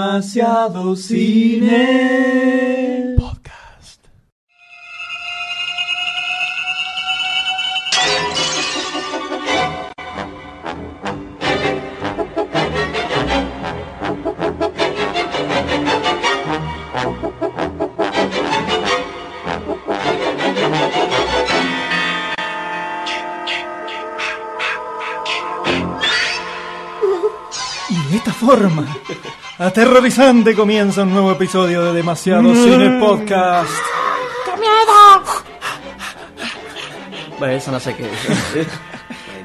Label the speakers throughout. Speaker 1: Demasiado cine. Podcast.
Speaker 2: Y de esta forma, aterrorizante comienza un nuevo episodio de Demasiado Cine Podcast.
Speaker 3: Bueno, eso no sé qué es.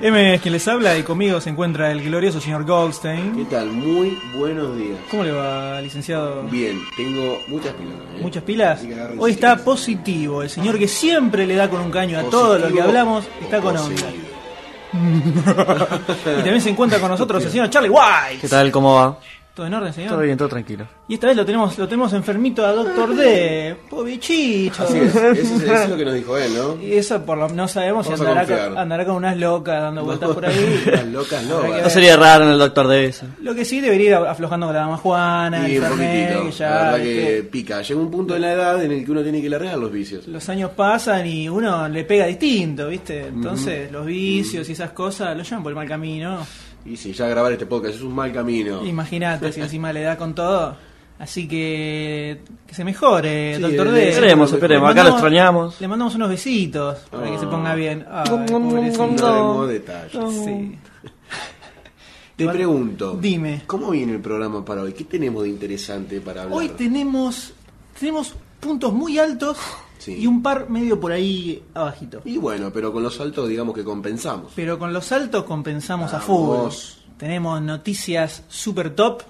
Speaker 2: M es quien les habla y conmigo se encuentra el glorioso señor
Speaker 4: ¿Qué
Speaker 2: Goldstein.
Speaker 4: tal? Muy buenos días.
Speaker 2: ¿Cómo le va, licenciado?
Speaker 4: Bien, tengo muchas pilas. ¿eh?
Speaker 2: ¿Muchas pilas?
Speaker 4: Así que agarren
Speaker 2: Hoy
Speaker 4: si
Speaker 2: está
Speaker 4: quieren.
Speaker 2: positivo, el señor que siempre le da con un caño a
Speaker 4: Positivo
Speaker 2: todo lo que hablamos,
Speaker 4: o
Speaker 2: está con onda.
Speaker 4: poseído.
Speaker 2: Y también se encuentra con nosotros el señor Charlie White.
Speaker 3: ¿Qué tal? ¿Cómo va?
Speaker 2: ¿Todo en orden, señor?
Speaker 3: Todo bien, todo tranquilo.
Speaker 2: Y esta vez lo tenemos, lo tenemos enfermito a Doctor D. Pobichicho.
Speaker 4: Así es, eso es, eso es lo que nos dijo él, ¿no?
Speaker 2: Y eso por lo no sabemos si
Speaker 4: Vamos a
Speaker 2: andará con,
Speaker 4: confiar.
Speaker 2: andará con unas locas dando vueltas por ahí.
Speaker 4: Las locas ¿eh?
Speaker 2: Habrá que
Speaker 3: No
Speaker 4: locas.
Speaker 3: sería raro en el doctor de eso.
Speaker 2: Lo que sí debería ir aflojando con la dama Juana,
Speaker 4: Y
Speaker 2: el
Speaker 4: un
Speaker 2: Fernet, que
Speaker 4: poquitito.
Speaker 2: ya,
Speaker 4: La verdad que
Speaker 2: viste,
Speaker 4: pica. Llega un punto de la edad en el que uno tiene que largar los vicios.
Speaker 2: los años pasan y uno le pega distinto, ¿viste? Entonces los vicios y esas cosas lo llevan por el mal camino.
Speaker 4: Y si ya grabar este podcast es un mal camino.
Speaker 2: Imagínate si encima le da con todo. Así que que se mejore,
Speaker 4: Sí,
Speaker 2: doctor
Speaker 4: eh,
Speaker 2: D.
Speaker 3: Esperemos,
Speaker 4: Le
Speaker 3: esperemos.
Speaker 2: Le
Speaker 3: Acá lo
Speaker 2: mandamos-
Speaker 3: extrañamos.
Speaker 2: Le mandamos unos besitos para que se ponga
Speaker 4: Ah.
Speaker 2: bien. Ay, pobrecito.
Speaker 4: No daremos detalles.
Speaker 2: Sí.
Speaker 4: Te pregunto.
Speaker 2: Dime.
Speaker 4: ¿Cómo viene el programa para hoy? ¿Qué tenemos de interesante para hablar?
Speaker 2: Hoy tenemos tenemos puntos muy altos
Speaker 4: Sí.
Speaker 2: y un par medio por ahí abajito.
Speaker 4: Y bueno, pero con los saltos digamos que compensamos.
Speaker 2: Pero con los altos compensamos
Speaker 4: Ah,
Speaker 2: a fútbol.
Speaker 4: Vamos.
Speaker 2: Tenemos noticias super top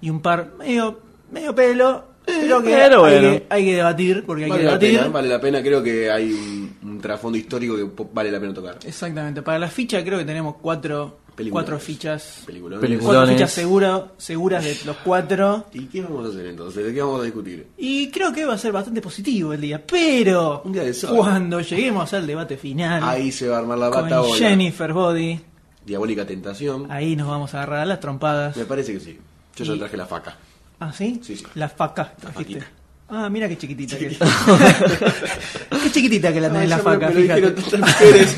Speaker 2: y un par medio, medio pelo. Pero que
Speaker 3: pero
Speaker 2: hay,
Speaker 3: bueno.
Speaker 2: que hay que debatir, porque hay
Speaker 4: Vale
Speaker 2: que
Speaker 4: la,
Speaker 2: debatir.
Speaker 4: pena, vale la pena, creo que hay un, un trasfondo histórico que po- vale la pena tocar.
Speaker 2: Exactamente, para la ficha creo que tenemos cuatro,
Speaker 4: Películas.
Speaker 2: cuatro fichas.
Speaker 4: Peliculones.
Speaker 3: Peliculones.
Speaker 2: Cuatro fichas segura- seguras de los cuatro.
Speaker 4: ¿Y qué vamos a hacer entonces? ¿De qué vamos a discutir?
Speaker 2: Y creo que va a ser bastante positivo el día. Pero
Speaker 4: Un día de sol.
Speaker 2: cuando lleguemos al debate final
Speaker 4: Ahí se va a armar la
Speaker 2: con
Speaker 4: bata
Speaker 2: Jennifer Body,
Speaker 4: Diabólica tentación.
Speaker 2: ahí nos vamos a agarrar a las trompadas.
Speaker 4: Me parece que sí. Yo ya
Speaker 2: Y-
Speaker 4: traje la faca.
Speaker 2: ¿Ah, sí?
Speaker 4: Sí, sí.
Speaker 2: La faca. trajiste.
Speaker 4: faquita.
Speaker 2: Ah, mira qué chiquitita que es. qué chiquitita que la tenés
Speaker 4: Ay,
Speaker 2: la
Speaker 4: ya me-
Speaker 2: faca,
Speaker 4: me lo
Speaker 2: fíjate.
Speaker 4: dijeron tantas mujeres.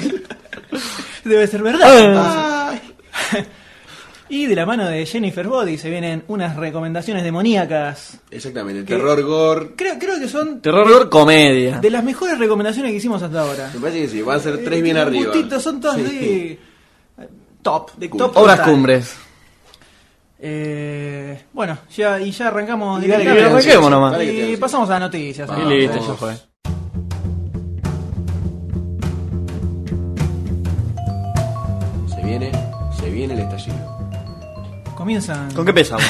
Speaker 2: Debe ser verdad. entonces.
Speaker 4: Ay.
Speaker 2: Y de la mano de Jennifer Body se vienen unas recomendaciones demoníacas.
Speaker 4: Exactamente,
Speaker 2: ¿Qué?
Speaker 4: terror gore.
Speaker 2: Creo, creo que son
Speaker 3: Terror, horror, comedia.
Speaker 2: de las mejores recomendaciones que hicimos hasta ahora.
Speaker 4: Me parece que sí, van a ser tres
Speaker 2: Eh,
Speaker 4: bien
Speaker 2: tienen
Speaker 4: arriba.
Speaker 2: gustitos, son todas
Speaker 4: Sí.
Speaker 2: de. eh, Top, de
Speaker 4: Culto.
Speaker 2: top.
Speaker 3: Obras
Speaker 2: total.
Speaker 3: cumbres.
Speaker 2: Eh, bueno, ya, y ya arrancamos
Speaker 4: Y dale que
Speaker 3: Y
Speaker 4: tengan
Speaker 2: directamente.
Speaker 3: arranquemos
Speaker 4: ciencia,
Speaker 3: nomás.
Speaker 4: dale que tengan
Speaker 2: Y
Speaker 4: ciencia.
Speaker 2: pasamos a noticias.
Speaker 4: Y
Speaker 3: Y
Speaker 2: ¿no?
Speaker 3: listo,
Speaker 4: Vamos.
Speaker 3: ya fue.
Speaker 4: Se viene, se viene el estallido.
Speaker 2: Comienzan.
Speaker 3: ¿Con qué empezamos?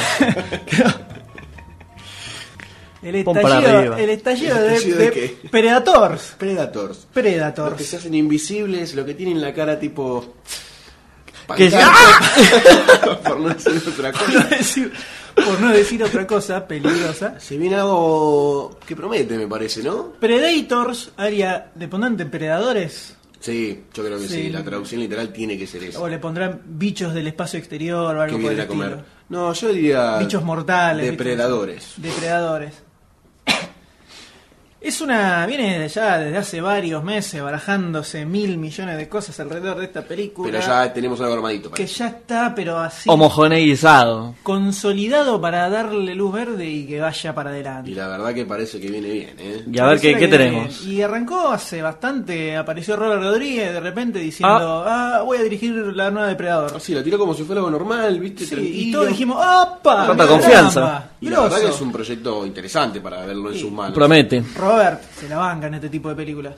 Speaker 2: El
Speaker 3: Pon para
Speaker 2: estallido,
Speaker 3: arriba.
Speaker 2: el estallido
Speaker 4: ¿El
Speaker 2: de,
Speaker 4: estallido de
Speaker 2: de
Speaker 4: qué?
Speaker 2: Predators.
Speaker 4: Predators. Los que
Speaker 2: Predators.
Speaker 4: se hacen invisibles, lo que tienen la cara tipo.
Speaker 3: Que se-
Speaker 4: pancarta,
Speaker 2: ¡Ah!
Speaker 4: Por no decir otra
Speaker 2: Por no
Speaker 4: cosa.
Speaker 2: decir, por no decir otra cosa peligrosa.
Speaker 4: Se viene algo que promete, me parece, ¿no?
Speaker 2: Predators, área, le pondrán depredadores.
Speaker 4: Sí, yo creo que sí.
Speaker 2: Sí.
Speaker 4: La traducción literal tiene que ser
Speaker 2: O
Speaker 4: eso.
Speaker 2: le pondrán bichos del espacio exterior o
Speaker 4: Que
Speaker 2: algo por el
Speaker 4: vienen a comer.
Speaker 2: estilo.
Speaker 4: No, yo diría.
Speaker 2: Bichos mortales. ¿viste?
Speaker 4: Depredadores.
Speaker 2: Depredadores. Es una. viene ya desde hace varios meses barajándose mil millones de cosas alrededor de esta película.
Speaker 4: Pero ya tenemos algo armadito.
Speaker 2: Que
Speaker 4: parece.
Speaker 2: ya está, pero así.
Speaker 3: Homogeneizado.
Speaker 2: consolidado para darle luz verde y que vaya para
Speaker 4: Y
Speaker 2: adelante.
Speaker 4: la verdad que parece que viene bien, ¿eh?
Speaker 3: Y a ver qué,
Speaker 2: Pareciera
Speaker 3: qué
Speaker 2: que-
Speaker 3: tenemos.
Speaker 2: Y arrancó hace bastante, apareció Robert Rodríguez de repente diciendo, ah, voy a dirigir la nueva Depredador.
Speaker 4: Ah, Sí, la tiró como si fuera algo normal, ¿viste?
Speaker 2: Sí,
Speaker 4: Tranquilo.
Speaker 2: y todos dijimos, ¡opa!
Speaker 3: Tanta
Speaker 2: caramba,
Speaker 3: confianza.
Speaker 4: Y la verdad que
Speaker 2: grosso".
Speaker 4: es un proyecto interesante para verlo en
Speaker 2: Sí.
Speaker 4: sus manos.
Speaker 3: Promete.
Speaker 2: Robert se la banca en este tipo de películas.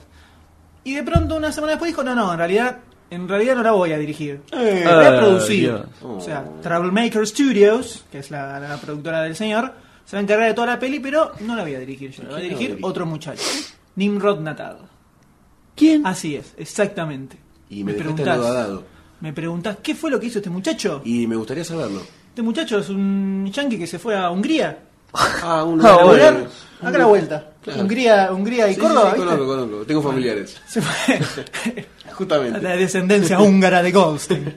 Speaker 2: Y de pronto una semana después dijo, no, no, en realidad, en realidad no la voy a dirigir.
Speaker 4: Eh,
Speaker 2: la voy a
Speaker 3: Ah,
Speaker 2: producir.
Speaker 3: Dios.
Speaker 2: O sea, Troublemaker Studios, que es la, la productora del señor, se va a encargar de toda la peli, pero no la voy a dirigir yo, la va a
Speaker 4: ¿Quién la
Speaker 2: dirigir
Speaker 4: dirige?
Speaker 2: otro muchacho. Nimrod Natal.
Speaker 3: ¿Quién?
Speaker 2: Así es, exactamente.
Speaker 4: Y me dejaste anodadado.
Speaker 2: me preguntás, ¿qué fue lo que hizo este muchacho?
Speaker 4: Y me gustaría saberlo.
Speaker 2: Este muchacho es un yankee que se fue a Hungría
Speaker 4: Ah, un
Speaker 3: Ah,
Speaker 2: a
Speaker 3: bueno.
Speaker 2: laburar. Acá la vuelta.
Speaker 4: Claro.
Speaker 2: Hungría, Hungría y
Speaker 4: Sí, sí,
Speaker 2: Córdoba.
Speaker 4: sí,
Speaker 2: ¿viste?
Speaker 4: conozco, conozco. Tengo familiares.
Speaker 2: Se fue a la
Speaker 4: Justamente.
Speaker 2: descendencia húngara de Goldstein.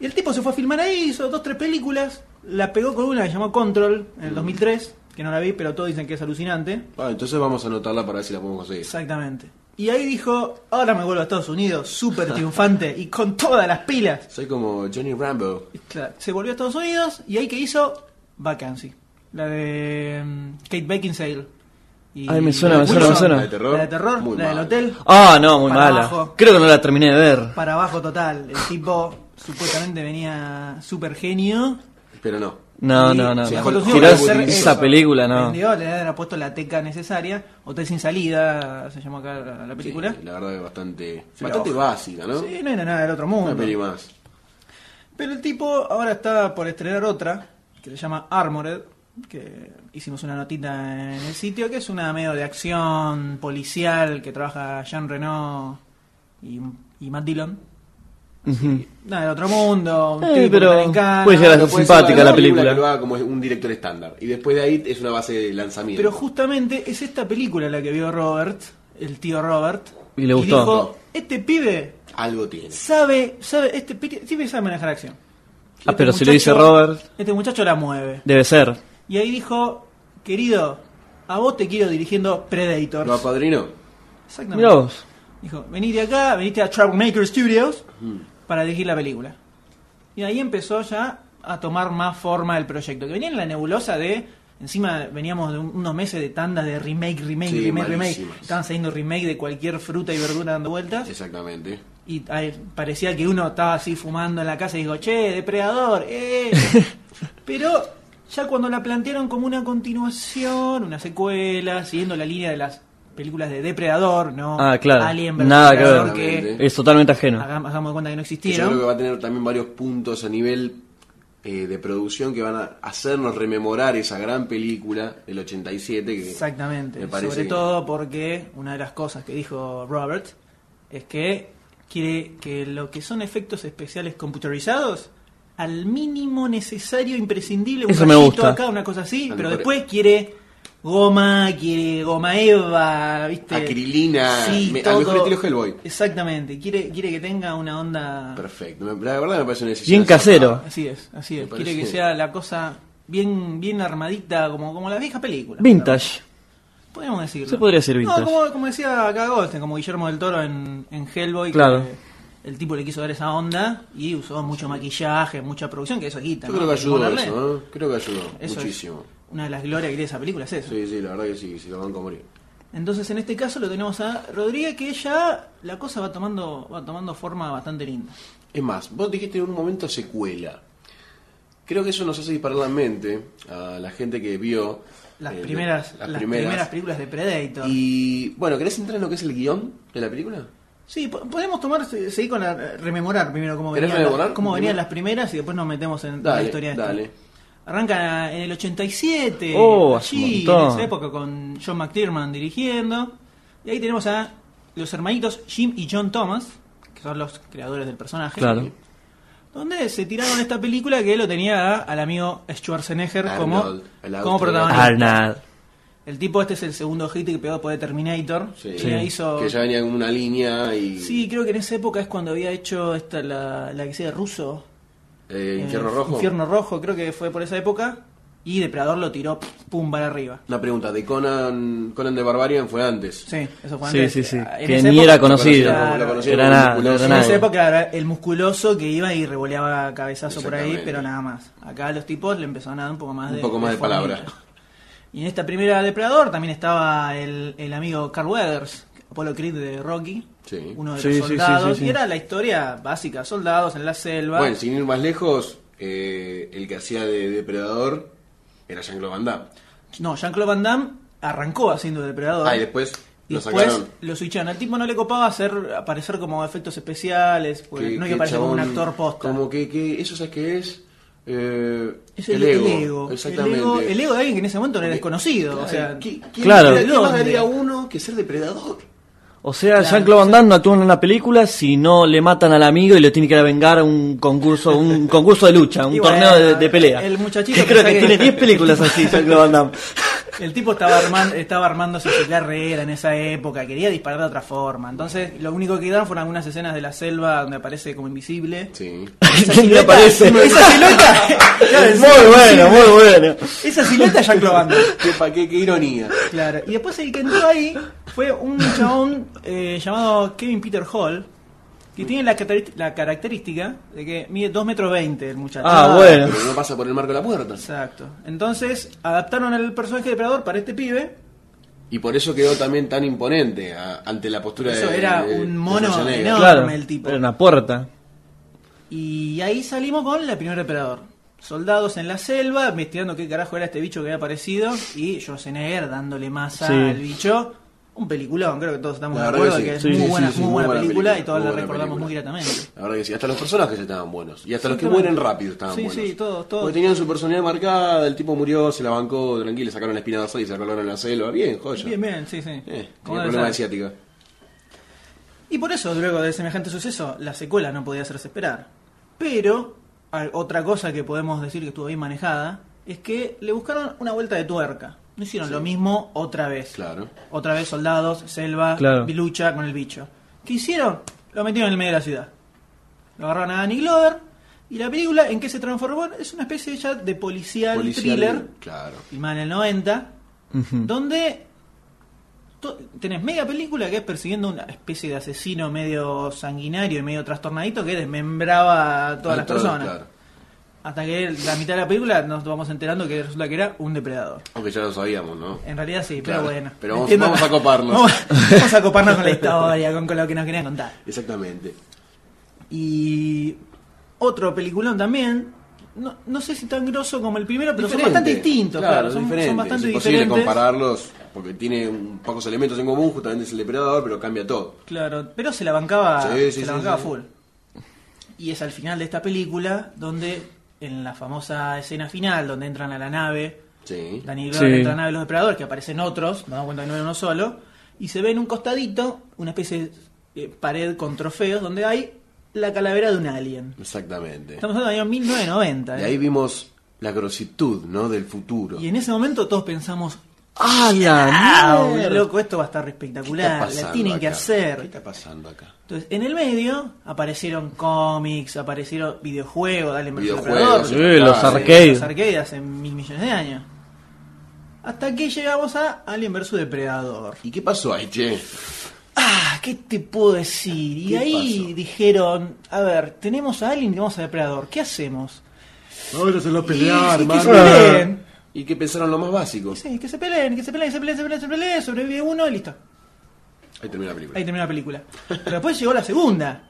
Speaker 2: Y el tipo se fue a filmar ahí, hizo dos, tres películas, La pegó con una que llamó Control en
Speaker 4: Mm.
Speaker 2: el 2003, que no la vi, pero todos dicen que es alucinante.
Speaker 4: Ah, entonces vamos a anotarla para ver si la podemos conseguir.
Speaker 2: Exactamente. Y ahí dijo, ahora me vuelvo a Estados Unidos, súper triunfante y con todas las pilas.
Speaker 4: Soy como Johnny Rambo.
Speaker 2: Y claro, se volvió a Estados Unidos y ahí que hizo Vacancy. La de mm, Kate Beckinsale. Y
Speaker 3: Ay, me suena,
Speaker 2: la
Speaker 3: me
Speaker 2: de
Speaker 3: suena, me
Speaker 2: Wilson,
Speaker 3: suena.
Speaker 4: La de terror.
Speaker 2: La de terror,
Speaker 4: Muy
Speaker 2: la del
Speaker 4: mal.
Speaker 2: hotel.
Speaker 3: Ah, no, muy
Speaker 2: Para
Speaker 3: mala.
Speaker 2: abajo.
Speaker 3: Creo que no la terminé de ver.
Speaker 2: Para abajo total. El tipo supuestamente venía súper genio.
Speaker 4: Pero no.
Speaker 3: No,
Speaker 2: Y
Speaker 3: no, no.
Speaker 4: se
Speaker 3: no.
Speaker 4: dejó los
Speaker 3: Tirás
Speaker 4: ojos de
Speaker 3: esa
Speaker 4: Woody.
Speaker 3: película, no.
Speaker 2: Vendió, le habían puesto la teca necesaria. Hotel sin salida, se llamó acá la, la película.
Speaker 4: Sí, la verdad es bastante,
Speaker 2: Se la
Speaker 4: bastante
Speaker 2: baja.
Speaker 4: básica, ¿no?
Speaker 2: Sí, no era nada del otro mundo.
Speaker 4: Una peli más.
Speaker 2: Pero el tipo ahora está por estrenar otra, que se llama Armored, que hicimos una notita en el sitio, que es una medio de acción policial que trabaja Jean Reno y, y Matt Dillon.
Speaker 3: Ujú.
Speaker 2: Nada del otro mundo, un
Speaker 3: Eh,
Speaker 2: tipo
Speaker 3: pero
Speaker 2: que le encanta.
Speaker 3: puede llegar a
Speaker 4: Pero
Speaker 3: ser
Speaker 4: puede
Speaker 3: simpática
Speaker 4: ser
Speaker 3: la
Speaker 4: una
Speaker 3: película.
Speaker 4: Que lo haga como un director estándar. Y después de ahí es una base de lanzamiento.
Speaker 2: Pero justamente es esta película la que vio Robert, el tío Robert.
Speaker 3: Y le gustó.
Speaker 2: dijo, este pibe
Speaker 4: Algo tiene.
Speaker 2: sabe, sabe, este pi- pibe sabe manejar acción.
Speaker 3: Ah, pero si lo dice Robert,
Speaker 2: Este muchacho la mueve.
Speaker 3: debe ser.
Speaker 2: Y ahí dijo, querido, a vos te quiero dirigiendo Predators.
Speaker 4: ¿Lo apadrino?
Speaker 2: Exactamente.
Speaker 3: Mirá vos.
Speaker 2: Dijo, venite acá, venite a Troublemaker Studios
Speaker 4: Mm,
Speaker 2: para dirigir la película. Y ahí empezó ya a tomar más forma el proyecto. Que venía en la nebulosa de. Encima veníamos de un- unos meses de tandas de remake, remake,
Speaker 4: Sí,
Speaker 2: remake,
Speaker 4: malísimas.
Speaker 2: remake. Estaban saliendo remake de cualquier fruta y verdura dando vueltas.
Speaker 4: Exactamente.
Speaker 2: Y ay, parecía que uno estaba así fumando en la casa y dijo, che, depredador, eh. Pero ya cuando la plantearon como una continuación, una secuela, siguiendo la línea de las películas de depredador, ¿no?
Speaker 3: Ah, claro.
Speaker 2: Alien versus
Speaker 3: Nada que
Speaker 2: Depredador,
Speaker 4: ver.
Speaker 2: que
Speaker 3: Es totalmente ajeno.
Speaker 2: hagam- hagamos de cuenta que no
Speaker 4: Que Yo creo que
Speaker 2: existieron.
Speaker 4: va a tener también varios puntos a nivel eh, de producción que van a hacernos rememorar esa gran película del 87. Que
Speaker 2: Exactamente.
Speaker 4: Me parece
Speaker 2: Sobre
Speaker 4: que-
Speaker 2: todo porque una de las cosas que dijo Robert es que quiere que lo que son efectos especiales computerizados al mínimo necesario, imprescindible, un
Speaker 3: Eso me
Speaker 2: rayito
Speaker 3: gusta.
Speaker 2: acá, una cosa así,
Speaker 4: Al
Speaker 2: pero
Speaker 4: mejor-
Speaker 2: después quiere goma, quiere goma eva, ¿viste?
Speaker 4: Acrilina,
Speaker 2: Sí,
Speaker 4: me- al
Speaker 2: todo.
Speaker 4: mejor estilo Hellboy.
Speaker 2: Exactamente, quiere quiere que tenga una onda
Speaker 4: Perfecto. Me- La verdad me parece una decisión
Speaker 3: Bien casero.
Speaker 4: acertada.
Speaker 2: Así es, así es.
Speaker 4: Me
Speaker 2: Quiere que
Speaker 4: parece-
Speaker 2: sea la cosa bien bien armadita como como las viejas películas.
Speaker 3: Vintage.
Speaker 2: Podríamos decirlo.
Speaker 3: Se podría decir vintage.
Speaker 2: No, como, como decía acá Goldstein, como Guillermo del Toro en, en Hellboy.
Speaker 3: Claro.
Speaker 2: que el tipo le quiso dar esa onda y usó mucho maquillaje, mucha producción, que eso es guita.
Speaker 4: Yo
Speaker 2: ¿no?
Speaker 4: creo que ayudó
Speaker 2: Ponerle.
Speaker 4: eso, ¿eh? Creo que ayudó
Speaker 2: Eso es.
Speaker 4: muchísimo.
Speaker 2: Una de las glorias que tiene esa película es eso.
Speaker 4: Sí, sí, la verdad que sí, se lo van a morir.
Speaker 2: Entonces, en este caso lo tenemos a Rodríguez, que ya la cosa va tomando va tomando forma bastante linda.
Speaker 4: Es más, vos dijiste en un momento secuela. Creo que eso nos hace disparar la mente a la gente que vio
Speaker 2: Las,
Speaker 4: eh,
Speaker 2: primeras,
Speaker 4: las
Speaker 2: las
Speaker 4: primeras.
Speaker 2: primeras películas de Predator.
Speaker 4: Y bueno, ¿querés entrar en lo que es el guión de la película?
Speaker 2: Sí, po- podemos tomar, se- seguir con la, rememorar primero cómo,
Speaker 4: ¿Querés
Speaker 2: venían, las-
Speaker 4: rememorar
Speaker 2: cómo venían
Speaker 4: primero?
Speaker 2: las primeras y después nos metemos en la
Speaker 4: Dale,
Speaker 2: historia. esta.
Speaker 4: dale.
Speaker 2: Arranca en el 87,
Speaker 3: Oh, hace un
Speaker 2: allí, en
Speaker 3: montón.
Speaker 2: esa época, con John McTiernan dirigiendo. Y ahí tenemos a los hermanitos Jim y John Thomas, que son los creadores del personaje.
Speaker 3: Claro.
Speaker 2: Donde se tiraron esta película que lo tenía al amigo Schwarzenegger
Speaker 4: Arnold, el
Speaker 2: como, como
Speaker 4: austriaco.
Speaker 2: protagonista.
Speaker 3: Arnold.
Speaker 2: El tipo este es el segundo hit que pegó después de Terminator.
Speaker 4: Sí.
Speaker 2: que
Speaker 3: Sí.
Speaker 2: hizo
Speaker 4: Que ya venía con una línea y.
Speaker 2: Sí, creo que en esa época es cuando había hecho esta la, la que sea ruso.
Speaker 4: eh,
Speaker 2: Eh,
Speaker 4: Infierno Rojo.
Speaker 2: Infierno Rojo, creo que fue por esa época. Y Depredador lo tiró pum para arriba.
Speaker 4: Una pregunta, de Conan, Conan de Barbarian fue antes.
Speaker 2: Sí, eso fue
Speaker 3: Sí,
Speaker 2: antes.
Speaker 3: sí, sí.
Speaker 2: Ah, en
Speaker 3: Que
Speaker 2: esa
Speaker 3: ni
Speaker 2: época-
Speaker 3: era conocido.
Speaker 2: Claro.
Speaker 4: Lo conocían
Speaker 3: Era
Speaker 4: como
Speaker 3: nada, no
Speaker 4: musculoso.
Speaker 3: era
Speaker 2: eh, En esa
Speaker 3: nadie.
Speaker 2: época era el musculoso que iba y revoleaba cabezazo por ahí,
Speaker 4: Exactamente.
Speaker 2: pero nada más. Acá los tipos le empezaron a dar un poco más
Speaker 4: Un
Speaker 2: de.
Speaker 4: poco más de palabra.
Speaker 2: formita. Y en esta primera Depredador también estaba el, el amigo Carl Weathers, Apollo Creed de Rocky.
Speaker 4: Sí.
Speaker 2: Uno de
Speaker 3: Sí,
Speaker 2: los
Speaker 3: sí, sí, sí,
Speaker 2: soldados.
Speaker 3: sí.
Speaker 2: Y era la historia básica: soldados en la selva.
Speaker 4: Bueno, sin ir más lejos, eh, el que hacía de depredador era Jean-Claude Van Damme.
Speaker 2: No, Jean-Claude Van Damme arrancó haciendo de depredador.
Speaker 4: Ah, y después
Speaker 2: Y
Speaker 4: lo
Speaker 2: después
Speaker 4: sacaron.
Speaker 2: lo switcharon. Al tipo no le copaba hacer aparecer como efectos especiales, porque
Speaker 4: Que-
Speaker 2: no hay que
Speaker 4: que
Speaker 2: aparecer como un
Speaker 4: chabón,
Speaker 2: actor posta.
Speaker 4: Como que, que eso sabes que es. Eh,
Speaker 2: Es el, el ego.
Speaker 4: Exactamente.
Speaker 2: El ego, el ego de alguien que en ese momento no era
Speaker 4: Porque-
Speaker 2: desconocido.
Speaker 4: Claro,
Speaker 2: o sea,
Speaker 4: ¿qué, qué-
Speaker 3: Claro.
Speaker 4: ¿qué más
Speaker 2: ¿Dónde?
Speaker 4: daría uno que ser depredador?
Speaker 3: O sea,
Speaker 2: Claro.
Speaker 3: Jean-Claude Van Damme no actúa en una película si no le matan al amigo y le tiene que ir a vengar a un concurso, un concurso de lucha, un
Speaker 2: Y bueno,
Speaker 3: torneo de, de pelea.
Speaker 2: el muchachito
Speaker 3: Que creo
Speaker 2: pensá
Speaker 3: que
Speaker 2: que-
Speaker 3: tiene 10 películas así, Jean-Claude Van Damme.
Speaker 2: El tipo estaba armando, estaba armándose su carrera en esa época, quería disparar de otra forma. Entonces, lo único que quedaron fueron algunas escenas de la selva donde aparece como invisible.
Speaker 4: Sí.
Speaker 2: Esa
Speaker 3: ¿Quién le
Speaker 2: silueta-
Speaker 3: aparece?
Speaker 2: Esa silueta. Claro, es
Speaker 3: Muy bueno,
Speaker 2: invisible.
Speaker 3: muy bueno.
Speaker 2: Esa silueta es Jean-Claude Van Damme.
Speaker 4: Qué, pa- qué- qué ironía.
Speaker 2: Claro. Y después el que entró ahí fue un chabón eh, llamado Kevin Peter Hall. Que tiene la, catari- la característica de que mide 2 metros 20 el muchacho.
Speaker 3: Ah, bueno.
Speaker 4: Pero no pasa por el marco de la puerta.
Speaker 2: Exacto. Entonces adaptaron al personaje de Depredador para este pibe.
Speaker 4: Y por eso quedó también tan imponente a- ante la postura
Speaker 2: Eso
Speaker 4: de.
Speaker 2: era
Speaker 4: de-
Speaker 2: un
Speaker 4: de
Speaker 2: mono
Speaker 4: Schwarzenegger.
Speaker 2: enorme.
Speaker 3: Claro,
Speaker 2: el tipo.
Speaker 3: era una puerta.
Speaker 2: Y ahí salimos con la primera Depredador. Soldados en la selva, investigando qué carajo era este bicho que había aparecido. Y Schwarzenegger dándole masa
Speaker 3: Sí.
Speaker 2: al bicho. Un peliculón, creo que todos estamos
Speaker 4: La
Speaker 2: de
Speaker 4: verdad
Speaker 2: acuerdo
Speaker 4: que
Speaker 2: que
Speaker 4: sí.
Speaker 2: es
Speaker 4: Sí,
Speaker 2: muy,
Speaker 3: sí,
Speaker 2: buena,
Speaker 4: sí, sí,
Speaker 2: muy buena película y todos
Speaker 4: muy
Speaker 2: la
Speaker 4: buena
Speaker 2: recordamos muy
Speaker 4: película.
Speaker 2: gratamente.
Speaker 4: La verdad que sí, hasta los personajes estaban buenos. Y hasta los que mueren rápido estaban
Speaker 2: Sí,
Speaker 4: buenos.
Speaker 2: sí, todos, todos.
Speaker 4: Porque tenían su personalidad marcada, el tipo murió, se la bancó tranquilo, le sacaron la espina dorsal y se colocaron en la selva. Bien, joya.
Speaker 2: Bien, bien, sí, sí.
Speaker 4: Eh,
Speaker 2: Como
Speaker 4: tenía
Speaker 2: debe
Speaker 4: problema de
Speaker 2: ser.
Speaker 4: ciática.
Speaker 2: Y por eso, luego de semejante suceso, la secuela no podía hacerse esperar. Pero, a- otra cosa que podemos decir que estuvo bien manejada, es que le buscaron una vuelta de tuerca. No hicieron lo mismo otra vez.
Speaker 4: Claro.
Speaker 2: Otra vez soldados, selva,
Speaker 3: Claro.
Speaker 2: lucha con el bicho. ¿Qué hicieron? Lo metieron en el medio de la ciudad. Lo agarraron a Danny Glover. Y la película en que se transformó es una especie ya de policial,
Speaker 4: Policial,
Speaker 2: thriller,
Speaker 4: Claro.
Speaker 2: filmada en el 90,
Speaker 3: Ujú.
Speaker 2: donde to- tenés media película que es persiguiendo una especie de asesino medio sanguinario y medio trastornadito que desmembraba a todas
Speaker 4: A
Speaker 2: las
Speaker 4: todos,
Speaker 2: personas.
Speaker 4: Ah, claro.
Speaker 2: Hasta que la mitad de la película nos vamos enterando que resulta que era un depredador.
Speaker 4: Aunque ya lo sabíamos, ¿no?
Speaker 2: En realidad sí,
Speaker 4: Claro,
Speaker 2: pero bueno.
Speaker 4: pero vamos-
Speaker 2: Entiendo-
Speaker 4: vamos a coparnos.
Speaker 2: Vamos, vamos a coparnos con la historia, con, con lo que nos querían contar.
Speaker 4: Exactamente.
Speaker 2: Y otro peliculón también. No, no sé si tan grosso como el primero, pero
Speaker 4: Diferente.
Speaker 2: son bastante distintos. Claro, son, son
Speaker 4: diferente.
Speaker 2: bastante
Speaker 4: es imposible
Speaker 2: diferentes.
Speaker 4: compararlos porque tiene un- pocos elementos en común, justamente es el depredador, pero cambia todo.
Speaker 2: Claro, pero se la bancaba,
Speaker 4: Sí, sí,
Speaker 2: se
Speaker 4: sí,
Speaker 2: la bancaba
Speaker 4: sí.
Speaker 2: full. Y es al final de esta película donde en la famosa escena final donde entran a la nave,
Speaker 4: Sí.
Speaker 2: Daniel
Speaker 3: Sí.
Speaker 2: Glover entra a la nave de los depredadores, que aparecen otros, nos damos cuenta que no era uno solo, y se ve en un costadito una especie de eh, pared con trofeos donde hay la calavera de un alien.
Speaker 4: Exactamente.
Speaker 2: Estamos hablando del año 1990.
Speaker 4: Y
Speaker 2: ¿eh?
Speaker 4: ahí vimos la grositud, ¿no? Del futuro.
Speaker 2: Y en ese momento todos pensamos,
Speaker 3: ¡Ah, la
Speaker 2: ¡ah,
Speaker 3: mierda!
Speaker 2: loco, esto va a estar
Speaker 4: ¿Qué está
Speaker 2: espectacular! La
Speaker 4: pasando
Speaker 2: tienen que
Speaker 4: acá?
Speaker 2: hacer.
Speaker 4: ¿Qué está pasando acá?
Speaker 2: Entonces, en el medio aparecieron cómics, aparecieron videojuegos, Alien vs.
Speaker 4: Videojuegos,
Speaker 2: Depredador,
Speaker 3: Sí,
Speaker 4: Claro,
Speaker 3: los
Speaker 4: sí,
Speaker 3: arcades.
Speaker 2: los arcade hace mil millones de años. Hasta que llegamos a Alien vs. Depredador.
Speaker 4: ¿Y qué pasó ahí, che?
Speaker 2: Ah, ¿qué te puedo decir? Y
Speaker 4: ¿Qué
Speaker 2: ahí
Speaker 4: pasó?
Speaker 2: dijeron, a ver, tenemos a Alien y tenemos a Depredador, ¿qué hacemos?
Speaker 4: Vamos a hacerlo
Speaker 2: pelear,
Speaker 4: y,
Speaker 2: hermano.
Speaker 4: que se peleen. Y que pensaron lo más básico.
Speaker 2: Y sí, que se peleen, que se peleen, que se peleen, se peleen, se peleen, sobrevive uno y listo.
Speaker 4: Ahí termina la película.
Speaker 2: Ahí terminó la película. Pero después llegó la segunda.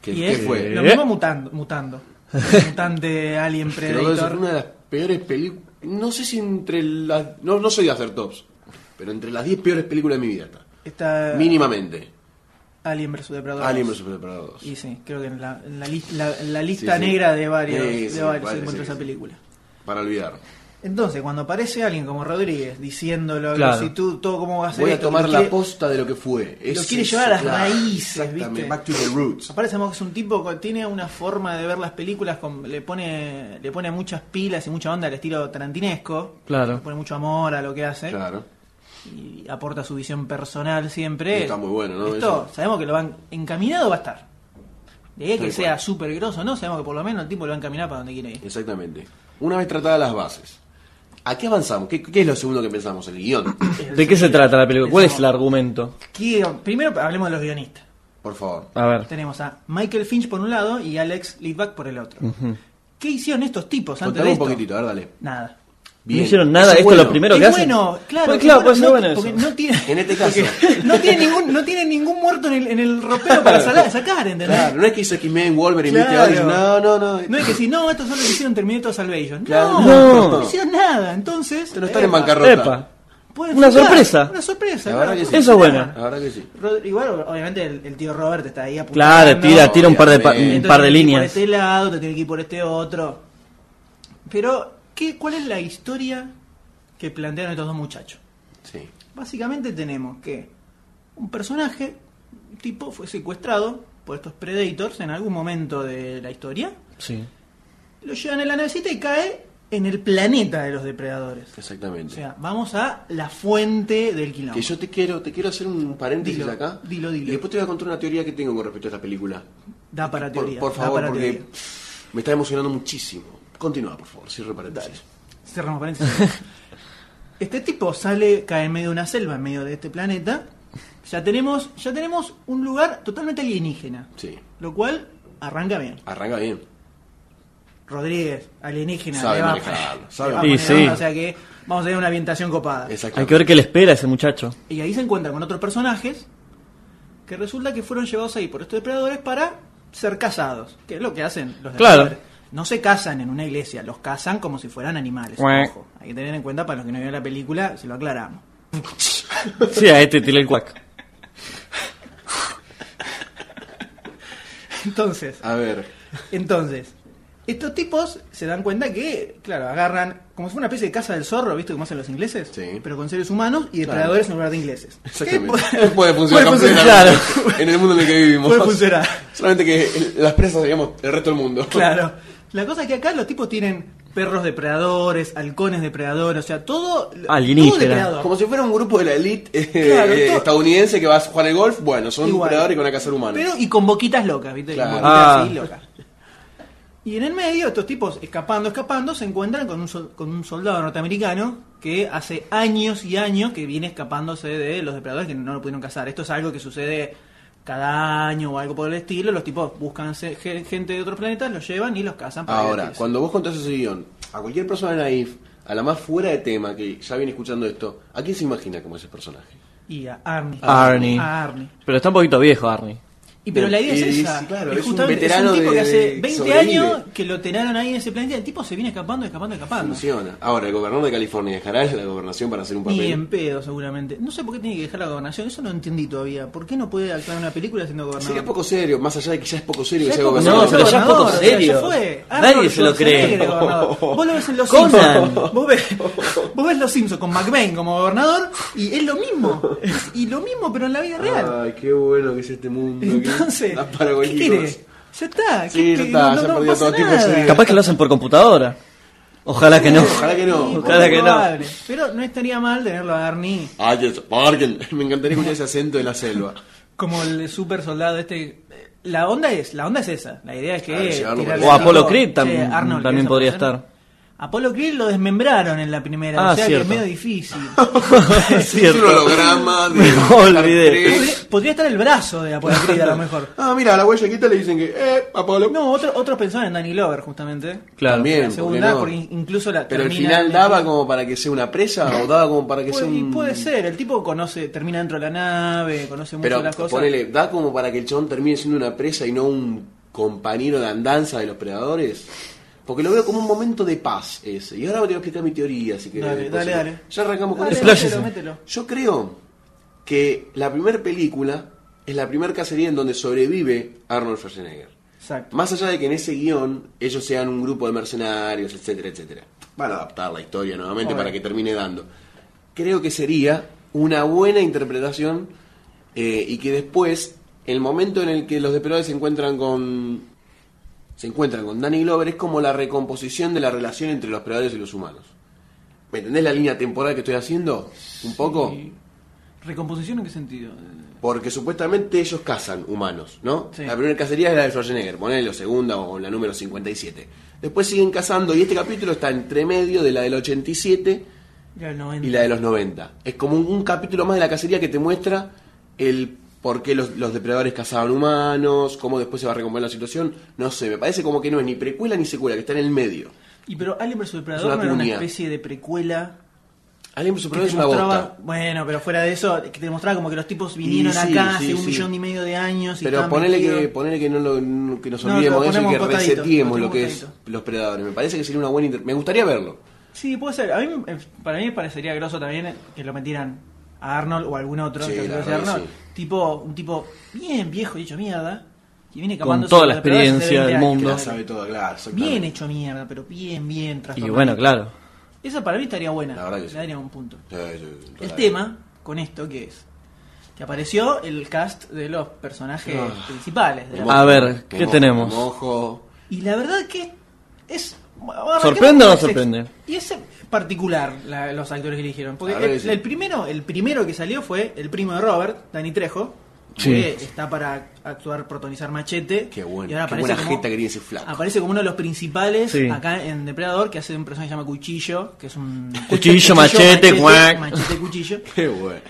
Speaker 4: ¿Qué-
Speaker 2: y
Speaker 4: qué
Speaker 2: es
Speaker 4: fue?
Speaker 2: lo mismo mutando. mutando. Mutante Alien
Speaker 4: Creo que esa
Speaker 2: Predator.
Speaker 4: fue una de las peores películas. No sé si entre las. No, no soy de hacer tops, pero entre las 10 peores películas de mi vida está.
Speaker 2: Está
Speaker 4: Mínimamente.
Speaker 2: Alien vs Depredador.
Speaker 4: Alien vs. Predator 2.
Speaker 2: Y sí, creo que en la, en la li- la- en la lista
Speaker 4: Sí, sí.
Speaker 2: negra de varios,
Speaker 4: Sí, sí,
Speaker 2: de varios
Speaker 4: varios,
Speaker 2: se encuentra
Speaker 4: sí,
Speaker 2: esa
Speaker 4: sí.
Speaker 2: película.
Speaker 4: Para olvidar.
Speaker 2: Entonces, cuando aparece alguien como Rodríguez diciéndolo,
Speaker 3: Claro.
Speaker 2: si tú, todo cómo va a ser.
Speaker 4: Voy a
Speaker 2: esto,
Speaker 4: tomar
Speaker 2: lo
Speaker 4: la
Speaker 2: quiere-
Speaker 4: posta de lo que fue. Es
Speaker 2: quiere
Speaker 4: eso,
Speaker 2: llevar a las
Speaker 4: claro.
Speaker 2: raíces,
Speaker 4: Exactamente.
Speaker 2: ¿viste? ¿Eh?
Speaker 4: Back to the roots.
Speaker 2: Aparece como que es un tipo que tiene una forma de ver las películas, con- le pone le pone muchas pilas y mucha onda al estilo tarantinesco. Le
Speaker 3: Claro.
Speaker 2: pone mucho amor a lo que hace.
Speaker 4: Claro.
Speaker 2: y aporta su visión personal siempre.
Speaker 4: Y está muy bueno, ¿no?
Speaker 2: Esto
Speaker 4: Eso.
Speaker 2: sabemos que lo van encaminado va a estar. De ahí a que
Speaker 4: Tal
Speaker 2: sea
Speaker 4: cual.
Speaker 2: súper grosso, ¿no? Sabemos que por lo menos el tipo lo va a encaminar para donde quiere ir.
Speaker 4: Exactamente. Una vez tratadas las bases, ¿a qué avanzamos? ¿Qué, qué es lo segundo que pensamos? El guión.
Speaker 3: ¿De qué se trata la película? ¿Cuál es el
Speaker 2: Pensamos,
Speaker 3: argumento?
Speaker 2: ¿qué- Primero hablemos de los guionistas.
Speaker 4: Por favor.
Speaker 3: A ver.
Speaker 2: Tenemos a Michael Finch por un lado y Alex Lidback por el otro.
Speaker 3: Mm.
Speaker 2: ¿Qué hicieron estos tipos antes
Speaker 4: Contame
Speaker 2: de
Speaker 4: un
Speaker 2: esto?
Speaker 4: poquitito, a ver, dale.
Speaker 2: Nada.
Speaker 3: No hicieron nada,
Speaker 4: Eso
Speaker 3: esto es lo primero
Speaker 2: Qué
Speaker 3: que hacen.
Speaker 2: bueno, claro,
Speaker 3: Pues
Speaker 2: qué
Speaker 3: claro,
Speaker 2: bueno,
Speaker 3: pues
Speaker 2: no,
Speaker 3: no, bueno eso.
Speaker 2: porque no tiene,
Speaker 4: En este caso.
Speaker 2: no tiene ningún, no tiene ningún muerto en el, en el ropero para sala- sacar, ¿entendés?
Speaker 4: Claro, no es que hizo X-Men, Wolverine, viste,
Speaker 2: Claro.
Speaker 4: ahora dice, no, no, no.
Speaker 2: No es que si no, estos solo que hicieron Terminator Salvation.
Speaker 4: Claro.
Speaker 2: No,
Speaker 3: No.
Speaker 2: no hicieron nada. Entonces,
Speaker 4: Esto no están en
Speaker 2: epa,
Speaker 4: bancarrota.
Speaker 3: Epa.
Speaker 2: pueden
Speaker 3: Una
Speaker 2: jugar.
Speaker 3: sorpresa.
Speaker 2: Una sorpresa.
Speaker 4: La verdad
Speaker 2: claro,
Speaker 4: que sí.
Speaker 2: pueden
Speaker 3: Eso es
Speaker 2: jugar.
Speaker 3: bueno.
Speaker 4: La verdad que sí.
Speaker 2: Rod- Igual, obviamente, el, el tío Robert está ahí apuntando.
Speaker 3: Claro, tira, tira un par de, pa-
Speaker 4: obviamente.
Speaker 3: un
Speaker 2: Entonces,
Speaker 3: par de
Speaker 2: tenés que ir
Speaker 3: líneas.
Speaker 2: Por este lado, te tiene que ir por este otro. Pero, ¿qué, ¿cuál es la historia que plantean estos dos muchachos?
Speaker 4: Sí.
Speaker 2: Básicamente tenemos que un personaje, un tipo, fue secuestrado por estos Predators en algún momento de la historia.
Speaker 3: Sí.
Speaker 2: Lo llevan en la navecita y cae en el planeta de los depredadores. O
Speaker 4: Exactamente.
Speaker 2: sea, vamos a la fuente del quilombo.
Speaker 4: Que yo te quiero, te quiero hacer un paréntesis
Speaker 2: Dilo,
Speaker 4: acá.
Speaker 2: dilo, dilo.
Speaker 4: Y después te voy a contar una teoría que tengo con respecto a esta película.
Speaker 2: Da para
Speaker 4: Por-
Speaker 2: teoría.
Speaker 4: por
Speaker 2: da
Speaker 4: favor,
Speaker 2: para
Speaker 4: porque
Speaker 2: teoría.
Speaker 4: me está emocionando muchísimo. Continúa, por favor, cierre paréntesis.
Speaker 2: Cerramos paréntesis. este tipo sale, cae en medio de una selva, en medio de este planeta. Ya tenemos, ya tenemos un lugar totalmente alienígena.
Speaker 4: Sí,
Speaker 2: Lo cual arranca bien.
Speaker 4: arranca bien.
Speaker 2: Rodríguez, alienígena,
Speaker 4: Sabe
Speaker 2: le va-
Speaker 4: manejarlo, sabe
Speaker 2: le va a
Speaker 3: manejarlo.
Speaker 2: poner
Speaker 3: Y
Speaker 2: onda,
Speaker 3: sí.
Speaker 2: O sea que vamos a tener una ambientación copada.
Speaker 4: Exactamente.
Speaker 3: Hay que ver qué le espera a ese muchacho.
Speaker 2: Y ahí se encuentra con otros personajes que resulta que fueron llevados ahí por estos depredadores para ser casados, que es lo que hacen los
Speaker 3: Claro.
Speaker 2: depredadores. No se casan en una iglesia, los casan como si fueran animales.
Speaker 3: Guau.
Speaker 2: Ojo, hay que tener en cuenta para los que no vieron la película, se lo aclaramos.
Speaker 3: Sí, a este tira el cuac.
Speaker 2: Entonces,
Speaker 4: A ver,
Speaker 2: entonces, estos tipos se dan cuenta que, claro, agarran como si fuera una especie de casa del zorro, ¿viste como hacen los ingleses?
Speaker 4: Sí.
Speaker 2: Pero con seres humanos y
Speaker 4: Claro.
Speaker 2: depredadores en lugar de ingleses.
Speaker 4: exactamente.
Speaker 2: ¿Qué
Speaker 4: Puede, funcionar,
Speaker 2: funcionar,
Speaker 4: completamente en el mundo en el que vivimos.
Speaker 2: Puede funcionar.
Speaker 4: Solamente que las presas digamos, el resto del mundo.
Speaker 2: Claro. La cosa es que acá los tipos tienen perros depredadores, halcones depredadores, o sea, todo.
Speaker 3: Alienígena.
Speaker 2: todo depredador.
Speaker 4: Como si fuera un grupo de la elite eh,
Speaker 2: Claro,
Speaker 4: eh,
Speaker 2: todo-
Speaker 4: estadounidense que va a jugar al golf. Bueno, son
Speaker 2: Igual.
Speaker 4: depredadores que van a cazar humanos.
Speaker 2: Pero y con boquitas locas, ¿viste?
Speaker 4: Claro.
Speaker 2: Con boquitas
Speaker 3: Ah.
Speaker 2: así locas. Y en el medio, estos tipos escapando, escapando, se encuentran con un, sol- con un soldado norteamericano que hace años y años que viene escapándose de los depredadores que no lo pudieron cazar. Esto es algo que sucede cada año o algo por el estilo. Los tipos buscan se- ge- gente de otros planetas, los llevan y los cazan. para
Speaker 4: Ahora,
Speaker 2: divertirse.
Speaker 4: cuando vos contás ese guión, a cualquier persona naif, a la más fuera de tema que ya viene escuchando esto, ¿a quién se imagina como ese personaje?
Speaker 2: Y a Arnie.
Speaker 3: Arnie.
Speaker 2: A Arnie.
Speaker 3: Pero está un poquito viejo, Arnie.
Speaker 2: Y pero la idea es
Speaker 4: Y-
Speaker 2: esa.
Speaker 4: sí, claro,
Speaker 2: es,
Speaker 4: es un
Speaker 2: justamente- es un
Speaker 4: veterano
Speaker 2: tipo que
Speaker 4: de-
Speaker 2: hace
Speaker 4: de-
Speaker 2: 20
Speaker 4: sobrevive.
Speaker 2: años que lo tenaron ahí en ese planeta. El tipo se viene escapando, escapando, escapando.
Speaker 4: Funciona. Ahora, el gobernador de California dejará a la gobernación para hacer un
Speaker 2: Ni en
Speaker 4: papel.
Speaker 2: pedo, seguramente. No sé por qué tiene que dejar la gobernación. Eso no entendí todavía. ¿Por qué no puede actuar en una película siendo
Speaker 4: Sería
Speaker 2: gobernador?
Speaker 4: poco serio, más allá de que ya es poco
Speaker 2: Ya
Speaker 4: serio que
Speaker 2: es
Speaker 4: sea
Speaker 2: poco
Speaker 3: No,
Speaker 4: gobernador.
Speaker 2: serio
Speaker 3: pero ya es poco
Speaker 2: gobernador, o sea,
Speaker 3: serio.
Speaker 2: fue. Ah,
Speaker 3: Nadie
Speaker 2: Arnold
Speaker 3: se lo cree.
Speaker 2: Schwarzenegger era gobernador. Vos lo ves en Los
Speaker 3: Conan.
Speaker 2: Simpsons. Vos ves, vos ves Los Simpsons con McBain como gobernador y es lo mismo. Y lo mismo, pero en la vida real.
Speaker 4: Ay, qué bueno que es este mundo. Ah, que
Speaker 2: Entonces,
Speaker 4: da para
Speaker 2: ¿qué
Speaker 4: cualquier
Speaker 2: querés?
Speaker 4: cosa.
Speaker 2: Ya está.
Speaker 4: Sí,
Speaker 2: ¿qué-
Speaker 4: ya
Speaker 2: qué-
Speaker 4: está,
Speaker 2: no-
Speaker 4: ya
Speaker 2: no
Speaker 4: perdió
Speaker 2: pasa
Speaker 4: todo tipo de
Speaker 2: nada.
Speaker 4: seriedad.
Speaker 3: Capaz que lo hacen por computadora. Ojalá que no.
Speaker 4: Ojalá que no.
Speaker 3: Ojalá que no.
Speaker 2: Pero no estaría mal tenerlo a Arnie
Speaker 4: Ay, es- Parken. Me encantaría escuchar ese acento de la selva.
Speaker 2: como el super soldado este. La onda es, la onda es esa. La idea es que.
Speaker 4: Claro, llevarlo
Speaker 2: tirarle
Speaker 4: para
Speaker 3: O
Speaker 2: el
Speaker 3: Apollo
Speaker 2: chico,
Speaker 3: Creed tam-
Speaker 2: "Che, Arnold,
Speaker 3: también
Speaker 2: ¿querés
Speaker 3: podría
Speaker 2: aparecer?".
Speaker 3: estar.
Speaker 2: Apollo Creed lo desmembraron en la primera,
Speaker 3: Ah,
Speaker 2: o sea
Speaker 3: cierto.
Speaker 2: que es medio difícil.
Speaker 3: Es
Speaker 4: Es un
Speaker 3: cierto.
Speaker 4: holograma de.
Speaker 3: No olvidé.
Speaker 2: podría, podría estar el brazo de Apollo Creed a lo mejor.
Speaker 4: Ah, mira, a la huellaquita le dicen que. Eh, Apolo.
Speaker 2: No, otro- otros pensaban en Danny Glover, justamente.
Speaker 3: Claro.
Speaker 4: También,
Speaker 2: La
Speaker 4: ¿por qué
Speaker 2: segunda,
Speaker 4: no?
Speaker 2: porque in- incluso la.
Speaker 4: Pero el
Speaker 2: termina
Speaker 4: final
Speaker 2: en-
Speaker 4: daba como para que sea una presa o daba como para que
Speaker 2: Puede,
Speaker 4: sea
Speaker 2: y
Speaker 4: un.
Speaker 2: puede ser, el tipo conoce, termina dentro de la nave, conoce mucho
Speaker 4: Pero
Speaker 2: las cosas.
Speaker 4: ponele, da como para que el chabón termine siendo una presa y no un compañero de andanza de los predadores. Porque lo veo como un momento de paz ese. Y ahora te voy a explicar mi teoría, así que.
Speaker 2: Dale,
Speaker 4: pues,
Speaker 2: dale,
Speaker 4: eh,
Speaker 2: dale.
Speaker 4: Ya arrancamos con
Speaker 2: Dale,
Speaker 4: eso.
Speaker 3: Expláyese.
Speaker 2: mételo, mételo.
Speaker 4: Yo creo que la primera película es la primera cacería en donde sobrevive Arnold Schwarzenegger.
Speaker 2: Exacto.
Speaker 4: Más allá de que en ese guión ellos sean un grupo de mercenarios, etcétera, etcétera. Van a adaptar la historia nuevamente
Speaker 2: Obvio.
Speaker 4: para que termine dando. Creo que sería una buena interpretación eh, y que después, el momento en el que los depredadores se encuentran con. se encuentran con Danny Glover es como la recomposición de la relación entre los depredadores y los humanos. ¿Me entendés la línea temporal que estoy haciendo? Un poco.
Speaker 2: ¿Recomposición en qué sentido? Eh,
Speaker 4: Porque supuestamente ellos cazan humanos, ¿no?
Speaker 2: Sí.
Speaker 4: La primera cacería es la de Schwarzenegger, ponele la segunda o la número 57. Después siguen cazando y este capítulo está entre medio de la del 87
Speaker 2: Era el 90.
Speaker 4: y la de los 90. Es como un, un capítulo más de la cacería que te muestra el por qué los, los depredadores cazaban humanos, cómo después se va a recomponer la situación. No sé, me parece como que no es ni precuela ni secuela, que está en el medio.
Speaker 2: Y pero Alien vs
Speaker 4: Es
Speaker 2: Depredador
Speaker 4: una
Speaker 2: no era una
Speaker 4: cuña.
Speaker 2: especie de precuela.
Speaker 4: Alien vs.
Speaker 2: que
Speaker 4: Predator es
Speaker 2: te
Speaker 4: una
Speaker 2: mostraba-
Speaker 4: bosta.
Speaker 2: Bueno, pero fuera de eso, que te mostraba como que los tipos vinieron
Speaker 4: sí,
Speaker 2: acá
Speaker 4: sí,
Speaker 2: hace un
Speaker 4: sí.
Speaker 2: millón y medio de años. Y
Speaker 4: Pero
Speaker 2: estaban
Speaker 4: ponele que,
Speaker 2: metidos.
Speaker 4: ponele que no lo- no- que nos
Speaker 2: No,
Speaker 4: olvidemos
Speaker 2: lo
Speaker 4: de eso y
Speaker 2: ponemos
Speaker 4: que
Speaker 2: costadito, lo
Speaker 4: reseteemos lo
Speaker 2: ponemos
Speaker 4: que es
Speaker 2: costadito.
Speaker 4: los predadores. Me parece que sería una buena inter- Me gustaría verlo.
Speaker 2: Sí, puede ser. A mí, eh, para mí me parecería groso también eh, que lo metieran a Arnold o a algún otro.
Speaker 4: Sí,
Speaker 2: que
Speaker 4: la
Speaker 2: fuese
Speaker 4: verdad que
Speaker 2: Arnold. Tipo, un tipo bien viejo y hecho mierda. Que viene
Speaker 3: Con
Speaker 2: escapándose
Speaker 3: toda
Speaker 2: de
Speaker 3: la
Speaker 2: los depredadores
Speaker 3: experiencia
Speaker 2: hace
Speaker 3: del
Speaker 2: 20
Speaker 3: mundo.
Speaker 2: años,
Speaker 3: La
Speaker 2: claro.
Speaker 4: sabe todo, claro. exactamente.
Speaker 2: Bien hecho mierda, pero bien, bien
Speaker 3: Y
Speaker 2: trastornado.
Speaker 3: bueno, claro.
Speaker 2: Esa para mí estaría buena.
Speaker 4: La verdad que sí.
Speaker 2: Le daría un punto.
Speaker 4: Sí, sí, sí,
Speaker 2: El
Speaker 4: total.
Speaker 2: tema con esto que es que apareció el cast de los personajes
Speaker 4: Ah.
Speaker 2: principales de
Speaker 4: Me
Speaker 2: la-
Speaker 4: mojo,
Speaker 3: A ver,
Speaker 4: me
Speaker 3: ¿qué
Speaker 4: mojo,
Speaker 3: tenemos?
Speaker 4: me mojo.
Speaker 2: y la verdad que es Bueno, arranquemos
Speaker 3: ¿Sorprende o
Speaker 2: con
Speaker 3: no
Speaker 2: el sexto.
Speaker 3: sorprende?
Speaker 2: Y es particular la- los actores que eligieron. Porque
Speaker 4: La verdad
Speaker 2: el,
Speaker 4: que sí.
Speaker 2: el primero, el primero que salió fue el primo de Robert, Dani Trejo.
Speaker 3: Sí.
Speaker 2: Que está para actuar, protagonizar Machete.
Speaker 4: Qué bueno,
Speaker 2: Y ahora
Speaker 4: qué
Speaker 2: aparece
Speaker 4: buena
Speaker 2: como-
Speaker 4: jeta que tiene ese flaco.
Speaker 2: Aparece como uno de los principales
Speaker 3: Sí.
Speaker 2: acá en Depredador, que hace un personaje que se llama Cuchillo, que es un...
Speaker 3: Cuchillo, machete, guac.
Speaker 2: Machete, cuchillo,
Speaker 4: Qué bueno.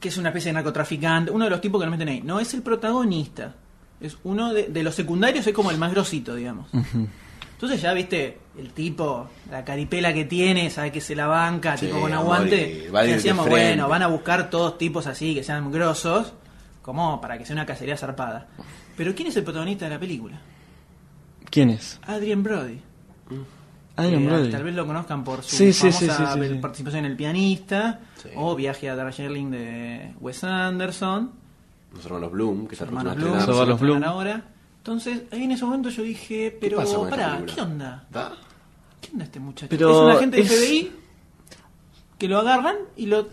Speaker 2: que es una especie de narcotraficante, uno de los tipos que lo meten ahí. No, es el protagonista. Es uno de, de los secundarios, es como el más grosito, digamos. Entonces ya viste el tipo, la caripela que tiene, sabe que se la banca,
Speaker 4: Sí,
Speaker 2: tipo con
Speaker 4: a
Speaker 2: aguante.
Speaker 4: morir, va a ir
Speaker 2: y
Speaker 4: de
Speaker 2: decíamos,
Speaker 4: frente.
Speaker 2: bueno, van a buscar todos tipos así, que sean grosos, como para que sea una cacería zarpada. Pero ¿quién es el protagonista de la película?
Speaker 3: ¿Quién es?
Speaker 2: Adrien Brody.
Speaker 3: Adrian
Speaker 2: Eh,
Speaker 3: Brody.
Speaker 2: Tal vez lo conozcan por su
Speaker 3: Sí, sí,
Speaker 2: famosa
Speaker 3: sí, sí, sí, sí.
Speaker 2: participación en El Pianista
Speaker 4: Sí.
Speaker 2: o Viaje a Darjeeling de Wes Anderson,
Speaker 4: Los hermanos Bloom, que se
Speaker 2: Hermanos
Speaker 4: reconocen
Speaker 2: Bloom,
Speaker 4: a
Speaker 3: Los
Speaker 2: se
Speaker 4: estrenar.
Speaker 3: hermanos Bloom.
Speaker 2: estrenan ahora. Entonces, ahí en ese momento yo dije,
Speaker 4: ¿Qué
Speaker 2: pero
Speaker 4: pasa con esta
Speaker 2: pará,
Speaker 4: película?
Speaker 2: ¿qué onda?
Speaker 4: ¿Da?
Speaker 2: ¿Qué onda este muchacho?
Speaker 3: este Pero
Speaker 2: es un agente
Speaker 3: es-
Speaker 2: de FBI que lo agarran y lo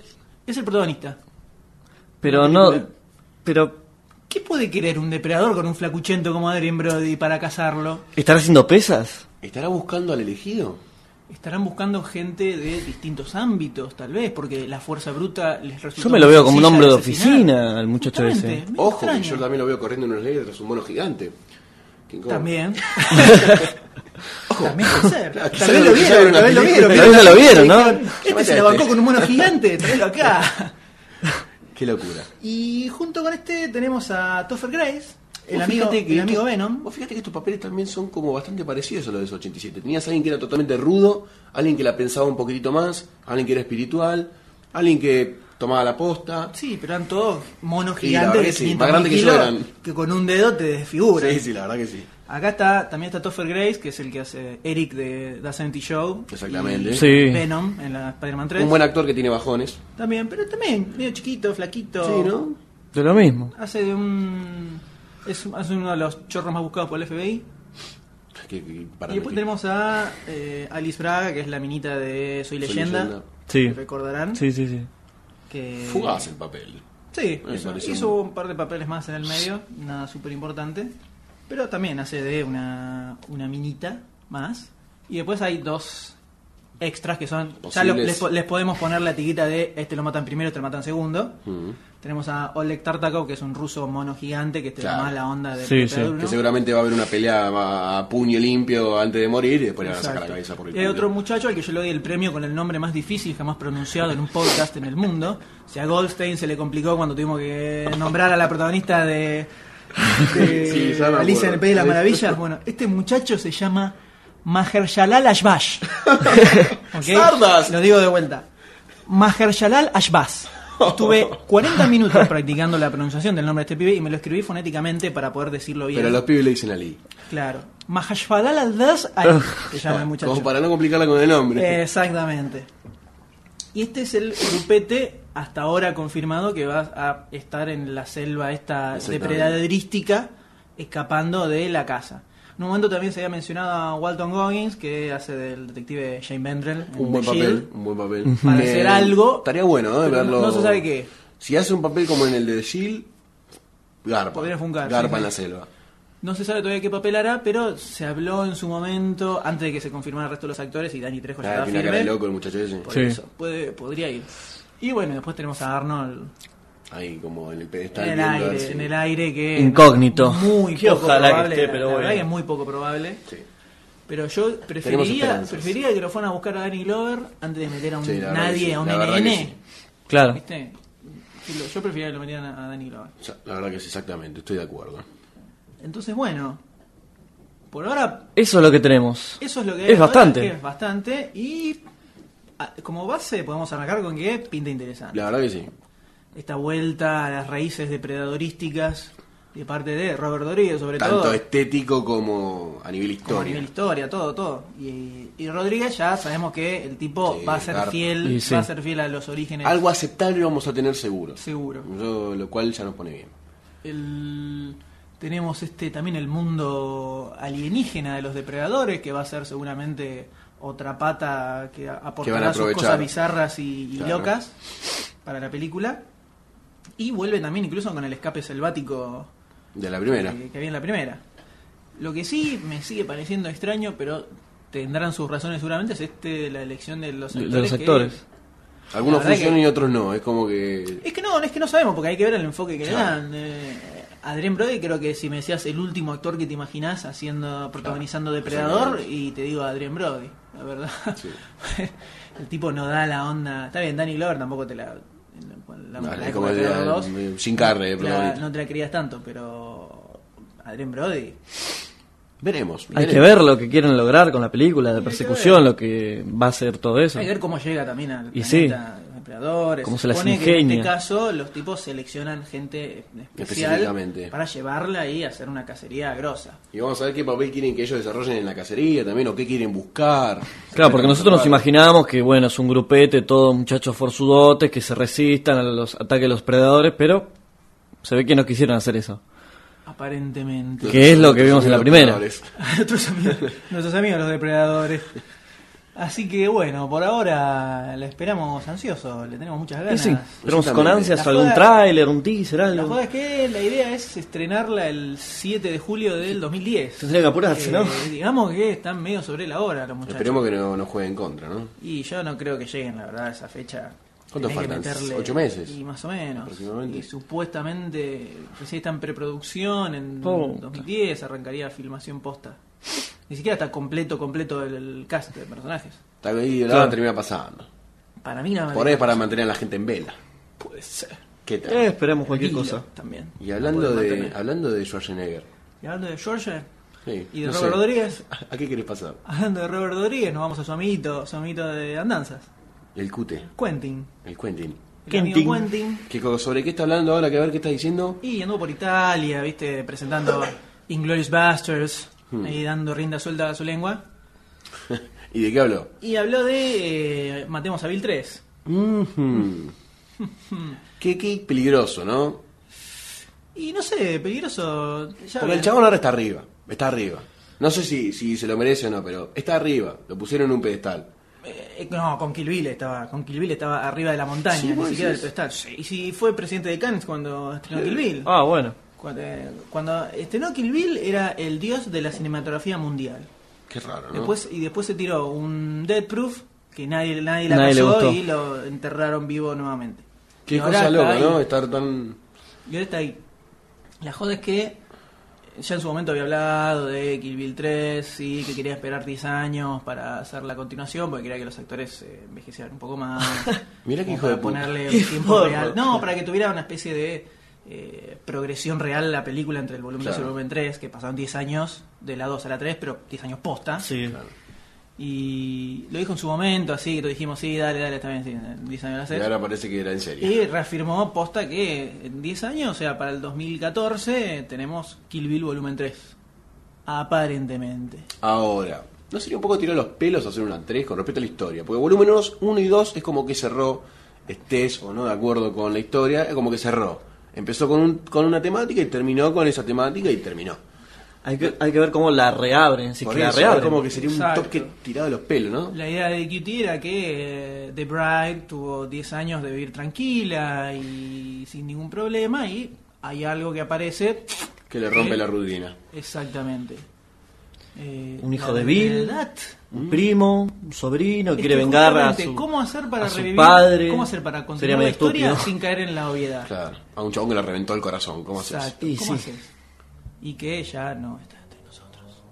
Speaker 2: es el protagonista.
Speaker 3: Pero no. Pero.
Speaker 2: ¿Qué puede querer un depredador con un flacuchento como Adrien Brody para cazarlo?
Speaker 3: ¿Estará haciendo pesas?
Speaker 4: ¿Estará buscando al elegido?
Speaker 2: Estarán buscando gente de distintos ámbitos, tal vez, porque la fuerza bruta les resulta.
Speaker 3: Yo me lo
Speaker 2: muy
Speaker 3: veo como un
Speaker 2: sencilla
Speaker 3: hombre de
Speaker 2: asesinar.
Speaker 3: oficina, al muchacho
Speaker 2: Justamente,
Speaker 3: ese.
Speaker 2: me
Speaker 4: Ojo,
Speaker 2: extraña.
Speaker 4: que yo también lo veo corriendo en unos leyes tras un mono gigante. King Kong.
Speaker 2: También. Ojo, también puede ser.
Speaker 4: Claro, quizá
Speaker 2: tal vez
Speaker 4: lo-
Speaker 2: lo
Speaker 4: quizá
Speaker 2: vieron,
Speaker 4: vieron
Speaker 2: tal vez
Speaker 4: la
Speaker 2: lo
Speaker 4: película.
Speaker 2: vieron.
Speaker 3: Tal vez no lo vieron, ¿no?
Speaker 2: Dijeron, Este se la bancó con un mono gigante, tráelo acá.
Speaker 4: Qué locura.
Speaker 2: Y junto con este tenemos a Topher Grace, el
Speaker 4: Vos
Speaker 2: amigo,
Speaker 4: fíjate que
Speaker 2: el amigo
Speaker 4: estos-
Speaker 2: Venom.
Speaker 4: Vos fíjate que estos papeles también son como bastante parecidos a los de los 87. Tenías a alguien que era totalmente rudo, alguien que la pensaba un poquitito más, alguien que era espiritual, alguien que tomaba la posta.
Speaker 2: Sí, pero eran todos monos
Speaker 4: Sí, la verdad
Speaker 2: gigantes de
Speaker 4: que sí,
Speaker 2: 500
Speaker 4: más grandes que yo
Speaker 2: kilos
Speaker 4: eran.
Speaker 2: que con un dedo te desfiguran.
Speaker 4: Sí, sí, la verdad que sí.
Speaker 2: Acá está, también está Topher Grace, que es el que hace Eric de The 70 Show.
Speaker 4: Exactamente.
Speaker 2: y
Speaker 3: Sí.
Speaker 2: Venom en la Spider-Man 3.
Speaker 4: Un buen actor que tiene bajones.
Speaker 2: También, pero también, medio chiquito, flaquito.
Speaker 4: Sí, ¿no?
Speaker 3: De lo mismo.
Speaker 2: Hace de un. Es, hace uno de los chorros más buscados por el FBI.
Speaker 4: Que- que- para
Speaker 2: y después
Speaker 4: mí-
Speaker 2: tenemos a eh, Alice Braga, que es la minita de Soy
Speaker 4: Soy
Speaker 2: Leyenda. eh,
Speaker 4: Leyenda.
Speaker 3: Sí.
Speaker 2: Recordarán.
Speaker 3: Sí, sí, sí.
Speaker 2: Que...
Speaker 4: Fugaz el papel.
Speaker 2: Sí,
Speaker 4: Me
Speaker 2: eso.
Speaker 4: pareció
Speaker 2: hizo
Speaker 4: muy-
Speaker 2: un par de papeles más en el medio, nada súper importante. Pero también hace de una, una minita más. Y después hay dos extras que son. Ya lo-
Speaker 4: Posibles.
Speaker 2: les, po- les podemos poner la tiguita de este lo matan primero, este lo matan segundo.
Speaker 4: Mm.
Speaker 2: Tenemos a Oleg Tartakov, que es un ruso mono gigante que te da
Speaker 4: Claro.
Speaker 2: más la onda de
Speaker 3: Sí,
Speaker 2: Depredador
Speaker 3: sí.
Speaker 2: uno.
Speaker 4: Que seguramente va a haber una pelea a, a puño limpio antes de morir y después le van a sacar la
Speaker 2: Exacto.
Speaker 4: cabeza por el
Speaker 2: Y hay
Speaker 4: culo.
Speaker 2: otro muchacho al que yo le doy el premio con el nombre más difícil jamás pronunciado en un podcast en el mundo. O sea, a Goldstein se le complicó cuando tuvimos que nombrar a la protagonista de, de
Speaker 4: Sí, ya me
Speaker 2: Alicia en
Speaker 4: acuerdo.
Speaker 2: el País de las Maravillas. Bueno, este muchacho se llama Maherjalal Ashbash. ¿Ok?
Speaker 4: Sardas.
Speaker 2: Lo digo de vuelta. Maherjalal Ashbash. Estuve 40 minutos practicando la pronunciación del nombre de este pibe y me lo escribí fonéticamente para poder decirlo bien.
Speaker 4: Pero los pibes le dicen Ali.
Speaker 2: Claro. Maherjalal Ashbash. Ay, se llama el Ah, muchacho. Eh,
Speaker 4: Como para no complicarla con el nombre.
Speaker 2: Exactamente. Y este es el grupete hasta ahora confirmado que va a estar en la selva esta
Speaker 4: Exactamente.
Speaker 2: depredadorística escapando de la casa. En un momento también se había mencionado a Walton Goggins que hace del detective Shane Vendrell. en
Speaker 4: un buen
Speaker 2: The
Speaker 4: papel,
Speaker 2: Shield.
Speaker 4: un buen papel.
Speaker 2: Para
Speaker 4: Que
Speaker 2: hacer algo,
Speaker 4: Estaría bueno, ¿eh?
Speaker 2: pero
Speaker 4: Verlo.
Speaker 2: no se sabe qué.
Speaker 4: Si hace un papel como en el de Shield, garpa.
Speaker 2: Podría funcar,
Speaker 4: Garpa
Speaker 2: sí,
Speaker 4: en
Speaker 2: sí.
Speaker 4: la selva.
Speaker 2: No se sabe todavía qué papel hará, pero se habló en su momento antes de que se confirmara el resto de los actores y Danny Trejo ya
Speaker 4: Nada,
Speaker 2: estaba
Speaker 4: Ah, tiene una cara
Speaker 2: Pues
Speaker 4: de
Speaker 2: firme.
Speaker 4: loco el muchacho ese.
Speaker 2: Por
Speaker 3: Sí.
Speaker 2: eso, puede- podría ir. Y bueno, después tenemos a Arnold
Speaker 4: Ahí, como en el pedestal.
Speaker 2: en el
Speaker 4: viendo a ver
Speaker 2: aire,
Speaker 4: si-
Speaker 2: en el aire que
Speaker 3: Incógnito.
Speaker 2: muy
Speaker 3: Que
Speaker 2: poco
Speaker 3: ojalá que
Speaker 2: probable,
Speaker 3: esté,
Speaker 2: la-
Speaker 3: pero
Speaker 2: la verdad
Speaker 3: bueno.
Speaker 2: que es muy poco probable
Speaker 4: Sí.
Speaker 2: pero yo preferiría
Speaker 4: esperanzas.
Speaker 2: preferiría que lo fueran a buscar a Danny Glover antes de meter a un
Speaker 4: Sí, la verdad que
Speaker 2: nadie
Speaker 4: sí,
Speaker 2: a un
Speaker 4: la verdad
Speaker 2: NN
Speaker 4: que sí.
Speaker 3: Claro.
Speaker 2: ¿viste? Que lo- yo preferiría que lo metieran a a Danny Glover
Speaker 4: O sea, La verdad que sí, exactamente, estoy de acuerdo.
Speaker 2: entonces bueno por ahora
Speaker 3: Eso es lo que tenemos.
Speaker 2: eso es lo que
Speaker 3: Es
Speaker 2: hay ahora,
Speaker 3: bastante.
Speaker 2: que es bastante y ah, como base podemos arrancar con que pinta interesante
Speaker 4: La verdad que sí.
Speaker 2: esta vuelta a las raíces depredadorísticas de parte de Robert Rodríguez sobre
Speaker 4: Tanto
Speaker 2: todo
Speaker 4: estético como a nivel historia.
Speaker 2: Como a nivel historia, todo, todo. Y, y Rodríguez ya sabemos que el tipo
Speaker 4: Sí,
Speaker 2: va a ser
Speaker 4: garpa.
Speaker 2: fiel,
Speaker 3: Y sí.
Speaker 2: va a ser fiel a los orígenes
Speaker 4: Algo aceptable vamos a tener seguro.
Speaker 2: seguro.
Speaker 4: Yo- lo cual ya nos pone bien.
Speaker 2: El- tenemos este también el mundo alienígena de los depredadores, que va a ser seguramente otra pata que a-
Speaker 4: van a
Speaker 2: aportará sus
Speaker 4: aprovechar.
Speaker 2: cosas bizarras y, y
Speaker 4: Claro.
Speaker 2: locas para la película. Y vuelve también incluso con el escape selvático
Speaker 4: De la primera.
Speaker 2: que, que había en la primera. Lo que sí me sigue pareciendo extraño, pero tendrán sus razones seguramente, es este la elección de los
Speaker 3: de
Speaker 2: actores.
Speaker 3: los
Speaker 2: que-
Speaker 3: actores.
Speaker 4: Algunos
Speaker 2: La verdad
Speaker 4: funcionan
Speaker 2: que-
Speaker 4: y otros no. Es como que.
Speaker 2: Es que no, es que no sabemos, porque hay que ver el enfoque que
Speaker 4: Claro.
Speaker 2: le dan. Eh, Adrien Brody, creo que si me decías el último actor que te imaginás haciendo, protagonizando Depredador,
Speaker 4: Exactamente.
Speaker 2: y te digo Adrien Brody, la verdad.
Speaker 4: Sí.
Speaker 2: el tipo no da la onda. Está bien, Danny Glover tampoco te la. la- la-
Speaker 4: Vale,
Speaker 2: la-
Speaker 4: como
Speaker 2: la-
Speaker 4: el-
Speaker 2: la- dos,
Speaker 4: el- Jim Carrey, el
Speaker 2: la-
Speaker 4: protagonista.
Speaker 2: No te la querías tanto, pero. Adrien Brody.
Speaker 4: Veremos.
Speaker 3: Hay
Speaker 4: veremos.
Speaker 3: que ver lo que quieren lograr con la película, de
Speaker 2: que
Speaker 3: persecución, lo que va a ser todo eso.
Speaker 2: Hay que ver cómo llega también al
Speaker 3: Y
Speaker 2: planeta, los depredadores.
Speaker 3: Cómo se las
Speaker 2: supone que en este
Speaker 3: ingenia.
Speaker 2: caso los tipos seleccionan gente
Speaker 4: Específicamente.
Speaker 2: especial para llevarla y hacer una cacería grosa.
Speaker 4: Y vamos a ver qué papel quieren que ellos desarrollen en la cacería también o qué quieren buscar.
Speaker 3: Claro, porque nosotros nos
Speaker 4: Claro.
Speaker 3: imaginábamos que, bueno, es un grupete, todos muchachos forzudotes que se resistan a los ataques de los predadores, pero se ve que no quisieron hacer eso.
Speaker 2: Aparentemente.
Speaker 3: ¿Qué es lo que vimos en la primera?
Speaker 2: nuestros, amigos, nuestros amigos los depredadores. Así que bueno, por ahora la esperamos ansioso, le tenemos muchas
Speaker 3: Y
Speaker 2: ganas.
Speaker 3: sí, tenemos con
Speaker 4: Exactamente.
Speaker 3: ansias
Speaker 2: La
Speaker 3: algún
Speaker 2: joda-
Speaker 3: tráiler, un teaser,
Speaker 2: La
Speaker 3: algo.
Speaker 2: joda es que la idea es estrenarla el 7 de julio del 2010.
Speaker 3: Tendría que apurarse,
Speaker 2: Eh,
Speaker 3: ¿no?
Speaker 2: Digamos que están medio sobre la hora los muchachos.
Speaker 4: Esperemos que no, no juegue en contra, ¿no?
Speaker 2: Y yo no creo que lleguen, la verdad, a esa fecha.
Speaker 4: ¿Cuánto
Speaker 2: Tenés que
Speaker 4: faltan?
Speaker 2: meterle-
Speaker 4: ¿Ocho meses?
Speaker 2: Y más o menos.
Speaker 4: Aproximadamente.
Speaker 2: Y supuestamente recién está en preproducción, en
Speaker 3: Oh.
Speaker 2: 2010 arrancaría filmación posta. Ni siquiera está completo, completo el, el cast de personajes.
Speaker 4: Está ahí la
Speaker 3: Claro.
Speaker 4: van a terminar pasando.
Speaker 2: Para mí nada más.
Speaker 4: Por ahí es para mantener a la gente en vela.
Speaker 2: Puede ser.
Speaker 4: ¿Qué tal?
Speaker 3: Eh, esperemos cualquier
Speaker 2: Hilo
Speaker 3: cosa.
Speaker 2: También.
Speaker 4: y hablando
Speaker 2: Para poder
Speaker 4: de,
Speaker 2: mantener.
Speaker 4: hablando de Schwarzenegger.
Speaker 2: Y hablando de Georgia
Speaker 4: sí,
Speaker 2: y de
Speaker 4: no
Speaker 2: Robert
Speaker 4: sé,
Speaker 2: Rodríguez.
Speaker 4: ¿A qué querés pasar?
Speaker 2: Hablando de Robert Rodríguez, nos vamos a su amiguito, su amiguito de andanzas.
Speaker 4: El cute,
Speaker 2: Quentin.
Speaker 4: el Quentin.
Speaker 2: El amigo
Speaker 3: Quentin.
Speaker 2: Quentin.
Speaker 4: ¿Qué, co- ¿Sobre qué está hablando ahora? Que a ver qué está diciendo.
Speaker 2: Y anduvo por Italia, viste, presentando Inglorious Basterds
Speaker 4: Hmm.
Speaker 2: y dando rienda suelta a su lengua.
Speaker 4: ¿Y de qué habló?
Speaker 2: Y habló de eh, Matemos a Bill 3.
Speaker 4: Mhm. qué, qué peligroso, ¿no?
Speaker 2: Y no sé, peligroso. ya
Speaker 4: Porque el
Speaker 2: verán.
Speaker 4: chabón ahora está arriba. Está arriba. No sé si, si se lo merece o no, pero está arriba. Lo pusieron en un pedestal.
Speaker 2: Eh, no, con Kill Bill estaba, con Kill Bill estaba arriba de la montaña,
Speaker 4: Sí,
Speaker 2: ni
Speaker 4: vos
Speaker 2: siquiera del
Speaker 4: decís.
Speaker 2: pedestal. Sí, Y si fue presidente de Cannes cuando estrenó Kill Bill.
Speaker 3: Ah, bueno.
Speaker 2: Cuando, eh, cuando estrenó Kill Bill era el dios de la cinematografía mundial.
Speaker 4: Qué raro, ¿no?
Speaker 2: Después, y después se tiró un Dead Proof que nadie, nadie la
Speaker 3: Nadie le
Speaker 2: pasó
Speaker 3: gustó.
Speaker 2: y lo enterraron vivo nuevamente.
Speaker 4: qué
Speaker 2: Y ahora
Speaker 4: cosa
Speaker 2: está
Speaker 4: loca,
Speaker 2: ahí.
Speaker 4: ¿no? Estar tan...
Speaker 2: Y ahora está ahí. La joda es que ya en su momento había hablado de Kill Bill 3, sí, que quería esperar 10 años para hacer la continuación, porque quería que los actores eh, envejecieran un poco más.
Speaker 4: Mirá qué
Speaker 2: Como
Speaker 4: hijo de
Speaker 2: para
Speaker 4: puta.
Speaker 2: ponerle
Speaker 3: Qué
Speaker 2: un tiempo
Speaker 3: forro.
Speaker 2: real. No, para que tuviera una especie de eh, progresión real la película entre el volumen 2 y
Speaker 4: Claro.
Speaker 2: el volumen 3, que pasaron 10 años de la 2 a la 3, pero 10 años
Speaker 4: Ah,
Speaker 2: posta.
Speaker 3: Sí.
Speaker 2: Y lo dijo en su momento, así que todos dijimos, sí, dale, dale, está bien, sí, 10 años a la
Speaker 4: Y
Speaker 2: 6.
Speaker 4: ahora parece que era en serio.
Speaker 2: Y reafirmó posta que en 10 años, o sea, para el 2014, tenemos Kill Bill volumen 3. Aparentemente.
Speaker 4: Ahora, ¿no sería un poco tirar los pelos hacer una 3 con respecto a la historia? Porque volúmenes 1 y 2 es como que cerró, estés o no de acuerdo con la historia, es como que cerró. Empezó con, un- con una temática y terminó con esa temática y terminó.
Speaker 3: Hay que, hay que ver cómo la reabren, si es
Speaker 4: Por
Speaker 3: que la
Speaker 4: eso, es
Speaker 3: reabren.
Speaker 4: como que sería un
Speaker 2: Exacto.
Speaker 4: toque tirado de los pelos, ¿no?
Speaker 2: La idea de QT era que eh, The Bride tuvo 10 años de vivir tranquila y sin ningún problema y hay algo que aparece
Speaker 4: Que le rompe la rutina.
Speaker 2: exactamente. Eh,
Speaker 3: Un hijo
Speaker 2: la
Speaker 3: de Bill.
Speaker 2: verdad,
Speaker 3: Un primo, un sobrino,
Speaker 2: es
Speaker 3: quiere
Speaker 2: que
Speaker 3: vengar a
Speaker 2: justamente,
Speaker 3: su,
Speaker 2: ¿Cómo hacer para
Speaker 3: a su
Speaker 2: revivir?
Speaker 3: padre.
Speaker 2: ¿Cómo hacer para
Speaker 3: Sería
Speaker 2: continuar la
Speaker 3: medio
Speaker 2: historia
Speaker 3: estúpido.
Speaker 2: sin caer en la obviedad?
Speaker 4: Claro, a un chabón que le reventó el corazón, ¿cómo haces?
Speaker 2: Exacto.
Speaker 3: Y
Speaker 2: ¿Cómo
Speaker 3: sí.
Speaker 2: haces? Y que ella no está entre nosotros.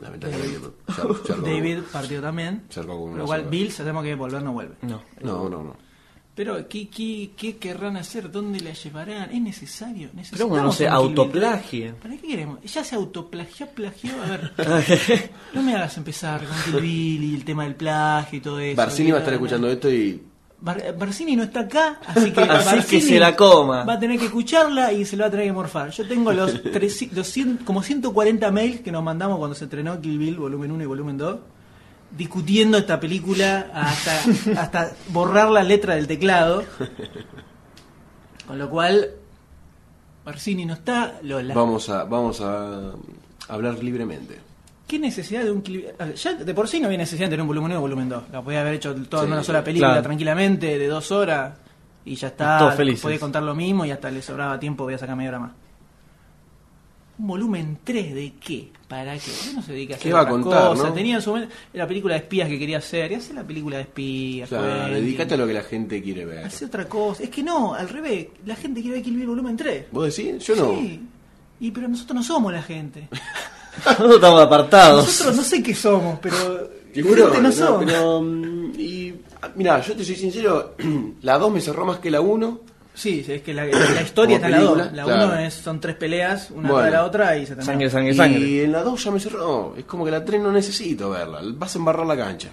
Speaker 4: Lamentablemente. se ar- se arcó.
Speaker 2: Eh, David partió también.
Speaker 4: Se arcó con
Speaker 2: Con
Speaker 4: una
Speaker 2: lo cual
Speaker 4: soga.
Speaker 2: Bill sabemos que de volver no vuelve.
Speaker 3: No.
Speaker 4: No, no, no.
Speaker 2: Pero ¿qué, qué, qué querrán hacer? ¿Dónde la llevarán? ¿Es necesario?
Speaker 3: Pero bueno, no
Speaker 2: Necesitamos un
Speaker 3: se
Speaker 2: Kill Bill.
Speaker 3: autoplagie.
Speaker 2: ¿Para qué queremos? Ella se autoplagió, plagió. A ver, no me hagas empezar con Kill Bill y el tema del plagio y todo eso.
Speaker 4: Barcini va a estar
Speaker 2: Y-
Speaker 4: escuchando esto y
Speaker 2: Bar- Barcini no está acá, así que,
Speaker 3: Así que
Speaker 2: Barcini
Speaker 3: se la coma.
Speaker 2: Va a tener que escucharla y se la va a tener que morfar. Yo tengo los, 300 200 como 140 mails que nos mandamos cuando se estrenó Kill Bill, volumen 1 y volumen 2, discutiendo esta película hasta, hasta borrar la letra del teclado. Con lo cual, Barcini no está, Lola.
Speaker 4: vamos a, vamos a mm, hablar libremente.
Speaker 2: ¿Qué necesidad de un Kill Bill? A ver, Ya de por sí no había necesidad de tener un volumen 1 y volumen 2. La podía haber hecho toda en
Speaker 4: Sí,
Speaker 2: una sola película
Speaker 3: claro.
Speaker 2: tranquilamente, de dos horas, y ya está.
Speaker 3: Todos felices.
Speaker 2: Podía contar lo mismo y hasta le sobraba tiempo, voy a sacar media hora más. ¿Un volumen 3 de qué? ¿Para qué? ¿Por qué no se dedica a hacer
Speaker 4: ¿Qué va a
Speaker 2: otras
Speaker 4: contar,
Speaker 2: cosas?
Speaker 4: no?
Speaker 2: Tenía en su momento la película de espías que quería hacer. Y hace la película de espías.
Speaker 4: O sea,
Speaker 2: Quentin.
Speaker 4: dedícate a lo que la gente quiere ver.
Speaker 2: Hace otra cosa. Es que no, al revés. La gente quiere ver Kill Bill volumen 3.
Speaker 4: ¿Vos decís? Yo no.
Speaker 2: Sí. Y pero nosotros no somos la gente.
Speaker 3: Nosotros estamos apartados.
Speaker 2: Nosotros no sé qué somos, pero
Speaker 4: Te juro,
Speaker 2: gente no,
Speaker 4: no,
Speaker 2: somos.
Speaker 4: pero, mm, y mira, yo te soy sincero, la 2 me cerró más que la 1.
Speaker 2: Sí, es que la, la historia está en la dos.
Speaker 4: película,
Speaker 2: La
Speaker 4: claro.
Speaker 2: uno es, son tres peleas, una
Speaker 4: Bueno.
Speaker 2: tras la otra y se termina.
Speaker 3: Sangre, sangre,
Speaker 4: Y
Speaker 3: sangre.
Speaker 4: en la 2 ya me cerró. Es como que la 3 no necesito verla. Vas a embarrar la cancha.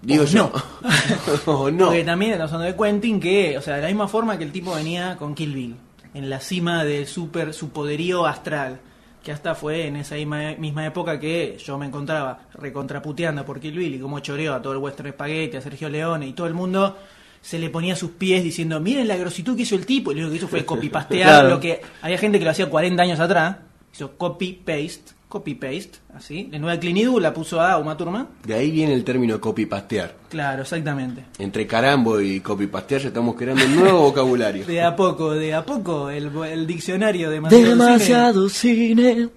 Speaker 4: Digo yo. No. no.
Speaker 2: Porque también estamos hablando de Quentin que, o sea, de la misma forma que el tipo venía con Kill Bill, en la cima de super, su poderío astral, que hasta fue en esa misma, misma época que yo me encontraba recontraputeando por Kill Bill y como choreó a todo el Western Spaghetti, a Sergio Leone y todo el mundo se le ponía a sus pies diciendo, miren la grositud que hizo el tipo, y lo único que hizo fue copipastear
Speaker 3: Claro.
Speaker 2: lo que había gente que lo hacía 40 años atrás, hizo copy-paste, copy-paste, así, la nueva Clint Eastwood la puso a Uma Thurman,
Speaker 4: De ahí viene el término copypastear.
Speaker 2: claro, exactamente.
Speaker 4: Entre carambo y copypastear ya estamos creando un nuevo vocabulario.
Speaker 2: De a poco, de a poco, el, el diccionario de Manuel
Speaker 3: Demasiado cine.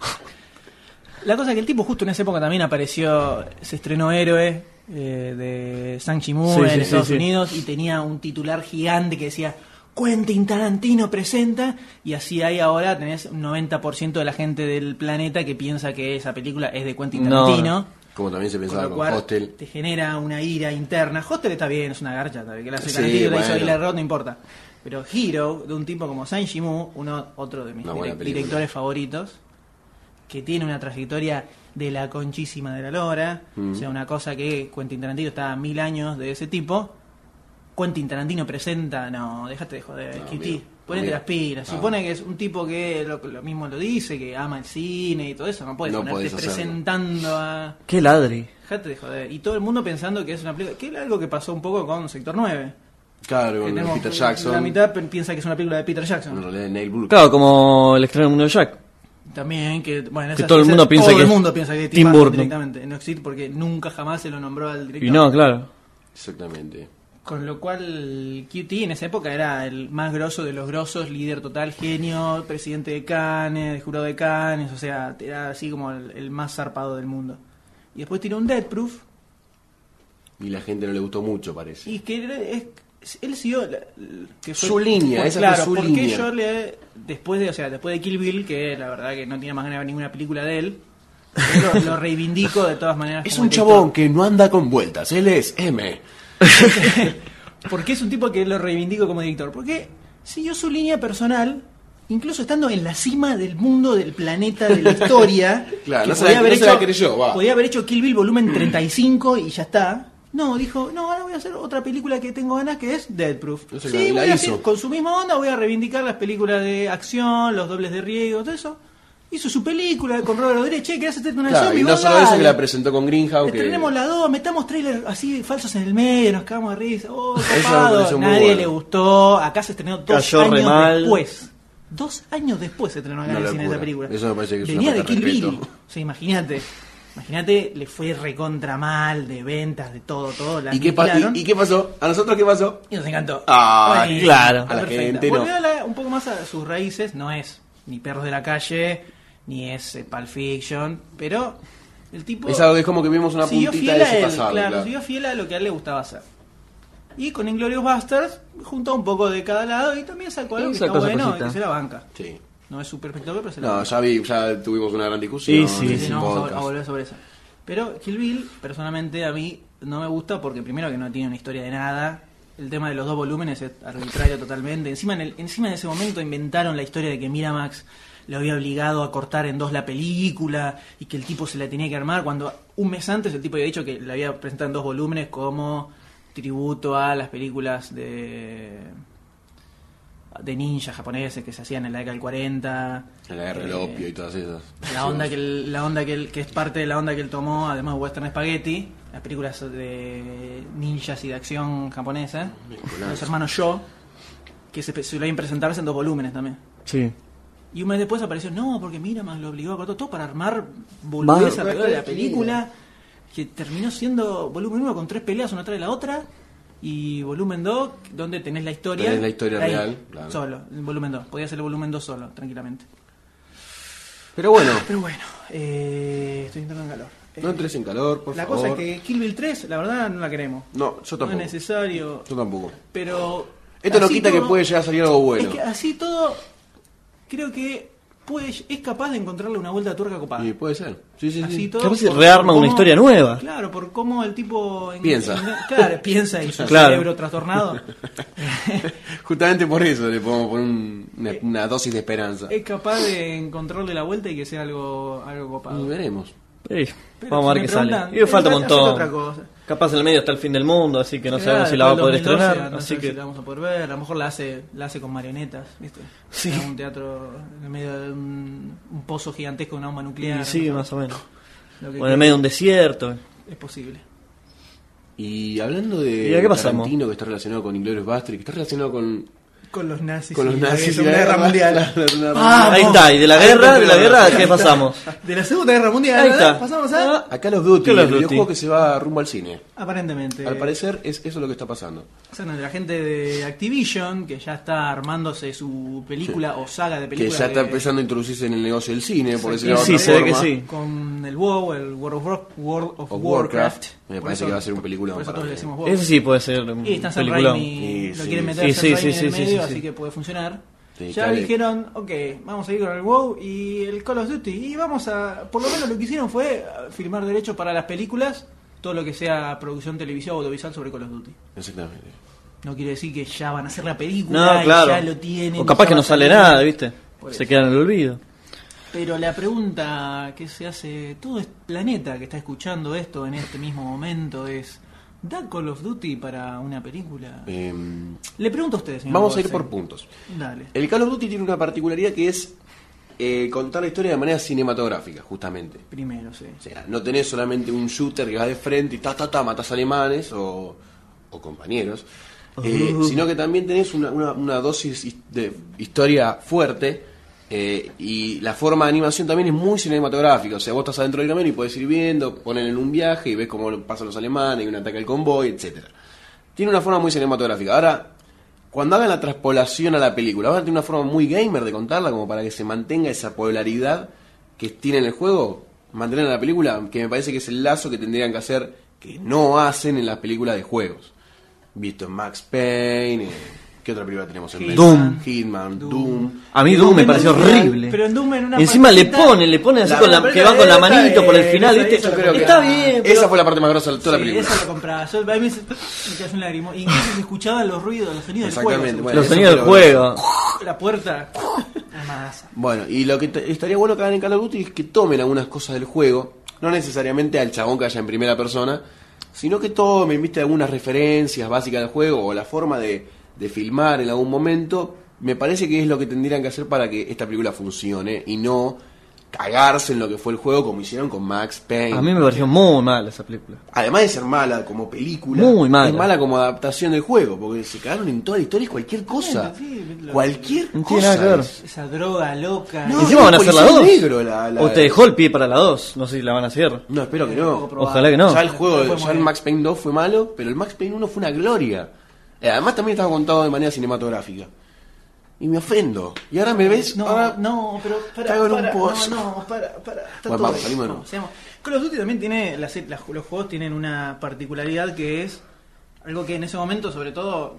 Speaker 2: Cine. La cosa es que el tipo justo en esa época también apareció, se estrenó Héroe eh, de Sang Chimu
Speaker 3: Sí,
Speaker 2: en
Speaker 3: sí, sí,
Speaker 2: Estados
Speaker 3: sí.
Speaker 2: Unidos y tenía un titular gigante que decía Quentin Tarantino presenta y así ahí ahora tenés un 90% de la gente del planeta que piensa que esa película es de Quentin
Speaker 3: No.
Speaker 2: Tarantino.
Speaker 4: Como también se
Speaker 2: Con
Speaker 4: pensaba
Speaker 2: lo
Speaker 4: con
Speaker 2: cual
Speaker 4: Hostel.
Speaker 2: te genera una ira interna. Hostel está bien, es una garcha, está bien, que la hace
Speaker 4: Sí,
Speaker 2: Tarantino, la hizo
Speaker 4: bueno.
Speaker 2: Aguilar Roth, no importa. Pero Hero, de un tipo como San Jimu, uno otro de mis
Speaker 4: Una buena
Speaker 2: direc-
Speaker 4: película.
Speaker 2: directores favoritos, que tiene una trayectoria de la conchísima de la lora,
Speaker 4: Mm.
Speaker 2: o sea, una cosa que Quentin Tarantino está a mil años de ese tipo. Quentin Tarantino presenta, no, déjate de joder,
Speaker 4: No,
Speaker 2: Kitty,
Speaker 4: amigo,
Speaker 2: ponete
Speaker 4: amigo.
Speaker 2: las pilas.
Speaker 4: No.
Speaker 2: Supone que es un tipo que lo, lo mismo lo dice, que ama el cine y todo eso, no puedes
Speaker 4: No
Speaker 2: ponerte
Speaker 4: podés hacerlo.
Speaker 2: presentando a...
Speaker 3: Qué ladri.
Speaker 2: Dejate de joder. Y todo el mundo pensando que es una película. Que es algo que pasó un poco con Sector 9.
Speaker 4: Claro,
Speaker 2: Que
Speaker 4: con
Speaker 2: tenemos-
Speaker 4: Peter
Speaker 2: La
Speaker 4: Jackson.
Speaker 2: mitad pe- piensa que es una película de Peter
Speaker 4: En
Speaker 2: Jackson.
Speaker 4: realidad, Neil Burke.
Speaker 3: Claro, como el extraño mundo de Jack.
Speaker 2: También, que. Bueno,
Speaker 3: Que todo el mundo piensa
Speaker 2: todo
Speaker 3: que
Speaker 2: el
Speaker 3: es
Speaker 2: mundo piensa que es
Speaker 3: Tim
Speaker 2: tipazo
Speaker 3: Burton.
Speaker 2: directamente. No existe porque nunca jamás se lo nombró al director.
Speaker 3: Y no, claro.
Speaker 4: Exactamente.
Speaker 2: Con lo cual, QT en esa época era el más grosso de los grosos, líder total, genio, presidente de Cannes, jurado de Cannes, o sea, era así como el, el más zarpado del mundo. Y después tiene un Dead Proof,
Speaker 4: Y la gente no le gustó mucho, parece.
Speaker 2: Y que era- es- él siguió la- la- que
Speaker 4: Su línea,
Speaker 2: por-
Speaker 4: esa fue
Speaker 2: claro,
Speaker 4: su
Speaker 2: porque
Speaker 4: línea.
Speaker 2: yo le después de, o sea, después de Kill Bill, que la verdad que no tiene más ganas de ver ninguna película de él, yo lo, lo reivindico de todas maneras.
Speaker 4: Es
Speaker 2: como
Speaker 4: un
Speaker 2: director.
Speaker 4: chabón que no anda con vueltas, él es M.
Speaker 2: Porque es un tipo que lo reivindico como director, porque siguió su línea personal. Incluso estando en la cima del mundo, del planeta, de la historia,
Speaker 4: Claro,
Speaker 2: que
Speaker 4: no se la- no se la creyó, va. Mm.
Speaker 2: podía haber hecho Kill Bill volumen 35 y ya está. No, dijo, no, ahora voy a hacer otra película que tengo ganas que es Dead Proof.
Speaker 4: No sé,
Speaker 2: Sí,
Speaker 4: la- la
Speaker 2: voy a hacer-
Speaker 4: hizo.
Speaker 2: con su misma onda voy a reivindicar las películas de acción, los dobles de riego, todo eso. Hizo su película con Robert Rodríguez, che, querés hacerte una de
Speaker 4: Claro,
Speaker 2: zombie,
Speaker 4: y no
Speaker 2: vos
Speaker 4: solo eso
Speaker 2: dale.
Speaker 4: que la presentó con Greenhouse. Que...
Speaker 2: Estrenemos la 2, metamos trailers así falsos en el medio, nos cagamos de risa. Oh,
Speaker 4: me
Speaker 2: copado.
Speaker 4: pareció muy
Speaker 2: Nadie
Speaker 4: bueno.
Speaker 2: le gustó. Acá se estrenó dos
Speaker 3: Cayó re
Speaker 2: años
Speaker 3: mal.
Speaker 2: después. Dos años después se estrenó acá
Speaker 4: Una
Speaker 2: en el cine
Speaker 4: locura.
Speaker 2: esa película.
Speaker 4: Eso me parece que es una
Speaker 2: Venía de
Speaker 4: falta de
Speaker 2: Kill Bill.
Speaker 4: respeto.
Speaker 2: O sea, imagínate. Imagínate, le fue recontra mal de ventas, de todo, todo. La
Speaker 4: ¿Y, qué pa-
Speaker 2: aniquilaron.
Speaker 4: y- y qué pasó? ¿A nosotros qué pasó?
Speaker 2: Y nos encantó.
Speaker 4: Ah, claro.
Speaker 2: está
Speaker 4: A la
Speaker 2: perfecta.
Speaker 4: gente no.
Speaker 2: Volvió a la- un poco más a sus raíces, no es ni Perros de la Calle, ni es eh, Pulp Fiction, pero el tipo
Speaker 4: Es algo que es como que vimos una
Speaker 2: siguió
Speaker 4: puntita
Speaker 2: fiel
Speaker 4: de
Speaker 2: a
Speaker 4: su
Speaker 2: él,
Speaker 4: pasado.
Speaker 2: claro,
Speaker 4: claro.
Speaker 2: siguió fiel a lo que a él le gustaba hacer. Y con Inglorious Bastards juntó un poco de cada lado y también sacó algo
Speaker 3: Y
Speaker 2: que
Speaker 3: sacó
Speaker 2: está
Speaker 3: esa
Speaker 2: bueno
Speaker 3: cosita.
Speaker 2: y que se la banca.
Speaker 4: Sí.
Speaker 2: No es súper espectacular, pero se la
Speaker 4: No,
Speaker 2: banca.
Speaker 4: ya vi, ya tuvimos una gran discusión.
Speaker 3: Y sí,
Speaker 4: en
Speaker 2: Sí,
Speaker 4: el
Speaker 2: no, vamos a- a,
Speaker 4: podcast.
Speaker 2: volver sobre eso. Pero Kill Bill, personalmente, a mí no me gusta porque primero que no tiene una historia de nada. El tema de los dos volúmenes es arbitrario totalmente. Encima en, el, encima en ese momento inventaron la historia de que Miramax le había obligado a cortar en dos la película y que el tipo se la tenía que armar cuando un mes antes el tipo había dicho que la había presentado en dos volúmenes como tributo a las películas de de ninjas japoneses que se hacían en la década del 40
Speaker 4: La guerra del
Speaker 2: Eh,
Speaker 4: opio y todas esas.
Speaker 2: la onda que el- la onda que, el- que es parte de la onda que él tomó además de Western Spaghetti las películas de ninjas y de acción japonesa
Speaker 4: Nicolás.
Speaker 2: los hermanos Shaw que se, se lo iban a presentarse en dos volúmenes también
Speaker 3: Sí.
Speaker 2: y un mes después apareció no porque mira más lo obligó a cortar todo para armar boludeza
Speaker 4: Mar-
Speaker 2: peor de la película que terminó siendo volumen uno con tres peleas una tras de la otra y volumen 2, donde tenés la historia.
Speaker 4: Tenés la historia
Speaker 2: ahí,
Speaker 4: real, claro.
Speaker 2: Solo, el volumen 2. Podía ser el volumen 2 solo, tranquilamente.
Speaker 4: Pero bueno,
Speaker 2: Pero bueno, eh, estoy entrando en calor. Eh,
Speaker 4: no entres en calor, por
Speaker 2: la
Speaker 4: favor.
Speaker 2: cosa es que Kill Bill 3, la verdad, no la queremos.
Speaker 4: No, yo
Speaker 2: No es
Speaker 4: tampoco.
Speaker 2: necesario,
Speaker 4: Yo tampoco.
Speaker 2: pero...
Speaker 4: Esto no
Speaker 2: así
Speaker 4: quita que
Speaker 2: todo-
Speaker 4: puede llegar a salir algo bueno.
Speaker 2: Es que así todo, creo que puede, es capaz de encontrarle una vuelta tuerca copada.
Speaker 4: Y puede ser. Sí, sí,
Speaker 2: ah, Así
Speaker 4: sí.
Speaker 2: todo.
Speaker 3: Capaz que
Speaker 2: por-
Speaker 3: rearma
Speaker 2: por
Speaker 3: una historia nueva.
Speaker 2: Claro, por cómo el tipo. en-
Speaker 4: Piensa.
Speaker 2: en- claro, piensa y su
Speaker 3: Claro.
Speaker 2: cerebro trastornado.
Speaker 4: Justamente por eso le podemos poner un-
Speaker 2: Eh,
Speaker 4: una, una dosis de esperanza.
Speaker 2: es capaz de encontrarle la vuelta y que sea algo, algo
Speaker 4: Y
Speaker 2: copado.
Speaker 4: veremos.
Speaker 3: Sí,
Speaker 2: Pero
Speaker 3: vamos
Speaker 2: si
Speaker 3: a ver
Speaker 2: me
Speaker 3: qué sale.
Speaker 2: preguntan,
Speaker 3: Y falta un
Speaker 2: hacer otra
Speaker 3: montón.
Speaker 2: cosa.
Speaker 3: Capaz en el medio está el fin del mundo, así que no
Speaker 2: Claro,
Speaker 3: sabemos si la va a
Speaker 2: después
Speaker 3: poder
Speaker 2: del 2012,
Speaker 3: estrenar.
Speaker 2: no
Speaker 3: así
Speaker 2: sabemos
Speaker 3: que
Speaker 2: si la vamos a poder ver. A lo mejor la hace, la hace con marionetas, ¿viste?
Speaker 3: Sí.
Speaker 2: En un teatro en el medio de un, un pozo gigantesco de una bomba
Speaker 3: Y
Speaker 2: nuclear.
Speaker 3: sí,
Speaker 2: no sé,
Speaker 3: más o menos.
Speaker 2: lo que
Speaker 3: O en el medio de un desierto.
Speaker 2: Es posible.
Speaker 4: Y hablando
Speaker 3: ¿Y
Speaker 4: de
Speaker 3: a qué pasamos?
Speaker 4: Tarantino, que está relacionado con Inglourious Bastard, que está relacionado con,
Speaker 2: Con los nazis.
Speaker 4: con los
Speaker 2: y la
Speaker 4: nazis y
Speaker 2: Segunda Guerra Mundial.
Speaker 4: La Segunda Guerra
Speaker 2: Ah,
Speaker 4: Mundial.
Speaker 3: Ahí
Speaker 2: vamos.
Speaker 3: está, y de la
Speaker 4: Ahí
Speaker 3: guerra,
Speaker 4: está,
Speaker 3: de la
Speaker 4: pero-
Speaker 3: guerra, ¿a ¿qué pasamos?
Speaker 2: De la Segunda Guerra Mundial.
Speaker 3: Ahí está. Ah.
Speaker 2: Pasamos a.
Speaker 4: A Call of Duty,
Speaker 3: Call of
Speaker 4: el
Speaker 3: Duty.
Speaker 4: videojuego que se va rumbo al cine.
Speaker 2: Aparentemente.
Speaker 4: Al parecer, es eso lo que está pasando.
Speaker 2: Son la gente de Activision que ya está armándose su película o saga de
Speaker 4: Que
Speaker 2: películas.
Speaker 4: ya está
Speaker 2: de-
Speaker 4: empezando a introducirse en el negocio del cine, por decirlo
Speaker 3: Y
Speaker 4: de
Speaker 3: sí,
Speaker 4: alguna
Speaker 3: se ve que
Speaker 4: forma.
Speaker 3: sí.
Speaker 2: Con el WoW, el World of, Warcraft- World of
Speaker 4: O
Speaker 2: Warcraft.
Speaker 4: Warcraft. Me
Speaker 2: Por
Speaker 4: parece que va a ser un peliculón
Speaker 2: Por eso
Speaker 4: para
Speaker 2: todos le
Speaker 4: mí.
Speaker 2: decimos WoW.
Speaker 3: Ese sí puede ser un
Speaker 2: y está Sam
Speaker 3: peliculón.
Speaker 2: Raimi,
Speaker 4: Sí,
Speaker 2: lo
Speaker 4: sí.
Speaker 2: quieren meter a
Speaker 3: Sí,
Speaker 2: Sam
Speaker 3: sí,
Speaker 2: Raimi
Speaker 3: sí,
Speaker 2: en el
Speaker 3: sí, sí,
Speaker 2: medio,
Speaker 3: sí, sí.
Speaker 2: así que puede funcionar.
Speaker 4: Sí,
Speaker 2: ya
Speaker 4: claro.
Speaker 2: dijeron, ok, vamos a ir con el WoW y el Call of Duty. Y vamos a. Por lo menos lo que hicieron fue ah, firmar derechos para las películas, todo lo que sea producción televisiva o audiovisual sobre Call of Duty.
Speaker 4: Exactamente.
Speaker 2: No quiere decir que ya van a hacer la película,
Speaker 3: No,
Speaker 2: y
Speaker 3: claro.
Speaker 2: ya lo tienen.
Speaker 3: o
Speaker 2: y
Speaker 3: capaz
Speaker 2: ya
Speaker 3: que
Speaker 2: va
Speaker 3: no
Speaker 2: a
Speaker 3: sale
Speaker 2: salir.
Speaker 3: nada, ¿viste?
Speaker 2: Por
Speaker 3: Se
Speaker 2: eso.
Speaker 3: queda en el olvido.
Speaker 2: Pero la pregunta que se hace todo el planeta que está escuchando esto en este mismo momento es: ¿da Call of Duty para una película?
Speaker 4: Eh,
Speaker 2: Le pregunto a ustedes, señor
Speaker 4: vamos a ir por
Speaker 2: Goldstein.
Speaker 4: puntos.
Speaker 2: Dale.
Speaker 4: El Call of Duty tiene una particularidad que es eh, contar la historia de manera cinematográfica, justamente.
Speaker 2: Primero, sí.
Speaker 4: O sea, no tenés solamente un shooter que vas de frente y ta, ta, ta, matas alemanes o, o compañeros, eh,
Speaker 3: Uh.
Speaker 4: sino que también tenés una, una- una dosis his- de historia fuerte eh, y la forma de animación también es muy cinematográfica. O sea, vos estás adentro del camión y podés ir viendo, ponen en un viaje y ves cómo pasan los alemanes y un ataque al convoy, etcétera Tiene una forma muy cinematográfica. Ahora, cuando hagan la traspolación a la película, van a tener una forma muy gamer de contarla, como para que se mantenga esa popularidad que tiene en el juego, mantener en la película, que me parece que es el lazo que tendrían que hacer, que no hacen en las películas de juegos. Visto en Max Payne, eh, ¿qué otra película tenemos en mente?
Speaker 3: Doom.
Speaker 4: Hitman, Doom.
Speaker 3: A mí
Speaker 2: En
Speaker 3: Doom Ah,
Speaker 2: Doom
Speaker 3: me
Speaker 2: en
Speaker 3: pareció
Speaker 2: un-
Speaker 3: horrible.
Speaker 2: pero en Doom en una
Speaker 3: Encima le
Speaker 2: partidita-
Speaker 3: ponen, le ponen así
Speaker 4: La-
Speaker 3: con la,
Speaker 2: la
Speaker 3: que va con la
Speaker 2: esa
Speaker 3: manito por el
Speaker 2: es-
Speaker 3: final,
Speaker 2: esa-
Speaker 3: ¿viste?
Speaker 2: esa
Speaker 4: Yo creo que
Speaker 3: Está bien, pero-
Speaker 4: Esa fue la parte más grosa de toda la
Speaker 2: Sí,
Speaker 4: película.
Speaker 2: Eso lo compraba. Yo, a mí se- me cayó un lágrimo. Y Incluso se escuchaban los ruidos, los sonidos del
Speaker 4: Exactamente,
Speaker 2: juego.
Speaker 4: bueno.
Speaker 3: Los
Speaker 4: eso
Speaker 3: sonidos del
Speaker 4: creo que-
Speaker 3: juego.
Speaker 2: La puerta. Una masa.
Speaker 4: Bueno, y lo que t- estaría bueno que hagan en Call of Duty es que tomen algunas cosas del juego, no necesariamente al chabón que haya en primera persona, sino que tomen, viste, algunas referencias básicas del juego o la forma de, de filmar en algún momento. Me parece que es lo que tendrían que hacer para que esta película funcione y no cagarse en lo que fue el juego como hicieron con Max Payne.
Speaker 3: A mí me pareció muy mal esa película.
Speaker 4: Además de ser mala como película,
Speaker 3: Muy mala.
Speaker 4: es mala como adaptación del juego, porque se cagaron en toda la historia, es cualquier cosa.
Speaker 2: Totalmente, sí, lo-
Speaker 4: cualquier
Speaker 3: No tiene nada que
Speaker 4: cosa.
Speaker 3: ver.
Speaker 4: es.
Speaker 2: Esa droga loca.
Speaker 4: No,
Speaker 3: Encima van a hacer la
Speaker 4: policía
Speaker 3: 2.
Speaker 4: negro, la- la-
Speaker 3: O te dejó el pie para la 2. No sé si la van a hacer.
Speaker 4: No, espero que no.
Speaker 3: Ojalá que no.
Speaker 4: Ya el juego,
Speaker 2: Después
Speaker 4: ya el
Speaker 2: muere.
Speaker 4: Max Payne 2 fue malo, pero el Max Payne 1 fue una gloria. Eh, Además también estaba contado de manera cinematográfica. Y me ofendo. Y ahora me ves,
Speaker 2: No,
Speaker 4: ahora
Speaker 2: no, pero para,
Speaker 4: cago en un
Speaker 2: para,
Speaker 4: pozo.
Speaker 2: No, no, para, para. Está
Speaker 4: Bueno,
Speaker 2: todo
Speaker 4: vamos,
Speaker 2: bien.
Speaker 4: salimos de
Speaker 2: Vamos,
Speaker 4: nuevo.
Speaker 2: sigamos. Call of Duty también tiene, las, las- los juegos tienen una particularidad que es algo que en ese momento, sobre todo,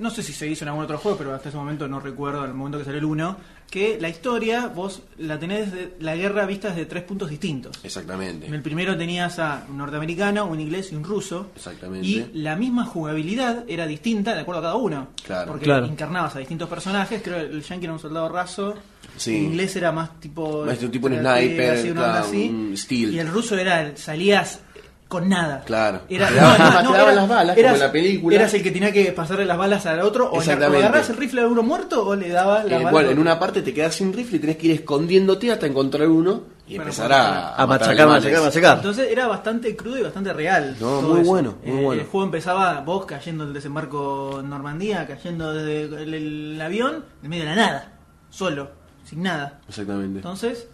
Speaker 2: no sé si se hizo en algún otro juego, pero hasta ese momento no recuerdo, el momento que salió el 1, que la historia vos la tenés, de, la guerra vista desde tres puntos distintos. En el
Speaker 4: Exactamente.
Speaker 2: primero tenías a un norteamericano, un inglés y un ruso.
Speaker 4: Exactamente.
Speaker 2: Y la misma jugabilidad era distinta de acuerdo a cada uno.
Speaker 4: Claro.
Speaker 2: Porque
Speaker 3: Claro.
Speaker 2: encarnabas a distintos personajes. Creo que el yankee era un soldado raso.
Speaker 4: Sí.
Speaker 2: El inglés era más tipo.
Speaker 4: Más de un tipo un
Speaker 2: así,
Speaker 4: sniper,
Speaker 2: así, una onda
Speaker 4: claro,
Speaker 2: así.
Speaker 4: un stealth.
Speaker 2: Y el ruso era. Salías con nada.
Speaker 4: Claro.
Speaker 2: Era,
Speaker 4: Te daban-
Speaker 2: no, no,
Speaker 4: te
Speaker 2: no,
Speaker 4: daban
Speaker 2: era-
Speaker 4: las balas,
Speaker 2: eras-
Speaker 4: como en la película.
Speaker 2: Eras el que tenía que pasarle las balas al otro. O, le- o
Speaker 4: Exactamente.
Speaker 2: agarrabas el rifle a uno muerto o le dabas
Speaker 4: Eh,
Speaker 2: las balas.
Speaker 4: bueno,
Speaker 2: al
Speaker 4: en
Speaker 2: otro.
Speaker 4: una parte te quedas sin rifle y tenés que ir escondiéndote hasta encontrar uno y
Speaker 2: Para
Speaker 4: empezar
Speaker 2: matar.
Speaker 4: a,
Speaker 3: Ah, A
Speaker 4: matar
Speaker 3: machacar,
Speaker 4: alemanes.
Speaker 3: machacar, machacar.
Speaker 2: Entonces era bastante crudo y bastante real.
Speaker 4: No,
Speaker 2: todo
Speaker 4: muy
Speaker 2: eso.
Speaker 4: bueno, muy
Speaker 2: Eh,
Speaker 4: bueno.
Speaker 2: El juego empezaba vos cayendo del desembarco en Normandía, cayendo desde el, el avión, en medio de la nada, solo, sin nada.
Speaker 4: Exactamente.
Speaker 2: Entonces,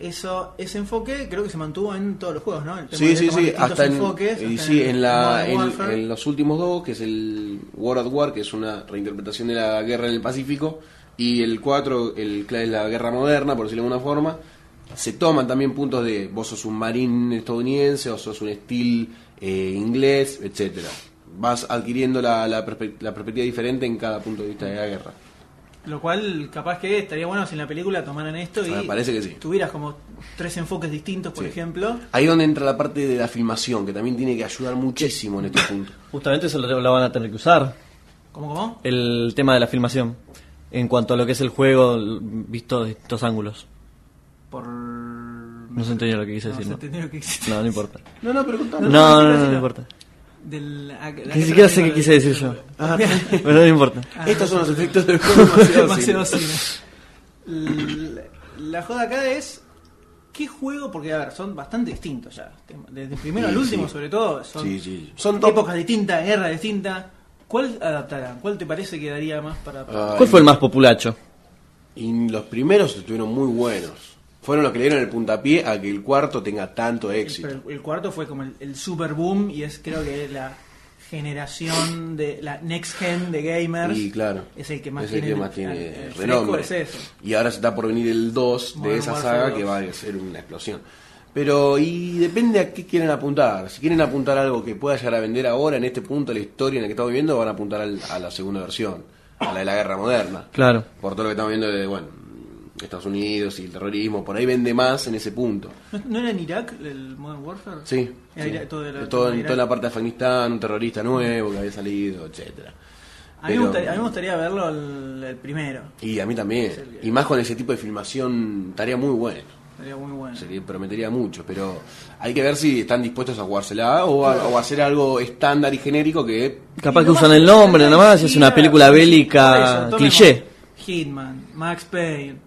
Speaker 2: Eso, ese enfoque creo que se mantuvo en todos los juegos, ¿no? El tema
Speaker 4: Sí,
Speaker 2: de
Speaker 4: sí,
Speaker 2: tomar
Speaker 4: sí,
Speaker 2: distintos
Speaker 4: hasta en,
Speaker 2: enfoques,
Speaker 4: y
Speaker 2: hasta
Speaker 4: sí,
Speaker 2: el
Speaker 4: en, la,
Speaker 2: Modern
Speaker 4: en,
Speaker 2: Warfare.
Speaker 4: en los últimos dos, que es el War at War, que es una reinterpretación de la guerra en el Pacífico, y el 4, el que es la guerra moderna, por decirlo de alguna forma, se toman también puntos de vos sos un marín estadounidense o sos un estilo inglés, etcétera Vas adquiriendo la, la perspe- la perspectiva diferente en cada punto de vista de la guerra.
Speaker 2: Lo cual, capaz que estaría bueno si en la película tomaran esto y
Speaker 4: Ah, Me parece que sí.
Speaker 2: tuvieras como tres enfoques distintos, por
Speaker 4: Sí.
Speaker 2: ejemplo.
Speaker 4: Ahí donde entra la parte de la filmación, que también tiene que ayudar muchísimo en este punto.
Speaker 3: Justamente eso lo, lo van a tener que usar,
Speaker 2: ¿Cómo, cómo?
Speaker 3: el tema de la filmación, en cuanto a lo que es el juego l- visto de distintos ángulos.
Speaker 2: Por... No
Speaker 3: No se entendió lo que quise
Speaker 2: se
Speaker 3: decir, ¿no?
Speaker 2: entendió lo que quise-
Speaker 3: No, no importa.
Speaker 4: No, no,
Speaker 3: No,
Speaker 4: pero contame.
Speaker 3: no,
Speaker 2: quiero
Speaker 3: no, no
Speaker 2: decirlo.
Speaker 3: importa.
Speaker 2: Del- a- la
Speaker 3: Ni
Speaker 2: que Ah.
Speaker 3: siquiera
Speaker 2: te
Speaker 3: sé qué
Speaker 2: refiero
Speaker 3: quise
Speaker 2: de-
Speaker 3: decir yo.
Speaker 4: Ah.
Speaker 3: Pero no importa.
Speaker 4: Estos son los efectos del juego demasiado
Speaker 2: Demasiado
Speaker 4: simple.
Speaker 2: cine. L- La joda acá es. ¿Qué juego? Porque, a ver, son bastante distintos ya. Desde el primero
Speaker 4: Sí,
Speaker 2: al último,
Speaker 4: sí.
Speaker 2: sobre todo. Son
Speaker 4: Sí, sí. Son top.
Speaker 2: épocas distintas, guerras distintas. ¿Cuál adaptarán? ¿Cuál te parece que daría más para.?
Speaker 4: Ay,
Speaker 3: ¿Cuál fue el más populacho?
Speaker 4: Y los primeros estuvieron muy buenos. Fueron los que le dieron el puntapié a que el cuarto tenga tanto éxito.
Speaker 2: Pero el, el cuarto fue como el, el super boom y es creo que es la generación de la next gen de gamers
Speaker 4: Y claro.
Speaker 2: es el que más
Speaker 4: es
Speaker 2: tiene,
Speaker 4: que más
Speaker 2: el-
Speaker 4: tiene
Speaker 2: el fresco
Speaker 4: renombre.
Speaker 2: es ese.
Speaker 4: Y ahora se está por venir el 2 de
Speaker 2: Modern
Speaker 4: esa
Speaker 2: Warfare
Speaker 4: saga
Speaker 2: 2.
Speaker 4: que va a ser una explosión. Pero, y depende a qué quieren apuntar. Si quieren apuntar algo que pueda llegar a vender ahora, en este punto de la historia en la que estamos viviendo, van a apuntar al- a la segunda versión, a la de la guerra moderna.
Speaker 3: Claro.
Speaker 4: Por todo lo que estamos viendo de, bueno, Estados Unidos y el terrorismo, por ahí vende más en ese punto.
Speaker 2: ¿No, no era en Irak el Modern Warfare?
Speaker 4: Sí.
Speaker 2: Era
Speaker 4: sí.
Speaker 2: Irak, todo era-
Speaker 4: Todo
Speaker 2: todo
Speaker 4: en
Speaker 2: Irak.
Speaker 4: toda la parte de Afganistán, un terrorista nuevo que había salido, etcétera.
Speaker 2: A mí, me
Speaker 4: Pero-
Speaker 2: gustaría, a mí me gustaría verlo el, el primero.
Speaker 4: Y a mí también. Y más con ese tipo de filmación, estaría muy bueno.
Speaker 2: Sería muy bueno.
Speaker 4: Sería- prometería mucho, pero hay que ver si están dispuestos a jugársela o a, o a hacer algo estándar y genérico que
Speaker 3: Capaz
Speaker 2: Y
Speaker 3: que
Speaker 2: nomás
Speaker 3: usan el nombre
Speaker 2: la
Speaker 3: nomás, es
Speaker 2: tira,
Speaker 3: una película
Speaker 2: por eso,
Speaker 3: bélica
Speaker 2: por eso,
Speaker 3: cliché.
Speaker 2: tomemos Hitman, Max Payne.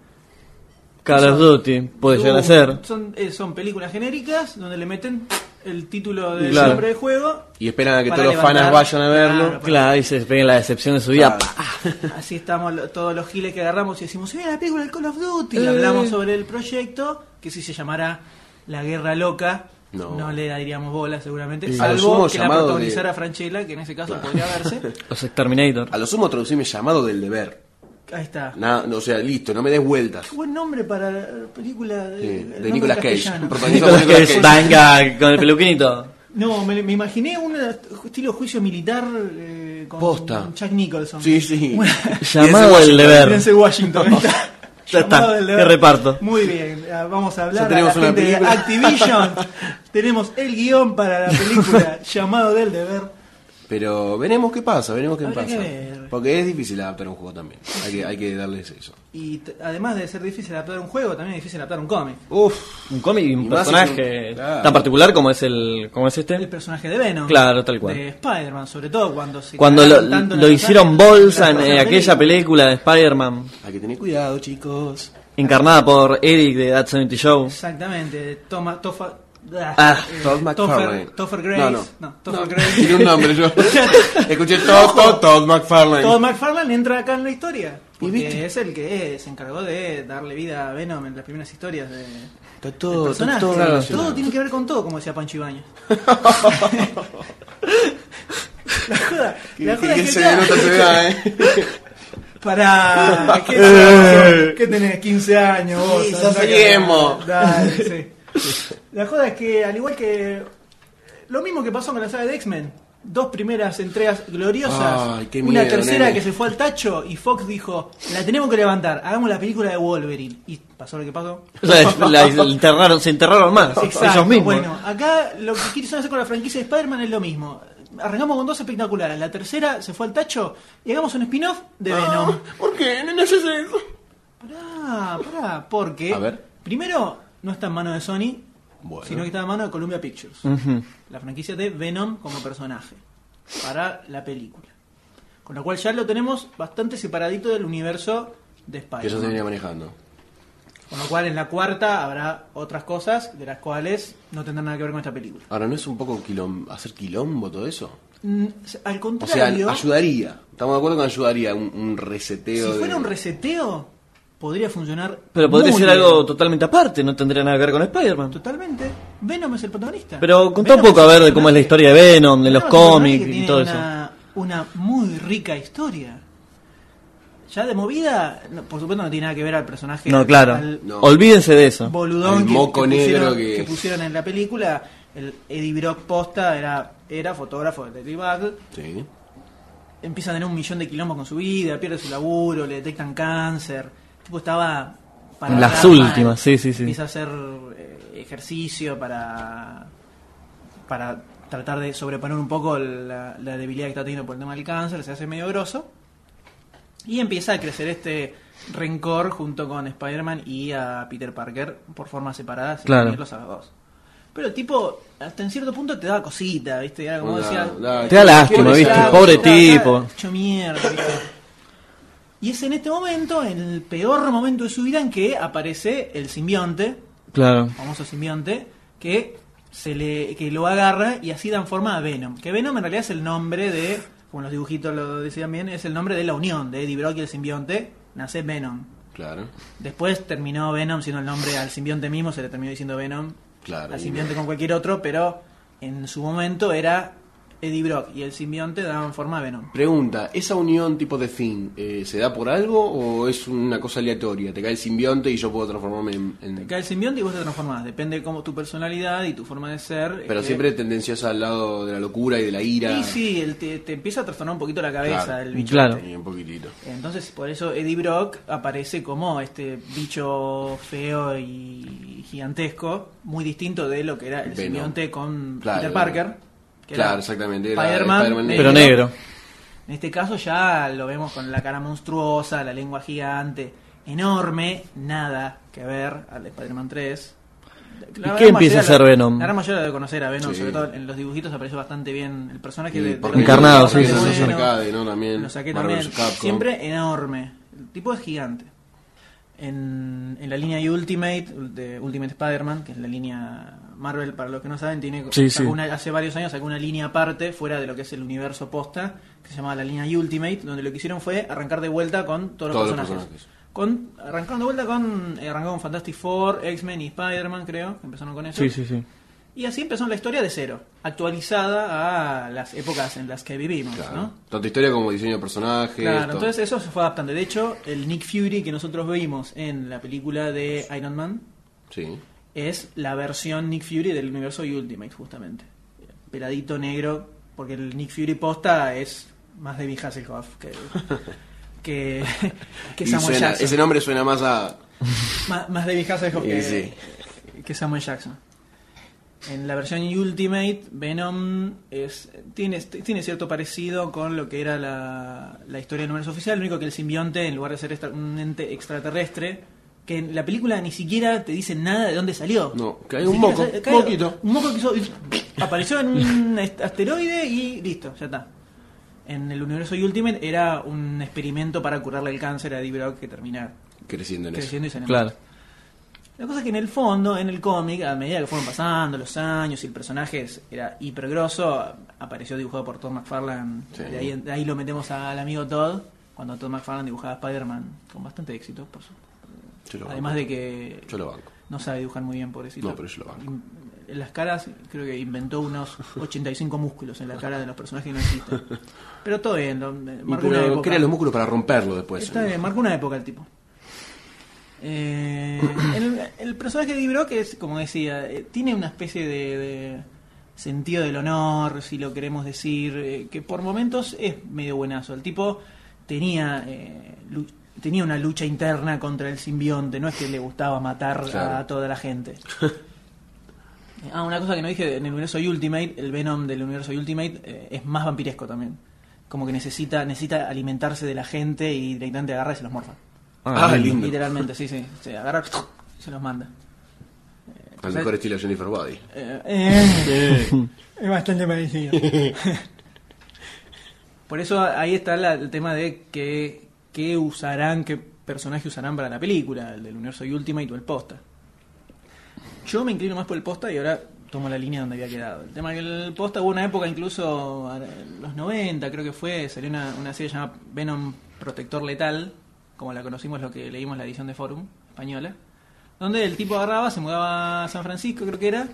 Speaker 3: Call of Duty, puede llegar a
Speaker 2: Doom,
Speaker 3: ser.
Speaker 2: Son, eh, son películas genéricas donde le meten el título del
Speaker 3: Claro.
Speaker 2: nombre del juego
Speaker 4: y esperan a que
Speaker 2: Para
Speaker 4: todos los
Speaker 2: levantar. Ah.
Speaker 4: fans vayan a verlo.
Speaker 2: Claro.
Speaker 3: Claro, y se ven la decepción de su vida.
Speaker 4: Claro.
Speaker 3: pa.
Speaker 2: Así estamos lo- todos los giles que agarramos y decimos, mira la película del Call of Duty. Y
Speaker 3: Eh.
Speaker 2: hablamos sobre el proyecto, que si se llamara La Guerra Loca, no,
Speaker 4: No.
Speaker 2: le daríamos bola seguramente.
Speaker 4: Mm. A lo
Speaker 2: Salvo
Speaker 4: sumo
Speaker 2: que la
Speaker 4: llamado de-
Speaker 2: protagonizara Franchella, que en ese caso podría verse.
Speaker 3: Los Exterminator.
Speaker 4: A lo sumo traducirme llamado del deber.
Speaker 2: Ahí está.
Speaker 4: Na- o sea, listo, no me des vueltas.
Speaker 2: Qué buen nombre para la película de,
Speaker 4: Sí,
Speaker 2: el nombre
Speaker 4: de Nicolas Cage.
Speaker 2: castellano.
Speaker 4: Protagonizado por
Speaker 3: Nicolas Cage,
Speaker 4: Nicolas Cage.
Speaker 3: Tanga, con el peluquinito.
Speaker 2: No, me, me imaginé un estilo juicio militar eh, con
Speaker 4: Posta.
Speaker 2: Jack Nicholson.
Speaker 4: Sí, sí.
Speaker 2: Una-
Speaker 3: Llamado del deber.
Speaker 2: Denzel Washington.
Speaker 3: Ya está,
Speaker 2: Llamado del
Speaker 3: qué
Speaker 2: deber.
Speaker 3: reparto.
Speaker 2: Muy bien, ah, vamos a hablar
Speaker 4: Ya tenemos
Speaker 2: a la
Speaker 4: una
Speaker 2: gente de
Speaker 4: película.
Speaker 2: Activision. tenemos el guión para la película Llamado del deber.
Speaker 4: Pero veremos qué pasa, veremos qué
Speaker 2: Habrá
Speaker 4: pasa.
Speaker 2: que ver.
Speaker 4: Porque es difícil adaptar un juego también. Hay que, hay que darles eso.
Speaker 2: Y t- además de ser difícil adaptar un juego, también es difícil adaptar un cómic.
Speaker 4: Uf,
Speaker 3: Un cómic y un
Speaker 4: Y más
Speaker 3: personaje
Speaker 4: un- claro.
Speaker 3: tan particular como es el como es
Speaker 2: El
Speaker 3: este.
Speaker 2: personaje de Venom.
Speaker 3: Claro, tal cual.
Speaker 2: De Spider-Man, sobre todo cuando se
Speaker 3: Cuando lo,
Speaker 2: cagaron tanto en
Speaker 3: lo
Speaker 2: la
Speaker 3: hicieron
Speaker 2: batalla,
Speaker 3: bolsa en
Speaker 2: la
Speaker 3: eh, aquella película de Spider-Man,
Speaker 4: hay que tener cuidado, chicos.
Speaker 3: encarnada por Eric de That 70 Show.
Speaker 2: Exactamente, Toma, Tofa. eh,
Speaker 3: Ah,
Speaker 4: Todd McFarlane.
Speaker 2: Toffer, Toffer Grace.
Speaker 4: No, no.
Speaker 2: Topher
Speaker 4: Tiene un
Speaker 2: Grace.
Speaker 4: nombre yo. Escuché todo, todo, Todd McFarlane.
Speaker 2: Todd McFarlane entra acá en la historia. Porque
Speaker 4: viste?
Speaker 2: es el que eh, se encargó de darle vida a Venom en las primeras historias de.
Speaker 4: Está
Speaker 2: del
Speaker 4: todo,
Speaker 2: personaje.
Speaker 4: está todo relacionado.
Speaker 2: Todo tiene que ver con todo, como decía Pancho Ibañez. la joda,
Speaker 4: Que-
Speaker 2: la
Speaker 4: que-
Speaker 2: joda
Speaker 4: que
Speaker 2: es
Speaker 4: se
Speaker 2: que acá-
Speaker 4: denota tu edad, ¿eh?
Speaker 2: Pará, ¿qué, tenés? ¿Qué tenés? 15 años vos.
Speaker 4: Eh. Sí,
Speaker 2: andá
Speaker 4: sos
Speaker 2: que-
Speaker 4: emo.
Speaker 2: Dale, sí. La joda es que, al igual que. Lo mismo que pasó con la saga de X-Men. Dos primeras entregas gloriosas.
Speaker 4: Ay, qué
Speaker 2: una
Speaker 4: miedo,
Speaker 2: tercera
Speaker 4: nene.
Speaker 2: que se fue al tacho y Fox dijo: La tenemos que levantar, hagamos la película de Wolverine. Y pasó lo que pasó.
Speaker 3: La- la- la enterraron- se enterraron más.
Speaker 2: Exacto.
Speaker 3: Ellos mismos.
Speaker 2: Bueno, acá lo que quieren hacer con la franquicia de Spider-Man es lo mismo. Arrancamos con dos espectaculares. La tercera se fue al tacho y hagamos un spin-off
Speaker 4: Ah.
Speaker 2: de Venom.
Speaker 4: ¿Por qué? No haces eso.
Speaker 2: Pará, pará, porque
Speaker 4: A ver.
Speaker 2: primero no está en mano de Sony,
Speaker 4: Bueno.
Speaker 2: sino que está en mano de Columbia Pictures,
Speaker 3: Ujú.
Speaker 2: la franquicia de Venom como personaje para la película. Con lo cual ya lo tenemos bastante separadito del universo de
Speaker 4: Que eso se venía
Speaker 2: Spider-Man.
Speaker 4: manejando.
Speaker 2: Con lo cual en la cuarta habrá otras cosas de las cuales no tendrán nada que ver con esta película.
Speaker 4: Ahora, ¿no es un poco quilom- hacer quilombo todo eso?
Speaker 2: Mm, Al
Speaker 4: O sea,
Speaker 2: contrario,
Speaker 4: ayudaría. Estamos de acuerdo con ayudaría un, un
Speaker 2: si
Speaker 4: reseteo. de-
Speaker 2: fuera un reseteo, podría funcionar.
Speaker 3: Pero podría
Speaker 2: muy
Speaker 3: ser
Speaker 2: bien.
Speaker 3: algo totalmente aparte, no tendría nada que ver con Spider-Man.
Speaker 2: Totalmente. Venom es el protagonista.
Speaker 3: Pero contá un
Speaker 2: Venom
Speaker 3: poco,
Speaker 2: es
Speaker 3: a
Speaker 2: el
Speaker 3: ver, de cómo es la
Speaker 2: personaje.
Speaker 3: historia de Venom, de
Speaker 2: Venom
Speaker 3: los
Speaker 2: es un personaje
Speaker 3: cómics
Speaker 2: que
Speaker 3: y
Speaker 2: tiene
Speaker 3: todo eso.
Speaker 2: una, Una muy rica historia. Ya de movida, no, por supuesto, no tiene nada que ver al personaje.
Speaker 3: No, claro.
Speaker 2: al
Speaker 4: No.
Speaker 3: Olvídense de eso.
Speaker 2: boludón
Speaker 4: Al
Speaker 2: que,
Speaker 4: moco
Speaker 2: que pusieron,
Speaker 4: negro que-
Speaker 2: que pusieron en la película. El Eddie Brock posta era, era fotógrafo de Dirty Bag.
Speaker 4: Sí.
Speaker 2: Empieza a tener un millón de quilombos con su vida, pierde su laburo, le detectan cáncer. El tipo estaba.
Speaker 3: En las
Speaker 2: hablar
Speaker 3: últimas, sí, sí, sí.
Speaker 2: Empieza a hacer eh, ejercicio para. para tratar de sobreponer un poco la, la debilidad que está teniendo por el tema del cáncer, se hace medio grosso. Y empieza a crecer este rencor junto con Spider-Man y a Peter Parker por formas separadas, sin
Speaker 3: Claro.
Speaker 2: unirlos a los dos. Pero el tipo, hasta en cierto punto, te daba cosita, ¿viste? Era como
Speaker 4: Una-
Speaker 2: decía,
Speaker 4: una-
Speaker 3: Te da lástima,
Speaker 4: Quiero
Speaker 3: ¿viste?
Speaker 4: besar,
Speaker 3: Pobre
Speaker 4: ¿no?
Speaker 2: Está
Speaker 3: tipo.
Speaker 2: hecho mierda, ¿viste? Y es en este momento, en el peor momento de su vida, en que aparece el simbionte,
Speaker 3: Claro.
Speaker 2: famoso simbionte, que se le que lo agarra y así dan forma a Venom. Que Venom en realidad es el nombre de, como los dibujitos lo decían bien, es el nombre de la unión de Eddie Brock y el simbionte. Nace Venom.
Speaker 4: Claro.
Speaker 2: Después terminó Venom siendo el nombre al simbionte mismo, se le terminó diciendo Venom.
Speaker 4: Claro.
Speaker 2: Al simbionte con cualquier otro, pero en su momento era Eddie Brock y el simbionte daban forma a Venom.
Speaker 4: Pregunta, ¿esa unión tipo de fin eh, se da por algo o es una cosa aleatoria? Te cae el simbionte y yo puedo transformarme en... en-
Speaker 2: Te cae el simbionte y vos te transformás. Depende de cómo tu personalidad y tu forma de ser.
Speaker 4: Pero
Speaker 2: eh,
Speaker 4: siempre tendenciosa al lado de la locura y de la ira.
Speaker 2: Y sí, el- te, te empieza a trastornar un poquito la cabeza
Speaker 4: Claro.
Speaker 2: el bicho.
Speaker 3: Claro.
Speaker 4: Sí, un poquitito.
Speaker 2: Entonces, por eso Eddie Brock aparece como este bicho feo y gigantesco, muy distinto de lo que era el
Speaker 4: Venom.
Speaker 2: simbionte con
Speaker 4: Claro,
Speaker 2: Peter
Speaker 4: claro.
Speaker 2: Parker. que era
Speaker 4: Claro, exactamente. Era
Speaker 2: Spider-Man, eh,
Speaker 4: Spider-Man
Speaker 2: negro.
Speaker 3: Pero negro.
Speaker 2: En este caso ya lo vemos con la cara monstruosa, la lengua gigante, enorme, nada que ver al de Spider-Man 3. La gran
Speaker 3: qué empieza
Speaker 2: mayoría
Speaker 3: a ser
Speaker 2: la-
Speaker 3: Venom?
Speaker 2: La gran mayoría debe conocer a Venom,
Speaker 4: Sí.
Speaker 2: sobre todo en los dibujitos aparece bastante bien el personaje
Speaker 4: Y
Speaker 2: de, de
Speaker 4: porque-
Speaker 2: los
Speaker 3: Encarnado,
Speaker 2: Vengadores,
Speaker 3: sí,
Speaker 2: de
Speaker 3: sí, sí, sí.
Speaker 2: Venom,
Speaker 4: Arcade, ¿no? También.
Speaker 2: Lo saqué
Speaker 4: Marvel
Speaker 2: también.
Speaker 4: vs. Capcom.
Speaker 2: Siempre enorme. El tipo es gigante. En, en la línea de Ultimate, de Ultimate Spider-Man, que es la línea Marvel, para los que no saben, tiene
Speaker 3: Sí,
Speaker 2: sacó
Speaker 3: sí.
Speaker 2: una- hace varios años sacó una línea aparte, fuera de lo que es el universo posta, que se llamaba la línea Ultimate, donde lo que hicieron fue arrancar de vuelta con todos,
Speaker 4: Todos los
Speaker 2: los personajes.
Speaker 4: personajes.
Speaker 2: Con, arrancaron de vuelta con, eh, arrancó con Fantastic Four, X-Men y Spider-Man, creo, que empezaron con eso.
Speaker 3: Sí, sí, sí.
Speaker 2: Y así empezó la historia de cero, actualizada a las épocas en las que vivimos,
Speaker 4: Claro.
Speaker 2: ¿no?
Speaker 4: Tanto historia como diseño de personajes.
Speaker 2: Claro,
Speaker 4: todo.
Speaker 2: entonces eso se fue adaptando. De hecho, el Nick Fury que nosotros vimos en la película de Iron Man
Speaker 4: Sí.
Speaker 2: es la versión Nick Fury del universo Ultimate, justamente. Peladito negro, porque el Nick Fury posta es más de Hasselhoff que, que, que
Speaker 4: Y
Speaker 2: Samuel
Speaker 4: suena-
Speaker 2: Jackson.
Speaker 4: ese nombre suena más a...
Speaker 2: Más, más David Hasselhoff
Speaker 4: Y
Speaker 2: que,
Speaker 4: sí.
Speaker 2: que Samuel Jackson. En la versión Ultimate, Venom es, tiene, tiene cierto parecido con lo que era la, la historia del universo oficial, lo único que el simbionte, en lugar de ser extra- un ente extraterrestre, que en la película ni siquiera te dice nada de dónde salió.
Speaker 4: No, cae
Speaker 2: Ni
Speaker 4: un
Speaker 2: siquiera
Speaker 4: moco,
Speaker 2: sa-
Speaker 4: moquito.
Speaker 2: Un moco que hizo- apareció en un est- asteroide y listo, ya está. En el universo Ultimate era un experimento para curarle el cáncer a Eddie Brock que termina
Speaker 4: Creciendo en eso.
Speaker 2: creciendo y sanando.
Speaker 3: Claro.
Speaker 2: La cosa es que en el fondo, en el cómic, a medida que fueron pasando los años y el personaje es- era hipergrosso, apareció dibujado por Todd McFarlane.
Speaker 4: Sí.
Speaker 2: De, ahí, de ahí lo metemos al amigo Todd, cuando Todd McFarlane dibujaba a Spider-Man con bastante éxito, por su-
Speaker 4: Yo lo banco.
Speaker 2: Además de que
Speaker 4: Yo lo banco.
Speaker 2: no sabe dibujar muy bien, pobrecito.
Speaker 4: No, pero yo lo banco.
Speaker 2: In- En las caras, creo que inventó unos 85 músculos en la cara de los personajes que no existen. Pero todo bien, lo-
Speaker 4: Y
Speaker 2: marcó una
Speaker 4: pero
Speaker 2: época.
Speaker 4: crea los músculos para romperlo después.
Speaker 2: Está bien, marcó una época el tipo. Eh, el, el personaje de Ibro, que es, como decía, eh, tiene una especie de, de sentido del honor, si lo queremos decir, eh, que por momentos es medio buenazo. El tipo tenía, eh, lu- tenía una lucha interna contra el simbionte, no es que le gustaba matar
Speaker 4: Claro.
Speaker 2: a toda la gente. Ah, una cosa que no dije, en el universo Ultimate, el Venom del universo Ultimate eh, es más vampiresco también. Como que necesita, necesita alimentarse de la gente y directamente agarra y se los morfa.
Speaker 4: Ah, lindo.
Speaker 2: Literalmente, sí, sí. Se agarra y se los manda.
Speaker 4: Al mejor estilo Jennifer Body.
Speaker 2: Eh, eh, es bastante parecido. Por eso ahí está la- el tema de qué, qué usarán, qué personaje usarán para la película, el del universo Ultimate o el posta. Yo me inclino más por el posta y ahora tomo la línea donde había quedado. El tema que el posta hubo una época, incluso en los 90, creo que fue, salió una, una serie llamada Venom Protector Letal, como la conocimos lo que leímos en la edición de Forum española, donde el tipo agarraba, se mudaba a San Francisco creo que era,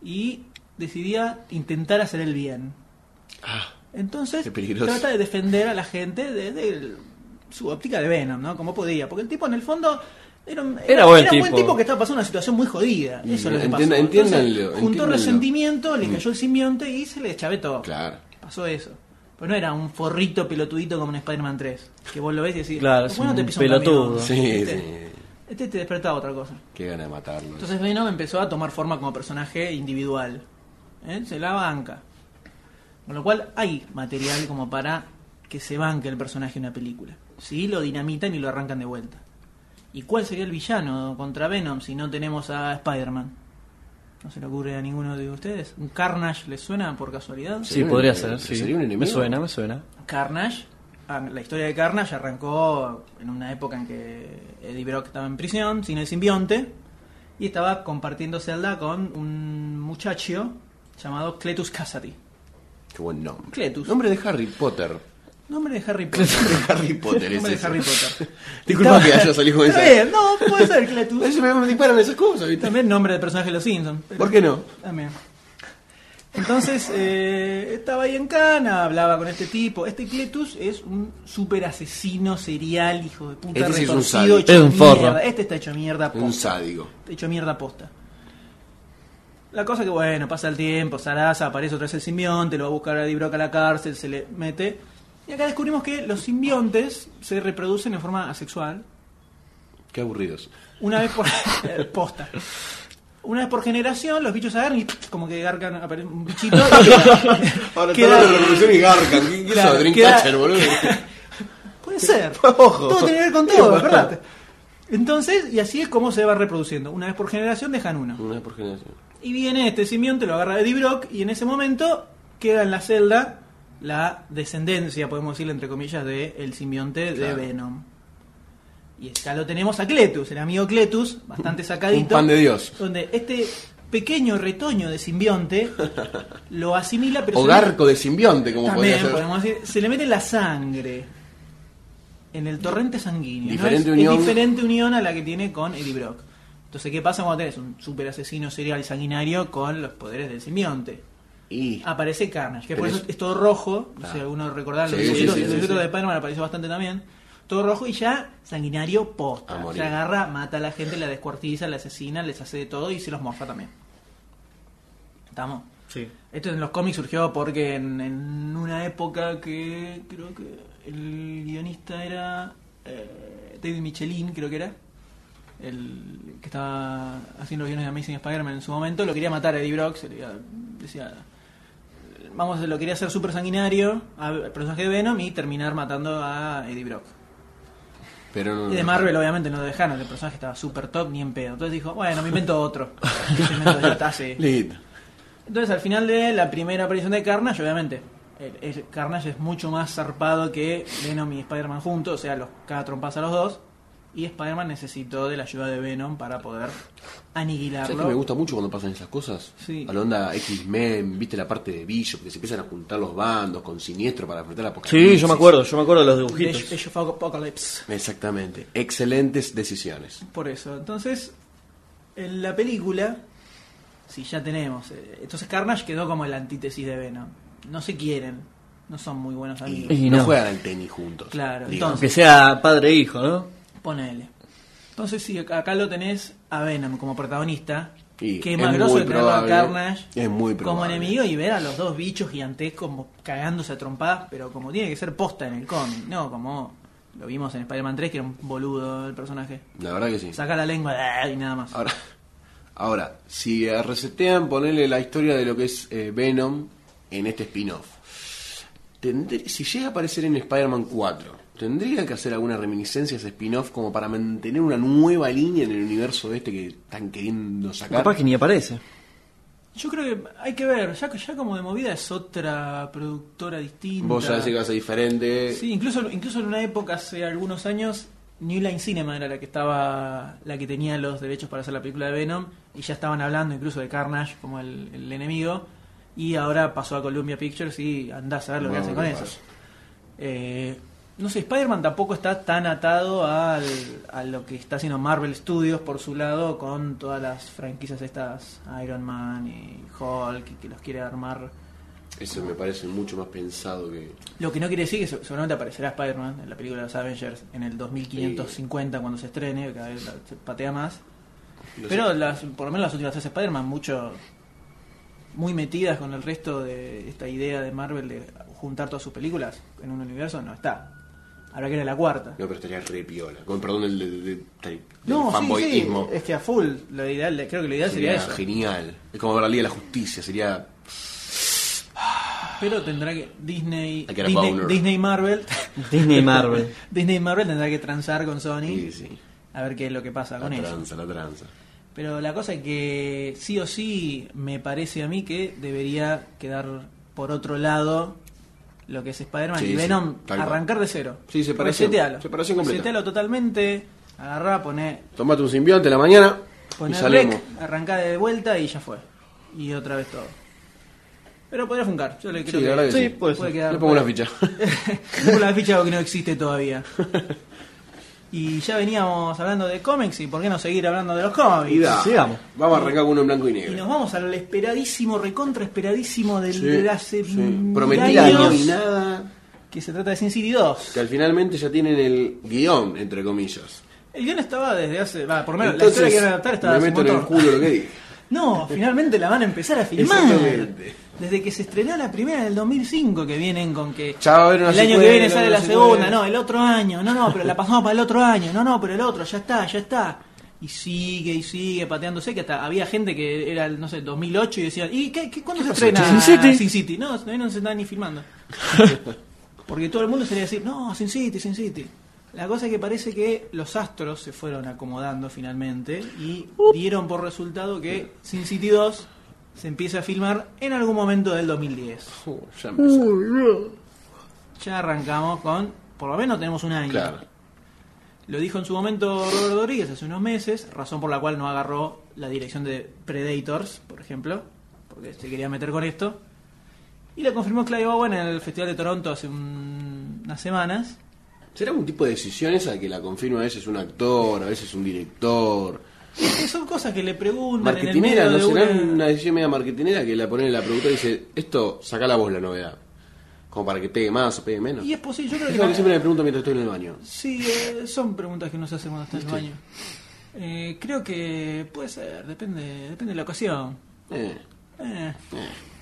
Speaker 2: y decidía intentar hacer el bien.
Speaker 4: Ah,
Speaker 2: Entonces
Speaker 4: Qué peligroso.
Speaker 2: trata de defender a la gente desde el- su óptica de Venom, ¿no? Como podía, porque el tipo en el fondo era un,
Speaker 3: Era buen
Speaker 2: un
Speaker 3: tipo.
Speaker 2: que estaba pasando una situación muy jodida.
Speaker 4: Y
Speaker 2: Eso es lo que
Speaker 4: entienda-
Speaker 2: pasó. Entonces,
Speaker 4: entiéndanlo,
Speaker 2: juntó
Speaker 4: entiéndanlo.
Speaker 2: resentimiento, le cayó el simbionte y se le chavetó.
Speaker 4: claro.
Speaker 2: Pasó eso. Pues no era un forrito pelotudito como en Spider-Man 3, que vos lo ves y decís,
Speaker 3: Claro,
Speaker 2: "Vos no
Speaker 3: es
Speaker 2: te
Speaker 3: un
Speaker 2: pisó camión".
Speaker 3: pelotudo.
Speaker 4: Sí,
Speaker 2: Este-
Speaker 4: sí.
Speaker 2: Este te despertaba otra cosa.
Speaker 4: Qué gana de matarlo.
Speaker 2: Entonces Venom empezó a tomar forma como personaje individual. ¿eh? Se la banca. Con lo cual hay material como para que se banque el personaje en una película. Si lo dinamitan y lo arrancan de vuelta. ¿Y cuál sería el villano contra Venom si no tenemos a Spider-Man? ¿No se le ocurre a ninguno de ustedes? ¿Un Carnage les suena por casualidad?
Speaker 3: Sí,
Speaker 4: ¿Sería un
Speaker 3: podría
Speaker 4: enemigo?
Speaker 3: ser. sí.
Speaker 4: ¿Sería un enemigo?
Speaker 3: Me suena, me suena.
Speaker 2: Carnage, ah, la historia de Carnage arrancó en una época en que Eddie Brock estaba en prisión, sin el simbionte, y estaba compartiendo celda con un muchacho llamado Cletus Cassidy.
Speaker 4: Qué buen nombre.
Speaker 2: Cletus.
Speaker 4: Nombre de Harry Potter.
Speaker 2: Nombre de Harry Potter.
Speaker 4: Nombre de Harry Potter es
Speaker 2: Nombre de
Speaker 4: ese.
Speaker 2: Harry Potter.
Speaker 4: Disculpa que haya salido con
Speaker 2: Está
Speaker 4: esa.
Speaker 2: bien, no, puede ser Cletus.
Speaker 4: Eso me- me disparan esas cosas, ¿viste?
Speaker 2: También nombre de personaje de los Simpsons. pero-
Speaker 4: ¿Por qué no?
Speaker 2: También. Entonces, eh, estaba ahí en Cana, hablaba con este tipo. Este Cletus es un super asesino serial, hijo de puta,
Speaker 4: Este sí es un
Speaker 2: retorcido,
Speaker 4: sádico.
Speaker 2: hecho
Speaker 3: Es un forro.
Speaker 2: mierda. Este está hecho mierda
Speaker 4: Un
Speaker 2: posta.
Speaker 4: sádico.
Speaker 2: Está hecho mierda posta. La cosa que, bueno, pasa el tiempo, Sarasa aparece otra vez el simbionte, lo va a buscar a Dibroca a la cárcel, se le mete. Y acá descubrimos que los simbiontes se reproducen en forma asexual.
Speaker 4: Qué aburridos.
Speaker 2: Una vez por posta. Una vez por generación, los bichos agarran y como que garcan aparece un bichito. y queda-
Speaker 4: Ahora
Speaker 2: queda-
Speaker 4: toda la revolución y garcan. ¿Qué, qué
Speaker 2: Claro,
Speaker 4: sos, Dream
Speaker 2: queda-
Speaker 4: Catcher, boludo?
Speaker 2: Puede ser.
Speaker 4: Ojo.
Speaker 2: Todo tiene que ver con todo, ¿verdad? Entonces, y así es como se va reproduciendo. Una vez por generación dejan uno.
Speaker 4: Una por generación.
Speaker 2: Y viene este simbionte, lo agarra Eddie Brock, y en ese momento queda en la celda la descendencia, podemos decirle entre comillas, del el simbionte
Speaker 4: Claro.
Speaker 2: de Venom. Y acá lo tenemos a Cletus, el amigo Cletus, bastante sacadito.
Speaker 4: Un pan de Dios.
Speaker 2: Donde este pequeño retoño de simbionte lo asimila, pero
Speaker 4: O
Speaker 2: se le-
Speaker 4: garco de simbionte, como podría
Speaker 2: también
Speaker 4: ser.
Speaker 2: podemos decir, se le mete la sangre en el torrente sanguíneo. ¿no?
Speaker 4: Diferente
Speaker 2: es, es
Speaker 4: unión.
Speaker 2: diferente unión a la que tiene con Eddie Brock. Entonces, ¿qué pasa cuando tenés un super asesino serial sanguinario con los poderes del simbionte?
Speaker 4: Y
Speaker 2: Aparece Carnage, que
Speaker 4: Pero
Speaker 2: por eso
Speaker 4: es-
Speaker 2: es todo rojo. No sé
Speaker 4: Ah.
Speaker 2: si alguno recordará,
Speaker 4: Sí,
Speaker 2: los
Speaker 4: sí,
Speaker 2: libros
Speaker 4: sí, sí,
Speaker 2: de
Speaker 4: sí.
Speaker 2: Spider-Man apareció bastante también. Todo rojo y ya sanguinario
Speaker 4: A
Speaker 2: posta.
Speaker 4: morir.
Speaker 2: Se agarra, mata a la gente, la descuartiza, la asesina, les hace de todo y se los morfa también. ¿Estamos?
Speaker 3: Sí.
Speaker 2: Esto en los cómics surgió porque en, en una época que creo que el guionista era eh, David Michelin, creo que era, el que estaba haciendo los guiones de Amazing Spider-Man en su momento, lo quería matar a Eddie Brock, se le iba- decía, vamos, lo quería hacer súper sanguinario al personaje de Venom y terminar matando a Eddie Brock.
Speaker 4: pero no,
Speaker 2: Y de Marvel obviamente no lo dejaron, el personaje estaba súper top ni en pedo. Entonces dijo, bueno, me invento otro. Me invento este, yo, está, sí.
Speaker 4: Listo.
Speaker 2: Entonces, al final de la primera aparición de Carnage, obviamente, el, el Carnage es mucho más zarpado que Venom y Spider-Man juntos, o sea, los cada trompas a los dos. Y Spider-Man necesitó de la ayuda de Venom para poder
Speaker 4: ¿Sabes que me
Speaker 2: aniquilarlo.
Speaker 4: gusta mucho cuando pasan esas cosas?
Speaker 2: Sí.
Speaker 4: A la onda X-Men, viste la parte de Bishop, que se empiezan a juntar los bandos con Siniestro para enfrentar la
Speaker 3: Sí, yo me acuerdo, yo me acuerdo de los
Speaker 2: Age
Speaker 3: dibujitos.
Speaker 2: Age of Apocalypse.
Speaker 4: Exactamente. Excelentes decisiones.
Speaker 2: Por eso. Entonces, en la película, si ya tenemos. eh, Entonces, Carnage quedó como el antítesis de Venom. No se quieren, no son muy buenos amigos.
Speaker 4: Y,
Speaker 3: Y
Speaker 4: no.
Speaker 3: no.
Speaker 4: juegan al tenis juntos.
Speaker 2: Claro,
Speaker 4: digamos.
Speaker 3: Aunque sea padre e hijo, ¿no?
Speaker 2: Ponele. Entonces, sí, acá acá lo tenés a Venom como protagonista.
Speaker 4: Y
Speaker 2: que
Speaker 4: es
Speaker 2: es más groso
Speaker 4: muy
Speaker 2: que tenerlo a
Speaker 4: probable,
Speaker 2: Carnage
Speaker 4: es muy
Speaker 2: como
Speaker 4: probable.
Speaker 2: enemigo y ver a los dos bichos gigantescos como cagándose a trompadas, pero como tiene que ser posta en el cómic, ¿no? Como lo vimos en Spider-Man 3, que era un boludo el personaje.
Speaker 4: La verdad que sí.
Speaker 2: Saca la lengua ¡ah! y nada más.
Speaker 4: Ahora, ahora, si eh, resetean, ponerle la historia de lo que es eh, Venom en este spin-off. Tendré- Si llega a aparecer en Spider-Man 4, ¿tendría que hacer alguna reminiscencia a ese spin-off como para mantener una nueva línea en el universo este que están queriendo sacar?
Speaker 3: Capaz que ni aparece.
Speaker 2: Yo creo que hay que ver, ya, ya como de movida es otra productora distinta.
Speaker 4: Vos ya decís que va a ser diferente.
Speaker 2: Sí, incluso, incluso en una época, hace algunos años, New Line Cinema era la que estaba, la que tenía los derechos para hacer la película de Venom, y ya estaban hablando incluso de Carnage como el, el enemigo, y ahora pasó a Columbia Pictures y andás a ver lo que
Speaker 4: Vamos,
Speaker 2: hacen con
Speaker 4: qué
Speaker 2: eso.
Speaker 4: pasa.
Speaker 2: Eh, No sé, Spider-Man tampoco está tan atado al, a lo que está haciendo Marvel Studios por su lado con todas las franquicias estas, Iron Man y Hulk, y que los quiere armar.
Speaker 4: Eso me parece mucho más pensado que.
Speaker 2: Lo que no quiere decir que se- seguramente aparecerá Spider-Man en la película de los Avengers en el 2550 cuando se estrene, cada vez la- se patea más.
Speaker 4: no sé.
Speaker 2: Pero las, por lo menos las últimas tres Spider-Man, mucho, muy metidas con el resto de esta idea de Marvel de juntar todas sus películas en un universo, no está. Habrá que ir a la cuarta.
Speaker 4: No, pero estaría re piola. Con perdón el, del del- del
Speaker 2: No, sí, sí,
Speaker 4: fanboyismo.
Speaker 2: es que a full, lo ideal, creo que lo ideal sería,
Speaker 4: Sería
Speaker 2: eso.
Speaker 4: genial. Es como ver la Liga de la Justicia. Sería.
Speaker 2: Pero tendrá que Disney,
Speaker 4: I get a
Speaker 2: Disney,
Speaker 4: boner.
Speaker 2: Disney y Marvel,
Speaker 3: Disney y Marvel.
Speaker 2: Disney y Marvel tendrá que transar con
Speaker 4: Sí,
Speaker 2: Sony
Speaker 4: sí.
Speaker 2: a ver qué es lo que pasa
Speaker 4: La
Speaker 2: con eso.
Speaker 4: tranza, la tranza.
Speaker 2: Pero la cosa es que sí o sí me parece a mí que debería quedar por otro lado lo que es Spider-Man
Speaker 4: Sí,
Speaker 2: y
Speaker 4: sí,
Speaker 2: Venom
Speaker 4: tal cual.
Speaker 2: arrancar de cero.
Speaker 4: Sí, separación,
Speaker 2: Resetealo.
Speaker 4: separación completa.
Speaker 2: Resetealo totalmente, agarrá, poné,
Speaker 4: Tomate un simbionte en la mañana y
Speaker 2: poné
Speaker 4: salemos.
Speaker 2: rec, arrancá de vuelta y ya fue. Y otra vez todo. Pero podría funcar, yo le
Speaker 4: Sí,
Speaker 2: creo
Speaker 4: la verdad
Speaker 2: que,
Speaker 4: que sí.
Speaker 2: puede,
Speaker 3: Puede
Speaker 2: quedar.
Speaker 4: Le pongo una
Speaker 2: puede-
Speaker 4: ficha.
Speaker 2: Por la ficha porque no existe todavía. Y ya veníamos hablando de cómics y por qué no seguir hablando de los cómics.
Speaker 4: Y da.
Speaker 3: Sigamos.
Speaker 4: Vamos a arrancar con uno en blanco y
Speaker 2: Y nos
Speaker 4: negro.
Speaker 2: vamos al esperadísimo, recontra esperadísimo del
Speaker 4: Sí,
Speaker 2: de hace
Speaker 4: sí.
Speaker 2: mil
Speaker 4: Prometida
Speaker 2: años,
Speaker 4: y nada.
Speaker 2: que se trata de Sin City 2.
Speaker 4: Que al finalmente ya tienen el guión, entre comillas.
Speaker 2: El guión estaba desde hace, va, por lo menos
Speaker 4: Entonces,
Speaker 2: la historia que iban a adaptar estaba
Speaker 4: me
Speaker 2: hace un
Speaker 4: meto en el
Speaker 2: montón.
Speaker 4: culo lo que dije.
Speaker 2: No, finalmente la van a empezar a filmar.
Speaker 4: Exactamente.
Speaker 2: Desde que se estrenó la primera en el 2005 que vienen con que
Speaker 4: Ya va a haber una
Speaker 2: el año que
Speaker 4: secuela,
Speaker 2: viene sale
Speaker 4: una
Speaker 2: la
Speaker 4: secuela.
Speaker 2: segunda, no, el otro año, no, no, pero la pasamos para el otro año, no, no, pero el otro, ya está, ya está. Y sigue y sigue pateándose, que hasta había gente que era, no sé, 2008 y decían, ¿y qué, qué- cuándo se estrena
Speaker 3: Sin City?
Speaker 2: Sin City? No, todavía no se están ni filmando. Porque todo el mundo sería decir, no, Sin City, Sin City. La cosa es que parece que los astros se fueron acomodando finalmente y dieron por resultado que Sin City 2 se empieza a filmar en algún momento del 2010.
Speaker 4: Uh, ya empezó.
Speaker 2: Ya arrancamos con, por lo menos tenemos un año.
Speaker 4: Claro.
Speaker 2: Lo dijo en su momento Robert Rodríguez hace unos meses, razón por la cual no agarró la dirección de Predators, por ejemplo, porque se quería meter con esto. Y la confirmó Clive Owen en el Festival de Toronto hace un- unas semanas.
Speaker 4: ¿Será un tipo de decisión esa que la confirma a veces un actor, a veces un director?
Speaker 2: Que son cosas que le preguntan en el
Speaker 4: Marketinera,
Speaker 2: medio
Speaker 4: ¿no
Speaker 2: de
Speaker 4: será
Speaker 2: una-
Speaker 4: una decisión media marketinera que la pone en la productora y dice, esto, sacala vos la novedad? Como para que pegue más o pegue menos.
Speaker 2: Y es posible, yo creo
Speaker 4: Es
Speaker 2: que...
Speaker 4: lo
Speaker 2: no-
Speaker 4: que siempre me pregunto mientras estoy en el baño.
Speaker 2: Sí, eh, son preguntas que no se hacen cuando estás en el baño. Eh, creo que puede ser, depende, depende de la ocasión.
Speaker 4: Eh,
Speaker 2: Eh, eh,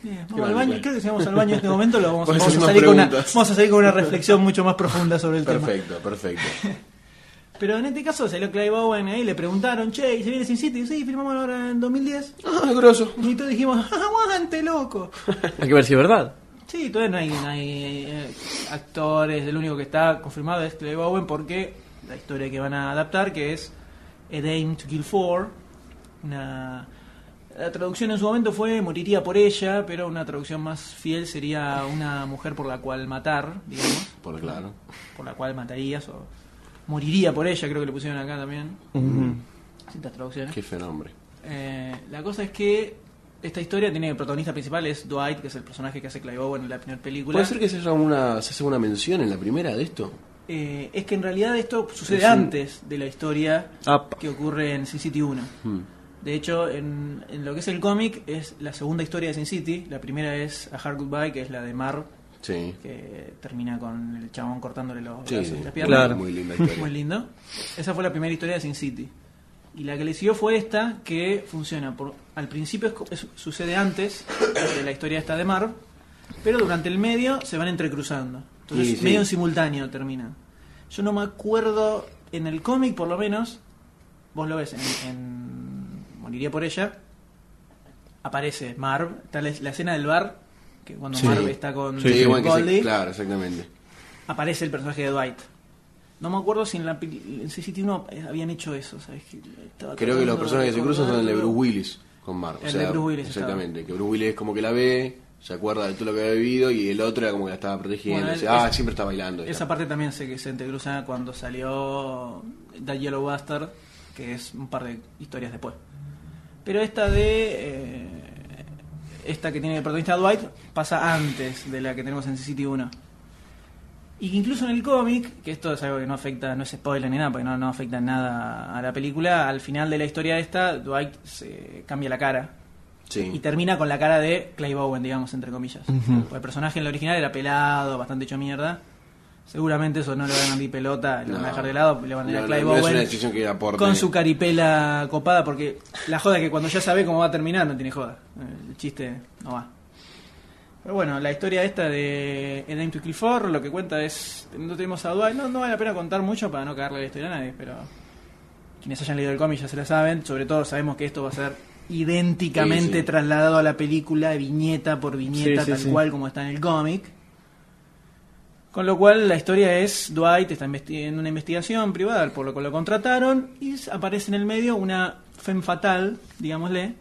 Speaker 4: Qué
Speaker 2: vamos al
Speaker 4: mal,
Speaker 2: baño.
Speaker 4: igual.
Speaker 2: Creo que si vamos al baño en este momento lo vamos,
Speaker 4: Podés
Speaker 2: vamos a
Speaker 4: hacer
Speaker 2: salir con una,
Speaker 4: más preguntas.
Speaker 2: vamos a salir con una reflexión mucho más profunda sobre el tema.
Speaker 4: perfecto, perfecto.
Speaker 2: Pero en este caso salió Clive Owen ahí, le preguntaron, che, ¿y se viene Sin City? Sí, firmamos ahora en 2010.
Speaker 4: Ah, grosso.
Speaker 2: Y todos dijimos, aguante, loco.
Speaker 3: Hay que ver si es verdad.
Speaker 2: Sí, todavía no hay, no hay, eh, actores, el único que está confirmado es Clive Owen porque la historia que van a adaptar, que es A Dame to Kill For, una... La traducción en su momento fue Moriría por ella, pero una traducción más fiel sería Una mujer por la cual matar, digamos,
Speaker 4: Por claro.
Speaker 2: por la cual matarías o moriría por ella, creo que le pusieron acá también,
Speaker 3: Ujú.
Speaker 2: ciertas traducciones.
Speaker 4: Qué fenómeno.
Speaker 2: Eh, la cosa es que esta historia tiene el protagonista principal es Dwight, que es el personaje que hace Clive Owen en la primera película.
Speaker 4: ¿Puede ser que se haga una, se hace una mención en la primera de esto?
Speaker 2: Eh, es que en realidad esto sucede
Speaker 4: Es un-
Speaker 2: antes de la historia
Speaker 3: Apa.
Speaker 2: que ocurre en Sin City 1.
Speaker 4: Hmm.
Speaker 2: De hecho, en, en lo que es el cómic es la segunda historia de Sin City. La primera es A Hard Goodbye, que es la de Mar,
Speaker 4: Sí.
Speaker 2: que termina con el chabón cortándole los
Speaker 4: Sí,
Speaker 2: brazos y
Speaker 4: sí.
Speaker 2: las piernas.
Speaker 3: Claro.
Speaker 4: Muy linda
Speaker 2: Muy
Speaker 4: historia.
Speaker 2: lindo. Esa fue la primera historia de Sin City. Y la que le siguió fue esta, que funciona. Por, al principio es co- es- sucede antes de la historia esta de Marv, pero durante el medio se van entrecruzando. Entonces,
Speaker 4: Y sí.
Speaker 2: medio en simultáneo termina. Yo no me acuerdo, en el cómic por lo menos, vos lo ves en, en Moriría por ella, aparece Marv, tal es la escena del bar, que cuando
Speaker 4: Sí.
Speaker 2: Marv está con
Speaker 4: Sí, bueno, que sí,
Speaker 2: Goldie,
Speaker 4: claro, exactamente.
Speaker 2: aparece el personaje de Dwight. No me acuerdo si en la peli- en City 1 habían hecho eso, ¿sabes? Que estaba
Speaker 4: Creo que los
Speaker 2: tratando
Speaker 4: personajes
Speaker 2: de
Speaker 4: que se cruzan son el de
Speaker 2: acordarlo.
Speaker 4: Bruce Willis con Mar.
Speaker 2: El de Bruce Willis estaba.
Speaker 4: Exactamente. Que Bruce Willis es como que la ve, se acuerda de todo lo que había vivido y el otro era como que la estaba protegiendo.
Speaker 2: Bueno,
Speaker 4: dice,
Speaker 2: él-
Speaker 4: ah,
Speaker 2: es-
Speaker 4: siempre está bailando.
Speaker 2: Esa parte también sé que se entrecruza cuando salió That Yellow Bastard, que es un par de historias después. Pero esta de. eh, esta que tiene el protagonista Dwight pasa antes de la que tenemos en City 1. Y que incluso en el cómic, que esto es algo que no afecta, no es spoiler ni nada, porque no, no afecta en nada a la película, al final de la historia esta, Dwight se cambia la cara.
Speaker 4: Sí.
Speaker 2: Y termina con la cara de Clay Bowen, digamos, entre comillas. Porque El personaje en el original era pelado, bastante hecho mierda. Seguramente eso no le van a dar pelota, lo van a dejar de lado, le van a dar
Speaker 4: No,
Speaker 2: a Clay
Speaker 4: no, no es
Speaker 2: Bowen
Speaker 4: una decisión que aporte.
Speaker 2: con su caripela copada, porque la joda es que cuando ya sabe cómo va a terminar no tiene joda. El chiste no va. Pero bueno, la historia esta de El Name to Kill For, lo que cuenta es. No tenemos a Dwight, no, no vale la pena contar mucho para no cagarle la historia a nadie, pero. Quienes hayan leído el cómic ya se la saben, sobre todo sabemos que esto va a ser idénticamente
Speaker 4: Sí, sí.
Speaker 2: trasladado a la película, viñeta por viñeta,
Speaker 3: Sí, sí,
Speaker 2: tal
Speaker 3: sí.
Speaker 2: cual como está en el cómic. Con lo cual la historia es Dwight está investi- en una investigación privada, por lo cual lo contrataron y s- aparece en el medio una femme fatal, digámosle,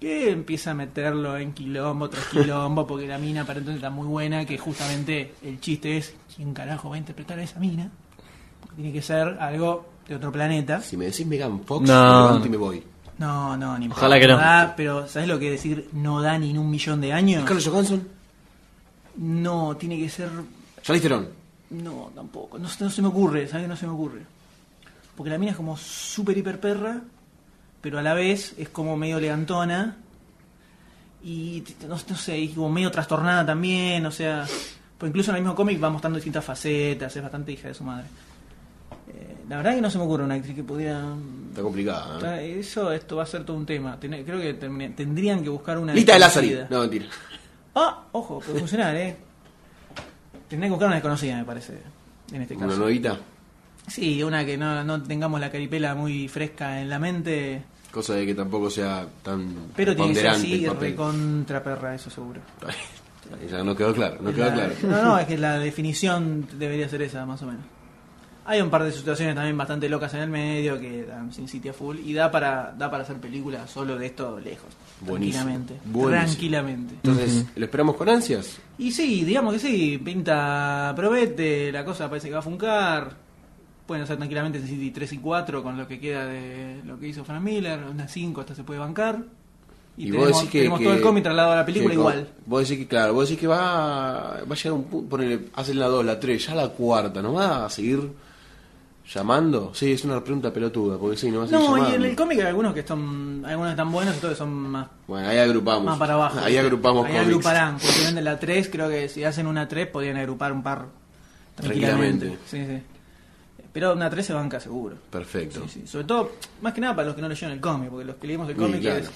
Speaker 2: que empieza a meterlo en quilombo tras quilombo porque la mina aparentemente está muy buena, que justamente el chiste es quién carajo va a interpretar a esa mina, porque tiene que ser algo de otro planeta.
Speaker 4: Si me decís Megan Fox,
Speaker 3: No.
Speaker 4: me levanto y me voy.
Speaker 2: No, no, ni en
Speaker 3: Ojalá
Speaker 2: pedo,
Speaker 3: que no.
Speaker 2: da, pero ¿sabes lo que decir no da ni en un millón de años?
Speaker 4: Carlos Johansson,
Speaker 2: No, tiene que ser
Speaker 4: Charlize Theron.
Speaker 2: No, tampoco. No, se- no se me ocurre, ¿sabes? No se me ocurre. Porque la mina es como súper hiper perra, pero a la vez es como medio elegantona. Y t- t- no, no sé, y como medio trastornada también, o sea. Pues incluso en el mismo cómic va mostrando distintas facetas, es bastante hija de su madre. Eh, la verdad que no se me ocurre una actriz que pudiera.
Speaker 4: Está complicada.
Speaker 2: Está-
Speaker 4: ¿eh?
Speaker 2: Eso, esto va a ser todo un tema. Tené- Creo que termine- tendrían que buscar una.
Speaker 4: Lita de
Speaker 2: desconocida.
Speaker 4: Lázari. No, mentira.
Speaker 2: Ah, ojo, puede funcionar, ¿eh? Tendría que buscar una desconocida, me parece, en este caso.
Speaker 4: Una novita.
Speaker 2: Sí, una que no, no tengamos la caripela muy fresca en la mente,
Speaker 4: Cosa de que tampoco sea tan
Speaker 2: pero tiene que ser
Speaker 4: ponderante
Speaker 2: así,
Speaker 4: el papel.
Speaker 2: recontra perra, eso seguro.
Speaker 4: Está bien. Ya no quedó claro, no quedó
Speaker 2: La-
Speaker 4: claro.
Speaker 2: No, no, es que la definición debería ser esa, más o menos. Hay un par de situaciones también bastante locas en el medio que dan sin sitio full y da para da para hacer películas solo de esto lejos.
Speaker 4: Buenísimo.
Speaker 2: Tranquilamente.
Speaker 4: Buenísimo.
Speaker 2: Tranquilamente.
Speaker 4: Entonces, ¿lo esperamos con ansias?
Speaker 2: Y sí, digamos que sí, pinta probete, la cosa parece que va a funcar. Pueden hacer tranquilamente Sin City 3 y 4 con lo que queda de lo que hizo Frank Miller, una 5 hasta se puede bancar. Y, tenemos, tenemos todo el cómic trasladado a la película
Speaker 4: que
Speaker 2: igual.
Speaker 4: con- Vos decís que, claro, vos decís que va, va a llegar un punto, ponele, hacen la 2, la 3, ya la cuarta, ¿no va a seguir llamando? Sí, es una pregunta pelotuda, porque sí, no va a seguir
Speaker 2: No, y
Speaker 4: llamando.
Speaker 2: en el cómic hay algunos que están, algunos están buenos y otros que son más,
Speaker 4: Bueno, ahí agrupamos.
Speaker 2: más Ah, para abajo.
Speaker 4: Ahí agrupamos
Speaker 2: Ahí
Speaker 4: cómics.
Speaker 2: agruparán, porque venden la 3, creo que si hacen una 3 podrían agrupar un par tranquilamente. Sí, sí. Pero una 3 se banca seguro.
Speaker 4: Perfecto.
Speaker 2: Sí, sí. Sobre todo, más que nada para los que no leyeron el cómic, porque los que leímos el
Speaker 4: Sí,
Speaker 2: cómic
Speaker 4: claro.
Speaker 2: es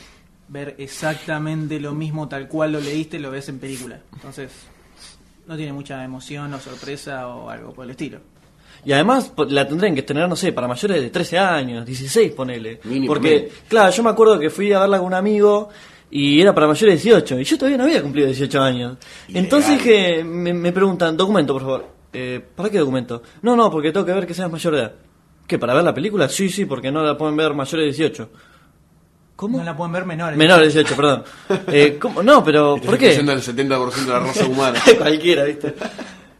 Speaker 2: ver exactamente lo mismo tal cual lo leíste, lo ves en película. Entonces, no tiene mucha emoción o sorpresa o algo por el estilo.
Speaker 3: Y además po- la tendrían que estrenar, no sé, para mayores de 13 años, 16, ponele.
Speaker 4: Mínimo,
Speaker 3: Porque,
Speaker 4: mínimo.
Speaker 3: claro, yo me acuerdo que fui a verla con un amigo y era para mayores de 18. Y yo todavía no había cumplido 18 años.
Speaker 4: Ilegal.
Speaker 3: Entonces que me, me preguntan, documento, por favor. Eh, ¿Para qué documento? No, no, porque tengo que ver que seas mayor de edad. ¿Qué, para ver la película? Sí, sí, porque no la pueden ver mayores de 18. ¿Cómo?
Speaker 2: No la pueden ver menores.
Speaker 3: Menores de 18, perdón. Eh, ¿cómo? No, pero
Speaker 4: Estoy
Speaker 3: ¿por qué?
Speaker 4: representando el 70% de la raza humana.
Speaker 3: Cualquiera, ¿viste?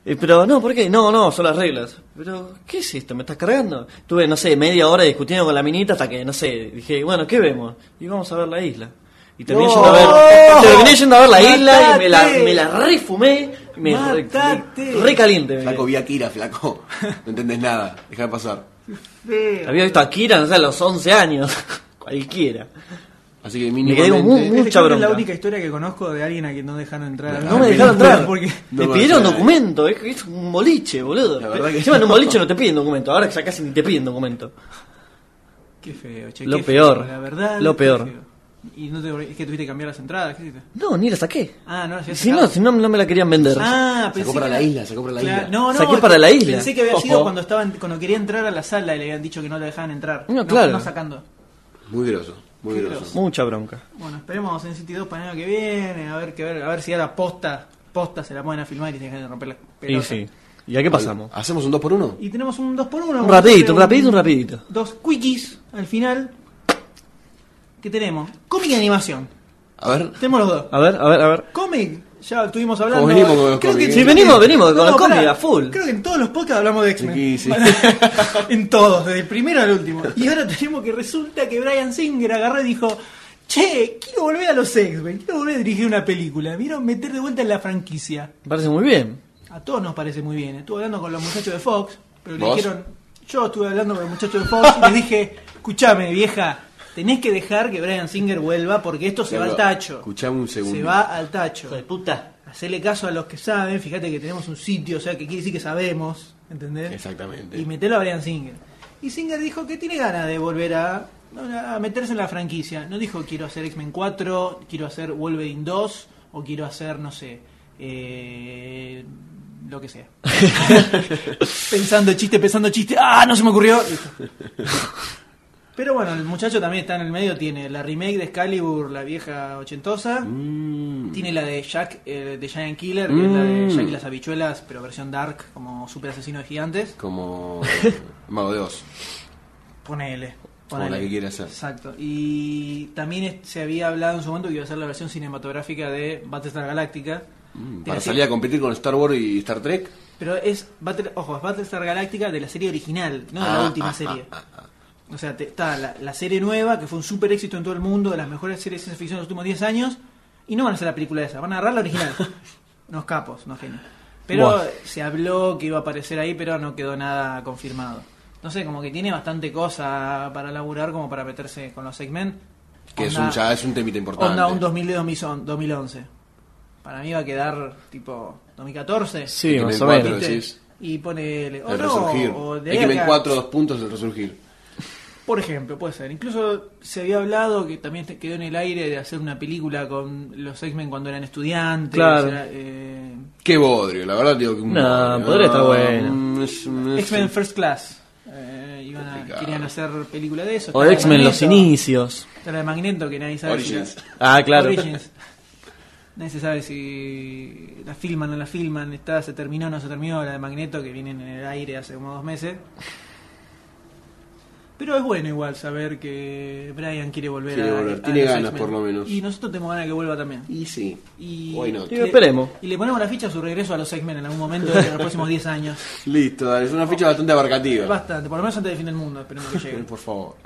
Speaker 3: Eh, Pero no, ¿por qué? No, no, son las reglas. Pero, ¿qué es esto? ¿Me estás cargando? Tuve, no sé, media hora discutiendo con la minita hasta que, no sé, dije, bueno, ¿qué vemos? Y vamos a ver la isla. Y terminé,
Speaker 4: No.
Speaker 3: yendo, a ver, terminé yendo a ver la isla y me la,
Speaker 2: Matate.
Speaker 3: me la refumé. Me re-
Speaker 2: Matate.
Speaker 3: re caliente. me
Speaker 4: Flaco,
Speaker 3: quedé.
Speaker 4: vi a Kira, flaco. No entendés nada. Deja de pasar.
Speaker 3: Había visto a Kira, no sé, a los 11 anos. Cualquiera.
Speaker 4: Así que
Speaker 3: quedé
Speaker 4: mínimamente...
Speaker 3: muy- muy-
Speaker 2: Este
Speaker 3: mucha
Speaker 2: creo que es la
Speaker 3: bronca.
Speaker 2: única historia que conozco de alguien a quien no dejaron entrar.
Speaker 3: No me dejaron entrar.
Speaker 2: Ah, Porque
Speaker 4: No
Speaker 3: me
Speaker 4: me
Speaker 3: pidieron
Speaker 4: dejaron.
Speaker 3: documento. Es, es un boliche, boludo.
Speaker 4: La verdad que
Speaker 3: Encima en un
Speaker 4: no.
Speaker 3: boliche no te piden documento. Ahora ya casi ni te piden documento.
Speaker 2: Qué feo, che,
Speaker 3: Lo
Speaker 2: qué
Speaker 3: peor.
Speaker 2: feo, la verdad.
Speaker 3: Lo
Speaker 2: qué
Speaker 3: peor.
Speaker 2: feo. Y no te, es que tuviste que cambiar las entradas, ¿qué hiciste?
Speaker 3: No, ni la saqué.
Speaker 2: Ah, no, ya
Speaker 3: Si no,
Speaker 2: sacaron.
Speaker 3: si no, no me la querían vender.
Speaker 2: Ah,
Speaker 4: Sacó
Speaker 2: pensé
Speaker 4: para
Speaker 2: que
Speaker 4: la
Speaker 2: era-
Speaker 4: isla, sacó para la
Speaker 2: Claro,
Speaker 4: isla.
Speaker 2: No, no,
Speaker 3: Saqué para la isla.
Speaker 2: Pensé que había sido
Speaker 3: Ojo.
Speaker 2: cuando estaban, cuando quería entrar a la sala y le habían dicho que no la dejaban entrar.
Speaker 3: No, claro.
Speaker 2: No sacando.
Speaker 4: Muy groso, muy
Speaker 2: Qué
Speaker 4: groso.
Speaker 2: groso.
Speaker 3: Mucha bronca.
Speaker 2: Bueno, esperemos en City 2 para el año que viene, a ver, que ver, a ver si ahora posta, posta se la pueden a filmar y se dejan de romper las
Speaker 3: Y
Speaker 2: pelotas.
Speaker 3: sí. ¿Y a qué pasamos?
Speaker 4: ¿Hacemos un 2 por 1
Speaker 2: Y tenemos un 2 por 1
Speaker 3: Un rapidito, un rapidito, un rapidito.
Speaker 2: Dos quickies al final. ¿Qué tenemos? Cómic y animación.
Speaker 4: A ver.
Speaker 2: Tenemos los dos.
Speaker 3: A ver, a ver, a ver.
Speaker 2: Cómic, ya estuvimos hablando.
Speaker 4: Como venimos con
Speaker 2: Creo
Speaker 4: los
Speaker 2: que-
Speaker 4: cómics, ¿eh?
Speaker 3: Sí, venimos- venimos con los
Speaker 2: pará.
Speaker 3: cómics a full.
Speaker 2: Creo que en todos los podcasts hablamos de X-Men.
Speaker 4: Sí, sí.
Speaker 2: en todos, desde el primero al último. Y ahora tenemos que resulta que Brian Singer agarró y dijo: Che, quiero volver a los X-Men, quiero volver a dirigir una película. Me Vieron meter de vuelta en la franquicia.
Speaker 3: Me parece muy bien.
Speaker 2: A todos nos parece muy bien. Estuve hablando con los muchachos de Fox, pero le
Speaker 4: ¿Vos?
Speaker 2: dijeron. Yo estuve hablando con los muchachos de Fox y les dije: Escuchame, vieja, tenés que dejar que Brian Singer vuelva porque esto se va al tacho.
Speaker 4: Escuchame un segundo.
Speaker 2: Se va al tacho.
Speaker 3: Hijo de puta.
Speaker 2: Hacerle caso a los que saben, fíjate que tenemos un sitio, o sea, que quiere decir que sabemos, ¿entendés?
Speaker 4: Exactamente.
Speaker 2: Y metelo a Brian Singer. Y Singer dijo que tiene ganas de volver a, a meterse en la franquicia. No dijo quiero hacer X-Men 4, quiero hacer Wolverine 2 o quiero hacer, no sé, eh, lo que sea. pensando chiste, pensando chiste. ¡Ah, no se me ocurrió! Listo. Pero bueno, el muchacho también está en el medio. Tiene la remake de Excalibur, la vieja ochentosa.
Speaker 4: Mm.
Speaker 2: Tiene la de Jack, eh, de Giant Killer, que es la de
Speaker 4: Mm.
Speaker 2: Jack y las habichuelas, pero versión dark, como super asesino de gigantes.
Speaker 4: Como Mago de Oz.
Speaker 2: Ponele.
Speaker 4: Como
Speaker 2: ponele.
Speaker 4: la que quiera hacer.
Speaker 2: Exacto. Y también es- se había hablado en su momento que iba a ser la versión cinematográfica de Battlestar Galactica.
Speaker 4: Mm,
Speaker 2: Tiene
Speaker 4: Para
Speaker 2: así-
Speaker 4: salir a competir con Star Wars y Star Trek.
Speaker 2: Pero es, Battle- ojo, es Battlestar Galactica de la serie original, no de
Speaker 4: Ah,
Speaker 2: la última
Speaker 4: ah,
Speaker 2: serie.
Speaker 4: ah, ah, ah.
Speaker 2: O sea, te- está la, la serie nueva, que fue un super éxito en todo el mundo, de las mejores series de ciencia ficción de los últimos 10 años, y no van a hacer la película esa, van a agarrar la original. Unos capos, unos genios. Pero
Speaker 3: Buah.
Speaker 2: se habló que iba a aparecer ahí, pero no quedó nada confirmado. No sé, como que tiene bastante cosa para laburar, como para meterse con los segment.
Speaker 4: Que es
Speaker 2: Onda-
Speaker 4: un, ya es un temita importante.
Speaker 2: Onda un 2000-2011. Para mí va a quedar tipo 2014.
Speaker 3: Sí,
Speaker 4: X-Men
Speaker 3: más o
Speaker 4: 4,
Speaker 3: menos.
Speaker 4: decís.
Speaker 2: Y ponele. O
Speaker 4: El
Speaker 2: no,
Speaker 4: resurgir.
Speaker 2: o de
Speaker 4: X-Men
Speaker 2: acá.
Speaker 4: 4, dos puntos, el resurgir.
Speaker 2: Por ejemplo, puede ser. Incluso se había hablado que también te- quedó en el aire de hacer una película con los X-Men cuando eran estudiantes.
Speaker 3: Claro.
Speaker 2: era, eh,
Speaker 4: Qué bodrio, la verdad digo que un
Speaker 3: No,
Speaker 4: bodrio.
Speaker 3: podría estar
Speaker 4: No,
Speaker 3: bueno.
Speaker 4: mm, es- es-
Speaker 2: X-Men First Class. Eh, iban a-
Speaker 4: Complicado.
Speaker 2: querían hacer película de eso.
Speaker 3: O
Speaker 2: Está la de
Speaker 3: X-men los
Speaker 2: Magneto,
Speaker 3: inicios.
Speaker 2: está la de Magneto que nadie sabe. si la-
Speaker 4: Origins.
Speaker 3: Ah, claro.
Speaker 2: Origins. Nadie se sabe si la filman o no la filman, está, se terminó o no se terminó la de Magneto que viene en el aire hace como dos meses. Pero es bueno igual saber que Brian quiere volver
Speaker 4: Quiere
Speaker 2: a,
Speaker 4: volver,
Speaker 2: a
Speaker 4: tiene
Speaker 2: los
Speaker 4: ganas,
Speaker 2: X-Men.
Speaker 4: por lo menos.
Speaker 2: Y nosotros tenemos ganas de que vuelva también.
Speaker 4: Y sí.
Speaker 2: Y,
Speaker 4: Why not?
Speaker 2: y
Speaker 3: Y esperemos.
Speaker 2: y le ponemos la ficha a su regreso a los X-Men en algún momento de los próximos 10 años.
Speaker 4: Listo, dale, es una ficha bastante abarcativa.
Speaker 2: Oh,
Speaker 4: Eh,
Speaker 2: Bastante, por lo menos antes del fin del mundo, esperemos que llegue.
Speaker 4: Por favor.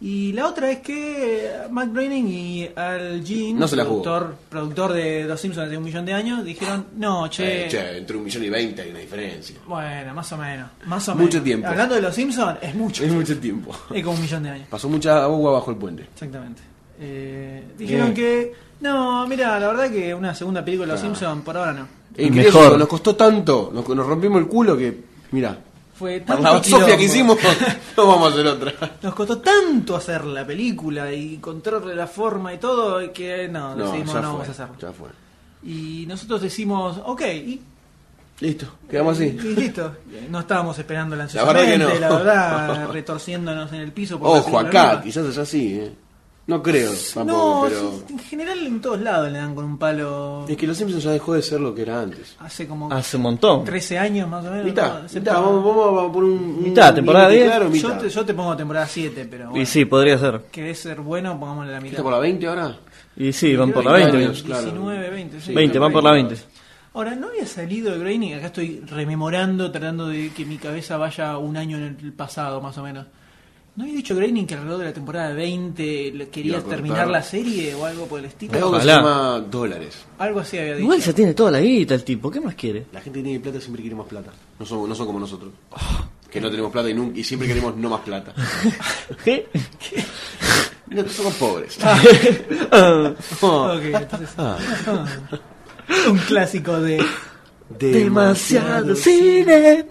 Speaker 2: Y la otra es que eh, Matt Groening y Al Jean,
Speaker 4: No se la jugó.
Speaker 2: productor, productor de Los Simpsons hace un millón de años, dijeron, no, che,
Speaker 4: Eh, che, entre un millón y veinte hay una diferencia.
Speaker 2: bueno, más o menos, más o
Speaker 4: Mucho
Speaker 2: menos.
Speaker 4: tiempo.
Speaker 2: Hablando de Los Simpsons, es mucho.
Speaker 4: Es mucho tiempo.
Speaker 2: Es como un millón de años,
Speaker 4: Pasó mucha agua bajo el puente.
Speaker 2: exactamente. Eh, dijeron
Speaker 4: Bien.
Speaker 2: que, no, mira, la verdad que una segunda película de Los
Speaker 4: Ah.
Speaker 2: Simpsons por ahora no.
Speaker 4: Es
Speaker 3: Y
Speaker 4: increíble,
Speaker 3: mejor.
Speaker 4: Nos costó tanto, nos, nos rompimos el culo que. Mira,
Speaker 2: Fue tanto
Speaker 4: la
Speaker 2: quilombo.
Speaker 4: Sofía que hicimos, no vamos a hacer otra.
Speaker 2: Nos costó tanto hacer la película y encontrarle la forma y todo que no,
Speaker 4: No,
Speaker 2: decidimos
Speaker 4: ya
Speaker 2: no
Speaker 4: fue,
Speaker 2: vamos a hacerlo.
Speaker 4: Ya fue.
Speaker 2: Y nosotros decimos, ok, y
Speaker 4: Listo, quedamos así.
Speaker 2: Y listo. No estábamos esperando la
Speaker 4: La verdad que no.
Speaker 2: La verdad, retorciéndonos en el piso. por
Speaker 4: Ojo
Speaker 2: hacer la
Speaker 4: acá,
Speaker 2: misma.
Speaker 4: quizás es así, ¿eh? No creo,
Speaker 2: No,
Speaker 4: tampoco, pero.
Speaker 2: en general en todos lados le dan con un palo.
Speaker 4: Es que Los Simpsons ya dejó de ser lo que era antes.
Speaker 2: Hace como
Speaker 3: Hace un montón.
Speaker 2: 13 años más o menos.
Speaker 4: Mitad,
Speaker 2: ¿no? Se
Speaker 4: mitad,
Speaker 2: pone-
Speaker 4: vamos, vamos, a poner un. un
Speaker 3: Mitad, temporada
Speaker 4: límite
Speaker 3: 10.
Speaker 4: Claro, mitad.
Speaker 2: yo, te, yo te pongo temporada 7, pero.
Speaker 3: Y
Speaker 2: Bueno,
Speaker 3: sí, podría ser.
Speaker 2: ¿Querés ser bueno? Pongámosle la mitad.
Speaker 4: ¿Está por la 20 ahora?
Speaker 3: Y sí, van por la
Speaker 2: Creo que
Speaker 3: 20.
Speaker 2: está
Speaker 4: años, claro.
Speaker 2: 19, 20. sí.
Speaker 3: 20, van por la 20.
Speaker 2: Ahora, ¿no había salido de Groening? Acá estoy rememorando, tratando de que mi cabeza vaya un año en el pasado, más o menos. ¿No había dicho Groening que alrededor de la temporada 20 le-
Speaker 4: Iba
Speaker 2: quería
Speaker 4: a cortar.
Speaker 2: terminar la serie o algo por el
Speaker 4: Hay
Speaker 2: estilo?
Speaker 4: algo que se
Speaker 3: Ojalá.
Speaker 4: llama dólares.
Speaker 2: Algo así había dicho.
Speaker 3: Igual ya tiene toda la guita el tipo, ¿qué más quiere?
Speaker 4: La gente que tiene plata siempre quiere más plata. No somos, no son como nosotros.
Speaker 3: Oh.
Speaker 4: Que no tenemos plata y, nunca, y siempre queremos no más plata.
Speaker 3: ¿Qué?
Speaker 4: No, somos pobres.
Speaker 3: Ah,
Speaker 2: Ok, entonces-
Speaker 4: Ah.
Speaker 2: un clásico de...
Speaker 3: Demasiado cine.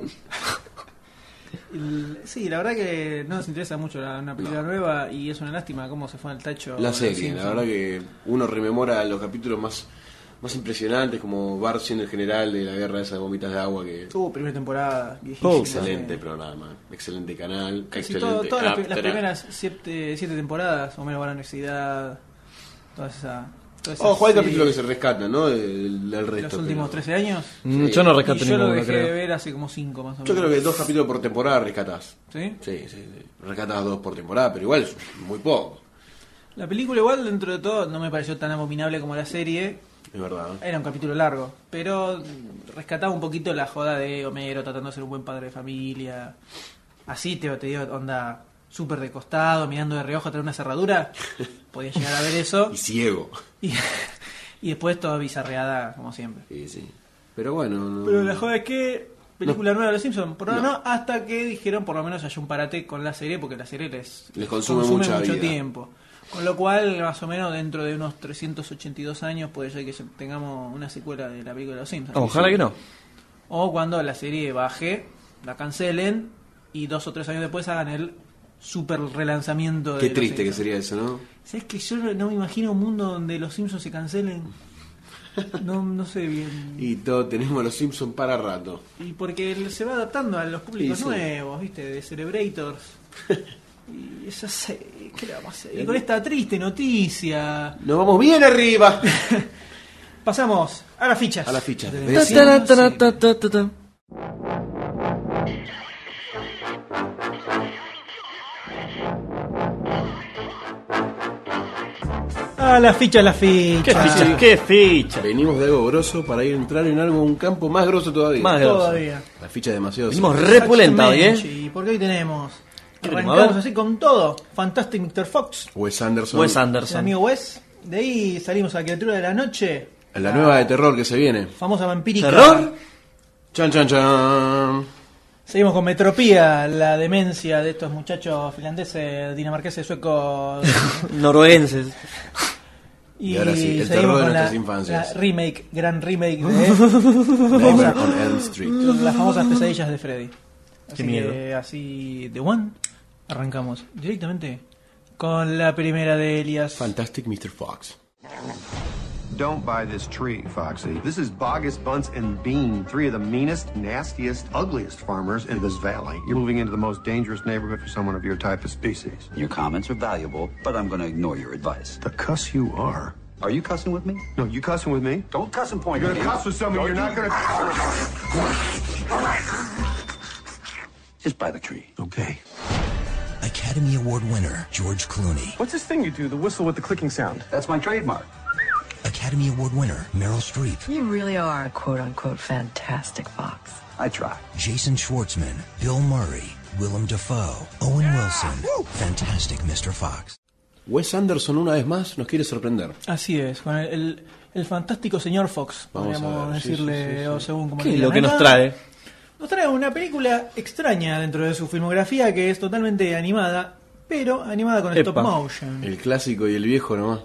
Speaker 2: el- sí, la verdad que no nos interesa mucho la, una película nueva y es una lástima cómo se fue al tacho.
Speaker 4: La
Speaker 2: los
Speaker 4: serie,
Speaker 2: Simpsons.
Speaker 4: la verdad que uno rememora los capítulos más, más impresionantes, como Bart siendo el general de la guerra de esas bombitas de agua que...
Speaker 2: Tuvo primera temporada. viejísima,
Speaker 3: Oh,
Speaker 4: Excelente
Speaker 2: eh.
Speaker 4: programa, excelente canal,
Speaker 2: Casi
Speaker 4: excelente
Speaker 2: todo- todas las, pri- las
Speaker 4: after.
Speaker 2: primeras siete, siete temporadas, Homero va a la universidad, toda esa... toda esa
Speaker 4: Ojo, hay
Speaker 2: serie
Speaker 4: capítulos que se rescatan, ¿no? Del, del
Speaker 2: de
Speaker 4: resto.
Speaker 2: Los últimos
Speaker 4: pero-
Speaker 2: 13 años.
Speaker 3: Mm,
Speaker 4: Sí.
Speaker 3: Yo no
Speaker 2: Y yo
Speaker 3: rescato
Speaker 2: lo
Speaker 3: ninguno,
Speaker 2: dejé de
Speaker 3: creo.
Speaker 2: ver hace como 5 más o menos.
Speaker 4: Yo creo que dos capítulos por temporada rescatás.
Speaker 2: ¿Sí?
Speaker 4: Sí, sí, sí. Rescatás dos por temporada, pero igual es muy poco,
Speaker 2: La película igual dentro de todo no me pareció tan abominable como la serie.
Speaker 4: es verdad.
Speaker 2: Era un capítulo largo, pero rescataba un poquito la joda de Homero tratando de ser un buen padre de familia. Así te, te dio onda súper de costado, mirando de reojo traer una cerradura. Podía llegar a ver eso.
Speaker 4: Y ciego.
Speaker 2: Y, y después toda bizarreada, como siempre.
Speaker 4: Sí, sí. Pero bueno, no-
Speaker 2: Pero la joda es que. Película nueva de los Simpsons. Por ahora no. hasta que dijeron por lo menos hay un parate con la serie, porque la serie les,
Speaker 4: Les consume mucha
Speaker 2: mucho
Speaker 4: vida.
Speaker 2: tiempo. Con lo cual, más o menos dentro de unos 382 años, puede ser que se- tengamos una secuela de la película de los Simpsons.
Speaker 3: Oh, Ojalá que no.
Speaker 2: O cuando la serie baje, la cancelen y dos o tres años después hagan el super relanzamiento de
Speaker 4: qué
Speaker 2: Los
Speaker 4: triste que
Speaker 2: Simpsons.
Speaker 4: sería eso, ¿no?
Speaker 2: ¿Sabes que yo no- no me imagino un mundo donde los Simpsons se cancelen? No, no sé bien.
Speaker 4: Y todo tenemos los Simpsons para rato.
Speaker 2: Y porque él se va adaptando a los públicos
Speaker 4: Y sí.
Speaker 2: nuevos, ¿viste? De Celebrators. Y eso sé, ¿qué le vamos a hacer? Y con esta triste noticia.
Speaker 4: Nos vamos bien arriba.
Speaker 2: Pasamos a las fichas.
Speaker 4: A las fichas.
Speaker 2: De-
Speaker 4: De-
Speaker 3: Ta, ta, ta, ta, ta, ta, ta.
Speaker 2: A las fichas, a las fichas.
Speaker 3: ¿Qué ficha? Ah, ¿Qué ficha?
Speaker 4: Venimos de algo grosso para ir a entrar en algo, un campo más grosso todavía.
Speaker 3: Más grosso.
Speaker 2: Todavía.
Speaker 4: La ficha es demasiado.
Speaker 3: Venimos repulenta hoy, ¿eh?
Speaker 2: Exactamente, Y porque hoy tenemos.
Speaker 3: ¿Qué tenemos? A
Speaker 2: Arrancamos
Speaker 3: ver.
Speaker 2: así con todo. Fantastic Mr. Fox.
Speaker 4: Wes Anderson.
Speaker 3: Wes
Speaker 2: El
Speaker 3: Anderson.
Speaker 2: amigo Wes. De ahí salimos a la criatura de la noche.
Speaker 4: La nueva de terror que se viene.
Speaker 2: Famosa vampírica.
Speaker 3: ¿Terror?
Speaker 4: Chan, chan, chan.
Speaker 2: Seguimos con Metropía, la demencia de estos muchachos finlandeses, dinamarqueses, suecos.
Speaker 3: Noruenses.
Speaker 4: Y ahora sí, el terror de nuestras infancias.
Speaker 2: la remake, gran remake de la
Speaker 4: Nightmare
Speaker 2: famosa-
Speaker 4: on Elm Street.
Speaker 2: las famosas pesadillas de Freddy. Así
Speaker 3: Qué miedo.
Speaker 2: que así de one arrancamos directamente con la primera de Elias.
Speaker 4: Fantastic Mr. Fox.
Speaker 1: Don't buy this tree, Foxy. This is Bogus Bunce and Bean, three of the meanest, nastiest, ugliest farmers in this valley. You're moving into the most dangerous neighborhood for someone of your type of species.
Speaker 5: Your comments are valuable, but I'm going to ignore your advice.
Speaker 1: The cuss you are.
Speaker 5: Are you cussing with me?
Speaker 1: No, you cussing with me?
Speaker 5: Don't cuss and point
Speaker 1: You're
Speaker 5: at
Speaker 1: gonna
Speaker 5: me.
Speaker 1: cuss with someone. You're not gonna.
Speaker 5: Just buy the tree.
Speaker 1: Okay.
Speaker 6: Academy Award winner George Clooney,
Speaker 7: What's this thing you do, the whistle with the clicking sound?
Speaker 5: That's my trademark.
Speaker 6: Academy Award winner Meryl Streep,
Speaker 8: You really are a quote unquote fantastic fox.
Speaker 5: I try.
Speaker 6: Jason Schwartzman, Bill Murray, Willem Dafoe, Owen Wilson, Fantastic Mr. Fox.
Speaker 4: Wes Anderson una vez más nos quiere sorprender.
Speaker 2: Así es, con el, el- el fantástico señor Fox,
Speaker 4: Vamos a
Speaker 2: podríamos
Speaker 4: ver, sí,
Speaker 2: decirle,
Speaker 4: sí, sí, sí.
Speaker 2: o según como
Speaker 3: ¿Qué
Speaker 2: le
Speaker 3: es lo
Speaker 2: digan
Speaker 3: que nos
Speaker 2: acá.
Speaker 3: trae?
Speaker 2: Nos trae una película extraña dentro de su filmografía que es totalmente animada, pero animada con
Speaker 3: Epa.
Speaker 2: stop motion.
Speaker 4: El clásico y el viejo nomás.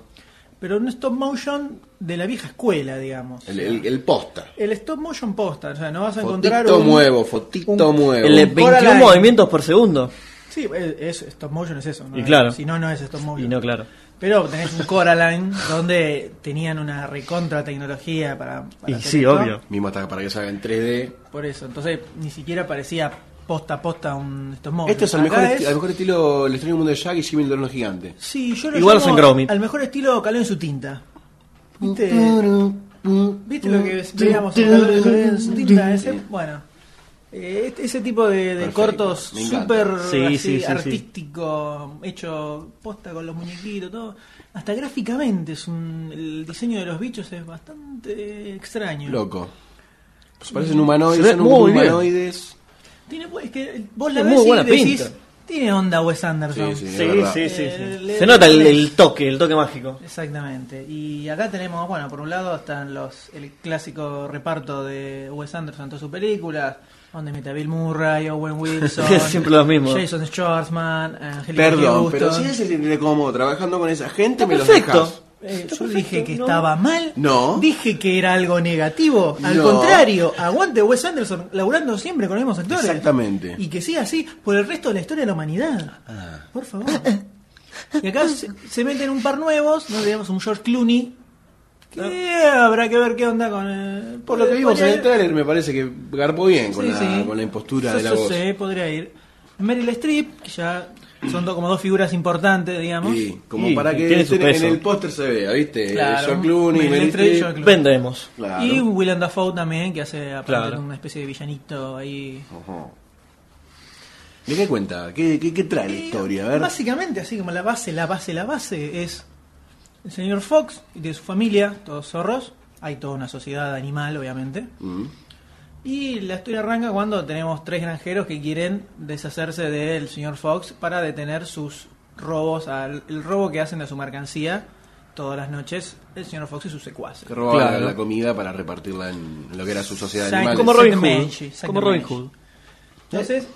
Speaker 2: Pero un stop motion de la vieja escuela, digamos.
Speaker 4: El, el, el posta.
Speaker 2: El stop motion posta, o sea, no vas a encontrar
Speaker 4: Fotito
Speaker 2: un-
Speaker 4: nuevo, fotito
Speaker 2: un-
Speaker 4: nuevo.
Speaker 3: El de
Speaker 2: Coraline.
Speaker 3: 21 movimientos por segundo.
Speaker 2: Sí, es, es- stop motion es eso, ¿no?
Speaker 3: Y claro.
Speaker 2: Si no, no es stop motion.
Speaker 3: Y no, claro.
Speaker 2: Pero tenés un Coraline donde tenían una recontra tecnología para, para
Speaker 3: Y
Speaker 2: hacer
Speaker 3: sí,
Speaker 2: esto.
Speaker 3: obvio.
Speaker 4: Mismo hasta para que salga en 3D.
Speaker 2: Por eso, entonces ni siquiera parecía posta a posta un stop motion.
Speaker 4: Esto Este es al
Speaker 2: Acá
Speaker 4: mejor, esti- al mejor estilo El extraño mundo de Jack y Jimmy el dragón gigante.
Speaker 2: Sí, yo lo
Speaker 3: Igual
Speaker 2: llamo
Speaker 3: hacen Gromit.
Speaker 2: al mejor estilo caló en su tinta. ¿Viste? ¿Viste lo que veíamos en Caló en- Caló en su tinta ese? Bueno, eh, este- ese tipo de, de
Speaker 4: Perfecto,
Speaker 2: cortos
Speaker 4: me encanta.
Speaker 2: súper
Speaker 3: Sí,
Speaker 2: así,
Speaker 3: sí, sí, sí.
Speaker 2: artístico, hecho posta con los muñequitos, todo. Hasta gráficamente es un- el diseño de los bichos es bastante extraño.
Speaker 4: Loco. Pues parecen humanoides,
Speaker 3: Se ve
Speaker 4: son
Speaker 3: muy bien.
Speaker 4: humanoides.
Speaker 2: Tiene, pues, es que vos la
Speaker 3: Tiene
Speaker 2: ves
Speaker 3: muy
Speaker 2: y
Speaker 3: buena
Speaker 2: decís,
Speaker 3: pinta.
Speaker 2: tiene onda Wes Anderson.
Speaker 4: Sí, es verdad.
Speaker 2: sí, sí. Eh,
Speaker 3: Se nota el, el toque, el toque mágico.
Speaker 2: Exactamente. Y acá tenemos, bueno, por un lado están los el clásico reparto de Wes Anderson en todas sus películas, donde mete a Bill Murray, Owen Wilson,
Speaker 3: Siempre los mismos.
Speaker 2: Jason Schwartzman, Angelica
Speaker 4: Perdón,
Speaker 2: Houston.
Speaker 4: pero si es el de cómo trabajando con esa gente, me
Speaker 3: perfecto.
Speaker 4: los dejas.
Speaker 2: Eh, yo dije que estaba mal,
Speaker 4: No.
Speaker 2: dije que era algo negativo, al
Speaker 4: No.
Speaker 2: contrario, aguante Wes Anderson laburando siempre con los mismos actores.
Speaker 4: Exactamente. Ah.
Speaker 2: Y que siga así por el resto de la historia de la humanidad. Por favor. Y acá se, se meten un par nuevos, no digamos un George Clooney. Que habrá que ver qué onda con. eh,
Speaker 4: Ah. Por lo que vimos en
Speaker 2: podría-
Speaker 4: el trailer, me parece que garpó bien con,
Speaker 2: Sí,
Speaker 4: la,
Speaker 2: sí.
Speaker 4: con la impostura
Speaker 2: Yo-
Speaker 4: de la
Speaker 2: yo
Speaker 4: voz.
Speaker 2: sé, podría ir. Meryl Streep, que ya son do- como dos figuras importantes, digamos.
Speaker 4: Y como
Speaker 3: Y
Speaker 4: para que
Speaker 3: tiene su
Speaker 4: estén- en
Speaker 3: peso.
Speaker 4: el póster se vea, ¿viste?
Speaker 2: Claro,
Speaker 4: George Clooney,
Speaker 2: Meryl
Speaker 4: Meryl
Speaker 2: Streep,
Speaker 4: Streep.
Speaker 2: George Clooney.
Speaker 3: Vendemos.
Speaker 4: Claro.
Speaker 2: Y Willem Dafoe también, que hace aparte
Speaker 3: Claro.
Speaker 2: una especie de villanito ahí.
Speaker 4: Ajá. ¿De qué cuenta? ¿Qué, qué, qué trae la historia? A ver.
Speaker 2: Básicamente, así como la base, la base, la base es el señor Fox y de su familia, todos zorros. Hay toda una sociedad animal, obviamente.
Speaker 4: Mm.
Speaker 2: Y la historia arranca cuando tenemos tres granjeros que quieren deshacerse del señor Fox para detener sus robos, al, el robo que hacen de su mercancía todas las noches el señor Fox y sus secuaces.
Speaker 4: Que robaban
Speaker 3: Claro.
Speaker 4: la comida para repartirla en lo que era su sociedad de
Speaker 2: Exacto.
Speaker 4: animales.
Speaker 3: Como Robin
Speaker 2: Exactamente,
Speaker 3: Hood.
Speaker 2: exactamente.
Speaker 3: Como Robin Hood.
Speaker 2: Entonces,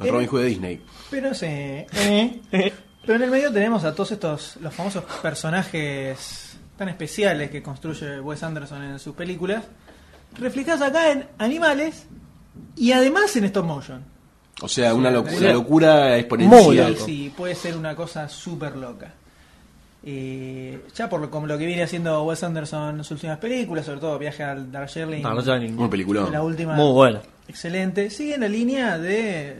Speaker 4: El Robin Hood de Disney.
Speaker 2: pero se... eh, pero en el medio tenemos a todos estos, los famosos personajes tan especiales que construye Wes Anderson en sus películas, reflejados acá en animales y además en stop motion.
Speaker 4: O sea, una, locu-
Speaker 3: sí.
Speaker 4: una locura
Speaker 3: Muy
Speaker 4: exponencial.
Speaker 3: loco.
Speaker 2: Sí, puede ser una cosa súper loca. Eh, ya por lo, como lo que viene haciendo Wes Anderson en sus últimas películas, sobre todo Viaje al Darjeeling,
Speaker 3: No, no lleva ningún.
Speaker 4: Un peliculón.
Speaker 2: la última,
Speaker 3: Muy bueno.
Speaker 2: excelente, sigue en la línea de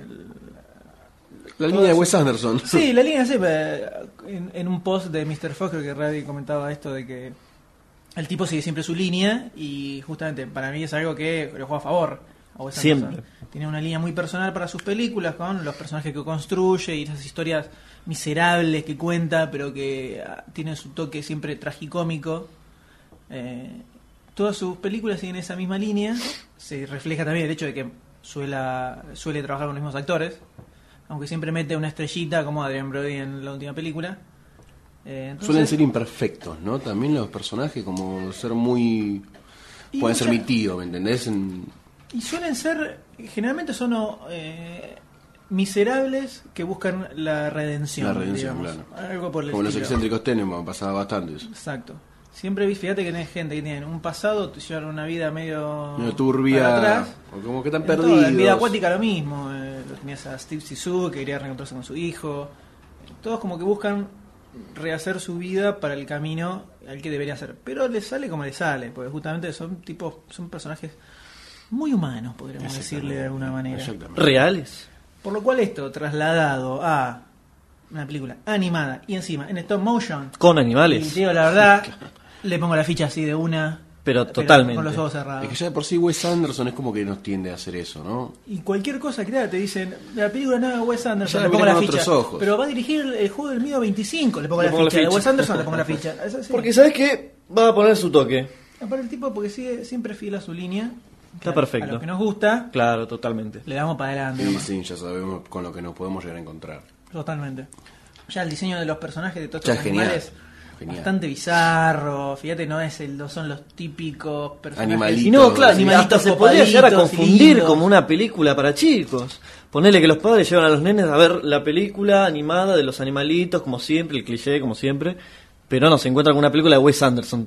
Speaker 4: La línea de Wes Anderson.
Speaker 2: Sí, la línea sí, eh, en, en un post de Mr. Fox creo que Reddy comentaba esto de que el tipo sigue siempre su línea y justamente para mí es algo que lo juega a favor. a Wes Anderson.
Speaker 3: Siempre.
Speaker 2: Tiene una línea muy personal para sus películas con los personajes que construye y esas historias miserables que cuenta, pero que ah, tienen su toque siempre tragicómico. Eh, todas sus películas siguen esa misma línea. Se refleja también el hecho de que suela, suele trabajar con los mismos actores. Aunque siempre mete una estrellita como Adrian Brody en la última película. Eh, entonces-
Speaker 4: Suelen ser imperfectos, ¿no? También los personajes, como ser muy.
Speaker 2: Y
Speaker 4: Pueden ser
Speaker 2: mucha-
Speaker 4: mi tío, ¿me entendés? En-
Speaker 2: Y suelen ser, generalmente son o, eh, miserables que buscan la redención.
Speaker 4: La redención,
Speaker 2: digamos.
Speaker 4: claro.
Speaker 2: Algo por el
Speaker 4: Como los
Speaker 2: estilo.
Speaker 4: excéntricos tenemos, pasaba bastantes.
Speaker 2: Exacto. Siempre vi- fíjate que tenés gente que tiene un pasado, te llevan una vida medio,
Speaker 4: Medio
Speaker 2: para
Speaker 4: turbia.
Speaker 2: atrás.
Speaker 4: O como que están
Speaker 2: En todo,
Speaker 4: perdidos.
Speaker 2: en vida acuática lo mismo. eh, lo tenías a Steve Zissou que quería reencontrarse con su hijo. Todos como que buscan rehacer su vida para el camino al que debería ser. Pero les sale como les sale, porque justamente son tipos, son personajes muy humanos, podríamos decirle de alguna manera.
Speaker 4: Exactamente.
Speaker 3: Reales.
Speaker 2: Por lo cual esto, trasladado a una película animada y encima en stop motion,
Speaker 3: Con
Speaker 2: y
Speaker 3: animales.
Speaker 2: te digo la verdad, le pongo la ficha así de una.
Speaker 3: Pero totalmente.
Speaker 2: Con los ojos
Speaker 4: Es que
Speaker 2: cerrados.
Speaker 4: ya de por sí Wes Anderson es como que nos tiende a hacer eso, ¿no?
Speaker 2: Y cualquier cosa que te haga, te dicen, la película no es de Wes Anderson,
Speaker 4: Ya
Speaker 2: le pongo
Speaker 4: mirá
Speaker 2: la
Speaker 4: con
Speaker 2: ficha.
Speaker 4: otros ojos.
Speaker 2: Pero va a dirigir el juego del mío 25, le pongo,
Speaker 3: Le
Speaker 2: la,
Speaker 3: pongo la
Speaker 2: ficha. De
Speaker 3: ficha.
Speaker 2: Wes Anderson le pongo la ficha. Es así.
Speaker 3: Porque sabes que va a poner su toque.
Speaker 2: Aparte el tipo, porque sigue siempre fiel a su línea.
Speaker 3: Está
Speaker 2: A-
Speaker 3: perfecto.
Speaker 2: A lo que nos gusta,
Speaker 3: Claro, totalmente.
Speaker 2: le damos para adelante.
Speaker 4: Sí,
Speaker 2: nomás.
Speaker 4: sí, ya sabemos con lo que nos podemos llegar a encontrar.
Speaker 2: Totalmente. Ya el diseño de los personajes de todos
Speaker 4: Ya
Speaker 2: estos
Speaker 4: es genial,
Speaker 2: animales
Speaker 4: genial.
Speaker 2: bastante bizarro. Fíjate, no es el, no son los típicos personajes.
Speaker 4: Animalitos.
Speaker 3: Y no, claro,
Speaker 2: Animalitos
Speaker 3: hasta se podría
Speaker 2: copaditos,
Speaker 3: llegar a confundir
Speaker 2: lindos.
Speaker 3: como una película para chicos. Ponerle que los padres llevan a los nenes a ver la película animada de los animalitos, como siempre, el cliché, como siempre. Pero no, se encuentra con una película de Wes Anderson.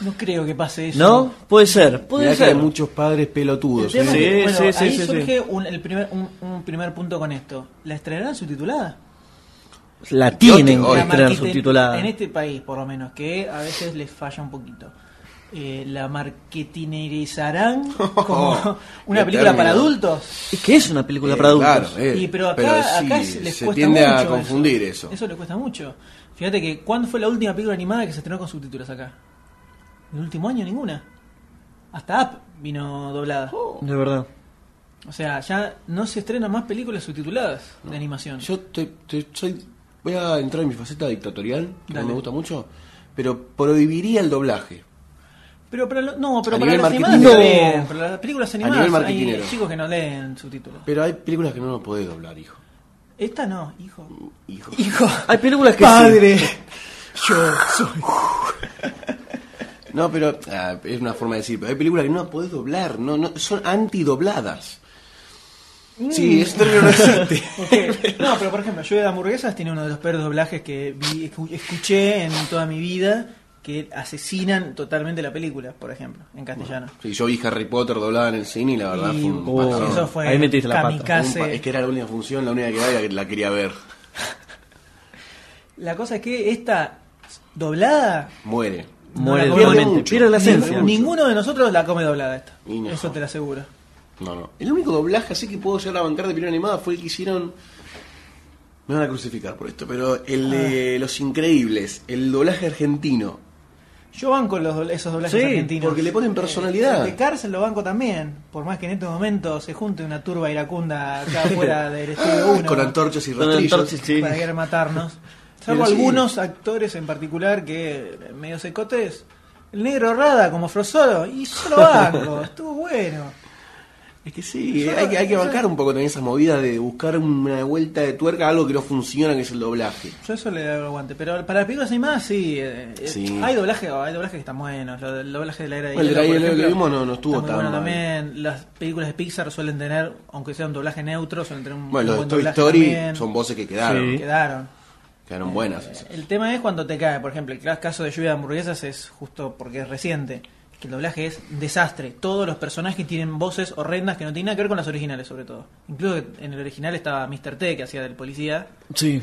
Speaker 2: No creo que pase eso.
Speaker 3: ¿No? Puede ser, puede
Speaker 4: Mirá que hay
Speaker 3: ser.
Speaker 4: muchos padres
Speaker 2: El
Speaker 4: pelotudos.
Speaker 2: tema es
Speaker 4: ¿eh?
Speaker 3: Sí,
Speaker 2: que, bueno,
Speaker 3: sí, sí,
Speaker 2: ahí
Speaker 3: sí, sí.
Speaker 2: surge Un, el primer, un, un primer punto con esto. ¿La estrenarán subtitulada?
Speaker 3: La tienen
Speaker 4: Yo
Speaker 3: que
Speaker 4: te-
Speaker 2: La
Speaker 3: estrenar
Speaker 2: marketen-
Speaker 3: subtitulada.
Speaker 2: En este país, por lo menos, que a veces les falla un poquito. Eh, la marketinerizarán como una
Speaker 4: Qué
Speaker 2: película para
Speaker 4: término.
Speaker 2: adultos.
Speaker 3: Es que es una película
Speaker 4: Eh,
Speaker 3: para adultos.
Speaker 4: claro, eh,
Speaker 2: Y, pero acá,
Speaker 4: sí,
Speaker 2: acá es- les
Speaker 4: se
Speaker 2: cuesta
Speaker 4: tiende a
Speaker 2: mucho
Speaker 4: confundir eso.
Speaker 2: Eso les cuesta mucho. Fíjate que, ¿cuándo fue la última película animada que se estrenó con subtítulos acá? ¿En el último año? Ninguna. Hasta App vino doblada.
Speaker 3: De verdad.
Speaker 2: O sea, ya no se estrenan más películas subtituladas de animación.
Speaker 4: Yo te, te- soy, voy a entrar en mi faceta dictatorial, que no
Speaker 2: Dale.
Speaker 4: me gusta mucho, pero prohibiría el doblaje.
Speaker 2: pero para lo- no, pero
Speaker 4: A
Speaker 2: para
Speaker 4: nivel
Speaker 2: las animadas
Speaker 4: marketinero.
Speaker 2: está bien, Para las películas
Speaker 4: nivel
Speaker 2: animadas hay
Speaker 4: marketinero.
Speaker 2: chicos que no leen subtítulos.
Speaker 4: Pero hay películas que no lo podés doblar, hijo.
Speaker 2: Esta no, hijo.
Speaker 4: Hijo.
Speaker 2: Hijo.
Speaker 3: Hay películas que
Speaker 2: Padre.
Speaker 3: sí.
Speaker 2: Yo soy.
Speaker 4: No, pero ah, es una forma de decir, pero hay películas que no las podés doblar, no, no, son antidobladas. Sí, es terrorizante.
Speaker 2: Porque- no, pero por ejemplo, Lluvia de Hamburguesas tiene uno de los peores doblajes que vi- escu- escuché en toda mi vida, que asesinan totalmente la película, por ejemplo, en castellano.
Speaker 4: Sí, yo vi Harry Potter doblada en el cine y la verdad
Speaker 2: Y
Speaker 4: fue un
Speaker 3: Oh,
Speaker 4: patadón.
Speaker 2: eso fue
Speaker 3: Ahí metiste la pata.
Speaker 4: Un
Speaker 2: kamikaze.
Speaker 4: pa- Es que era la única función, la única que daba y la, la quería ver.
Speaker 2: La cosa es que esta doblada...
Speaker 4: Muere.
Speaker 3: Muere
Speaker 2: No la
Speaker 3: totalmente.
Speaker 4: mucho.
Speaker 3: Pierde la
Speaker 4: Pierde
Speaker 3: esencia.
Speaker 4: mucho.
Speaker 2: Ninguno de nosotros la come doblada esta.
Speaker 4: Y no.
Speaker 2: Eso te lo aseguro.
Speaker 4: No, no. El único doblaje así que puedo llegar a bancar de película animada fue el que hicieron. Me van a crucificar por esto, pero el
Speaker 2: Ah.
Speaker 4: de Los Increíbles, el doblaje argentino.
Speaker 2: Yo banco los, do- esos doblajes
Speaker 3: Sí,
Speaker 2: argentinos.
Speaker 4: porque le ponen personalidad.
Speaker 2: El de cárcel lo banco también. Por más que en este momento se junte una turba iracunda acá afuera del estudio 1.
Speaker 4: Ah, Con antorchas y
Speaker 3: Con
Speaker 4: rastrillos.
Speaker 3: antorchas, sí.
Speaker 2: para querer matarnos. Salvo
Speaker 4: Pero sí.
Speaker 2: algunos actores en particular que eh, medio secotes. El negro Rada como Frosoro, y yo lo banco, estuvo bueno.
Speaker 4: Es que sí, hay, que- hay que bancar un poco también esas movidas de buscar una vuelta de tuerca a algo que no funciona, que es el doblaje.
Speaker 2: Yo eso le hago aguante, pero para las películas animadas sí, eh, eh,
Speaker 4: Sí.
Speaker 2: hay doblaje, hay doblajes que están buenos, lo- el doblaje de la era de
Speaker 4: Bueno, el de la
Speaker 2: por
Speaker 4: era de hielo que
Speaker 2: ejemplo,
Speaker 4: vimos no- no estuvo
Speaker 2: está muy
Speaker 4: tan
Speaker 2: bueno
Speaker 4: mal.
Speaker 2: también las películas de Pixar suelen tener, aunque sea un doblaje neutro, suelen tener un,
Speaker 4: Bueno,
Speaker 2: un
Speaker 4: los de
Speaker 2: buen
Speaker 4: Toy
Speaker 2: doblaje
Speaker 4: Story
Speaker 2: también.
Speaker 4: son voces que quedaron,
Speaker 3: Sí.
Speaker 2: quedaron.
Speaker 4: quedaron buenas. esas.
Speaker 2: El tema es cuando te cae, por ejemplo, el clas- caso de lluvia de hamburguesas es justo porque es reciente, que el doblaje es un desastre, todos los personajes tienen voces horrendas que no tienen nada que ver con las originales sobre todo. Incluso en el original estaba Mr. T que hacía del policía.
Speaker 3: Sí.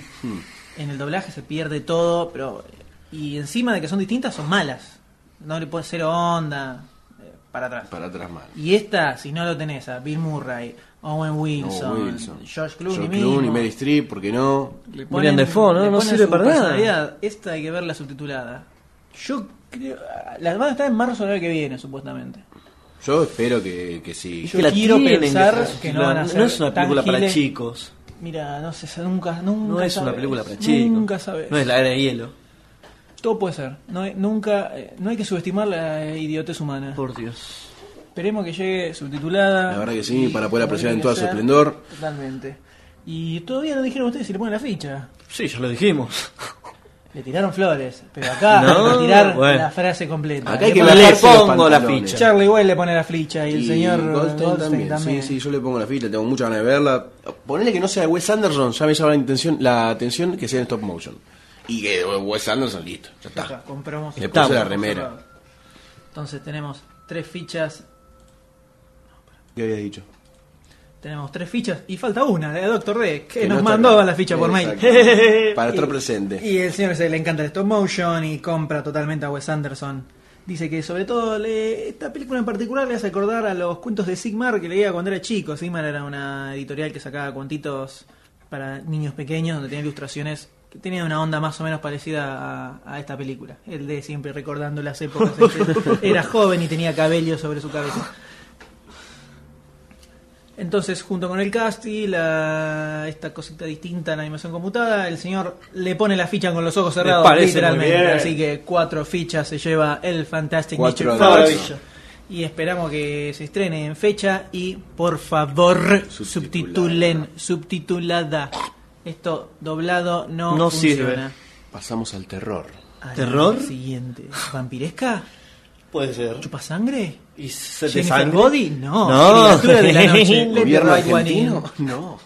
Speaker 2: En el doblaje se pierde todo, pero. Y encima de que son distintas, son malas. No le pones cero onda. eh, Para atrás.
Speaker 4: Para atrás mal.
Speaker 2: Y esta, si no lo tenés a Bill Murray, Owen Wilson,
Speaker 4: No, Wilson.
Speaker 2: George Clooney,
Speaker 4: George
Speaker 2: mismo,
Speaker 4: Meryl Streep, ¿por qué no?
Speaker 2: le
Speaker 3: William Dafoe, ¿no?
Speaker 2: le
Speaker 3: No
Speaker 2: ponen
Speaker 3: sirve
Speaker 2: su
Speaker 3: para nada.
Speaker 2: personalidad. Esta hay que verla subtitulada. Yo creo. La van a estar en marzo del año que viene, supuestamente.
Speaker 4: Yo espero que, que sí.
Speaker 2: Yo quiero pensar que no van a ser
Speaker 3: es una
Speaker 2: tan
Speaker 3: película para
Speaker 2: giles.
Speaker 3: chicos.
Speaker 2: Mira, no sé, nunca, nunca.
Speaker 3: No es una
Speaker 2: sabes,
Speaker 3: película para chicos.
Speaker 2: Nunca sabes.
Speaker 3: No es la era de hielo.
Speaker 2: Todo puede ser. No hay, nunca, eh, no hay que subestimar la eh, idiotez humana.
Speaker 3: Por Dios.
Speaker 2: Esperemos que llegue subtitulada.
Speaker 4: La verdad que sí,
Speaker 2: y
Speaker 4: para poder
Speaker 2: como
Speaker 4: apreciar
Speaker 2: tiene
Speaker 4: en
Speaker 2: que
Speaker 4: todo su
Speaker 2: ser.
Speaker 4: esplendor.
Speaker 2: Totalmente. Y todavía no dijeron ustedes si le ponen la ficha.
Speaker 3: Sí, ya lo dijimos.
Speaker 2: Le tiraron flores, pero acá
Speaker 3: No,
Speaker 2: hay que tirar
Speaker 3: bueno.
Speaker 2: la frase completa.
Speaker 4: Acá
Speaker 2: Le
Speaker 4: hay que
Speaker 2: ponen-
Speaker 3: le
Speaker 4: bajarse los
Speaker 3: pongo la
Speaker 4: pantalones.
Speaker 3: ficha.
Speaker 2: Charlie Way le pone la ficha y el señor eh,
Speaker 4: Goldstein, también. Sí, sí, yo le pongo la ficha, tengo mucha ganas de verla. Ponele que no sea de Wes Anderson, ya me llama la, intención, la atención que sea en stop motion. Y que de Wes Anderson, listo, ya
Speaker 2: Ya está,
Speaker 4: está.
Speaker 2: compramos.
Speaker 4: Le puse la
Speaker 2: Estamos.
Speaker 4: remera.
Speaker 2: Entonces tenemos tres fichas.
Speaker 4: ¿Qué había dicho?
Speaker 2: Tenemos tres fichas y falta una, la de Doctor D, que,
Speaker 4: Que
Speaker 2: nos
Speaker 4: no está
Speaker 2: mandó
Speaker 4: acá.
Speaker 2: la ficha por mail.
Speaker 4: Exacto. Para estar presente.
Speaker 2: Y el señor se le encanta el stop motion y compra totalmente a Wes Anderson. Dice que sobre todo le- esta película en particular le hace acordar a los cuentos de Sigmar que leía cuando era chico. Sigmar era una editorial que sacaba cuentitos para niños pequeños donde tenía ilustraciones que tenían una onda más o menos parecida a, a esta película. El de siempre recordando las épocas en que era joven y tenía cabello sobre su cabeza. Entonces, junto con el cast y la, esta cosita distinta en animación computada, el señor le pone la ficha con los ojos cerrados,
Speaker 3: parece muy bien.
Speaker 2: literalmente. Así que cuatro fichas se lleva el Fantastic Mr.
Speaker 4: Cuatro de
Speaker 2: Fox.
Speaker 4: maravilla.
Speaker 2: Y esperamos que se estrene en fecha y por favor subtitulen, subtitulada. Esto doblado no,
Speaker 3: No
Speaker 2: funciona.
Speaker 3: sirve.
Speaker 4: Pasamos al terror.
Speaker 2: Al
Speaker 3: ¿Terror?
Speaker 2: Siguiente. ¿Vampiresca?
Speaker 3: Puede ser.
Speaker 2: ¿Chupa sangre?
Speaker 3: ¿Y se
Speaker 2: ¿Jennifer
Speaker 3: desangó?
Speaker 2: Body? No.
Speaker 3: No.
Speaker 2: Criatura de la noche. Let the
Speaker 4: ¿Gobierno
Speaker 2: right one in.
Speaker 4: argentino? No.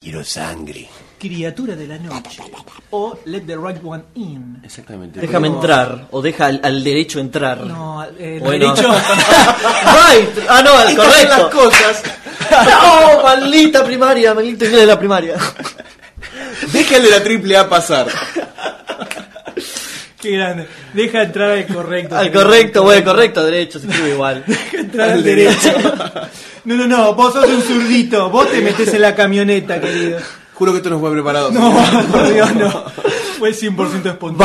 Speaker 4: Quiero sangre.
Speaker 2: Criatura de la noche. O Let the Right One In.
Speaker 4: Exactamente.
Speaker 3: Déjame entrar. O deja al, al derecho entrar.
Speaker 2: No, eh, el
Speaker 3: Bueno.
Speaker 2: derecho.
Speaker 3: Right. Ah, no, al
Speaker 4: Estas
Speaker 3: correcto.
Speaker 4: son cosas.
Speaker 3: No, maldita primaria, maldita inglés de la primaria.
Speaker 4: Deja el de la triple A pasar.
Speaker 2: Qué grande. Deja entrar al correcto.
Speaker 3: Al correcto, voy al correcto, derecho, se escribe igual.
Speaker 2: Entrar al derecho. No, no, no. Vos sos un zurdito. Vos te metés en la camioneta, querido.
Speaker 4: Juro que esto no fue preparado.
Speaker 2: No, por Dios, no. Fue 100% espontáneo.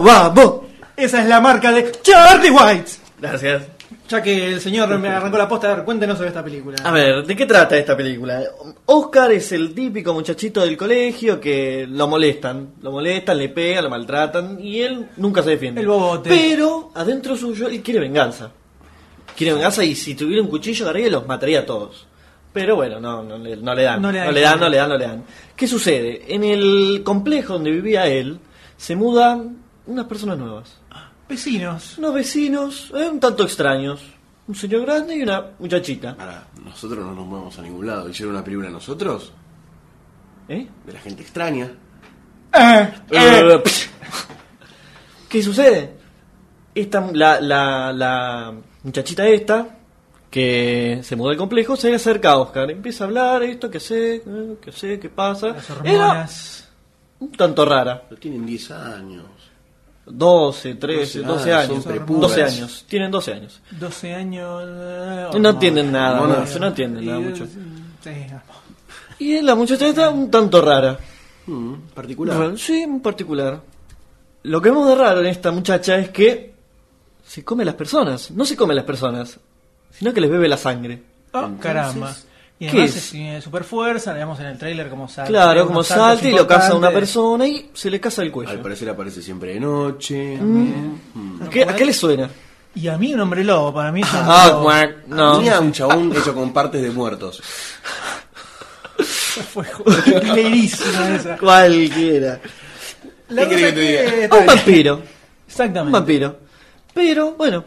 Speaker 3: Vamos, vamos.
Speaker 2: Esa es la marca de Charlie White.
Speaker 3: Gracias.
Speaker 2: Ya que el señor me arrancó la posta, a ver, cuéntenos sobre esta película.
Speaker 3: A ver, ¿de qué trata esta película? Oscar es el típico muchachito del colegio que lo molestan, lo molestan, le pegan, lo maltratan y él nunca se defiende.
Speaker 2: El bobote.
Speaker 3: Pero adentro suyo él quiere venganza. Quiere venganza y si tuviera un cuchillo arriba los mataría a todos. Pero bueno, no, no, le, no le dan.
Speaker 2: No le dan.
Speaker 3: dan, no le dan, no le dan. ¿Qué sucede? En el complejo donde vivía él se mudan unas personas nuevas.
Speaker 2: Vecinos.
Speaker 3: Unos vecinos, eh, un tanto extraños. Un señor grande y una muchachita.
Speaker 4: Ahora, nosotros no nos movemos a ningún lado. Hicieron una película nosotros
Speaker 3: ¿Eh?
Speaker 4: de la gente extraña.
Speaker 3: Eh, psh. ¿Qué sucede? Esta, la, la, la muchachita esta, que se mudó al complejo, se le acerca a Oscar. Empieza a hablar esto, que sé, eh, que sé, qué pasa.
Speaker 2: Las
Speaker 3: Era
Speaker 2: hormonas.
Speaker 3: un tanto rara.
Speaker 4: Pero tienen 10 años.
Speaker 3: 12, 13, 12
Speaker 4: ah,
Speaker 3: años.
Speaker 4: son
Speaker 3: 12
Speaker 4: prepubers.
Speaker 3: años. Tienen 12 años.
Speaker 2: 12 años. eh,
Speaker 3: No
Speaker 2: hormonas.
Speaker 3: entienden nada,
Speaker 4: Hormonas.
Speaker 3: no, no entienden nada
Speaker 2: Y,
Speaker 3: mucho.
Speaker 2: eh, sí, Oh, hormonas.
Speaker 3: Y la muchacha esta, un tanto rara.
Speaker 4: Mm, particular.
Speaker 3: Raro, Sí, en particular. Lo que vemos de raro en esta muchacha es que se come las personas. No se come las personas, sino que les bebe la sangre.
Speaker 2: Oh, caramba. Y
Speaker 3: ¿qué
Speaker 2: además
Speaker 3: es?
Speaker 2: es? tiene super fuerza, le vemos en el trailer como salta.
Speaker 3: claro,
Speaker 2: unos
Speaker 3: como
Speaker 2: saltos
Speaker 3: salta y lo caza una
Speaker 2: importantes.
Speaker 3: persona y se le caza el
Speaker 4: Al
Speaker 3: cuello.
Speaker 4: parecer aparece siempre de noche. Mm.
Speaker 3: ¿A qué, a qué le suena?
Speaker 2: Y a mí un hombre lobo, para mí es un
Speaker 3: Ah,
Speaker 2: lobo.
Speaker 3: guac, no.
Speaker 4: Tenía un chabón hecho con partes de muertos.
Speaker 2: Fue clarísima esa.
Speaker 3: Cualquiera.
Speaker 2: La
Speaker 4: ¿Qué querés
Speaker 2: cosa
Speaker 4: que te
Speaker 2: es que-
Speaker 3: Un vampiro.
Speaker 2: Exactamente.
Speaker 3: Ah, Un vampiro. Pero, bueno,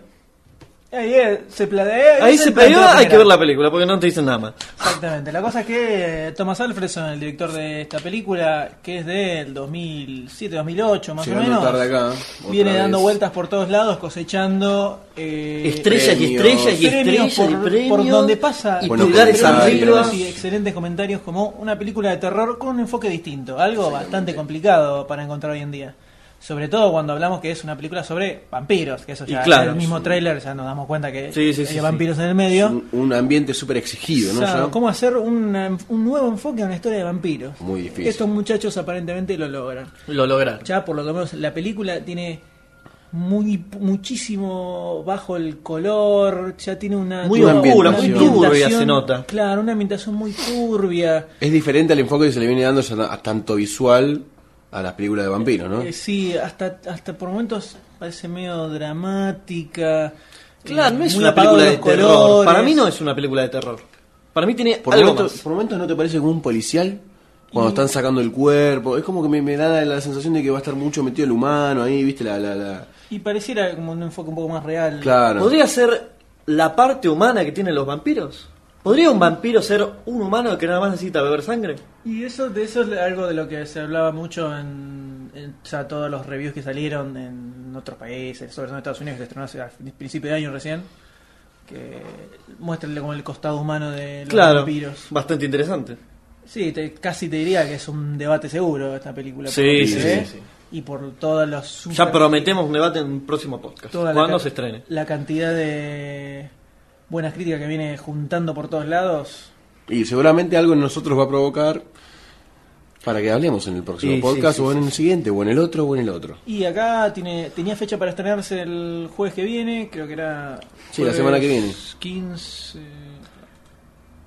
Speaker 2: Ahí, eh, se plantea.
Speaker 3: ahí se peleó, hay que ver la película porque no te dicen nada más.
Speaker 2: Exactamente. La cosa es que eh, Thomas Alfredson, el director de esta película, que es del 2007-2008 más
Speaker 4: Llegando
Speaker 2: o menos,
Speaker 4: tarde acá,
Speaker 2: viene
Speaker 4: otra
Speaker 2: dando
Speaker 4: vez.
Speaker 2: vueltas por todos lados, cosechando eh,
Speaker 3: Estrellas y
Speaker 4: premios.
Speaker 3: estrellas y
Speaker 2: premios
Speaker 3: estrellas y
Speaker 2: por,
Speaker 3: premios.
Speaker 2: por donde pasa
Speaker 3: Y
Speaker 4: Buenos
Speaker 3: pulgares
Speaker 4: comentarios.
Speaker 3: arriba.
Speaker 2: y excelentes comentarios como una película de terror con un enfoque distinto, algo bastante complicado para encontrar hoy en día. Sobre todo cuando hablamos que es una película sobre vampiros, que eso
Speaker 3: Y
Speaker 2: ya
Speaker 3: claro,
Speaker 2: en el mismo
Speaker 3: sí.
Speaker 2: tráiler ya nos damos cuenta que
Speaker 3: Sí, sí,
Speaker 2: hay
Speaker 3: sí,
Speaker 2: vampiros en el medio.
Speaker 4: Un, un ambiente súper exigido, ¿no?
Speaker 2: O sea,
Speaker 4: Ya.
Speaker 2: ¿Cómo hacer una- un nuevo enfoque a una historia de vampiros?
Speaker 4: Muy difícil.
Speaker 2: Estos muchachos aparentemente lo logran.
Speaker 3: Lo lograron.
Speaker 2: Ya por lo que vemos, la película tiene muy muchísimo bajo el color, ya tiene una
Speaker 3: Muy
Speaker 2: tiene
Speaker 4: oscura,
Speaker 2: una
Speaker 4: muy
Speaker 2: ambientación-
Speaker 3: turbia se nota.
Speaker 2: Claro, una ambientación muy turbia.
Speaker 4: Es diferente al enfoque que se le viene dando ya ta- tanto visual a las películas de vampiros, ¿no?
Speaker 2: Eh, sí, hasta hasta por momentos parece medio dramática.
Speaker 3: Claro,
Speaker 2: eh,
Speaker 3: no es
Speaker 2: muy
Speaker 3: una
Speaker 2: apagado
Speaker 3: película de
Speaker 2: los
Speaker 3: terror.
Speaker 2: colores.
Speaker 3: Para mí no es una película de terror. Para mí tiene
Speaker 4: Por,
Speaker 3: algo
Speaker 4: momentos,
Speaker 3: más.
Speaker 4: por momentos no te parece como un policial cuando están sacando el cuerpo. Es como que me, me da la sensación de que va a estar mucho metido el humano ahí, ¿viste? La, la, la...
Speaker 2: Y pareciera como un enfoque un poco más real.
Speaker 4: Claro.
Speaker 3: ¿Podría ser la parte humana que tienen los vampiros? ¿Podría un vampiro ser un humano que nada más necesita beber sangre?
Speaker 2: Y eso, de eso es algo de lo que se hablaba mucho en, en- o sea, todos los reviews que salieron en otros países, sobre todo en Estados Unidos, que se estrenó hace, a principio de año recién, que muestran como el costado humano de los
Speaker 3: claro.
Speaker 2: vampiros.
Speaker 3: Bastante interesante.
Speaker 2: Sí, te- casi te diría que es un debate seguro esta película. por
Speaker 3: Sí,
Speaker 2: lo que
Speaker 3: sí,
Speaker 2: se ve,
Speaker 3: sí, sí.
Speaker 2: Y por todas las... super-
Speaker 3: Ya prometemos un debate en un próximo podcast.
Speaker 2: toda la
Speaker 3: Cuando
Speaker 2: ca-
Speaker 3: se estrene.
Speaker 2: La cantidad de buenas críticas que viene juntando por todos lados.
Speaker 4: Y seguramente algo en nosotros va a provocar para que hablemos en el próximo
Speaker 3: Y sí,
Speaker 4: podcast,
Speaker 3: sí,
Speaker 4: o en
Speaker 3: sí,
Speaker 4: el siguiente, o en el otro, o en el otro.
Speaker 2: Y acá tiene, tenía fecha para estrenarse el jueves que viene, creo que era.
Speaker 4: Sí, la semana que viene.
Speaker 2: 15.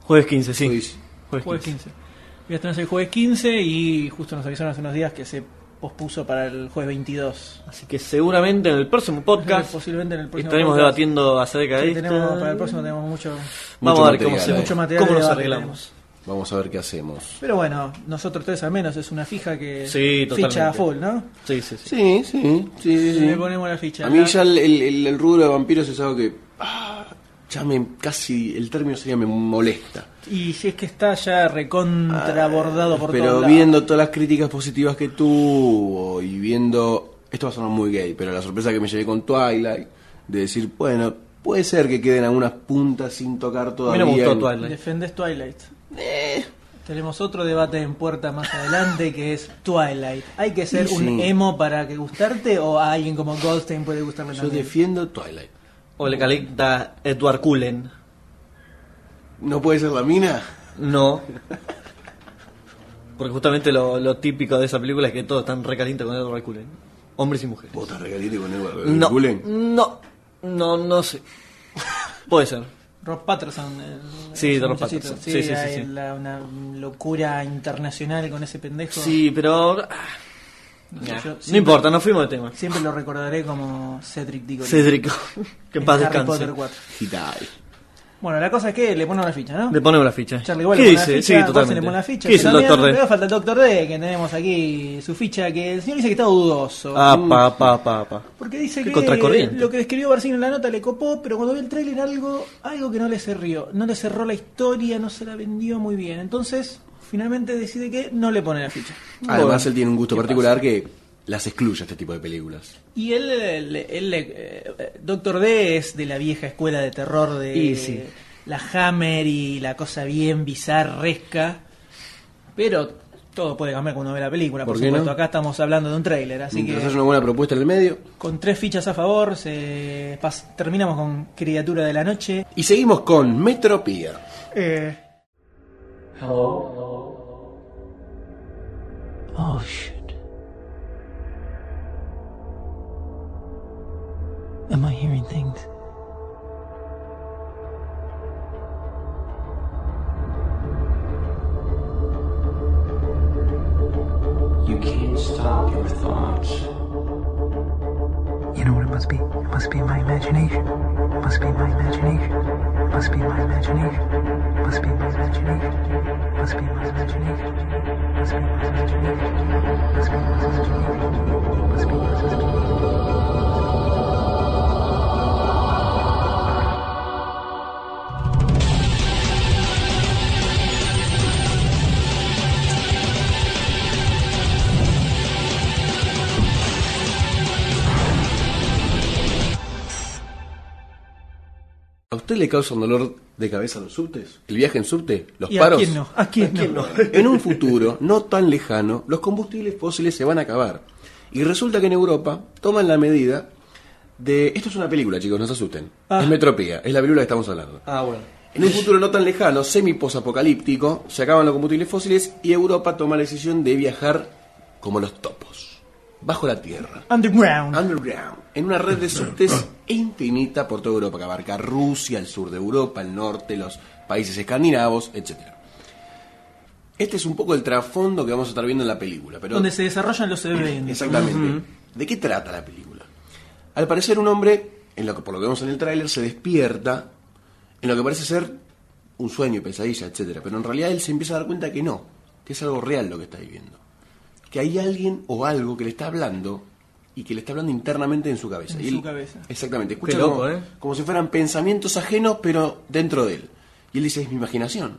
Speaker 3: Jueves 15, sí.
Speaker 4: Luis,
Speaker 3: Jueves
Speaker 2: Jueves
Speaker 3: 15.
Speaker 2: 15. Iba a estrenarse el jueves 15 y justo nos avisaron hace unos días que se pospuso para el jueves 22.
Speaker 3: Así que seguramente en el próximo podcast
Speaker 2: Posiblemente en el próximo.
Speaker 3: estaremos
Speaker 2: podcast.
Speaker 3: debatiendo acerca de
Speaker 2: Sí,
Speaker 3: esto.
Speaker 2: tenemos- para el próximo tenemos mucho.
Speaker 3: Vamos
Speaker 4: Mucho
Speaker 3: a ver cómo,
Speaker 4: material,
Speaker 3: se-
Speaker 4: eh.
Speaker 2: Mucho material
Speaker 3: cómo
Speaker 2: de
Speaker 3: nos
Speaker 2: debate
Speaker 3: arreglamos.
Speaker 4: vamos a ver qué hacemos.
Speaker 2: Pero bueno, nosotros tres al menos es una fija que.
Speaker 3: Sí,
Speaker 2: Ficha a
Speaker 3: totalmente.
Speaker 2: full, ¿no?
Speaker 3: Sí, sí, sí.
Speaker 4: Sí, sí, sí, sí, sí.
Speaker 2: Le ponemos la ficha.
Speaker 4: A mí
Speaker 2: Acá-
Speaker 4: ya el, el- el- el rubro de vampiros es algo que... ah, ya me casi... El término sería me molesta.
Speaker 2: Y si es que está ya recontrabordado por
Speaker 4: Ah, pero
Speaker 2: todos lados.
Speaker 4: viendo todas las críticas positivas que tuvo y viendo... Esto va a sonar muy gay, pero la sorpresa que me llevé con Twilight, de decir, bueno, puede ser que queden algunas puntas sin tocar
Speaker 3: A mí
Speaker 4: todavía.
Speaker 3: no me gustó
Speaker 4: en-
Speaker 3: Twilight. Eh.
Speaker 2: Defendes Twilight. Tenemos otro debate en puerta más adelante que es Twilight. ¿Hay que ser
Speaker 4: Y
Speaker 2: un
Speaker 4: sí.
Speaker 2: emo para que gustarte o a alguien como Goldstein puede gustarle
Speaker 4: Yo
Speaker 2: también?
Speaker 4: defiendo Twilight.
Speaker 3: O le calenta Edward Cullen.
Speaker 4: ¿No puede ser la mina?
Speaker 3: No. Porque justamente lo, lo típico de esa película es que todos están recalientes con Edward Cullen. Hombres y mujeres.
Speaker 4: ¿Vos te regaliste con Edward
Speaker 3: No,
Speaker 4: Cullen?
Speaker 3: no, no, no sé. Puede ser.
Speaker 2: Rob Patterson. el-
Speaker 3: Sí,
Speaker 2: ese
Speaker 3: de Rob
Speaker 2: muchachito.
Speaker 3: Patterson.
Speaker 2: Sí,
Speaker 3: Sí, sí, sí,
Speaker 2: hay
Speaker 3: sí.
Speaker 2: la- una locura internacional con ese pendejo.
Speaker 3: Sí, pero... ah,
Speaker 2: sé,
Speaker 3: nah,
Speaker 2: yo
Speaker 3: no
Speaker 2: siempre-
Speaker 3: importa, no fuimos de tema.
Speaker 2: Siempre lo recordaré como Cedric Diggory.
Speaker 3: Cédrico, que en paz
Speaker 2: Harry
Speaker 3: descanse.
Speaker 2: Potter 4.
Speaker 4: Hitai.
Speaker 2: Bueno, la cosa es que le ponemos la ficha, ¿no?
Speaker 3: Le ponemos la ficha.
Speaker 2: Charlie Wall
Speaker 3: ¿Qué
Speaker 2: le pone la
Speaker 3: dice?
Speaker 2: ficha,
Speaker 3: Sí,
Speaker 2: Goldstein
Speaker 3: totalmente.
Speaker 2: le pone la ficha,
Speaker 3: ¿Qué dice el
Speaker 2: pero
Speaker 3: doctor
Speaker 2: también,
Speaker 3: D?
Speaker 2: pero falta el doctor D, que tenemos aquí su ficha, que el señor dice que está dudoso.
Speaker 3: Ah, pa, pa, pa, pa.
Speaker 2: Porque dice
Speaker 3: Qué
Speaker 2: que
Speaker 3: contracorriente.
Speaker 2: lo que describió Barcino en la nota le copó, pero cuando vio el tráiler algo, algo que no le cerrió, no le cerró la historia, no se la vendió muy bien. Entonces, finalmente decide que no le pone la ficha.
Speaker 4: Además, él tiene un gusto
Speaker 2: ¿Qué
Speaker 4: particular que las excluye a este tipo de películas.
Speaker 2: Y él, él- él, eh, eh, Doctor D es de la vieja escuela de terror de
Speaker 3: Y sí.
Speaker 2: la Hammer y la cosa bien bizarresca. Pero todo puede cambiar cuando ve la película, por,
Speaker 4: ¿Por qué
Speaker 2: supuesto.
Speaker 4: no?
Speaker 2: Acá estamos hablando de un tráiler, así
Speaker 4: Mientras
Speaker 2: que
Speaker 4: haya una buena propuesta en el medio.
Speaker 2: con tres fichas a favor se pas- terminamos con Criatura de la Noche.
Speaker 4: Y seguimos con Metropía.
Speaker 2: Eh,
Speaker 9: Oh, shit. Am I hearing things? You can't stop your thoughts. You know what it must be? It must be my imagination. It must be my imagination. It must be my imagination. It must be my imagination. It must be my imagination. It must be my imagination. It must be my imagination. It must be my imagination.
Speaker 4: ¿A usted le causan dolor de cabeza los subtes? ¿El viaje en subte? ¿Los
Speaker 2: ¿Y
Speaker 4: paros?
Speaker 2: a quién no? ¿A quién no?
Speaker 4: En un futuro no tan lejano, los combustibles fósiles se van a acabar. Y resulta que en Europa toman la medida de... Esto es una película, chicos, no se asusten.
Speaker 2: Ah.
Speaker 4: Es Metropía, es la película que estamos hablando.
Speaker 3: Ah, bueno.
Speaker 4: En un futuro no tan lejano, semi-posapocalíptico, se acaban los combustibles fósiles y Europa toma la decisión de viajar como los topos, bajo la tierra.
Speaker 2: underground.
Speaker 4: Underground, en una red de subtes infinita por toda Europa, que abarca Rusia, el sur de Europa, el norte, los países escandinavos, etc. Este es un poco el trasfondo que vamos a estar viendo en la película. Pero
Speaker 2: donde se desarrollan los eventos.
Speaker 4: Exactamente. ¿De qué trata la película? Al parecer un hombre, en lo que, por lo que vemos en el tráiler, se despierta en lo que parece ser un sueño, pesadilla, etcétera, Pero en realidad él se empieza a dar cuenta que no, que es algo real lo que está viviendo. Que hay alguien o algo que le está hablando y que le está hablando internamente en su cabeza.
Speaker 2: En
Speaker 4: Y
Speaker 2: su
Speaker 4: él-
Speaker 2: cabeza.
Speaker 4: Exactamente. Escucha
Speaker 3: Qué loco,
Speaker 4: como,
Speaker 3: ¿eh?
Speaker 4: como si fueran pensamientos ajenos, pero dentro de él. Y él dice, es mi imaginación.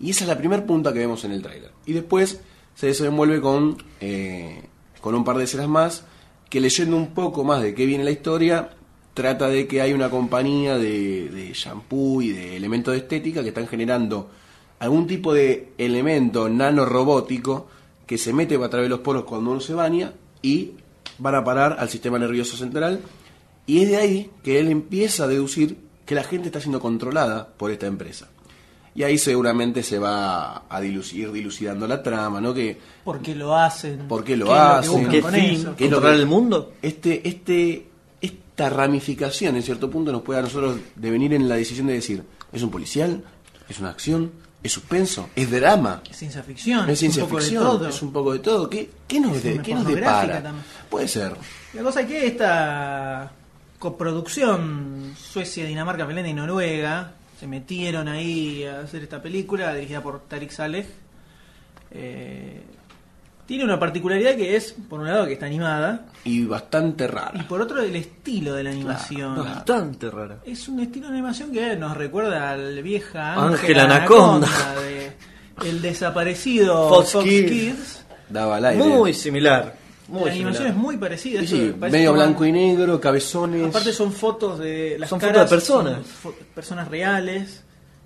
Speaker 4: Y esa es la primera punta que vemos en el tráiler. Y después se desenvuelve con, eh, con un par de escenas más, que leyendo un poco más de qué viene la historia, trata de que hay una compañía de, de shampoo y de elementos de estética que están generando algún tipo de elemento nanorobótico que se mete a través de los poros cuando uno se baña y van a parar al sistema nervioso central. Y es de ahí que él empieza a deducir que la gente está siendo controlada por esta empresa. Y ahí seguramente se va a dilucir, dilucidando la trama, ¿no? Que
Speaker 2: ¿Por qué lo hacen?
Speaker 4: ¿Por qué lo
Speaker 2: es que
Speaker 4: hacen?
Speaker 2: buscan
Speaker 3: ¿Qué
Speaker 2: con
Speaker 3: fin?
Speaker 2: eso?
Speaker 4: ¿Qué es lo
Speaker 3: ¿Controlar
Speaker 4: que-
Speaker 3: el mundo?
Speaker 4: este, este, esta ramificación, en cierto punto, nos puede a nosotros devenir en la decisión de decir, ¿es un policial? ¿Es una acción? ¿Es suspenso? ¿Es drama?
Speaker 2: Ah, Es ciencia ficción.
Speaker 4: ¿Es ciencia
Speaker 2: un poco de
Speaker 4: ficción?
Speaker 2: todo.
Speaker 4: ¿Es un poco de todo? ¿Qué, qué nos,
Speaker 2: Es
Speaker 4: de-
Speaker 2: una
Speaker 4: qué nos
Speaker 2: pornográfica
Speaker 4: depara?
Speaker 2: también.
Speaker 4: Puede ser.
Speaker 2: La cosa es que esta coproducción Suecia, Dinamarca, Finlandia y Noruega se metieron ahí a hacer esta película dirigida por Tarik Saleh. Eh, tiene una particularidad que es, por un lado, que está animada
Speaker 4: Y bastante
Speaker 2: y
Speaker 4: rara.
Speaker 2: por otro, el estilo de la animación.
Speaker 3: Bastante rara.
Speaker 2: Es un estilo de animación que nos recuerda al vieja
Speaker 3: Ángel
Speaker 2: Ángela
Speaker 3: Anaconda.
Speaker 2: de el desaparecido Fox,
Speaker 3: Fox
Speaker 2: Kids.
Speaker 3: Kids.
Speaker 4: Daba al aire.
Speaker 3: Muy similar.
Speaker 2: la
Speaker 3: Muy
Speaker 2: animación
Speaker 3: similar.
Speaker 2: es muy parecida.
Speaker 4: Sí,
Speaker 2: esto
Speaker 4: sí,
Speaker 2: parece
Speaker 4: medio
Speaker 2: que toman-
Speaker 4: blanco y negro, cabezones.
Speaker 2: Aparte son fotos de las
Speaker 3: Son
Speaker 2: caras,
Speaker 3: fotos de personas.
Speaker 2: son fo- personas reales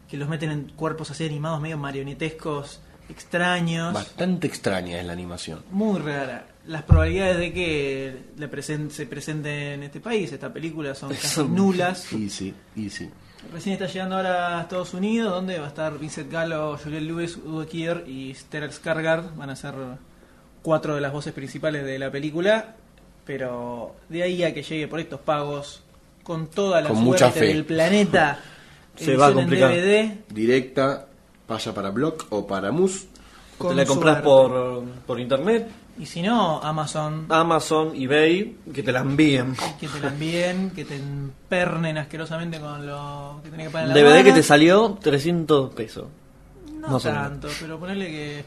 Speaker 2: que los meten en cuerpos así animados, medio marionetescos, extraños,
Speaker 4: Bastante extraña es la animación.
Speaker 2: muy rara. Las probabilidades de que le presen- se presente en este país esta película son casi
Speaker 3: Son-
Speaker 2: nulas.
Speaker 4: Y sí, y sí.
Speaker 2: Recién está llegando ahora a Estados Unidos, donde va a estar Vincent Gallo, Juliette Lewis, Udo Kier y Sterling Skargard. Van a ser cuatro de las voces principales de la película. Pero de ahí a que llegue por estos pagos, con toda la
Speaker 4: Con
Speaker 2: suerte
Speaker 4: mucha fe.
Speaker 2: del planeta,
Speaker 3: Se va a
Speaker 2: edición en
Speaker 3: complicar.
Speaker 2: DVD,
Speaker 4: Directa, pasa para Block o para Mus.
Speaker 3: Te
Speaker 2: con
Speaker 3: la compras
Speaker 2: suerte.
Speaker 3: por, por internet,
Speaker 2: Y si no, Amazon,
Speaker 3: Amazon, eBay, que te la envíen.
Speaker 2: que te la envíen, que te empernen asquerosamente con lo que tenés que pagar en la
Speaker 3: DVD que
Speaker 2: aduana.
Speaker 3: te salió 300 pesos.
Speaker 2: No,
Speaker 3: Más o menos.
Speaker 2: tanto, pero ponerle que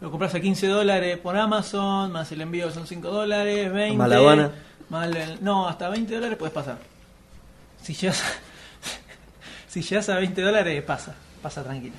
Speaker 2: lo compras a 15 dólares por Amazon, más el envío son 5 dólares, 20.
Speaker 3: Más la aduana.
Speaker 2: más el- no, hasta 20 dólares puedes pasar. Si llegas a, si llegas a 20 dólares, pasa, pasa tranquilo.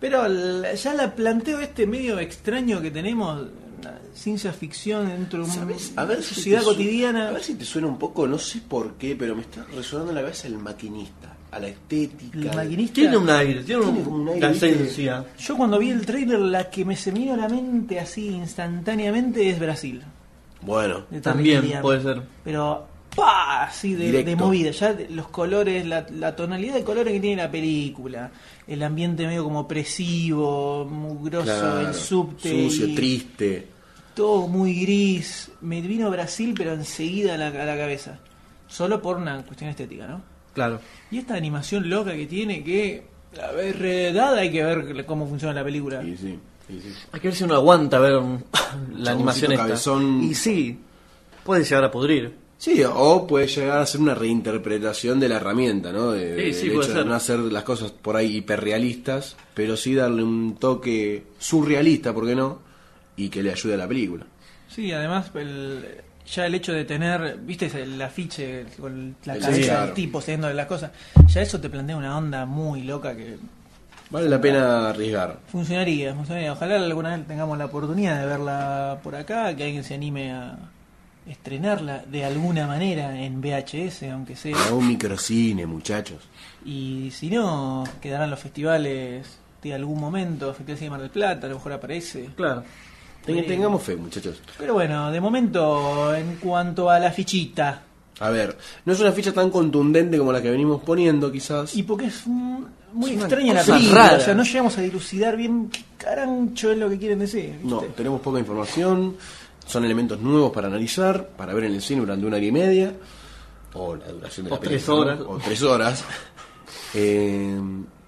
Speaker 2: Pero el- ya la planteo este medio extraño que tenemos, la ciencia ficción dentro de un-
Speaker 4: ¿Sabes? A ver si
Speaker 2: sociedad
Speaker 4: te su-
Speaker 2: cotidiana.
Speaker 4: A ver si te suena un poco, no sé por qué, pero me está resonando en la cabeza el maquinista, a la estética.
Speaker 2: El
Speaker 4: al-
Speaker 2: maquinista.
Speaker 3: Tiene un aire, tiene,
Speaker 4: Tiene
Speaker 3: un,
Speaker 4: como un aire,
Speaker 3: la
Speaker 4: ¿viste?
Speaker 3: esencia.
Speaker 2: Yo cuando vi el trailer la que me se me vino a la mente así instantáneamente es Brasil.
Speaker 4: Bueno,
Speaker 2: de
Speaker 3: También
Speaker 2: Tarantino.
Speaker 3: puede ser.
Speaker 2: Pero ¡pa! así de,
Speaker 4: Directo.
Speaker 2: de movida, ya de- los colores, la, la tonalidad de colores que tiene la película, el ambiente medio como opresivo, mugroso,
Speaker 4: claro,
Speaker 2: el subte,
Speaker 4: sucio,
Speaker 2: y
Speaker 4: triste.
Speaker 2: todo muy gris. Me vino Brasil, pero enseguida a la, a la cabeza. Solo por una cuestión estética, ¿no?
Speaker 3: Claro.
Speaker 2: Y esta animación loca que tiene que. A ver, eh, nada, hay que ver cómo funciona la película.
Speaker 4: Y sí, y sí.
Speaker 3: Hay que ver si uno aguanta ver un- la animación esta.
Speaker 4: cabezón.
Speaker 3: Y sí, puede llegar a pudrir.
Speaker 4: Sí, o puede llegar a ser una reinterpretación de la herramienta, ¿no? De,
Speaker 3: Sí,
Speaker 4: del
Speaker 3: sí,
Speaker 4: hecho
Speaker 3: puede
Speaker 4: de
Speaker 3: ser.
Speaker 4: no hacer las cosas por ahí hiperrealistas, pero sí darle un toque surrealista, ¿por qué no? Y que le ayude a la película.
Speaker 2: Sí, además el- ya el hecho de tener, viste, ese- el afiche con la
Speaker 4: Sí,
Speaker 2: cabeza
Speaker 4: claro.
Speaker 2: del tipo saliendo de las cosas, ya eso te plantea una onda muy loca que
Speaker 4: Vale la pena arriesgar.
Speaker 2: funcionaría, funcionaría. Ojalá alguna vez tengamos la oportunidad de verla por acá, que alguien se anime a estrenarla de alguna manera en VHS, aunque sea.
Speaker 4: A un microcine, muchachos.
Speaker 2: Y si no, quedarán los festivales de algún momento, Festival de Mar del Plata, a lo mejor aparece.
Speaker 3: Claro.
Speaker 4: Ten- tengamos fe, muchachos.
Speaker 2: Pero bueno, de momento, en cuanto a la fichita,
Speaker 4: A ver, no es una ficha tan contundente como la que venimos poniendo, quizás.
Speaker 2: Y porque es mm, muy
Speaker 3: Es una
Speaker 2: extraña la
Speaker 3: cosa
Speaker 2: película,
Speaker 3: rara.
Speaker 2: o sea, no llegamos a dilucidar bien qué carancho es lo que quieren decir. ¿viste?
Speaker 4: No, tenemos poca información. Son elementos nuevos para analizar, para ver en el cine durante una hora y media. O la duración de
Speaker 3: O
Speaker 4: la película,
Speaker 3: tres
Speaker 4: ¿no?
Speaker 3: horas.
Speaker 4: O tres horas. Eh,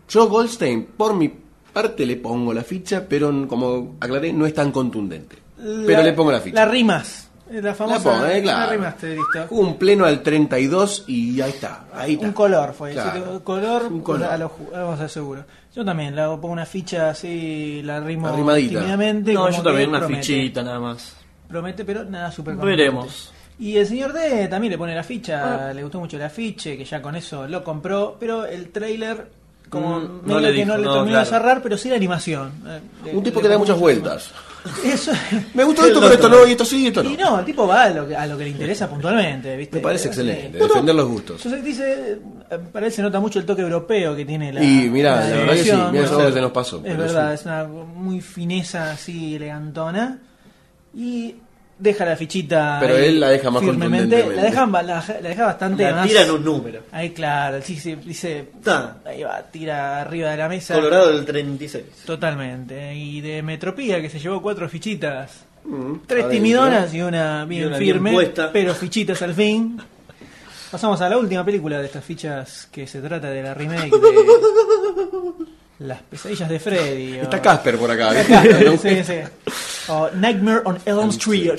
Speaker 4: yo, Goldstein, por mi parte le pongo la ficha, pero como aclaré, no es tan contundente.
Speaker 2: La-
Speaker 4: pero le pongo la ficha.
Speaker 2: La rimas, eh, la
Speaker 4: La
Speaker 2: famosa.
Speaker 4: pongo, eh, claro.
Speaker 2: La rimaste, listo.
Speaker 4: Hubo un pleno al 32 y ahí está. Ahí está.
Speaker 2: Un color fue,
Speaker 4: Claro.
Speaker 2: sí, un color,
Speaker 4: Un color.
Speaker 2: a lo ju- vamos a ser seguros. Yo también, le hago- pongo una ficha así, la rimo
Speaker 4: Arrimadita.
Speaker 2: tímidamente.
Speaker 3: No,
Speaker 2: como
Speaker 3: yo
Speaker 2: que
Speaker 3: también una
Speaker 2: promete.
Speaker 3: fichita nada más.
Speaker 2: Promete, pero nada super
Speaker 3: Veremos.
Speaker 2: Y el señor D también le pone la ficha,
Speaker 4: Ah.
Speaker 2: le gustó mucho el afiche, que ya con eso lo compró, pero el trailer como
Speaker 3: Mm, no
Speaker 2: medio
Speaker 3: le
Speaker 2: que
Speaker 3: dijo,
Speaker 2: no le
Speaker 3: no,
Speaker 2: terminó de
Speaker 3: claro.
Speaker 2: cerrar, pero sí la animación. Eh, le-
Speaker 4: Un tipo
Speaker 2: le
Speaker 4: que da
Speaker 2: pongo
Speaker 4: muchas
Speaker 2: mucho-
Speaker 4: vueltas.
Speaker 2: Eso.
Speaker 4: Me gustó esto, pero esto no, y esto sí, y esto no.
Speaker 2: Y no, el tipo va a lo que, a lo que le interesa puntualmente, ¿viste?
Speaker 4: Me parece
Speaker 2: Eh,
Speaker 4: excelente.
Speaker 2: bueno,
Speaker 4: Defender los gustos.
Speaker 2: yo sé que dice, eh, parece se nota mucho el toque europeo que tiene la.
Speaker 4: Y mirá, la verdad que sí,
Speaker 2: animación,
Speaker 4: mirá,
Speaker 2: ¿no?
Speaker 4: eso se nos pasó,
Speaker 2: Es
Speaker 4: pero
Speaker 2: verdad,
Speaker 4: sí.
Speaker 2: es una muy fineza así, elegantona. Y deja la fichita.
Speaker 4: Pero
Speaker 2: ahí
Speaker 4: él la deja más
Speaker 2: firmemente. La
Speaker 4: contundentemente.
Speaker 2: deja, ba- la, la deja bastante
Speaker 3: La
Speaker 2: más-
Speaker 3: tiran un número.
Speaker 2: Ahí, claro, sí, sí, dice.
Speaker 3: Ta.
Speaker 2: Ahí va, tira arriba de la mesa.
Speaker 3: Colorado del 36.
Speaker 2: Totalmente. Y de Metropía, que se llevó cuatro fichitas. Tres
Speaker 3: Mm.
Speaker 4: adentro.
Speaker 2: timidonas y una bien
Speaker 3: Y una bien
Speaker 2: firme,
Speaker 3: puesta.
Speaker 2: pero fichitas al fin. Pasamos a la última película de estas fichas que se trata de la remake de Las pesadillas de Freddy. o-
Speaker 4: Está Casper por acá. ¿viste?
Speaker 2: Está Casper, sí, sí. O Nightmare on Elm Street.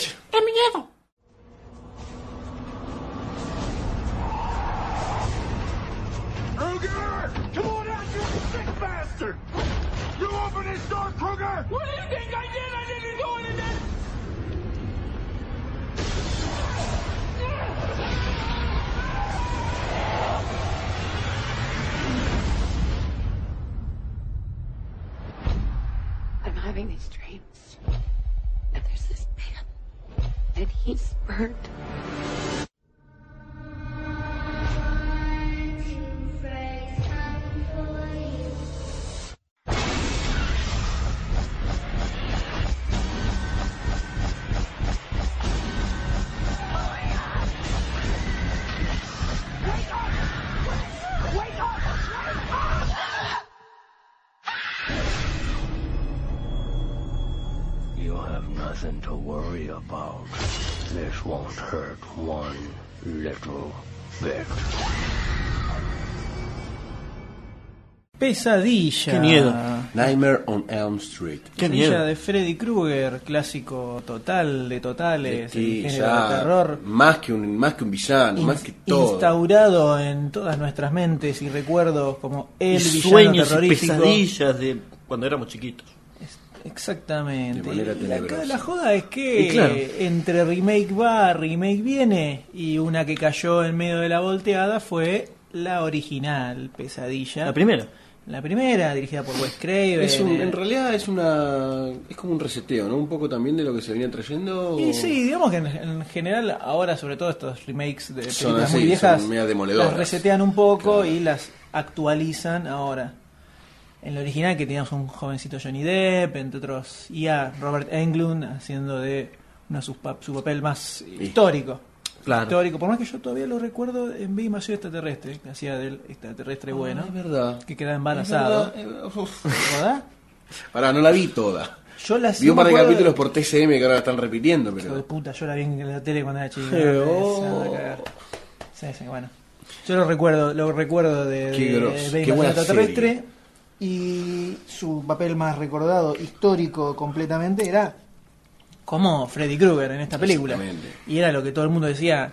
Speaker 5: Kruger! Come on out, you sick bastard! You open this door, Kruger! What do you think I did? I didn't do anything!
Speaker 9: I'm having these dreams. And there's this man. And he's burnt.
Speaker 5: You have nothing to worry about. This won't hurt one little bit.
Speaker 2: Pesadilla.
Speaker 3: Qué miedo.
Speaker 4: Nightmare on Elm Street.
Speaker 3: Qué
Speaker 2: Pesadilla
Speaker 3: miedo.
Speaker 2: de Freddy Krueger, clásico total de totales,
Speaker 4: Sí,
Speaker 2: el género
Speaker 4: ya,
Speaker 2: de terror.
Speaker 4: Más que un, más que un villano,
Speaker 2: in-
Speaker 4: más que todo.
Speaker 2: instaurado en todas nuestras mentes y recuerdos como
Speaker 3: Y
Speaker 2: el villano
Speaker 3: sueños y
Speaker 2: terrorífico.
Speaker 3: pesadillas de cuando éramos chiquitos.
Speaker 2: Es- Exactamente.
Speaker 4: De manera
Speaker 2: Y acá
Speaker 4: tenebrosa.
Speaker 2: la joda es que
Speaker 3: Y claro.
Speaker 2: entre remake va, remake viene y una que cayó en medio de la volteada fue la original pesadilla.
Speaker 3: La primera.
Speaker 2: La primera, dirigida por Wes Craven.
Speaker 4: Es un-
Speaker 2: eh,
Speaker 4: en realidad es una es como un reseteo, ¿no? Un poco también de lo que se venía trayendo.
Speaker 2: Y
Speaker 4: o-
Speaker 2: sí, digamos que en, en general ahora, sobre todo estos remakes de
Speaker 4: Son
Speaker 2: películas
Speaker 4: así,
Speaker 2: muy viejas,
Speaker 4: son medio demoledoras.
Speaker 2: las resetean un poco
Speaker 4: Claro.
Speaker 2: y las actualizan ahora. En la original que teníamos un jovencito Johnny Depp, entre otros, y a Robert Englund haciendo de uno de sus pa- su papel más histórico.
Speaker 3: Claro.
Speaker 2: Histórico, por más que yo todavía lo recuerdo en Vi Invasión Extraterrestre, que hacía del extraterrestre bueno,
Speaker 4: Ah, es verdad.
Speaker 2: que queda embarazada.
Speaker 4: Es verdad, eh, uf.
Speaker 2: ¿Verdad?
Speaker 4: Ahora, no la vi toda.
Speaker 2: Yo la
Speaker 4: Vi un par de
Speaker 2: me acuerdo
Speaker 4: capítulos por TCM que ahora están repitiendo,
Speaker 2: Hijo de
Speaker 4: pero. oh.
Speaker 2: puta, yo la vi en la tele cuando era chico.
Speaker 4: Feo.
Speaker 2: Esa, la cagar. Sí, sí, bueno. Yo lo recuerdo, lo recuerdo de,
Speaker 4: Qué
Speaker 2: de
Speaker 4: grosso,
Speaker 2: Baby
Speaker 4: qué
Speaker 2: Invasión
Speaker 4: buena
Speaker 2: extraterrestre.
Speaker 4: serie.
Speaker 2: Y su papel más recordado, histórico completamente, era como Freddy Krueger en esta película.
Speaker 4: Exactamente.
Speaker 2: Y era lo que todo el mundo decía,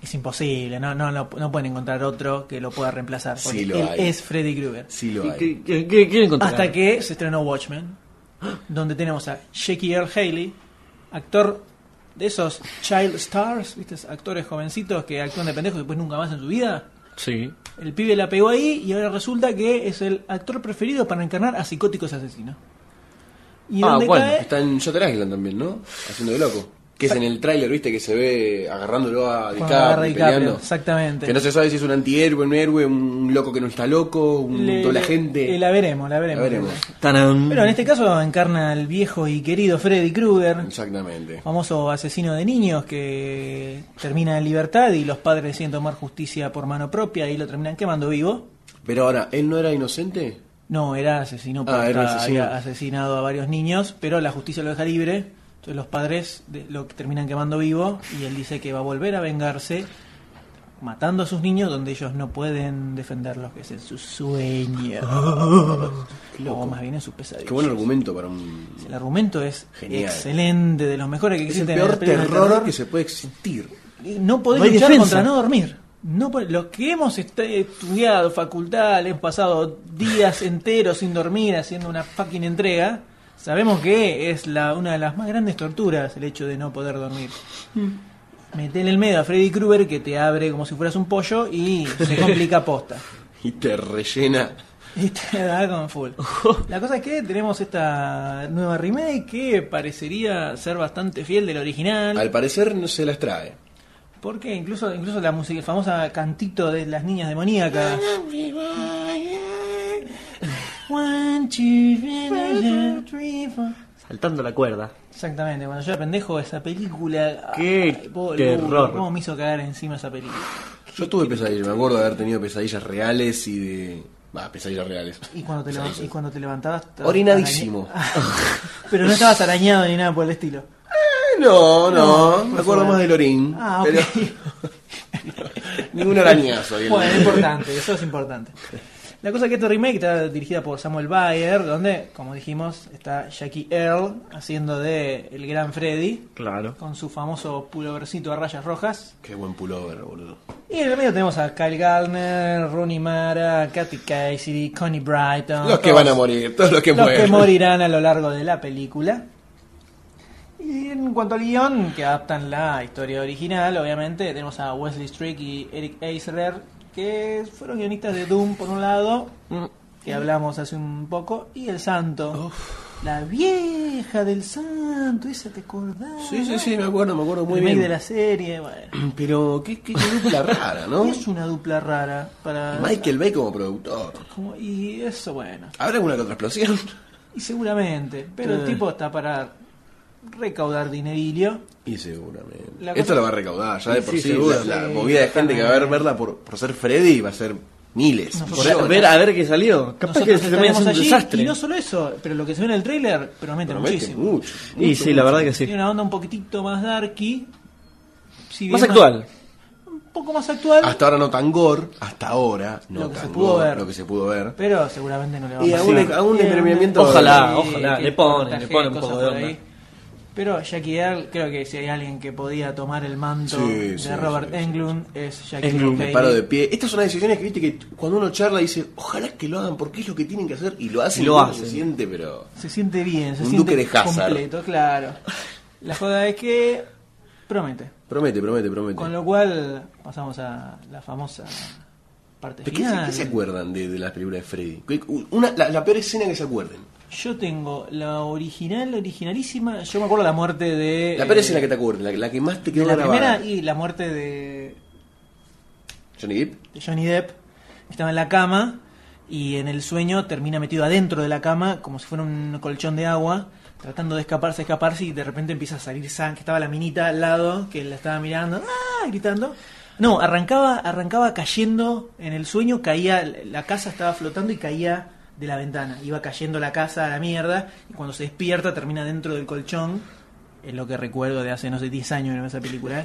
Speaker 2: es imposible, no, no, no, no pueden encontrar otro que lo pueda reemplazar. Porque
Speaker 4: Sí lo
Speaker 2: él
Speaker 4: hay.
Speaker 2: es Freddy Krueger.
Speaker 4: Sí lo hay.
Speaker 3: ¿Qué, qué- qué quieren contar?
Speaker 2: Hasta que se estrenó Watchmen, donde tenemos a Jackie Earl Haley, actor de esos child stars, ¿viste? actores jovencitos que actúan de pendejos y después nunca más en su vida.
Speaker 3: Sí.
Speaker 2: El pibe la pegó ahí y ahora resulta que es el actor preferido para encarnar a psicóticos asesinos. Y
Speaker 3: Ah,
Speaker 2: donde
Speaker 3: bueno,
Speaker 2: cae-
Speaker 4: Está en Shutter Island también, ¿no? Haciendo de loco. Que es en el tráiler, viste, que se ve agarrándolo a
Speaker 2: cuando agarra
Speaker 4: DiCaprio, y
Speaker 2: DiCaprio,
Speaker 4: peleando.
Speaker 2: Exactamente.
Speaker 4: Que no se sabe si es un antihéroe, un héroe, un loco que no está loco, un
Speaker 2: Le-
Speaker 4: doble
Speaker 2: le-
Speaker 4: agente.
Speaker 2: le- La veremos, la veremos.
Speaker 4: La veremos.
Speaker 3: Tarán.
Speaker 2: Pero en este caso encarna al viejo y querido Freddy Krueger.
Speaker 4: Exactamente.
Speaker 2: famoso asesino de niños que termina en libertad y los padres deciden tomar justicia por mano propia y lo terminan quemando vivo.
Speaker 4: Pero ahora, ¿él no era inocente?
Speaker 2: No, era asesino porque
Speaker 4: Ah, era
Speaker 2: estaba-
Speaker 4: asesino.
Speaker 2: había asesinado a varios niños, pero la justicia lo deja libre. Entonces los padres de- lo terminan quemando vivo y él dice que va a volver a vengarse matando a sus niños donde ellos no pueden defenderlos, que es en sus sueños. o más bien en sus pesadillas.
Speaker 4: Qué buen argumento para un.
Speaker 2: El argumento es
Speaker 4: Genial.
Speaker 2: excelente, de los mejores que
Speaker 4: Es el
Speaker 2: existen. en
Speaker 4: peor
Speaker 2: las películas de
Speaker 4: terror que se puede existir.
Speaker 2: No podés
Speaker 3: No hay
Speaker 2: luchar
Speaker 3: defensa.
Speaker 2: contra no dormir. No po- lo que hemos est- estudiado, facultad, hemos pasado días enteros sin dormir haciendo una fucking entrega, sabemos que es la, una de las más grandes torturas el hecho de no poder dormir. Metele el medio a Freddy Krueger que te abre como si fueras un pollo y se complica posta.
Speaker 4: Y te rellena.
Speaker 2: Y te da con full. La cosa es que tenemos esta nueva remake que parecería ser bastante fiel del original.
Speaker 4: Al parecer no se las trae.
Speaker 2: Porque incluso, incluso la música, el famosa cantito de las niñas demoníacas. One, two, three, three, four.
Speaker 3: Saltando la cuerda.
Speaker 2: Exactamente, cuando yo era pendejo esa película.
Speaker 3: Qué
Speaker 2: boludo,
Speaker 3: terror.
Speaker 2: ¿Cómo me hizo cagar encima esa película?
Speaker 4: Yo tuve pesadillas, me acuerdo de haber tenido pesadillas reales y de. Va, pesadillas reales.
Speaker 2: Y cuando te, leva- y cuando te levantabas. estabas
Speaker 4: Orinadísimo.
Speaker 2: araña- Pero no estabas arañado ni nada por el estilo.
Speaker 4: Eh, no, no, me acuerdo
Speaker 2: suena.
Speaker 4: más del orín.
Speaker 2: Ah, ok.
Speaker 4: Pero ningún arañazo. ahí en
Speaker 2: Bueno,
Speaker 4: la-
Speaker 2: es importante, eso es importante. La cosa es que este remake está dirigida por Samuel Bayer, donde, como dijimos, está Jackie Earl haciendo de el gran Freddy,
Speaker 3: Claro.
Speaker 2: con su famoso pulovercito a rayas rojas.
Speaker 4: Qué buen pullover, boludo.
Speaker 2: Y en el medio tenemos a Kyle Gardner, Rooney Mara, Kathy Cassidy, Connie Brighton.
Speaker 4: Los que
Speaker 2: todos-
Speaker 4: van a morir, todos los que
Speaker 2: los
Speaker 4: mueren.
Speaker 2: que morirán a lo largo de la película. Y en cuanto al guión, que adaptan la historia original, obviamente, tenemos a Wesley Strick y Eric Eisler, que fueron guionistas de Doom por un lado,
Speaker 4: Mm,
Speaker 2: que hablamos hace un poco, y El Santo. La vieja del Santo, esa te acordás.
Speaker 4: Sí, sí, sí, me acuerdo, me acuerdo muy
Speaker 2: Remake
Speaker 4: bien.
Speaker 2: de la serie, bueno.
Speaker 4: Pero qué, qué dupla rara, ¿no?
Speaker 2: Es una dupla rara para.
Speaker 4: Michael Bay como productor.
Speaker 2: como- y eso, bueno.
Speaker 4: ¿Habrá alguna que otra explosión?
Speaker 2: Y seguramente, pero el
Speaker 4: Eh.
Speaker 2: tipo está para recaudar dinerillo.
Speaker 4: Y seguramente.
Speaker 2: La cosa-
Speaker 4: Esto lo va a recaudar, ya de
Speaker 3: Sí,
Speaker 4: por
Speaker 3: sí,
Speaker 4: sí.
Speaker 3: seguro.
Speaker 4: la, la
Speaker 2: Sí,
Speaker 4: movida de gente que va a ver
Speaker 2: exactamente.
Speaker 4: verla por, por ser Freddy va a ser miles.
Speaker 2: Nosotros-
Speaker 3: Por
Speaker 4: millones.
Speaker 3: a ver, a ver qué salió. Capaz que
Speaker 2: Nosotros
Speaker 3: se termina
Speaker 2: estaremos
Speaker 3: haciendo un
Speaker 2: allí,
Speaker 3: desastre.
Speaker 2: Y no solo eso, pero lo que se ve en el trailer promete,
Speaker 4: Promete
Speaker 2: muchísimo.
Speaker 4: mucho.
Speaker 3: Y sí, la verdad que sí.
Speaker 2: Tiene una onda un poquitito más darky. si bien
Speaker 3: Más actual.
Speaker 2: Un poco más actual,
Speaker 4: Hasta ahora no tan gore, hasta ahora no
Speaker 2: Lo que se
Speaker 4: tan
Speaker 2: pudo
Speaker 4: gore,
Speaker 2: ver.
Speaker 4: lo que se pudo ver.
Speaker 2: pero seguramente no le va
Speaker 4: Y
Speaker 2: a
Speaker 4: aún le- aún le premiamiento-
Speaker 3: Ojalá,
Speaker 2: Sí,
Speaker 3: ojalá,
Speaker 2: que
Speaker 3: le ponen,
Speaker 2: portaje,
Speaker 3: le ponen un
Speaker 2: cosas
Speaker 3: poco de
Speaker 2: por
Speaker 3: onda.
Speaker 2: ahí. Pero Jackie Earl, creo que si hay alguien que podía tomar el manto
Speaker 4: Sí,
Speaker 2: de
Speaker 4: sí,
Speaker 2: Robert
Speaker 4: sí, sí.
Speaker 2: Englund es Jackie
Speaker 3: Englund,
Speaker 2: Earl
Speaker 4: Me
Speaker 2: Haley.
Speaker 4: paro de pie. Estas son las decisiones que viste que cuando uno charla dice, ojalá que lo hagan porque es lo que tienen que hacer. Y lo hacen,
Speaker 3: Y lo
Speaker 4: uno
Speaker 3: hacen.
Speaker 4: se siente, pero.
Speaker 2: Se siente bien, se
Speaker 4: Un
Speaker 2: siente
Speaker 4: Duque de Hazard.
Speaker 2: completo, claro. La joda es que promete.
Speaker 4: Promete, promete, promete.
Speaker 2: Con lo cual pasamos a la famosa parte
Speaker 4: ¿Pero ¿Qué, se-
Speaker 2: final.
Speaker 4: qué se acuerdan de, de las películas de Freddy? ¿Qué- Una, la, la peor escena que se acuerden.
Speaker 2: Yo tengo la original, originalísima. Yo me acuerdo la muerte de.
Speaker 4: La peor
Speaker 2: eh,
Speaker 4: escena que te acuerden, la, la que más te
Speaker 2: de
Speaker 4: quedó
Speaker 2: la
Speaker 4: grabada.
Speaker 2: primera y la muerte de,
Speaker 4: Johnny Depp.
Speaker 2: de Johnny Depp. que Estaba en la cama y en el sueño termina metido adentro de la cama como si fuera un colchón de agua, tratando de escaparse, escaparse y de repente empieza a salir sangre. Estaba la minita al lado que la estaba mirando, ¡ah! gritando. No, arrancaba, arrancaba cayendo en el sueño, caía, la casa estaba flotando y caía de la ventana. Iba cayendo la casa a la mierda y cuando se despierta termina dentro del colchón. Es lo que recuerdo de hace, no sé, 10 años en esa película. ¿eh?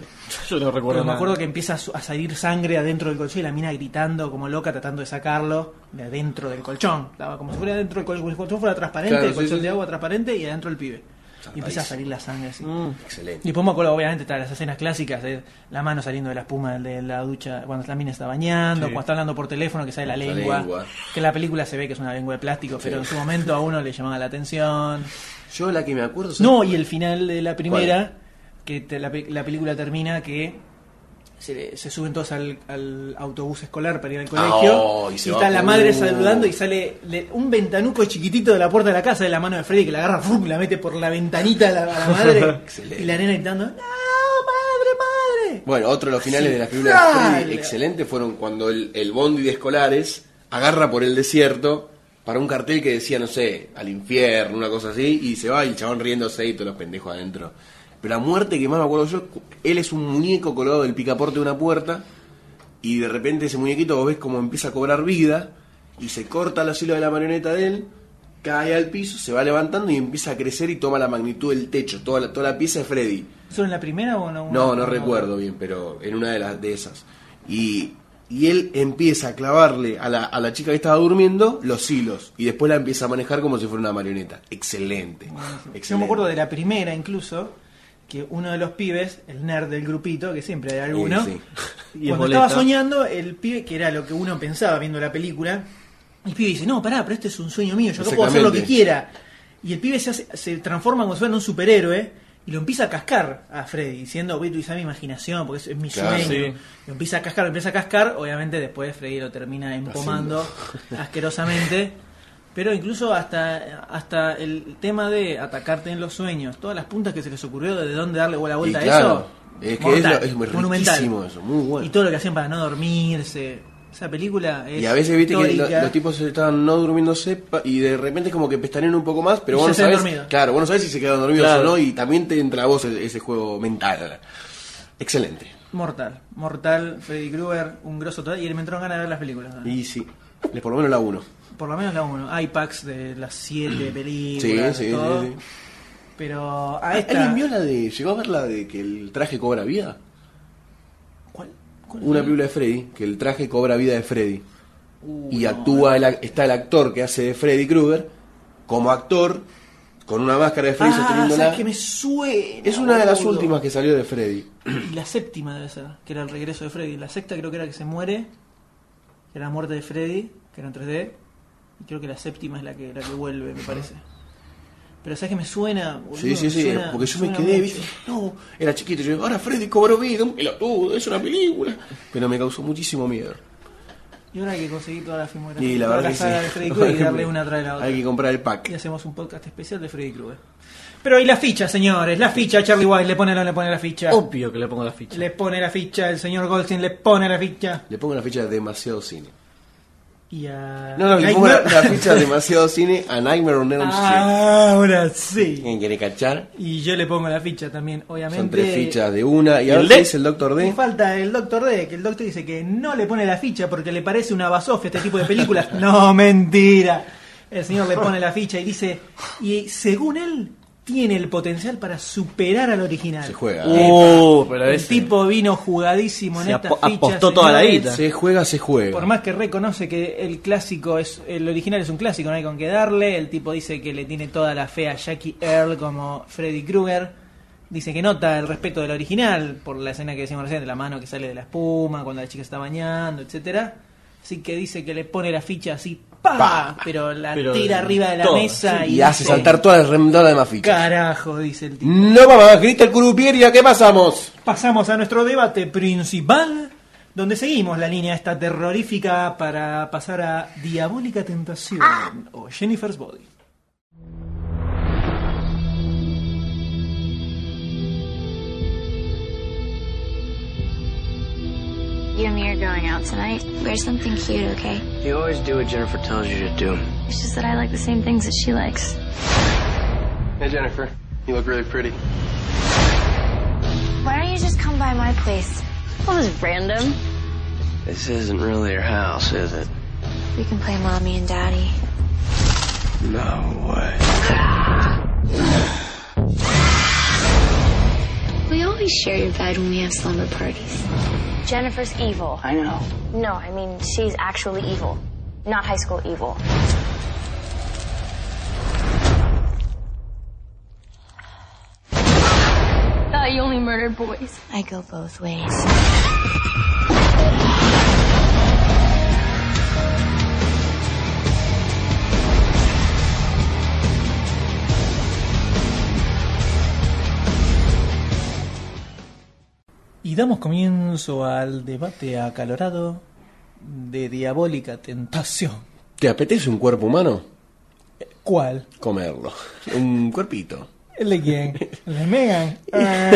Speaker 3: Yo no
Speaker 2: Porque
Speaker 3: recuerdo
Speaker 2: me
Speaker 3: nada.
Speaker 2: acuerdo que empieza a su- a salir sangre adentro del colchón y la mina gritando como loca tratando de sacarlo de adentro del colchón. Estaba como si fuera adentro del colchón, el colchón fuera transparente,
Speaker 4: Claro,
Speaker 2: el
Speaker 4: sí,
Speaker 2: colchón
Speaker 4: sí,
Speaker 2: de
Speaker 4: sí.
Speaker 2: agua transparente y adentro el pibe. Y empieza a
Speaker 4: Zarpadísimo.
Speaker 2: salir la sangre así.
Speaker 3: Mm.
Speaker 4: Excelente.
Speaker 2: Y después me acuerdo, obviamente, está las escenas clásicas, eh, la mano saliendo de la espuma de la ducha cuando la mina está bañando, cuando está hablando por teléfono que sale la
Speaker 4: La
Speaker 2: lengua,
Speaker 4: lengua.
Speaker 2: Que en la película se ve que es una lengua de plástico, pero
Speaker 4: Sí.
Speaker 2: en su momento a uno le llamaba la atención.
Speaker 4: Yo la que me acuerdo. ¿sabes?
Speaker 2: No, y el final de la primera, que te- la, pe- la película termina que se, se suben todos al, al autobús escolar para ir al colegio.
Speaker 4: Oh, y
Speaker 2: y
Speaker 4: se
Speaker 2: está
Speaker 4: va-
Speaker 2: la madre
Speaker 4: Uh.
Speaker 2: saludando y sale le- un ventanuco chiquitito de la puerta de la casa de la mano de Freddy que la agarra, ¡fum! la mete por la ventanita a la, a la madre.
Speaker 4: Excelente.
Speaker 2: y la nena gritando, ¡No, madre, madre!
Speaker 4: Bueno, otro de los finales
Speaker 2: Sí.
Speaker 4: de las películas de
Speaker 2: Dale.
Speaker 4: Freddy excelentes fueron cuando el, el bondi de escolares agarra por el desierto para un cartel que decía, no sé, al infierno, una cosa así, y se va y el chabón riéndose y todos los pendejos adentro. Pero la muerte que más me acuerdo yo, él es un muñeco colgado del picaporte de una puerta, y de repente ese muñequito vos ves como empieza a cobrar vida, y se corta los hilos de la marioneta de él, cae al piso, se va levantando y empieza a crecer y toma la magnitud del techo, toda la, toda la pieza de Freddy.
Speaker 2: ¿Solo en la primera o no?
Speaker 4: No, no recuerdo bien, pero en una de las de esas. Y, y él empieza a clavarle a la, a la chica que estaba durmiendo los hilos y después la empieza a manejar como si fuera una marioneta. Excelente. Excelente.
Speaker 2: Yo me acuerdo de la primera incluso, que uno de los pibes, el nerd del grupito, que siempre hay alguno,
Speaker 4: Sí,
Speaker 3: sí. Y
Speaker 2: cuando
Speaker 3: es
Speaker 2: estaba
Speaker 3: boleta.
Speaker 2: soñando, el pibe, que era lo que uno pensaba viendo la película, el pibe dice, no, pará, pero este es un sueño mío, yo acá puedo hacer lo que
Speaker 4: Exactamente.
Speaker 2: quiera. Y el pibe se, hace- se transforma como si fuera un superhéroe y lo empieza a cascar a Freddy, diciendo, voy a utilizar mi imaginación, porque es, es mi
Speaker 4: Claro,
Speaker 2: sueño.
Speaker 3: sí.
Speaker 2: Lo empieza a cascar, lo empieza a cascar, obviamente después Freddy lo termina empomando asquerosamente. Pero incluso hasta, hasta el tema de atacarte en los sueños, todas las puntas que se les ocurrió de dónde darle la
Speaker 4: Y
Speaker 2: vuelta a
Speaker 4: claro,
Speaker 2: eso.
Speaker 4: es que es,
Speaker 2: mortal,
Speaker 4: lo- es muy
Speaker 2: monumental.
Speaker 4: riquísimo eso, muy bueno.
Speaker 2: Y todo lo que hacían para no dormirse. Esa película es
Speaker 4: Y a veces viste que lo-
Speaker 2: histórica.
Speaker 4: los tipos estaban no durmiéndose pa- y de repente es como que pestañean un poco más, pero
Speaker 2: Y
Speaker 4: vos
Speaker 2: ya
Speaker 4: no
Speaker 2: se habían
Speaker 4: sabés.
Speaker 2: dormido.
Speaker 4: Claro, vos no sabés si se quedaron dormidos
Speaker 3: Claro.
Speaker 4: o no, y también te entra a vos e- ese juego mental. Excelente.
Speaker 2: Mortal, Mortal, Freddy Krueger, un grosso total. Y me entró ganas de ver las películas. ¿no?
Speaker 4: Y sí, les por lo menos la uno.
Speaker 2: Por lo menos la 1. Hay packs de las 7 películas.
Speaker 4: Sí,
Speaker 2: de
Speaker 4: sí, sí,
Speaker 2: todo.
Speaker 4: sí.
Speaker 2: Pero a esta. Ah,
Speaker 4: ¿Alguien vio la de. llegó a ver la de que el traje cobra vida?
Speaker 2: ¿Cuál? ¿Cuál
Speaker 4: Una
Speaker 2: fue?
Speaker 4: película de Freddy, que el traje cobra vida de Freddy.
Speaker 2: Uh,
Speaker 4: y
Speaker 2: no.
Speaker 4: actúa, el ac- está el actor que hace de Freddy Krueger como actor, con una máscara de Freddy
Speaker 2: Ah,
Speaker 4: sosteniéndola.
Speaker 2: ¿sabes que me suena.
Speaker 4: Es una de las
Speaker 2: boludo?
Speaker 4: últimas que salió de Freddy.
Speaker 2: Y la séptima debe ser, que era el regreso de Freddy. La sexta creo que era que se muere, que era la muerte de Freddy, que era en 3D. Y creo que la séptima es la que, la que vuelve, me parece. Pero ¿sabes que me suena? boludo?
Speaker 4: Sí, sí,
Speaker 2: Me
Speaker 4: sí,
Speaker 2: suena-
Speaker 4: porque yo me
Speaker 2: suena
Speaker 4: quedé,
Speaker 2: mucho.
Speaker 4: viste, no, era chiquito, yo ahora Freddy cobró vida, un pelotudo, es una película. Pero me causó muchísimo miedo.
Speaker 2: Y ahora hay que conseguir toda la filmografía,
Speaker 4: Y la
Speaker 2: toda
Speaker 4: verdad
Speaker 2: la
Speaker 4: que sí.
Speaker 2: saga de Freddy Krueger y darle una atrás de la otra.
Speaker 4: Hay que comprar el
Speaker 2: Y
Speaker 4: pack.
Speaker 2: hacemos un podcast especial de Freddy Krueger. Pero y la ficha, señores, la ficha, Charlie White le pone o no le pone la ficha.
Speaker 4: Oh.
Speaker 3: Obvio que le pongo la ficha.
Speaker 2: Le pone la ficha, el señor Goldstein le pone la ficha.
Speaker 4: Le pongo la ficha de demasiado cine.
Speaker 2: Y a...
Speaker 4: No, no, le
Speaker 2: Nightmare-
Speaker 4: pongo la, la ficha de demasiado cine a Nightmare on Elm Street.
Speaker 2: Ah, Ahora sí.
Speaker 4: ¿Quién quiere cachar?
Speaker 2: Y yo le pongo la ficha también, obviamente.
Speaker 4: Son tres fichas de una. ¿Y ahora
Speaker 3: el
Speaker 4: qué
Speaker 3: D?
Speaker 4: dice el Doctor
Speaker 2: Y
Speaker 4: D?
Speaker 2: falta el Doctor D, que el Doctor dice que no le pone la ficha porque le parece una basofia este tipo de películas. no, mentira. El señor le pone la ficha y dice, y según él, tiene el potencial para superar al original.
Speaker 4: Se juega.
Speaker 3: Uh, pero
Speaker 2: Eh, El
Speaker 3: ese.
Speaker 2: tipo vino jugadísimo en
Speaker 3: Se
Speaker 2: esta
Speaker 3: apo-
Speaker 2: ficha.
Speaker 3: apostó toda la
Speaker 2: señores.
Speaker 3: guita.
Speaker 4: Se juega, se juega.
Speaker 2: Por más que reconoce que el clásico es el original es un clásico, no hay con qué darle. El tipo dice que le tiene toda la fe a Jackie Earl como Freddy Krueger. Dice que nota el respeto del original por la escena que decíamos recién de la mano que sale de la espuma cuando la chica se está bañando, etcétera. Así que dice que le pone la ficha así, pa,
Speaker 4: Pa.
Speaker 2: pero la
Speaker 3: Pero
Speaker 2: tira arriba de la
Speaker 3: toda.
Speaker 2: mesa y,
Speaker 4: y hace
Speaker 2: dice,
Speaker 4: saltar todas las remontadas de más fichas.
Speaker 2: Carajo, dice el tipo.
Speaker 4: No, mamá, grita el curupier y a qué pasamos.
Speaker 2: Pasamos a nuestro debate principal donde seguimos la línea esta terrorífica para pasar a Diabólica Tentación o Jennifer's Body.
Speaker 10: You and me are going out tonight. Wear something cute, okay?
Speaker 11: You always do what Jennifer tells you to do.
Speaker 10: It's just that I like the same things that she likes.
Speaker 11: Hey, Jennifer. You look really pretty.
Speaker 10: Why don't you just come by my place? Well, this is random.
Speaker 11: This isn't really your house, is it?
Speaker 10: We can play mommy and daddy.
Speaker 11: No way.
Speaker 10: We always share your bed when we have slumber parties. Jennifer's evil. I know. No, I mean, she's actually evil. Not high school evil.
Speaker 12: Thought you only murdered boys.
Speaker 10: I go both ways.
Speaker 2: Y damos comienzo al debate acalorado de Diabólica Tentación.
Speaker 4: ¿Te apetece un cuerpo humano?
Speaker 2: ¿Cuál?
Speaker 4: Comerlo. Un cuerpito.
Speaker 2: ¿El de quién? ¿El de Megan? Ah.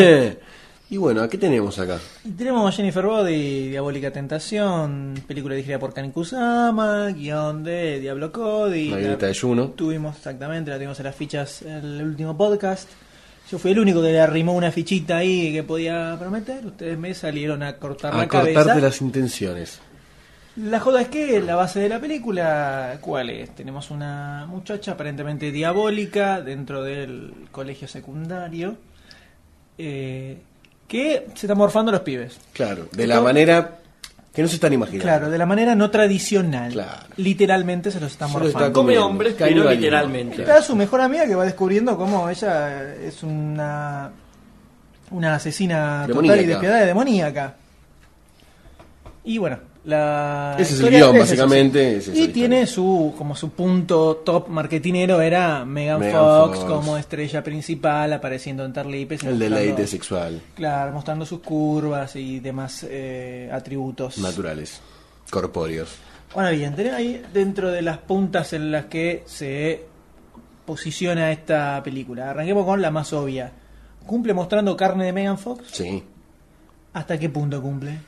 Speaker 4: y bueno, ¿a qué tenemos acá?
Speaker 2: Y tenemos Jennifer Body, Diabólica Tentación, película dirigida por Karen Kusama, guión de Diablo Cody.
Speaker 4: La
Speaker 2: la-
Speaker 4: grita de Juno.
Speaker 2: Tuvimos exactamente, la tuvimos en las fichas en el último podcast. Yo fui el único que le arrimó una fichita ahí que podía prometer. Ustedes me salieron a cortar
Speaker 4: A
Speaker 2: la cabeza.
Speaker 4: cortarte las intenciones.
Speaker 2: La joda es que la base de la película, ¿cuál es? Tenemos una muchacha aparentemente diabólica dentro del colegio secundario eh, que se está morfando a los pibes.
Speaker 4: Claro, de la manera que no se están imaginando.
Speaker 2: Claro, de la manera no tradicional.
Speaker 4: Claro.
Speaker 2: Literalmente se los está
Speaker 4: Se los
Speaker 2: morfando.
Speaker 3: Come
Speaker 4: está comiendo.
Speaker 3: hombres, pero
Speaker 4: Canibalismo.
Speaker 3: literalmente.
Speaker 2: Está su mejor amiga que va descubriendo cómo ella es una una asesina total y
Speaker 4: Demoníaca.
Speaker 2: despiadada y demoníaca. Y bueno, la
Speaker 4: Ese es el
Speaker 2: historia
Speaker 4: guión,
Speaker 2: eso,
Speaker 4: básicamente,
Speaker 2: sí.
Speaker 4: es esa
Speaker 2: y
Speaker 4: historia.
Speaker 2: tiene su como su punto top marketinero era Megan,
Speaker 4: Megan
Speaker 2: Fox,
Speaker 4: Fox.
Speaker 2: como estrella principal apareciendo en Tarlipes. y
Speaker 4: El
Speaker 2: mostrando-
Speaker 4: deleite sexual.
Speaker 2: Claro, mostrando sus curvas y demás eh, atributos.
Speaker 4: Naturales. Corpóreos.
Speaker 2: Ahora bien, tenés ahí dentro de las puntas en las que se posiciona esta película. Arranquemos con la más obvia. ¿Cumple mostrando carne de Megan Fox?
Speaker 4: Sí.
Speaker 2: ¿Hasta qué punto cumple?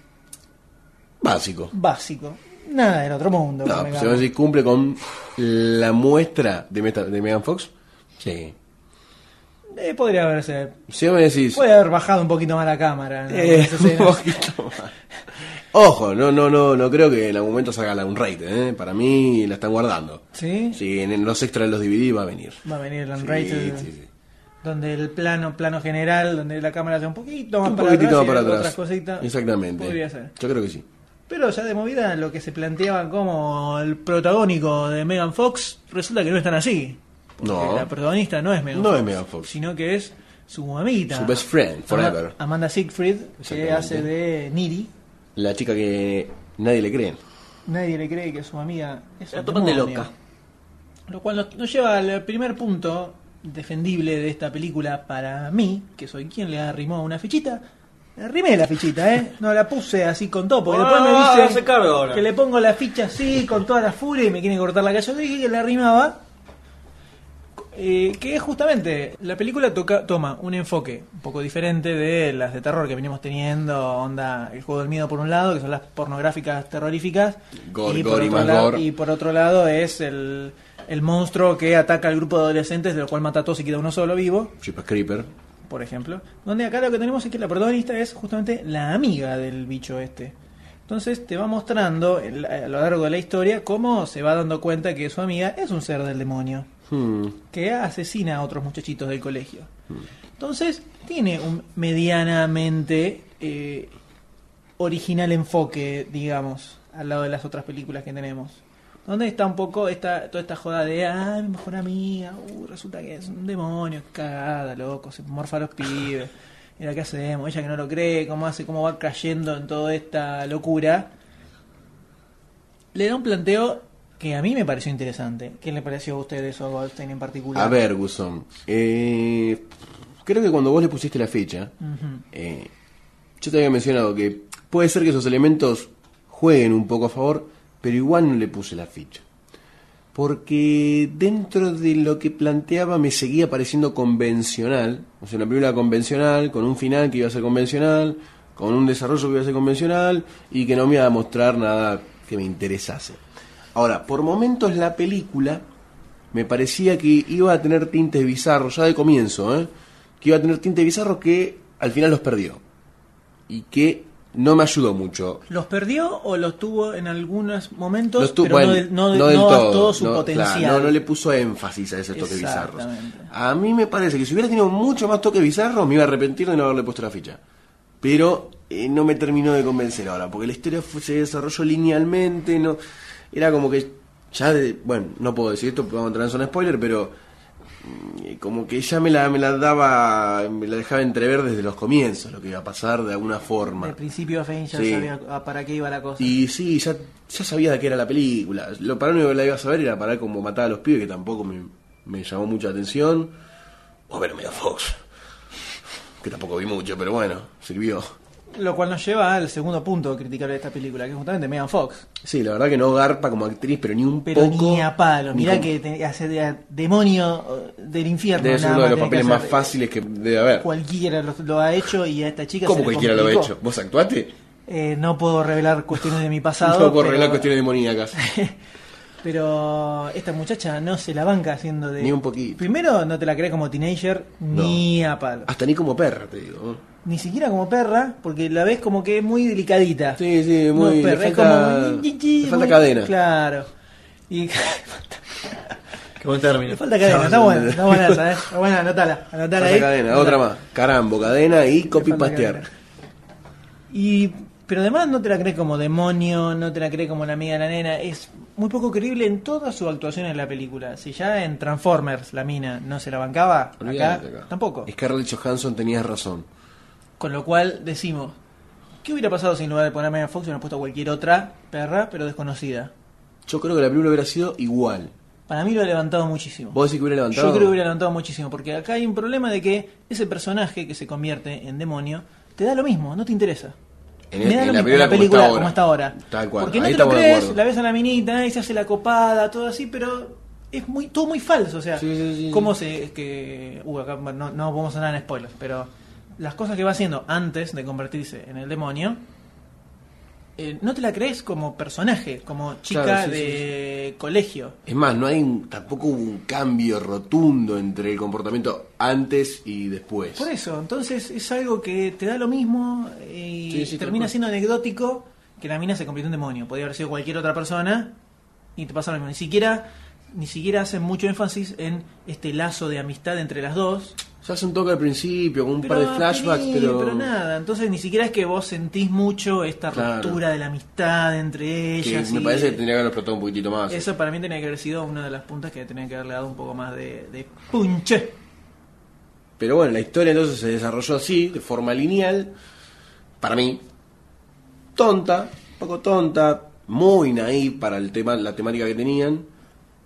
Speaker 4: Básico.
Speaker 2: Básico. Nada del otro mundo.
Speaker 4: No,
Speaker 2: con
Speaker 4: pues,
Speaker 2: Megan
Speaker 4: si vos decís, cumple con la muestra de, Meta- de Megan Fox. Sí.
Speaker 2: Fox. Eh, podría haberse.
Speaker 4: Si vos me decís.
Speaker 2: Puede haber bajado un poquito más la cámara. ¿no?
Speaker 4: eh,
Speaker 2: Esa escena.
Speaker 4: un poquito más. Ojo, no, no, no, no creo que en algún momento salga la- un raid, ¿eh? Para mí la están guardando.
Speaker 2: ¿Sí?
Speaker 4: Sí, en en los extras de los DVD va a venir.
Speaker 2: Va a venir el
Speaker 4: Sí,
Speaker 2: unrated. eh.
Speaker 4: sí, sí.
Speaker 2: Donde el plano, plano general, donde la cámara hace un poquito más
Speaker 4: Un
Speaker 2: para
Speaker 4: poquitito
Speaker 2: atrás.
Speaker 4: más
Speaker 2: y
Speaker 4: para
Speaker 2: otras
Speaker 4: atrás.
Speaker 2: cositas.
Speaker 4: Exactamente.
Speaker 2: Podría ser.
Speaker 4: Yo creo que sí.
Speaker 2: Pero ya de movida lo que se planteaba como el protagónico de Megan Fox resulta que no es tan así. Porque
Speaker 4: No.
Speaker 2: La protagonista no es Megan
Speaker 4: No
Speaker 2: Fox.
Speaker 4: es Megan Fox.
Speaker 2: Sino que es su amiguita.
Speaker 4: Su best friend, forever.
Speaker 2: Ama- Amanda Siegfried, que
Speaker 4: Exactamente.
Speaker 2: hace de Niri.
Speaker 4: La chica que nadie le cree.
Speaker 2: Nadie le cree que su amiga es
Speaker 3: La
Speaker 2: un
Speaker 3: toman de
Speaker 2: demonio.
Speaker 3: loca.
Speaker 2: Lo cual nos, nos lleva al primer punto defendible de esta película para mí, que soy quien le arrimó una fichita. Arrimé la fichita, ¿eh? No la puse así con todo, porque
Speaker 3: Ah,
Speaker 2: después me
Speaker 3: vas a
Speaker 2: dicen
Speaker 3: hacer cargo ahora.
Speaker 2: que le pongo la ficha así, con toda la furia, y me quieren cortar la calle. Yo dije que la arrimaba. eh, que es justamente, la película toca, toma un enfoque un poco diferente de las de terror que venimos teniendo, onda, el juego del miedo por un lado, que son las pornográficas terroríficas,
Speaker 4: Gore,
Speaker 2: y, por
Speaker 4: gore y
Speaker 2: otro
Speaker 4: más
Speaker 2: lado,
Speaker 4: gore.
Speaker 2: y por otro lado es el, el monstruo que ataca al grupo de adolescentes, de lo cual mata a todos y queda uno solo vivo,
Speaker 4: Chispas Creeper.
Speaker 2: por ejemplo. Donde acá lo que tenemos es que la protagonista es justamente la amiga del bicho este. Entonces te va mostrando el- a lo largo de la historia cómo se va dando cuenta que su amiga es un ser del demonio
Speaker 4: Hmm.
Speaker 2: que asesina a otros muchachitos del colegio. Entonces, tiene un medianamente eh, original enfoque, digamos, al lado de las otras películas que tenemos. Donde está un poco esta, toda esta joda de, ah, mi mejor amiga, uh, resulta que es un demonio, qué cagada, loco, se morfa a los pibes. Mira, ¿qué hacemos? Ella que no lo cree, cómo hace, cómo va cayendo en toda esta locura le da un planteo que a mí me pareció interesante. ¿Qué le pareció a usted eso, Goldstein en particular?
Speaker 4: A ver, Guzón. eh, creo que cuando vos le pusiste la fecha,
Speaker 2: Ujú.
Speaker 4: eh, Yo te había mencionado que puede ser que esos elementos jueguen un poco a favor, pero igual no le puse la ficha. Porque dentro de lo que planteaba me seguía pareciendo convencional. O sea, una película convencional, con un final que iba a ser convencional, con un desarrollo que iba a ser convencional y que no me iba a mostrar nada que me interesase. Ahora, por momentos la película me parecía que iba a tener tintes bizarros, ya de comienzo, ¿eh? que iba a tener tintes bizarros que al final los perdió. Y que no me ayudó mucho.
Speaker 2: ¿Los perdió o los tuvo en algunos momentos,
Speaker 4: Los tu-
Speaker 2: pero
Speaker 4: bueno,
Speaker 2: no, del- no,
Speaker 4: no del
Speaker 2: no a
Speaker 4: todo,
Speaker 2: todo su
Speaker 4: no,
Speaker 2: potencial?
Speaker 4: claro, no, no le puso énfasis a esos toques bizarros.
Speaker 2: Exactamente.
Speaker 4: A mí me parece que si hubiera tenido mucho más toques bizarros, me iba a arrepentir de no haberle puesto la ficha. Pero eh, no me terminó de convencer ahora, porque la historia fue- se desarrolló linealmente, no era como que ya, de- bueno, no puedo decir esto, porque vamos a entrar en zona spoiler, pero eh, como que ya me la, me la daba, me la dejaba entrever desde los comienzos, lo que iba a pasar de alguna forma.
Speaker 2: De principio a fin ya
Speaker 4: Sí.
Speaker 2: sabía a- para qué iba la cosa.
Speaker 4: Y sí, ya, ya sabía de qué era la película. Lo para único que la iba a saber era para cómo mataba a los pibes, que tampoco me, me llamó mucha atención. O ver medio Fox. Que tampoco vi mucho, pero bueno, sirvió.
Speaker 2: Lo cual nos lleva al segundo punto criticable de esta película, que es justamente Megan Fox.
Speaker 4: Sí, la verdad que no garpa como actriz, pero ni un
Speaker 2: Pero
Speaker 4: poco.
Speaker 2: ni a palo,
Speaker 4: ni
Speaker 2: mirá
Speaker 4: con-
Speaker 2: que te- hace de a- demonio eh, del infierno.
Speaker 4: Debe ser
Speaker 2: nada
Speaker 4: uno de los
Speaker 2: más tenés
Speaker 4: papeles
Speaker 2: que
Speaker 4: más
Speaker 2: hacer.
Speaker 4: fáciles que debe haber.
Speaker 2: Cualquiera lo, lo ha hecho y a esta chica se
Speaker 4: ¿Cómo
Speaker 2: le
Speaker 4: cualquiera lo ha
Speaker 2: complicó.
Speaker 4: hecho? ¿Vos actuaste?
Speaker 2: Eh, no puedo revelar cuestiones de mi
Speaker 4: No
Speaker 2: pasado.
Speaker 4: puedo
Speaker 2: pero,
Speaker 4: arreglar cuestiones demoníacas.
Speaker 2: pero esta muchacha no se la banca haciendo de.
Speaker 4: Ni un poquito.
Speaker 2: Primero, no te la crees como teenager
Speaker 4: No.
Speaker 2: ni a palo.
Speaker 4: Hasta ni como perra, te digo.
Speaker 2: Ni siquiera como perra, porque la ves como que es muy delicadita.
Speaker 4: Sí, sí,
Speaker 2: No,
Speaker 4: muy.
Speaker 2: perra,
Speaker 4: le
Speaker 2: es
Speaker 4: falta,
Speaker 2: como muy-
Speaker 4: le falta
Speaker 2: muy-
Speaker 4: cadena.
Speaker 2: Claro. Y
Speaker 3: Qué buen término.
Speaker 2: le falta cadena, está buena, está buena esa, eh. Está buena, anotala, anotala
Speaker 4: Falta
Speaker 2: ahí.
Speaker 4: cadena, otra más. Carambo, cadena y copy
Speaker 2: falta
Speaker 4: pastear.
Speaker 2: Y pero además no te la cree como demonio, no te la cree como la amiga de la nena, es muy poco creíble en toda su actuación en la película. Si ya en Transformers la mina no se la bancaba, acá,
Speaker 4: Olvídate acá.
Speaker 2: tampoco.
Speaker 4: Scarlett Johansson tenías razón.
Speaker 2: Con lo cual decimos, ¿qué hubiera pasado si en lugar de poner a Megan Fox hubieran puesto a cualquier otra perra, pero desconocida?
Speaker 4: Yo creo que la película hubiera sido igual.
Speaker 2: Para mí lo ha levantado muchísimo.
Speaker 4: ¿Vos decís que hubiera levantado?
Speaker 2: Yo creo que hubiera levantado muchísimo, porque acá hay un problema de que ese personaje que se convierte en demonio te da lo mismo, no te interesa.
Speaker 4: En,
Speaker 2: Me da
Speaker 4: en
Speaker 2: lo
Speaker 4: la
Speaker 2: mismo
Speaker 4: película,
Speaker 2: la película
Speaker 4: como
Speaker 2: como
Speaker 4: está
Speaker 2: está
Speaker 4: ahora. Tal cual.
Speaker 2: Porque no
Speaker 4: Ahí
Speaker 2: te lo
Speaker 4: estamos de
Speaker 2: crees,
Speaker 4: acuerdo.
Speaker 2: la ves a la minita, y se hace la copada, todo así, pero es muy todo muy falso. O sea, cómo se. es que, uh, acá, bueno, no, no vamos a hablar en spoilers, pero las cosas que va haciendo antes de convertirse en el demonio, eh, no te la crees como personaje, como chica
Speaker 4: Claro, sí,
Speaker 2: de colegio.
Speaker 4: Es más, no hay un- tampoco hubo un cambio rotundo entre el comportamiento antes y después.
Speaker 2: Por eso, entonces es algo que te da lo mismo eh, y
Speaker 4: Sí, sí, tal
Speaker 2: termina
Speaker 4: cual.
Speaker 2: siendo anecdótico que la mina se convirtió en demonio. Podría haber sido cualquier otra persona y te pasa lo mismo. Ni siquiera, ni siquiera hacen mucho énfasis en este lazo de amistad entre las dos.
Speaker 4: Se hace un toque al principio, con un
Speaker 2: Pero
Speaker 4: par de flashbacks,
Speaker 2: sí,
Speaker 4: pero...
Speaker 2: nada, entonces ni siquiera es que vos sentís mucho esta
Speaker 4: Claro.
Speaker 2: ruptura de la amistad entre
Speaker 4: que
Speaker 2: ellas.
Speaker 4: me
Speaker 2: y-
Speaker 4: parece que tendría que haberlo explotado un poquitito más.
Speaker 2: Eso para mí tenía que haber sido una de las puntas que tenía que haberle dado un poco más de, de punche.
Speaker 4: Pero bueno, la historia entonces se desarrolló así, de forma lineal, para mí, tonta, un poco tonta, muy naive para el tema, la temática que tenían.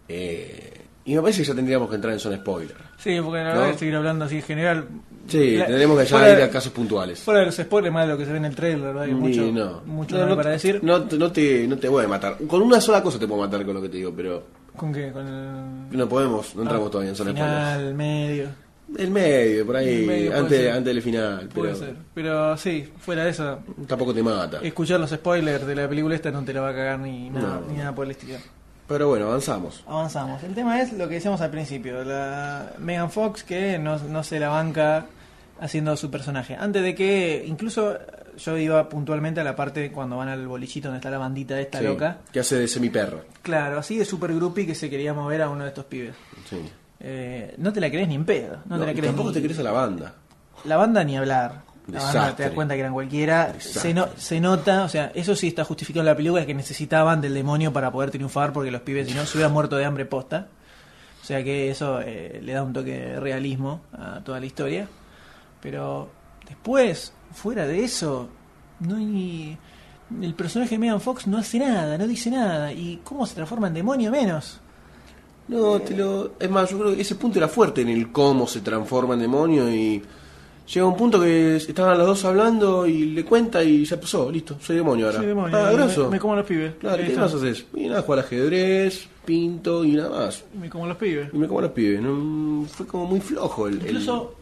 Speaker 4: eh, y me parece que ya tendríamos que entrar en zona spoiler.
Speaker 2: Sí, porque la
Speaker 4: ¿No?
Speaker 2: verdad que seguir hablando así en general.
Speaker 4: Sí,
Speaker 2: la-
Speaker 4: tendremos que
Speaker 2: fuera
Speaker 4: ya ir
Speaker 2: de-
Speaker 4: a casos puntuales.
Speaker 2: Fuera de los spoilers, más de lo que se ve en el trailer, ¿verdad? Que
Speaker 4: Y
Speaker 2: mucho
Speaker 4: no.
Speaker 2: mucho
Speaker 4: No,
Speaker 2: no hay
Speaker 4: no
Speaker 2: para
Speaker 4: te-
Speaker 2: decir.
Speaker 4: No, te- no te, no te voy a matar. Con una sola cosa te puedo matar con lo que te digo, pero
Speaker 2: ¿Con qué? Con el.
Speaker 4: no podemos, no entramos
Speaker 2: Ah,
Speaker 4: todavía en zona
Speaker 2: final, medio.
Speaker 4: spoiler. El medio, por ahí,
Speaker 2: El medio puede
Speaker 4: antes,
Speaker 2: ser.
Speaker 4: antes del final.
Speaker 2: Puede
Speaker 4: Pero
Speaker 2: ser. Pero sí, fuera de eso,
Speaker 4: tampoco te mata.
Speaker 2: escuchar los spoilers de la película esta no te la va a cagar ni nada,
Speaker 4: No.
Speaker 2: ni nada por el estilo.
Speaker 4: Pero bueno, avanzamos.
Speaker 2: Avanzamos. El tema es lo que decíamos al principio: la Megan Fox que no, no se la banca haciendo su personaje. Antes de que, incluso yo iba puntualmente a la parte cuando van al bolichito donde está la bandita esta
Speaker 4: Sí,
Speaker 2: loca.
Speaker 4: Que hace de semiperro.
Speaker 2: Claro, así de super groupie que se quería mover a uno de estos pibes.
Speaker 4: Sí.
Speaker 2: Eh, no te la crees ni en pedo. No, te
Speaker 4: No,
Speaker 2: la
Speaker 4: y
Speaker 2: crees
Speaker 4: tampoco
Speaker 2: ni-
Speaker 4: te crees a la banda.
Speaker 2: La banda ni hablar. La banda te
Speaker 4: Desastre.
Speaker 2: das cuenta que eran cualquiera.
Speaker 4: Desastre.
Speaker 2: Se, no- se nota, o sea, eso sí está justificado en la película, que necesitaban del demonio para poder triunfar porque los pibes si no se hubieran muerto de hambre posta. O sea que eso eh, le da un toque de realismo a toda la historia. Pero después, fuera de eso, no hay... El personaje de Megan Fox no hace nada, no dice nada. ¿Y cómo se transforma en demonio menos?
Speaker 4: No, te lo... Es más, yo creo que ese punto era fuerte en el cómo se transforma en demonio y, Llega un punto que estaban los dos hablando y le cuenta y ya pasó, listo, soy demonio ahora.
Speaker 2: Soy demonio,
Speaker 4: Ah,
Speaker 2: me-
Speaker 4: grosso.
Speaker 2: me como a los pibes. Eh,
Speaker 4: Claro, ¿y ¿qué
Speaker 2: Listo.
Speaker 4: más haces? Y nada, jugar ajedrez, pinto y nada más.
Speaker 2: Me como los pibes.
Speaker 4: Y me como a los pibes. No, fue como muy flojo el, el-
Speaker 2: Incluso-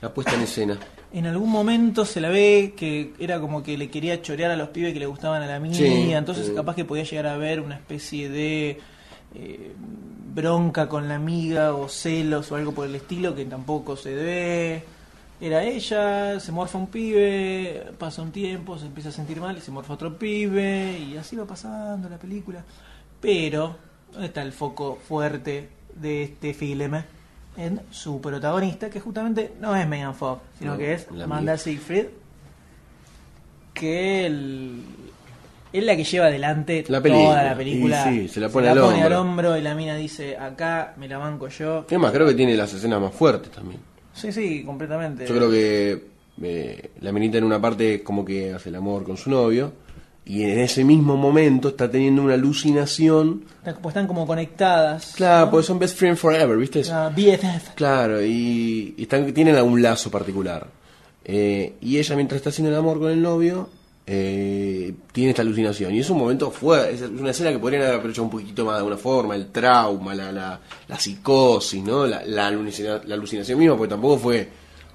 Speaker 4: la puesta en escena.
Speaker 2: En algún momento se la ve que era como que le quería chorear a los pibes que le gustaban a la mina,
Speaker 4: Sí,
Speaker 2: entonces
Speaker 4: eh.
Speaker 2: capaz que podía llegar a ver una especie de eh, bronca con la amiga o celos o algo por el estilo que tampoco se ve. Era ella, se morfa un pibe, pasa un tiempo, se empieza a sentir mal y se morfa otro pibe y así va pasando la película. Pero, ¿dónde está el foco fuerte de este filme? En su protagonista, que justamente no es Megan Fox, sino
Speaker 4: No,
Speaker 2: que es
Speaker 4: la
Speaker 2: Amanda Seyfried, que el- es la que lleva adelante
Speaker 4: La película.
Speaker 2: toda la película.
Speaker 4: Y sí, se la pone al hombro.
Speaker 2: hombro y la mina dice, acá me la banco yo.
Speaker 4: Es más, creo que tiene las escenas más fuertes también.
Speaker 2: Sí, sí, completamente.
Speaker 4: Yo creo que eh, la menita en una parte como que hace el amor con su novio y en ese mismo momento está teniendo una alucinación.
Speaker 2: Están- pues están como conectadas. Ah,
Speaker 4: Claro, pues, porque son best friend forever, ¿viste?
Speaker 2: La BFF.
Speaker 4: Claro, y, y están, tienen algún lazo particular. Eh, y ella mientras está haciendo el amor con el novio eh, tiene esta alucinación. Y es un momento fuerte, es una escena que podrían haber aprovechado un poquito más de alguna forma, el trauma, la, la, la psicosis, ¿no? La, la, alucina- la alucinación misma, porque tampoco fue,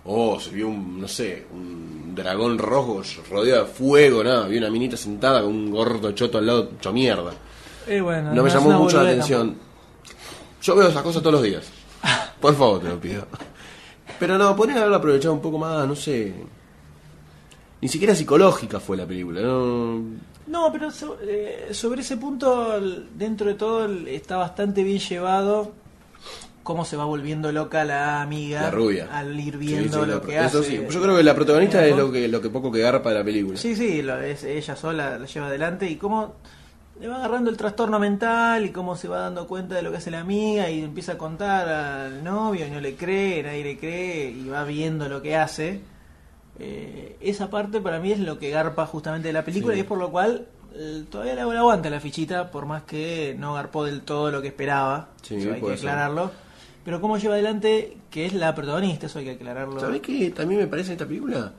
Speaker 4: oh, se vio un, no sé, un dragón rojo rodeado de fuego, nada, vi una minita sentada con un gordo choto al lado, hecho mierda.
Speaker 2: Eh, bueno,
Speaker 4: No me
Speaker 2: es
Speaker 4: llamó
Speaker 2: una
Speaker 4: mucho la
Speaker 2: boludez
Speaker 4: atención. Yo veo esas cosas todos los días. Por favor, te lo pido. Pero no, podrían haberlo aprovechado un poco más, no sé. Ni siquiera psicológica fue la película, ¿no?
Speaker 2: No, pero so- eh, sobre ese punto, el- dentro de todo, el- está bastante bien llevado cómo se va volviendo loca la amiga
Speaker 4: La rubia.
Speaker 2: al ir
Speaker 4: Sí,
Speaker 2: viendo
Speaker 4: sí,
Speaker 2: lo
Speaker 4: la-
Speaker 2: que
Speaker 4: eso
Speaker 2: hace.
Speaker 4: sí. Yo creo que la protagonista
Speaker 2: Mira,
Speaker 4: es
Speaker 2: ¿no?
Speaker 4: lo que, lo que poco que garpa de la película.
Speaker 2: Sí, sí, lo es, ella sola la lleva adelante y cómo le va agarrando el trastorno mental y cómo se va dando cuenta de lo que hace la amiga y empieza a contar al novio y no le cree, nadie le cree y va viendo lo que hace. Eh, esa parte para mí es lo que garpa justamente de la película
Speaker 4: Sí.
Speaker 2: y es por lo cual eh, todavía la aguanta la fichita por más que no garpó del todo lo que esperaba.
Speaker 4: Sí,
Speaker 2: Eso hay que
Speaker 4: puede ser.
Speaker 2: aclararlo. Pero cómo lleva adelante que es la protagonista, eso hay que aclararlo.
Speaker 4: ¿Sabés qué también me parece esta película?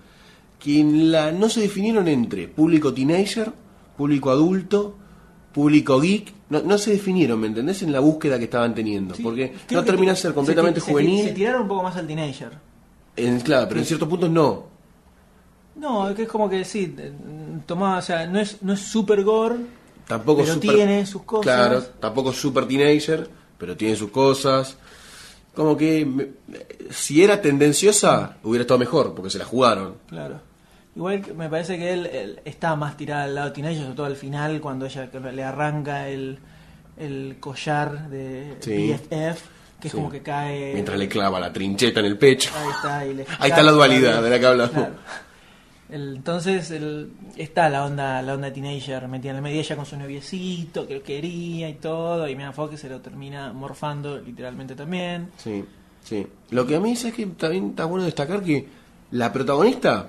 Speaker 4: Que en la, no se definieron entre público teenager, público adulto, público geek. No, no se definieron, ¿me entendés? En la búsqueda que estaban teniendo. porque
Speaker 2: Creo
Speaker 4: no
Speaker 2: que
Speaker 4: termina de
Speaker 2: ti-
Speaker 4: ser completamente
Speaker 2: se ti- se ti-
Speaker 4: juvenil.
Speaker 2: se tiraron un poco más al teenager.
Speaker 4: En- claro, pero en ciertos puntos no.
Speaker 2: No, es que es como que sí, eh, tomá, o sea, no es, no es super gore,
Speaker 4: Tampoco
Speaker 2: pero
Speaker 4: super-
Speaker 2: tiene sus cosas.
Speaker 4: Claro, tampoco es super teenager, pero tiene sus cosas. Como que me- si era tendenciosa, hubiera estado mejor, porque se la jugaron.
Speaker 2: Claro. Igual que me parece que él, él está más tirado al lado teenager, sobre todo al final, cuando ella que le arranca el, el collar de
Speaker 4: Sí.
Speaker 2: BFF, que es
Speaker 4: Sí.
Speaker 2: como que cae.
Speaker 4: Mientras le clava la trincheta en el pecho.
Speaker 2: Ahí está, y le
Speaker 4: Ahí está la dualidad de la que hablamos.
Speaker 2: Claro. El- entonces el- está la onda la onda teenager metida en el medio ella con su noviecito que lo quería y todo y Megan Fox que se lo termina morfando literalmente también
Speaker 4: Sí, sí. Lo que a mí es que también está bueno destacar que la protagonista,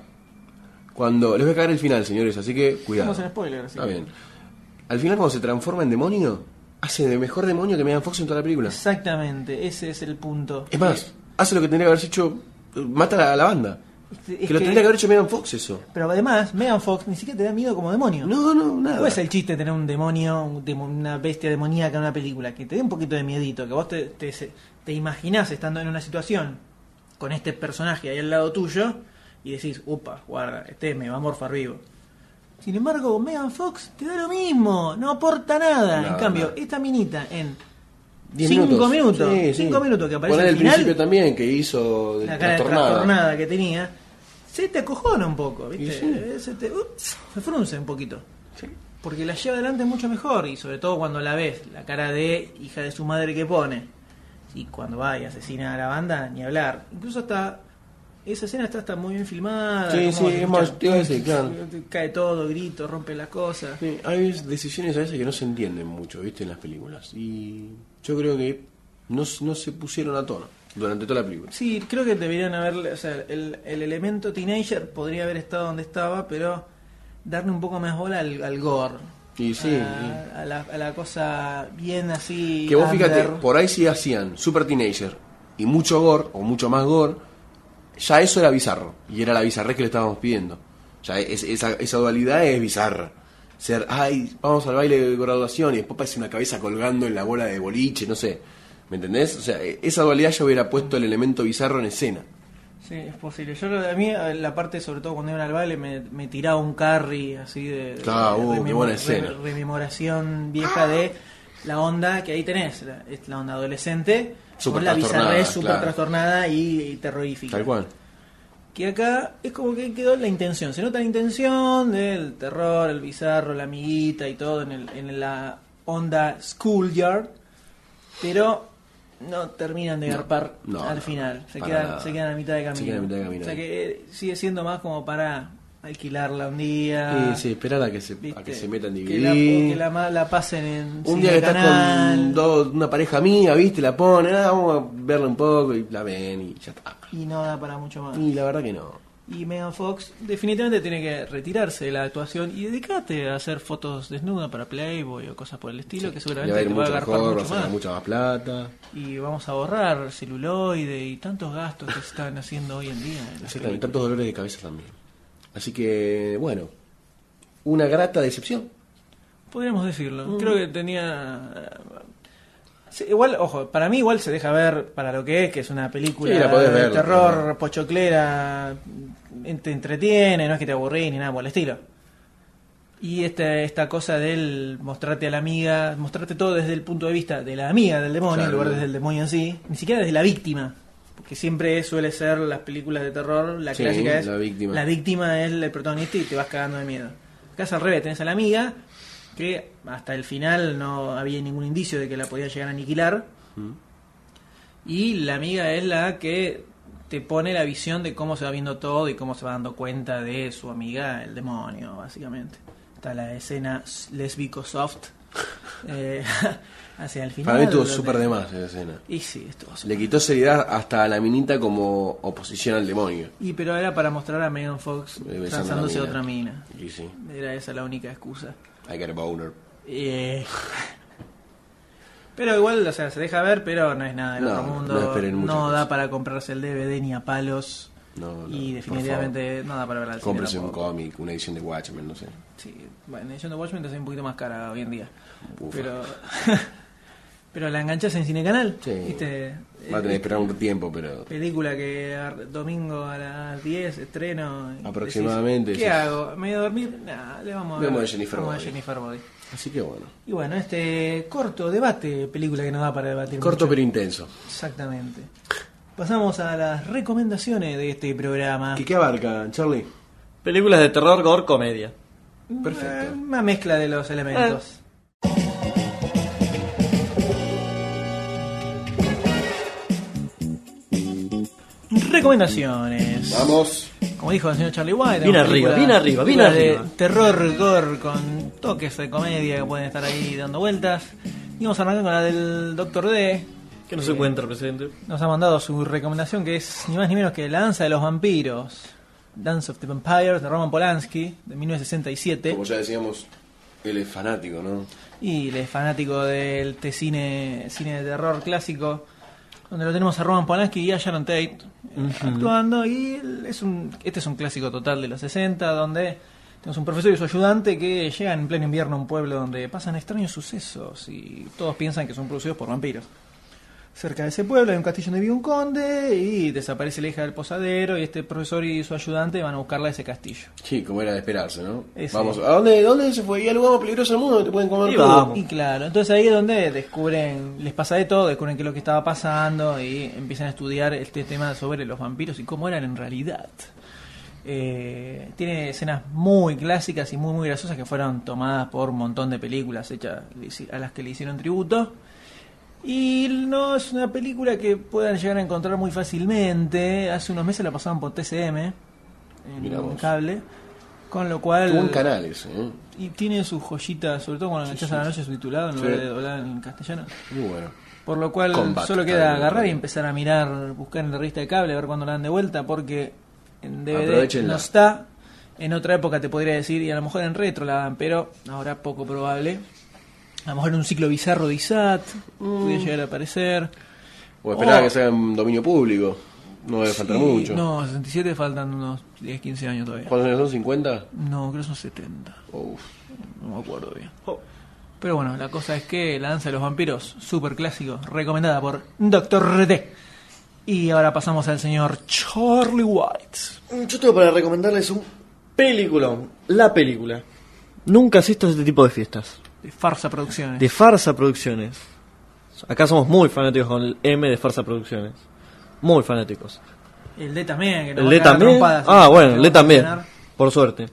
Speaker 4: cuando. Les voy a caer el final, señores, así que cuidado.
Speaker 2: Estamos en spoiler, así
Speaker 4: Está
Speaker 2: que-
Speaker 4: bien. Al final, cuando se transforma en demonio, hace de mejor demonio que Megan Fox en toda la película.
Speaker 2: exactamente ese es el punto
Speaker 4: Es más, hace lo que tendría que haber hecho. Mata a la, a la banda.
Speaker 2: Es
Speaker 4: que, lo
Speaker 2: que-
Speaker 4: tendría que haber hecho Megan Fox, eso.
Speaker 2: pero además Megan Fox ni siquiera te da miedo como demonio
Speaker 4: No, no, nada.
Speaker 2: ¿Cuál es el chiste de tener un demonio, un demo- una bestia demoníaca en una película? Que te dé un poquito de miedito, que vos te, te, se- te imaginás estando en una situación con este personaje ahí al lado tuyo y decís, upa, guarda, este me va a morfar vivo. Sin embargo, con Megan Fox te da lo mismo, no aporta nada.
Speaker 4: No,
Speaker 2: en cambio,
Speaker 4: no.
Speaker 2: esta minita en
Speaker 4: Diez
Speaker 2: 5 minutos,
Speaker 4: Sí, sí.
Speaker 2: cinco minutos que aparece
Speaker 4: Poner
Speaker 2: al
Speaker 4: el
Speaker 2: final,
Speaker 4: principio también, que hizo. de
Speaker 2: la cara de
Speaker 4: trastornada.
Speaker 2: trastornada que tenía, se te acojona un poco, ¿viste? Eh,
Speaker 4: Y sí.
Speaker 2: Se te ups, se frunce un poquito. Porque la lleva adelante mucho mejor y sobre todo cuando la ves, la cara de hija de su madre que pone. Y cuando va y asesina a la banda, ni hablar. Incluso hasta esa escena está, hasta muy bien filmada.
Speaker 4: Sí,
Speaker 2: como
Speaker 4: sí,
Speaker 2: se
Speaker 4: es
Speaker 2: escucha,
Speaker 4: más, te iba a decir, claro.
Speaker 2: Cae todo, grito, rompe las cosas.
Speaker 4: Sí, hay decisiones a veces que no se entienden mucho, ¿viste? En las películas. Y yo creo que no, s- no se pusieron a tono durante toda la película.
Speaker 2: Sí, creo que deberían haberle, o sea, el, el elemento teenager podría haber estado donde estaba, pero darle un poco más bola al, al gore.
Speaker 4: Y sí,
Speaker 2: a, a la, a la cosa bien así.
Speaker 4: y- que vos fíjate,
Speaker 2: under.
Speaker 4: por ahí sí hacían Super Teenager y mucho gore, o mucho más gore, ya eso era bizarro. Y era la bizarrés que le estábamos pidiendo. Ya es- esa, esa dualidad es bizarra. Ser, ay, vamos al baile de graduación y después parece una cabeza colgando en la bola de boliche, no sé. ¿Me entendés? O sea, e- esa dualidad yo hubiera puesto el elemento bizarro en escena.
Speaker 2: Sí, es posible. Yo lo- a mí eh, la parte, sobre todo cuando iba al baile, me, me tiraba un carry así de, de-
Speaker 4: Ah,
Speaker 2: de
Speaker 4: uh, qué
Speaker 2: rememo-
Speaker 4: buena
Speaker 2: re-
Speaker 4: escena.
Speaker 2: rememoración vieja de la onda que ahí tenés, la, es la onda adolescente,
Speaker 4: Súper
Speaker 2: con la
Speaker 4: trastornada,
Speaker 2: bizarrés súper
Speaker 4: claro.
Speaker 2: trastornada y, y terrorífica.
Speaker 4: Tal cual.
Speaker 2: Que acá es como que quedó la intención, se nota la intención del terror, el bizarro, la amiguita y todo en, el- en la onda schoolyard, pero no terminan de
Speaker 4: No,
Speaker 2: garpar
Speaker 4: no,
Speaker 2: al
Speaker 4: no,
Speaker 2: final, se
Speaker 4: para
Speaker 2: quedan,
Speaker 4: nada.
Speaker 2: se quedan a mitad de camino.
Speaker 4: Se quedan a mitad de camino.
Speaker 2: O sea que eh, sigue siendo más como para alquilarla un día.
Speaker 4: sí, sí, esperar a que se, a que
Speaker 2: Ah, ¿viste?
Speaker 4: se metan
Speaker 2: que la,
Speaker 4: dividir.
Speaker 2: que la, ma- la pasen en
Speaker 4: Un día que estás
Speaker 2: Cinecanal.
Speaker 4: con dos- una pareja mía, viste, la ponen, ah, vamos a verla un poco y la ven y ya está.
Speaker 2: y no da para mucho más.
Speaker 4: Y la verdad que no.
Speaker 2: Y Megan Fox definitivamente tiene que retirarse de la actuación y dedicarte a hacer fotos desnudas para Playboy o cosas por el estilo, que
Speaker 4: Le va a
Speaker 2: seguramente
Speaker 4: ir
Speaker 2: te va a
Speaker 4: mucho
Speaker 2: agarrar
Speaker 4: mejor, va a
Speaker 2: mucho
Speaker 4: sacar
Speaker 2: más.
Speaker 4: mucha más plata.
Speaker 2: Y vamos a borrar celuloide y tantos gastos que se están haciendo hoy en día. en las
Speaker 4: Exactamente, tantos dolores de cabeza también. Así que, bueno, una grata decepción.
Speaker 2: Podríamos decirlo.
Speaker 4: Mm.
Speaker 2: Creo que tenía. eh, Sí, igual, ojo, para mí igual se deja ver para lo que es, que es una película
Speaker 4: Sí, la podés
Speaker 2: de
Speaker 4: ver, la
Speaker 2: terror,
Speaker 4: podés ver.
Speaker 2: pochoclera, en- te entretiene, no es que te aburrís ni nada por el estilo. Y esta, esta cosa del mostrarte a la amiga, mostrarte todo desde el punto de vista de la amiga del demonio, en
Speaker 4: Claro.
Speaker 2: lugar desde el demonio en sí, ni siquiera desde la víctima. Porque siempre suele ser las películas de terror, la
Speaker 4: Sí,
Speaker 2: clásica es
Speaker 4: la víctima.
Speaker 2: la víctima es el protagonista y te vas cagando de miedo. Acá es al revés, tenés a la amiga que hasta el final no había ningún indicio de que la podía llegar a aniquilar.
Speaker 4: Mm.
Speaker 2: Y la amiga es la que te pone la visión de cómo se va viendo todo y cómo se va dando cuenta de su amiga, el demonio, básicamente. Está la escena s- lésbico soft eh, hacia el final.
Speaker 4: Para mí estuvo
Speaker 2: donde-
Speaker 4: súper de más esa escena.
Speaker 2: Y sí, estuvo súper
Speaker 4: Le quitó seriedad hasta a la minita como oposición al demonio.
Speaker 2: Y pero era para mostrar a Megan Fox
Speaker 4: Eh, besando
Speaker 2: transándose
Speaker 4: a
Speaker 2: a
Speaker 4: la
Speaker 2: otra
Speaker 4: mina.
Speaker 2: mina.
Speaker 4: Y sí.
Speaker 2: Era esa la única excusa.
Speaker 4: I got a boner.
Speaker 2: Eh, Pero igual, o sea, se deja ver, pero no es nada del
Speaker 4: No,
Speaker 2: otro mundo.
Speaker 4: no esperen muchas
Speaker 2: No da
Speaker 4: cosas.
Speaker 2: para comprarse el DVD ni a palos.
Speaker 4: No, no,
Speaker 2: y
Speaker 4: por
Speaker 2: definitivamente no da para ver al
Speaker 4: favor.
Speaker 2: cine
Speaker 4: Cómprese un
Speaker 2: tampoco.
Speaker 4: cómic, una edición de Watchmen, no sé.
Speaker 2: Sí, bueno, edición de Watchmen te sale un poquito más cara hoy en día.
Speaker 4: Ufa.
Speaker 2: Pero pero la enganchas en Cinecanal.
Speaker 4: Sí.
Speaker 2: ¿Viste?
Speaker 4: Va a tener que
Speaker 2: Eh,
Speaker 4: esperar un tiempo, pero
Speaker 2: Película que ar- domingo a las 10 estreno. y
Speaker 4: Aproximadamente,
Speaker 2: decís, ¿Qué
Speaker 4: sí.
Speaker 2: hago? ¿Me voy a dormir? Nah, le vamos a
Speaker 4: Vemos
Speaker 2: ver-
Speaker 4: a Jennifer
Speaker 2: vamos a
Speaker 4: Body.
Speaker 2: Jennifer Body.
Speaker 4: Así que bueno.
Speaker 2: Y bueno, este corto debate, película que nos da para debatir.
Speaker 4: Corto
Speaker 2: mucho.
Speaker 4: pero intenso.
Speaker 2: Exactamente. Pasamos a las recomendaciones de este programa.
Speaker 4: ¿Qué, qué abarca, Charlie?
Speaker 3: Películas de terror, gore, comedia.
Speaker 2: Eh, Una mezcla de los elementos. Recomendaciones.
Speaker 4: Vamos.
Speaker 2: Como dijo el señor Charlie White.
Speaker 3: Bien
Speaker 2: una
Speaker 3: arriba,
Speaker 2: película-
Speaker 3: bien arriba, bien
Speaker 2: película de
Speaker 3: arriba.
Speaker 2: Terror, gore, con toques de comedia que pueden estar ahí dando vueltas. Y vamos a arrancar con la del Doctor D.
Speaker 3: Que no se encuentra presente.
Speaker 2: Nos ha mandado su recomendación que es ni más ni menos que La Danza de los Vampiros. Dance of the Vampires de Roman Polanski de 1967.
Speaker 4: Como ya decíamos, él es fanático, ¿no?
Speaker 2: Y él es fanático del te cine, cine de terror clásico, donde lo tenemos a Roman Polanski y a Sharon Tate eh, actuando. Y él es un, este es un clásico total de los 60, donde tenemos un profesor y su ayudante que llegan en pleno invierno a un pueblo donde pasan extraños sucesos y todos piensan que son producidos por vampiros. Cerca de ese pueblo hay un castillo donde vive un conde y desaparece la hija del posadero y este profesor y su ayudante van a buscarla a ese castillo.
Speaker 4: Sí, como era de esperarse, ¿no?
Speaker 2: Ese.
Speaker 4: Vamos, ¿a dónde, dónde se fue? Y al lugar más peligroso del mundo donde te pueden comer
Speaker 3: Y
Speaker 4: todo.
Speaker 3: vamos.
Speaker 2: Y claro, entonces ahí es donde descubren, les pasa de todo, descubren qué es lo que estaba pasando y empiezan a estudiar este tema sobre los vampiros y cómo eran en realidad. Eh, tiene escenas muy clásicas y muy muy graciosas que fueron tomadas por un montón de películas hechas a las que le hicieron tributo. Y no es una película que puedan llegar a encontrar muy fácilmente. Hace unos meses la pasaban por TCM
Speaker 4: Mirá
Speaker 2: en
Speaker 4: vos.
Speaker 2: cable, con lo cual
Speaker 4: Tuvo un canal ese, ¿eh?
Speaker 2: y tiene sus joyitas, sobre todo cuando la echas a la noche subtitulado en
Speaker 4: Sí.
Speaker 2: lugar de doblar en castellano.
Speaker 4: Muy bueno.
Speaker 2: Por lo cual
Speaker 4: Combat,
Speaker 2: solo queda
Speaker 4: claro.
Speaker 2: agarrar y empezar a mirar, buscar en la revista de cable, a ver cuándo la dan de vuelta, porque en DVD
Speaker 4: Aprovechenla.
Speaker 2: no está. En otra época te podría decir, y a lo mejor en retro la dan, pero ahora poco probable. A lo mejor en un ciclo bizarro
Speaker 4: Mm.
Speaker 2: de ISAT, podría llegar a aparecer.
Speaker 4: O esperaba
Speaker 2: Oh.
Speaker 4: que sea en dominio público. No debe faltar
Speaker 2: Sí,
Speaker 4: mucho.
Speaker 2: No, 67 faltan unos 10, 15 años todavía.
Speaker 4: ¿Cuántos años son? ¿50?
Speaker 2: No, creo que son 70. No me acuerdo bien. Pero bueno, la cosa es que La Danza de los Vampiros, súper clásico, recomendada por Dr. RT. Y ahora pasamos al señor Charlie White.
Speaker 3: Mm, Yo tengo para recomendarles un peliculón. La película. Nunca asisto a este tipo de fiestas.
Speaker 2: De Farsa Producciones.
Speaker 3: De Farsa Producciones. Acá somos muy fanáticos con el M de Farsa Producciones. Muy fanáticos.
Speaker 2: El D también. Que nos va
Speaker 3: El
Speaker 2: a
Speaker 3: D
Speaker 2: cagar
Speaker 3: también.
Speaker 2: trompadas,
Speaker 3: Ah,
Speaker 2: ¿no?
Speaker 3: bueno,
Speaker 2: Que
Speaker 3: el
Speaker 2: vamos
Speaker 3: D
Speaker 2: a
Speaker 3: también.
Speaker 2: mencionar.
Speaker 3: Por suerte.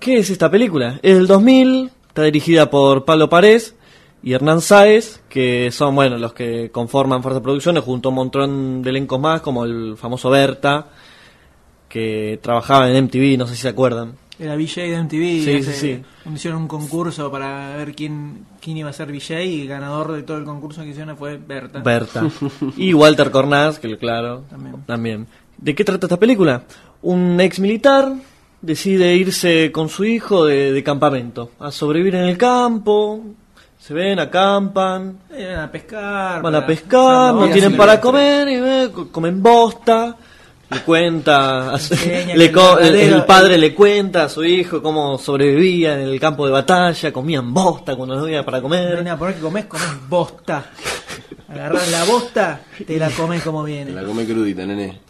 Speaker 3: ¿Qué es esta película? Es del 2000, está dirigida por Pablo Parés y Hernán Sáez, que son, bueno, los que conforman Fuerza Producciones, junto a un montón de elencos más, como el famoso Berta, que trabajaba en MTV, no sé si se acuerdan.
Speaker 2: Era VJ de MTV.
Speaker 3: Sí,
Speaker 2: hace-
Speaker 3: sí,
Speaker 2: Hicieron un concurso para ver quién, quién iba a ser VJ y el ganador de todo el concurso que hicieron fue Berta.
Speaker 3: Berta. y Walter Cornaz, que claro, también. ¿De qué trata esta película? Un ex militar decide irse con su hijo de, de campamento a sobrevivir en el campo. Se ven, acampan,
Speaker 2: Eh, Van a pescar.
Speaker 3: van a
Speaker 2: para-
Speaker 3: pescar, no
Speaker 2: Salmón,
Speaker 3: tienen
Speaker 2: silvestre.
Speaker 3: para comer y eh, co- comen bosta. Le cuenta, a su-
Speaker 2: Enseña
Speaker 3: le
Speaker 2: que
Speaker 3: co-
Speaker 2: el
Speaker 3: el, el
Speaker 2: verdadero-
Speaker 3: padre le cuenta a su hijo cómo sobrevivía en el campo de batalla, comían bosta cuando no había para
Speaker 2: No hay
Speaker 3: comer.
Speaker 2: nada por ahí que comes, comes bosta. Agarrás la bosta, te la comes como viene.
Speaker 4: La come crudita, nene.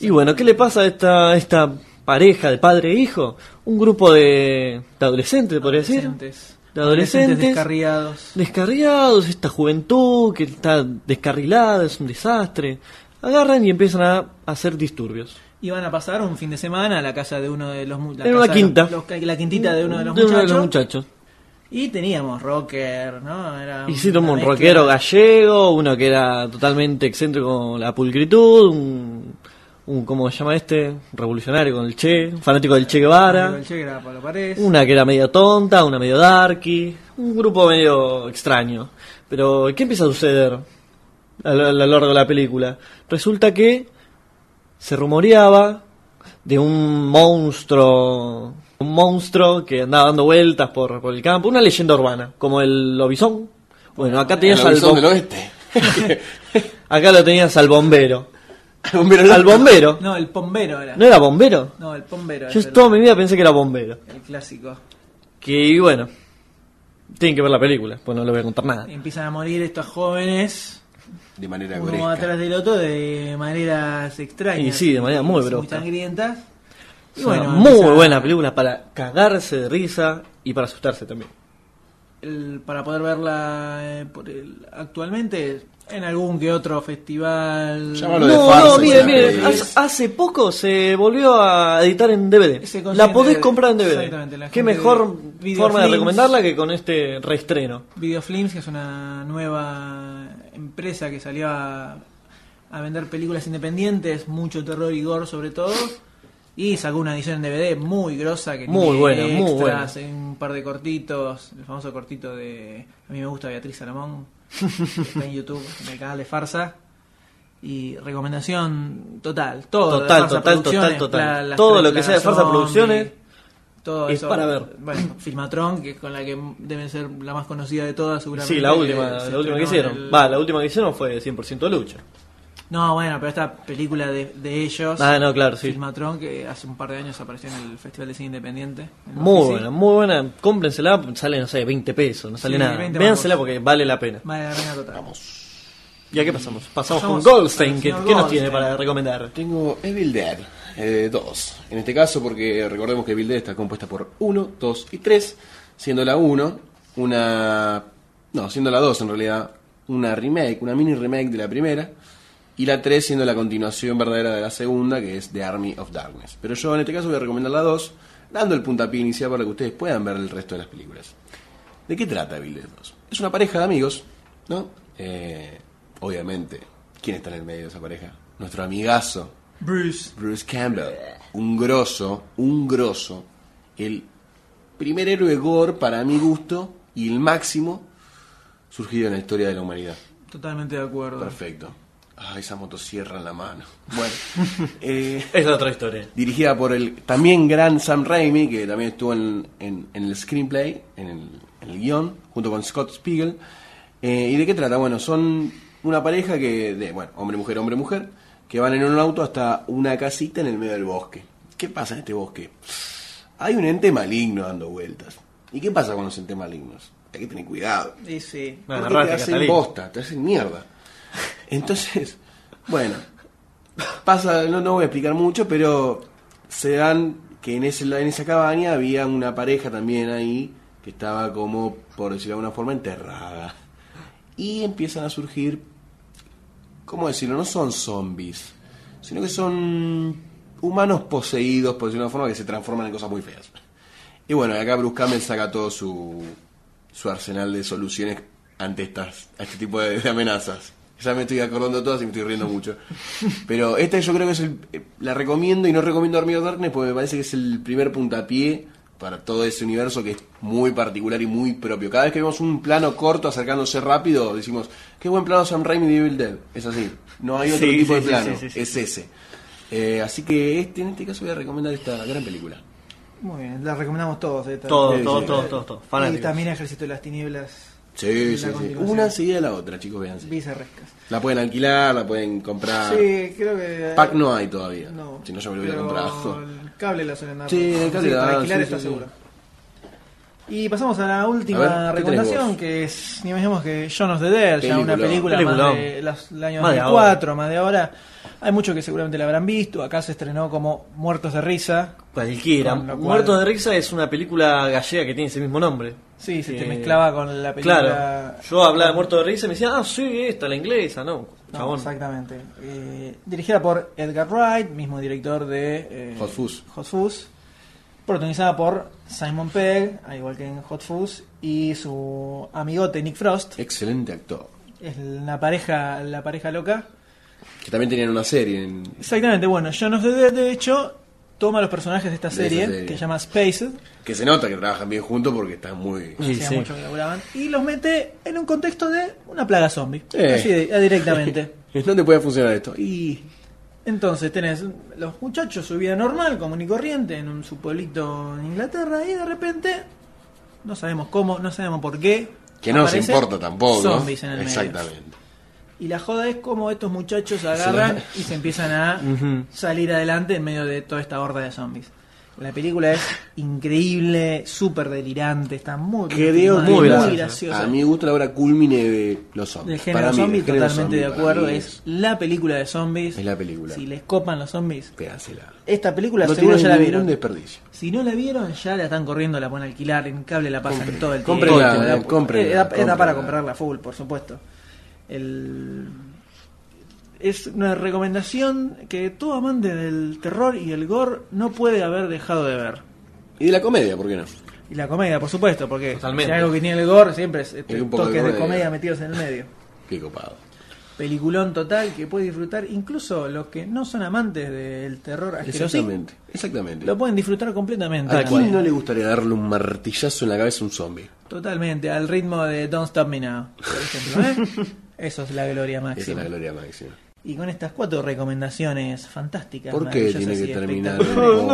Speaker 3: Y bueno, ¿qué le pasa a esta, esta pareja de padre e hijo? Un grupo de, de adolescentes, podría decir.
Speaker 2: Adolescentes.
Speaker 3: De adolescentes.
Speaker 2: descarriados.
Speaker 3: Descarriados, esta juventud que está descarrilada, es un desastre. Agarran y empiezan a hacer disturbios.
Speaker 2: Y van a pasar un fin de semana a la casa de uno de los mu- la
Speaker 3: En una
Speaker 2: casa de los-
Speaker 3: quinta.
Speaker 2: los- la quintita de uno de los
Speaker 3: De uno
Speaker 2: muchachos.
Speaker 3: muchachos.
Speaker 2: Y teníamos rocker, ¿no? Era
Speaker 3: Y sí,
Speaker 2: una
Speaker 3: como un
Speaker 2: mezcla.
Speaker 3: rockero gallego, uno que era totalmente excéntrico con la pulcritud, un, un ¿cómo se llama este? Revolucionario con el Che, un fanático del Che Guevara,
Speaker 2: El Che era Pablo Paredes.
Speaker 3: una que era medio tonta, una medio darky, un grupo medio extraño. Pero, ¿qué empieza a suceder a lo, a lo largo de la película? Resulta que se rumoreaba de un monstruo, un monstruo que andaba dando vueltas por, por el campo, una leyenda urbana, como el lobizón. Bueno, acá tenías
Speaker 4: El
Speaker 3: al
Speaker 4: Lobizón
Speaker 3: bom-
Speaker 4: del oeste.
Speaker 3: acá lo tenías al bombero.
Speaker 4: bombero
Speaker 3: al bombero.
Speaker 2: No, el pombero era.
Speaker 3: ¿No era bombero?
Speaker 2: No, el pombero
Speaker 3: Yo
Speaker 2: era
Speaker 3: toda mi vida pensé que era bombero.
Speaker 2: el, el clásico.
Speaker 3: Que y bueno, tienen que ver la película, pues no les voy a contar nada.
Speaker 2: Y empiezan a morir estos jóvenes,
Speaker 4: De manera
Speaker 2: uno
Speaker 4: grotesca.
Speaker 2: atrás del otro, de maneras extrañas.
Speaker 3: Y sí, de manera muy brusca.
Speaker 2: sangrientas. Y
Speaker 3: Es una
Speaker 2: bueno,
Speaker 3: muy
Speaker 2: empieza-
Speaker 3: buena película para cagarse de risa y para asustarse también.
Speaker 2: el- para poder verla eh, por el- actualmente en algún que otro festival.
Speaker 4: Llámalo de
Speaker 3: no,
Speaker 4: farsa,
Speaker 3: no, miren,
Speaker 4: que
Speaker 3: miren,
Speaker 4: la
Speaker 3: hace, hace poco se volvió a editar
Speaker 2: Se
Speaker 3: en DVD.
Speaker 2: consigue
Speaker 3: La
Speaker 2: en
Speaker 3: podés
Speaker 2: DVD,
Speaker 3: comprar en DVD.
Speaker 2: exactamente, la
Speaker 3: Qué
Speaker 2: gente
Speaker 3: mejor
Speaker 2: de
Speaker 3: forma de
Speaker 2: videofilms.
Speaker 3: recomendarla que con este reestreno.
Speaker 2: Videofilms, que es una nueva empresa que salió a, a vender películas independientes, mucho terror y gore sobre todo. Y sacó una edición en DVD muy grosa que
Speaker 3: Muy
Speaker 2: tiene
Speaker 3: buena, muy
Speaker 2: extras, un par de cortitos, el famoso cortito de a mí me gusta Beatriz Salomón, que está en YouTube, en el canal de Farsa. Y recomendación total, todo. de
Speaker 3: Total,
Speaker 2: Farsa
Speaker 3: total, total,
Speaker 2: Producciones,
Speaker 3: total.
Speaker 2: las
Speaker 3: Todo
Speaker 2: tra-
Speaker 3: lo que
Speaker 2: la
Speaker 3: sea de Farsa
Speaker 2: zombie,
Speaker 3: Producciones
Speaker 2: todo
Speaker 3: es
Speaker 2: eso.
Speaker 3: para ver.
Speaker 2: Bueno, Filmatron, que es con la que deben ser la más conocida de todas, seguramente. eh,
Speaker 3: Sí, la última,
Speaker 2: Se
Speaker 3: la última que
Speaker 2: estrenó
Speaker 3: hicieron.
Speaker 2: el-
Speaker 3: Va, la última que hicieron fue 100% lucha.
Speaker 2: No, bueno, pero esta película de, de ellos.
Speaker 3: Ah, no, claro, sí.
Speaker 2: Filmatron, que hace un par de años apareció en el Festival de Cine Independiente. en
Speaker 3: Muy
Speaker 2: Mafisi.
Speaker 3: buena, muy buena. Cómprensela, sale, no sé, 20 pesos, no sale
Speaker 2: Sí,
Speaker 3: nada.
Speaker 2: 20
Speaker 3: Véansela
Speaker 2: vamos.
Speaker 3: porque vale la pena.
Speaker 2: Vale la pena total.
Speaker 3: ¿Y a qué pasamos? Pasamos,
Speaker 2: Pasamos
Speaker 3: con Goldstein,
Speaker 2: al
Speaker 3: que,
Speaker 2: señor
Speaker 3: ¿qué nos tiene
Speaker 2: Goldstein.
Speaker 3: para recomendar?
Speaker 4: Tengo Evil Dead 2. En este caso, porque recordemos que Evil Dead está compuesta por 1, 2 y 3, siendo la 1 una. No, siendo la 2 en realidad una remake, una mini remake de la primera, y la 3 siendo la continuación verdadera de la segunda, que es The Army of Darkness. Pero yo en este caso voy a recomendar la 2, dando el puntapié inicial para que ustedes puedan ver el resto de las películas. ¿De qué trata Evil Dead 2? Es una pareja de amigos, ¿no? Eh, obviamente, ¿quién está en el medio de esa pareja? Nuestro amigazo,
Speaker 2: Bruce.
Speaker 4: Bruce Campbell, un grosso, un grosso, el primer héroe gore para mi gusto y el máximo surgido en la historia de la humanidad.
Speaker 2: Totalmente de acuerdo.
Speaker 4: Perfecto. Ah, esa motosierra en la mano. Bueno, eh,
Speaker 3: Es la otra historia.
Speaker 4: dirigida por el también gran Sam Raimi, que también estuvo en, en- en el screenplay, en el, en el guión, junto con Scott Spiegel. Eh, ¿Y de qué trata? Bueno, son una pareja que, de, bueno, hombre-mujer, hombre-mujer, que van en un auto hasta una casita en el medio del bosque. ¿Qué pasa en este bosque? Hay un ente maligno dando vueltas. ¿Y qué pasa con los entes malignos? Hay que tener cuidado.
Speaker 2: Y sí.
Speaker 4: Porque te hacen bosta, te hacen mierda. Entonces, bueno, pasa, no, no voy a explicar mucho, pero se dan que en, ese, en esa cabaña había una pareja también ahí que estaba como, por decirlo de alguna forma, enterrada. Y empiezan a surgir, ¿cómo decirlo? No son zombies, sino que son humanos poseídos, por decirlo de alguna forma, que se transforman en cosas muy feas. Y bueno, acá Bruce Campbell saca todo su, su arsenal de soluciones ante estas, a este tipo de, de amenazas. Ya me estoy acordando todas y me estoy riendo mucho. Pero esta yo creo que es el, eh, la recomiendo y no recomiendo Army of Darkness porque me parece que es el primer puntapié para todo ese universo que es muy particular y muy propio. Cada vez que vemos un plano corto acercándose rápido, decimos, qué buen plano Sam Raimi de Evil Dead. Es así. No hay otro
Speaker 3: Sí,
Speaker 4: tipo
Speaker 3: sí,
Speaker 4: de
Speaker 3: sí,
Speaker 4: plano.
Speaker 3: sí, sí, sí.
Speaker 4: es ese. Eh, así que este, en este caso voy a recomendar esta gran película.
Speaker 2: Muy bien, la recomendamos todos. eh,
Speaker 4: Todos,
Speaker 2: también.
Speaker 4: todos, todos, todos, todos,
Speaker 2: Y
Speaker 4: fanáticos.
Speaker 2: también Ejército de las Tinieblas
Speaker 4: Sí,
Speaker 2: La
Speaker 4: sí, sí.
Speaker 2: continuación.
Speaker 4: Una seguida de la otra, chicos, véanse.
Speaker 2: bizarrescas.
Speaker 4: La pueden alquilar, la pueden comprar.
Speaker 2: Sí, creo que.
Speaker 4: Pack no hay todavía.
Speaker 2: No.
Speaker 4: Si no, yo me lo hubiera
Speaker 2: Pero
Speaker 4: comprado.
Speaker 2: El cable la suelen dar.
Speaker 4: Sí, el cable la
Speaker 2: para
Speaker 4: dan,
Speaker 2: alquilar
Speaker 4: sí,
Speaker 2: está
Speaker 4: sí, sí.
Speaker 2: seguro. Y pasamos a la última
Speaker 4: A ver, ¿qué tenés
Speaker 2: recomendación,
Speaker 4: vos?
Speaker 2: que es ni más ni menos que John of the Dead, ya
Speaker 4: Película.
Speaker 2: una película más
Speaker 4: Peliculón.
Speaker 2: de las- del año
Speaker 4: Más de
Speaker 2: 2004, más de ahora. Hay muchos que seguramente la habrán visto. Acá se estrenó como Muertos de Risa.
Speaker 3: Cualquiera.
Speaker 2: Con lo cual-
Speaker 3: Muertos de Risa es una película gallega que tiene ese mismo nombre.
Speaker 2: Sí, se te
Speaker 3: Eh,
Speaker 2: mezclaba con la película.
Speaker 3: Claro. Yo hablaba de Muertos de Risa y me decía, ah, sí, esta, la inglesa, no.
Speaker 2: No,
Speaker 3: Chabón.
Speaker 2: exactamente. Eh, dirigida por Edgar Wright, mismo director de eh,
Speaker 4: Hot Fuzz.
Speaker 2: Hot Fuzz. Protagonizada por Simon Pegg, al igual que en Hot Fuzz, y su amigote Nick Frost.
Speaker 4: Excelente actor.
Speaker 2: Es la pareja, la pareja loca.
Speaker 4: Que también tenían una serie. En...
Speaker 2: Exactamente, bueno, John of the Dead, de hecho, toma los personajes de esta
Speaker 4: De esa
Speaker 2: serie,
Speaker 4: serie.
Speaker 2: que se llama Spaced,
Speaker 4: Que se nota que trabajan bien juntos porque están muy.
Speaker 2: hacía mucho que laburaban, y los mete en un contexto de una plaga zombie.
Speaker 4: Eh.
Speaker 2: Así de- directamente.
Speaker 4: ¿Dónde puede funcionar esto? Y.
Speaker 2: Entonces tenés los muchachos, su vida normal, común y corriente, en un, su pueblito en Inglaterra, y de repente, no sabemos cómo, no sabemos por qué.
Speaker 4: Que no nos
Speaker 2: aparecen
Speaker 4: importa tampoco. ¿no?
Speaker 2: Zombies en el medio.
Speaker 4: Exactamente.
Speaker 2: Y la joda es cómo estos muchachos agarran y se empiezan a
Speaker 3: Ujú.
Speaker 2: salir adelante en medio de toda esta horda de zombies. La película es increíble, súper delirante, está muy, bien
Speaker 4: Creo
Speaker 2: filmada,
Speaker 4: que
Speaker 2: muy
Speaker 4: la-
Speaker 2: graciosa.
Speaker 4: A mí me gusta la obra culmine de los
Speaker 2: Del
Speaker 4: zombies.
Speaker 2: género
Speaker 4: Para mí,
Speaker 2: zombie,
Speaker 4: el género
Speaker 2: totalmente
Speaker 4: zombie
Speaker 2: de
Speaker 4: para
Speaker 2: acuerdo,
Speaker 4: mí
Speaker 2: es la película de zombies.
Speaker 4: es la película.
Speaker 2: Si les copan los zombies,
Speaker 4: Pégásela.
Speaker 2: esta película
Speaker 4: no
Speaker 2: seguro ya
Speaker 4: tiene
Speaker 2: la
Speaker 4: ningún
Speaker 2: vieron.
Speaker 4: desperdicio.
Speaker 2: Si no la vieron, ya la están corriendo, la ponen a alquilar, en cable la pasan
Speaker 4: Compren-
Speaker 2: todo el tiempo.
Speaker 4: cómprenla,
Speaker 2: Todo el tiempo.
Speaker 4: eh, cómprenla,
Speaker 2: Eh, Era, era
Speaker 4: cómprenla.
Speaker 2: para comprarla full, por supuesto. El... Es una recomendación que todo amante del terror y el gore no puede haber dejado de ver.
Speaker 4: Y de la comedia, ¿por qué no?
Speaker 2: Y la comedia, por supuesto, porque
Speaker 3: Totalmente.
Speaker 2: si hay algo que tiene el gore siempre es este,
Speaker 4: Hay un poco de
Speaker 2: toques de
Speaker 4: gore.
Speaker 2: comedia metidos en el medio.
Speaker 4: Qué copado.
Speaker 2: Peliculón total que puede disfrutar incluso los que no son amantes del terror asquerosín,
Speaker 4: Exactamente. Exactamente.
Speaker 2: lo pueden disfrutar completamente.
Speaker 4: ¿A quién no le gustaría darle un martillazo en la cabeza a un zombie?
Speaker 2: Totalmente, al ritmo de Don't Stop Me Now, por ejemplo. ¿eh? Eso es la gloria
Speaker 4: Esa es
Speaker 2: máxima.
Speaker 4: la gloria máxima.
Speaker 2: Y con estas cuatro recomendaciones fantásticas.
Speaker 4: ¿Por qué
Speaker 2: maravillosas
Speaker 4: tiene que
Speaker 2: y
Speaker 4: terminar el
Speaker 2: espectaculares.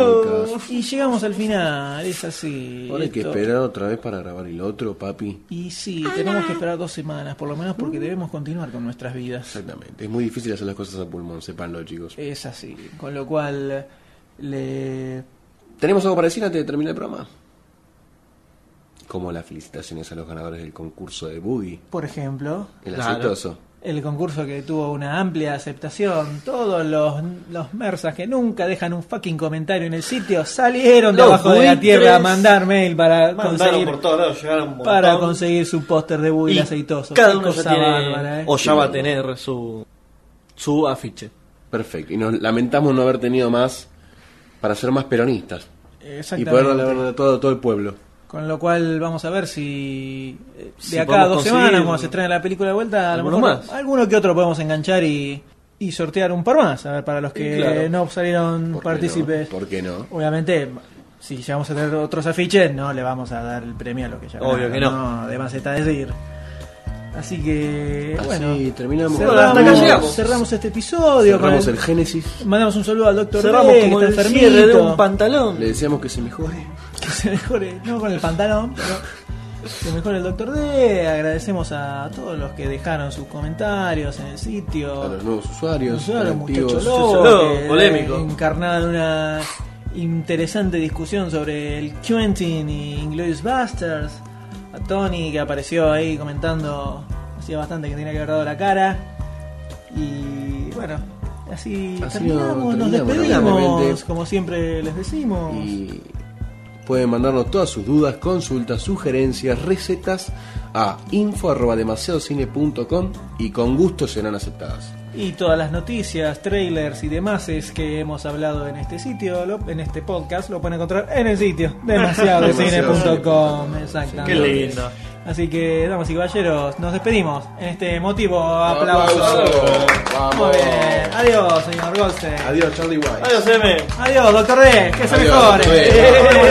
Speaker 4: podcast?
Speaker 2: Y llegamos al final, es así.
Speaker 4: Ahora hay que
Speaker 2: esto-
Speaker 4: esperar otra vez para grabar el otro, papi.
Speaker 2: Y sí, tenemos que esperar dos semanas, por lo menos, porque debemos continuar con nuestras vidas.
Speaker 4: Exactamente. Es muy difícil hacer las cosas a pulmón, sepanlo, chicos.
Speaker 2: Es así. Con lo cual, le...
Speaker 4: ¿Tenemos algo para decir antes de terminar el programa? Como las felicitaciones a los ganadores del concurso de Boogie,
Speaker 2: por ejemplo,
Speaker 4: el
Speaker 3: Claro.
Speaker 4: aceitoso.
Speaker 2: El concurso que tuvo una amplia aceptación. Todos los, los mersas que nunca dejan un fucking comentario en el sitio salieron de
Speaker 3: Los
Speaker 2: abajo de la
Speaker 3: buitres
Speaker 2: tierra a mandar mail para
Speaker 3: Mandaron
Speaker 2: conseguir,
Speaker 3: por todos lados, llegaron un montón.
Speaker 2: para conseguir su póster de Bull
Speaker 3: Y
Speaker 2: aceitoso.
Speaker 3: Cada
Speaker 2: Qué
Speaker 3: uno ya
Speaker 2: cosa
Speaker 3: tiene,
Speaker 2: bárbara, ¿eh?
Speaker 3: o ya va a tener su, su afiche.
Speaker 4: Perfecto. Y nos lamentamos no haber tenido más para ser más peronistas. Y
Speaker 2: Exactamente.
Speaker 4: poder darle la verdad a todo, todo el pueblo.
Speaker 2: Con lo cual vamos a ver si eh, de
Speaker 3: Si
Speaker 2: acá a
Speaker 3: podemos
Speaker 2: dos semanas,
Speaker 3: conseguir
Speaker 2: cuando se estrena la película de vuelta, a lo
Speaker 3: alguno
Speaker 2: mejor
Speaker 3: más.
Speaker 2: alguno que otro podemos enganchar y, y sortear un par más. A ver, para los que
Speaker 3: Y claro.
Speaker 2: no salieron
Speaker 4: ¿Por qué no?
Speaker 2: partícipes.
Speaker 4: ¿Por qué no?
Speaker 2: Obviamente, si llegamos a tener otros afiches, no le vamos a dar el premio a lo que ya
Speaker 3: Obvio
Speaker 2: ganaron,
Speaker 3: que no.
Speaker 2: No, además está decir. Así que,
Speaker 4: Así
Speaker 2: bueno,
Speaker 4: terminamos.
Speaker 2: cerramos,
Speaker 3: Hasta acá llegamos.
Speaker 2: cerramos este episodio.
Speaker 4: Cerramos
Speaker 2: con
Speaker 4: el Génesis.
Speaker 2: Mandamos un saludo al doctor
Speaker 3: Cerramos como el cierre de un pantalón.
Speaker 4: Le deseamos que se mejore.
Speaker 2: que se mejore, no con el pantalón, pero Lo mejor el Doctor D. Agradecemos a todos los que dejaron sus comentarios en el sitio.
Speaker 4: A los nuevos usuarios.
Speaker 2: Usuario,
Speaker 4: a los
Speaker 2: muchacho
Speaker 4: activos.
Speaker 2: lobo,
Speaker 3: lobo,
Speaker 2: que
Speaker 3: polémico.
Speaker 2: Encarnada en una interesante discusión sobre el Quentin y Inglorious Busters. A Tony que apareció ahí comentando, hacía bastante que tenía que haber dado la cara. Y bueno, así,
Speaker 4: Así
Speaker 2: terminamos, nos
Speaker 4: terminamos,
Speaker 2: despedimos,
Speaker 4: lamentablemente.
Speaker 2: como siempre les decimos.
Speaker 4: Y pueden mandarnos todas sus dudas, consultas, sugerencias, recetas a info.demasiadocine.com y con gusto serán aceptadas.
Speaker 2: Y todas las noticias, trailers y demás es que hemos hablado en este sitio, lo- en este podcast, lo pueden encontrar en el sitio demasiadocine.com. Exactamente.
Speaker 3: Qué lindo.
Speaker 2: Así que, damas y caballeros, nos despedimos. En este motivo, aplausos.
Speaker 4: Aplausos.
Speaker 2: Muy
Speaker 4: Vamos.
Speaker 2: bien. Adiós, señor Goldstein.
Speaker 4: Adiós, Charlie White.
Speaker 3: Adiós, M.
Speaker 2: Adiós, doctor D. Que se
Speaker 4: Adiós,
Speaker 2: mejore.
Speaker 4: doctor D.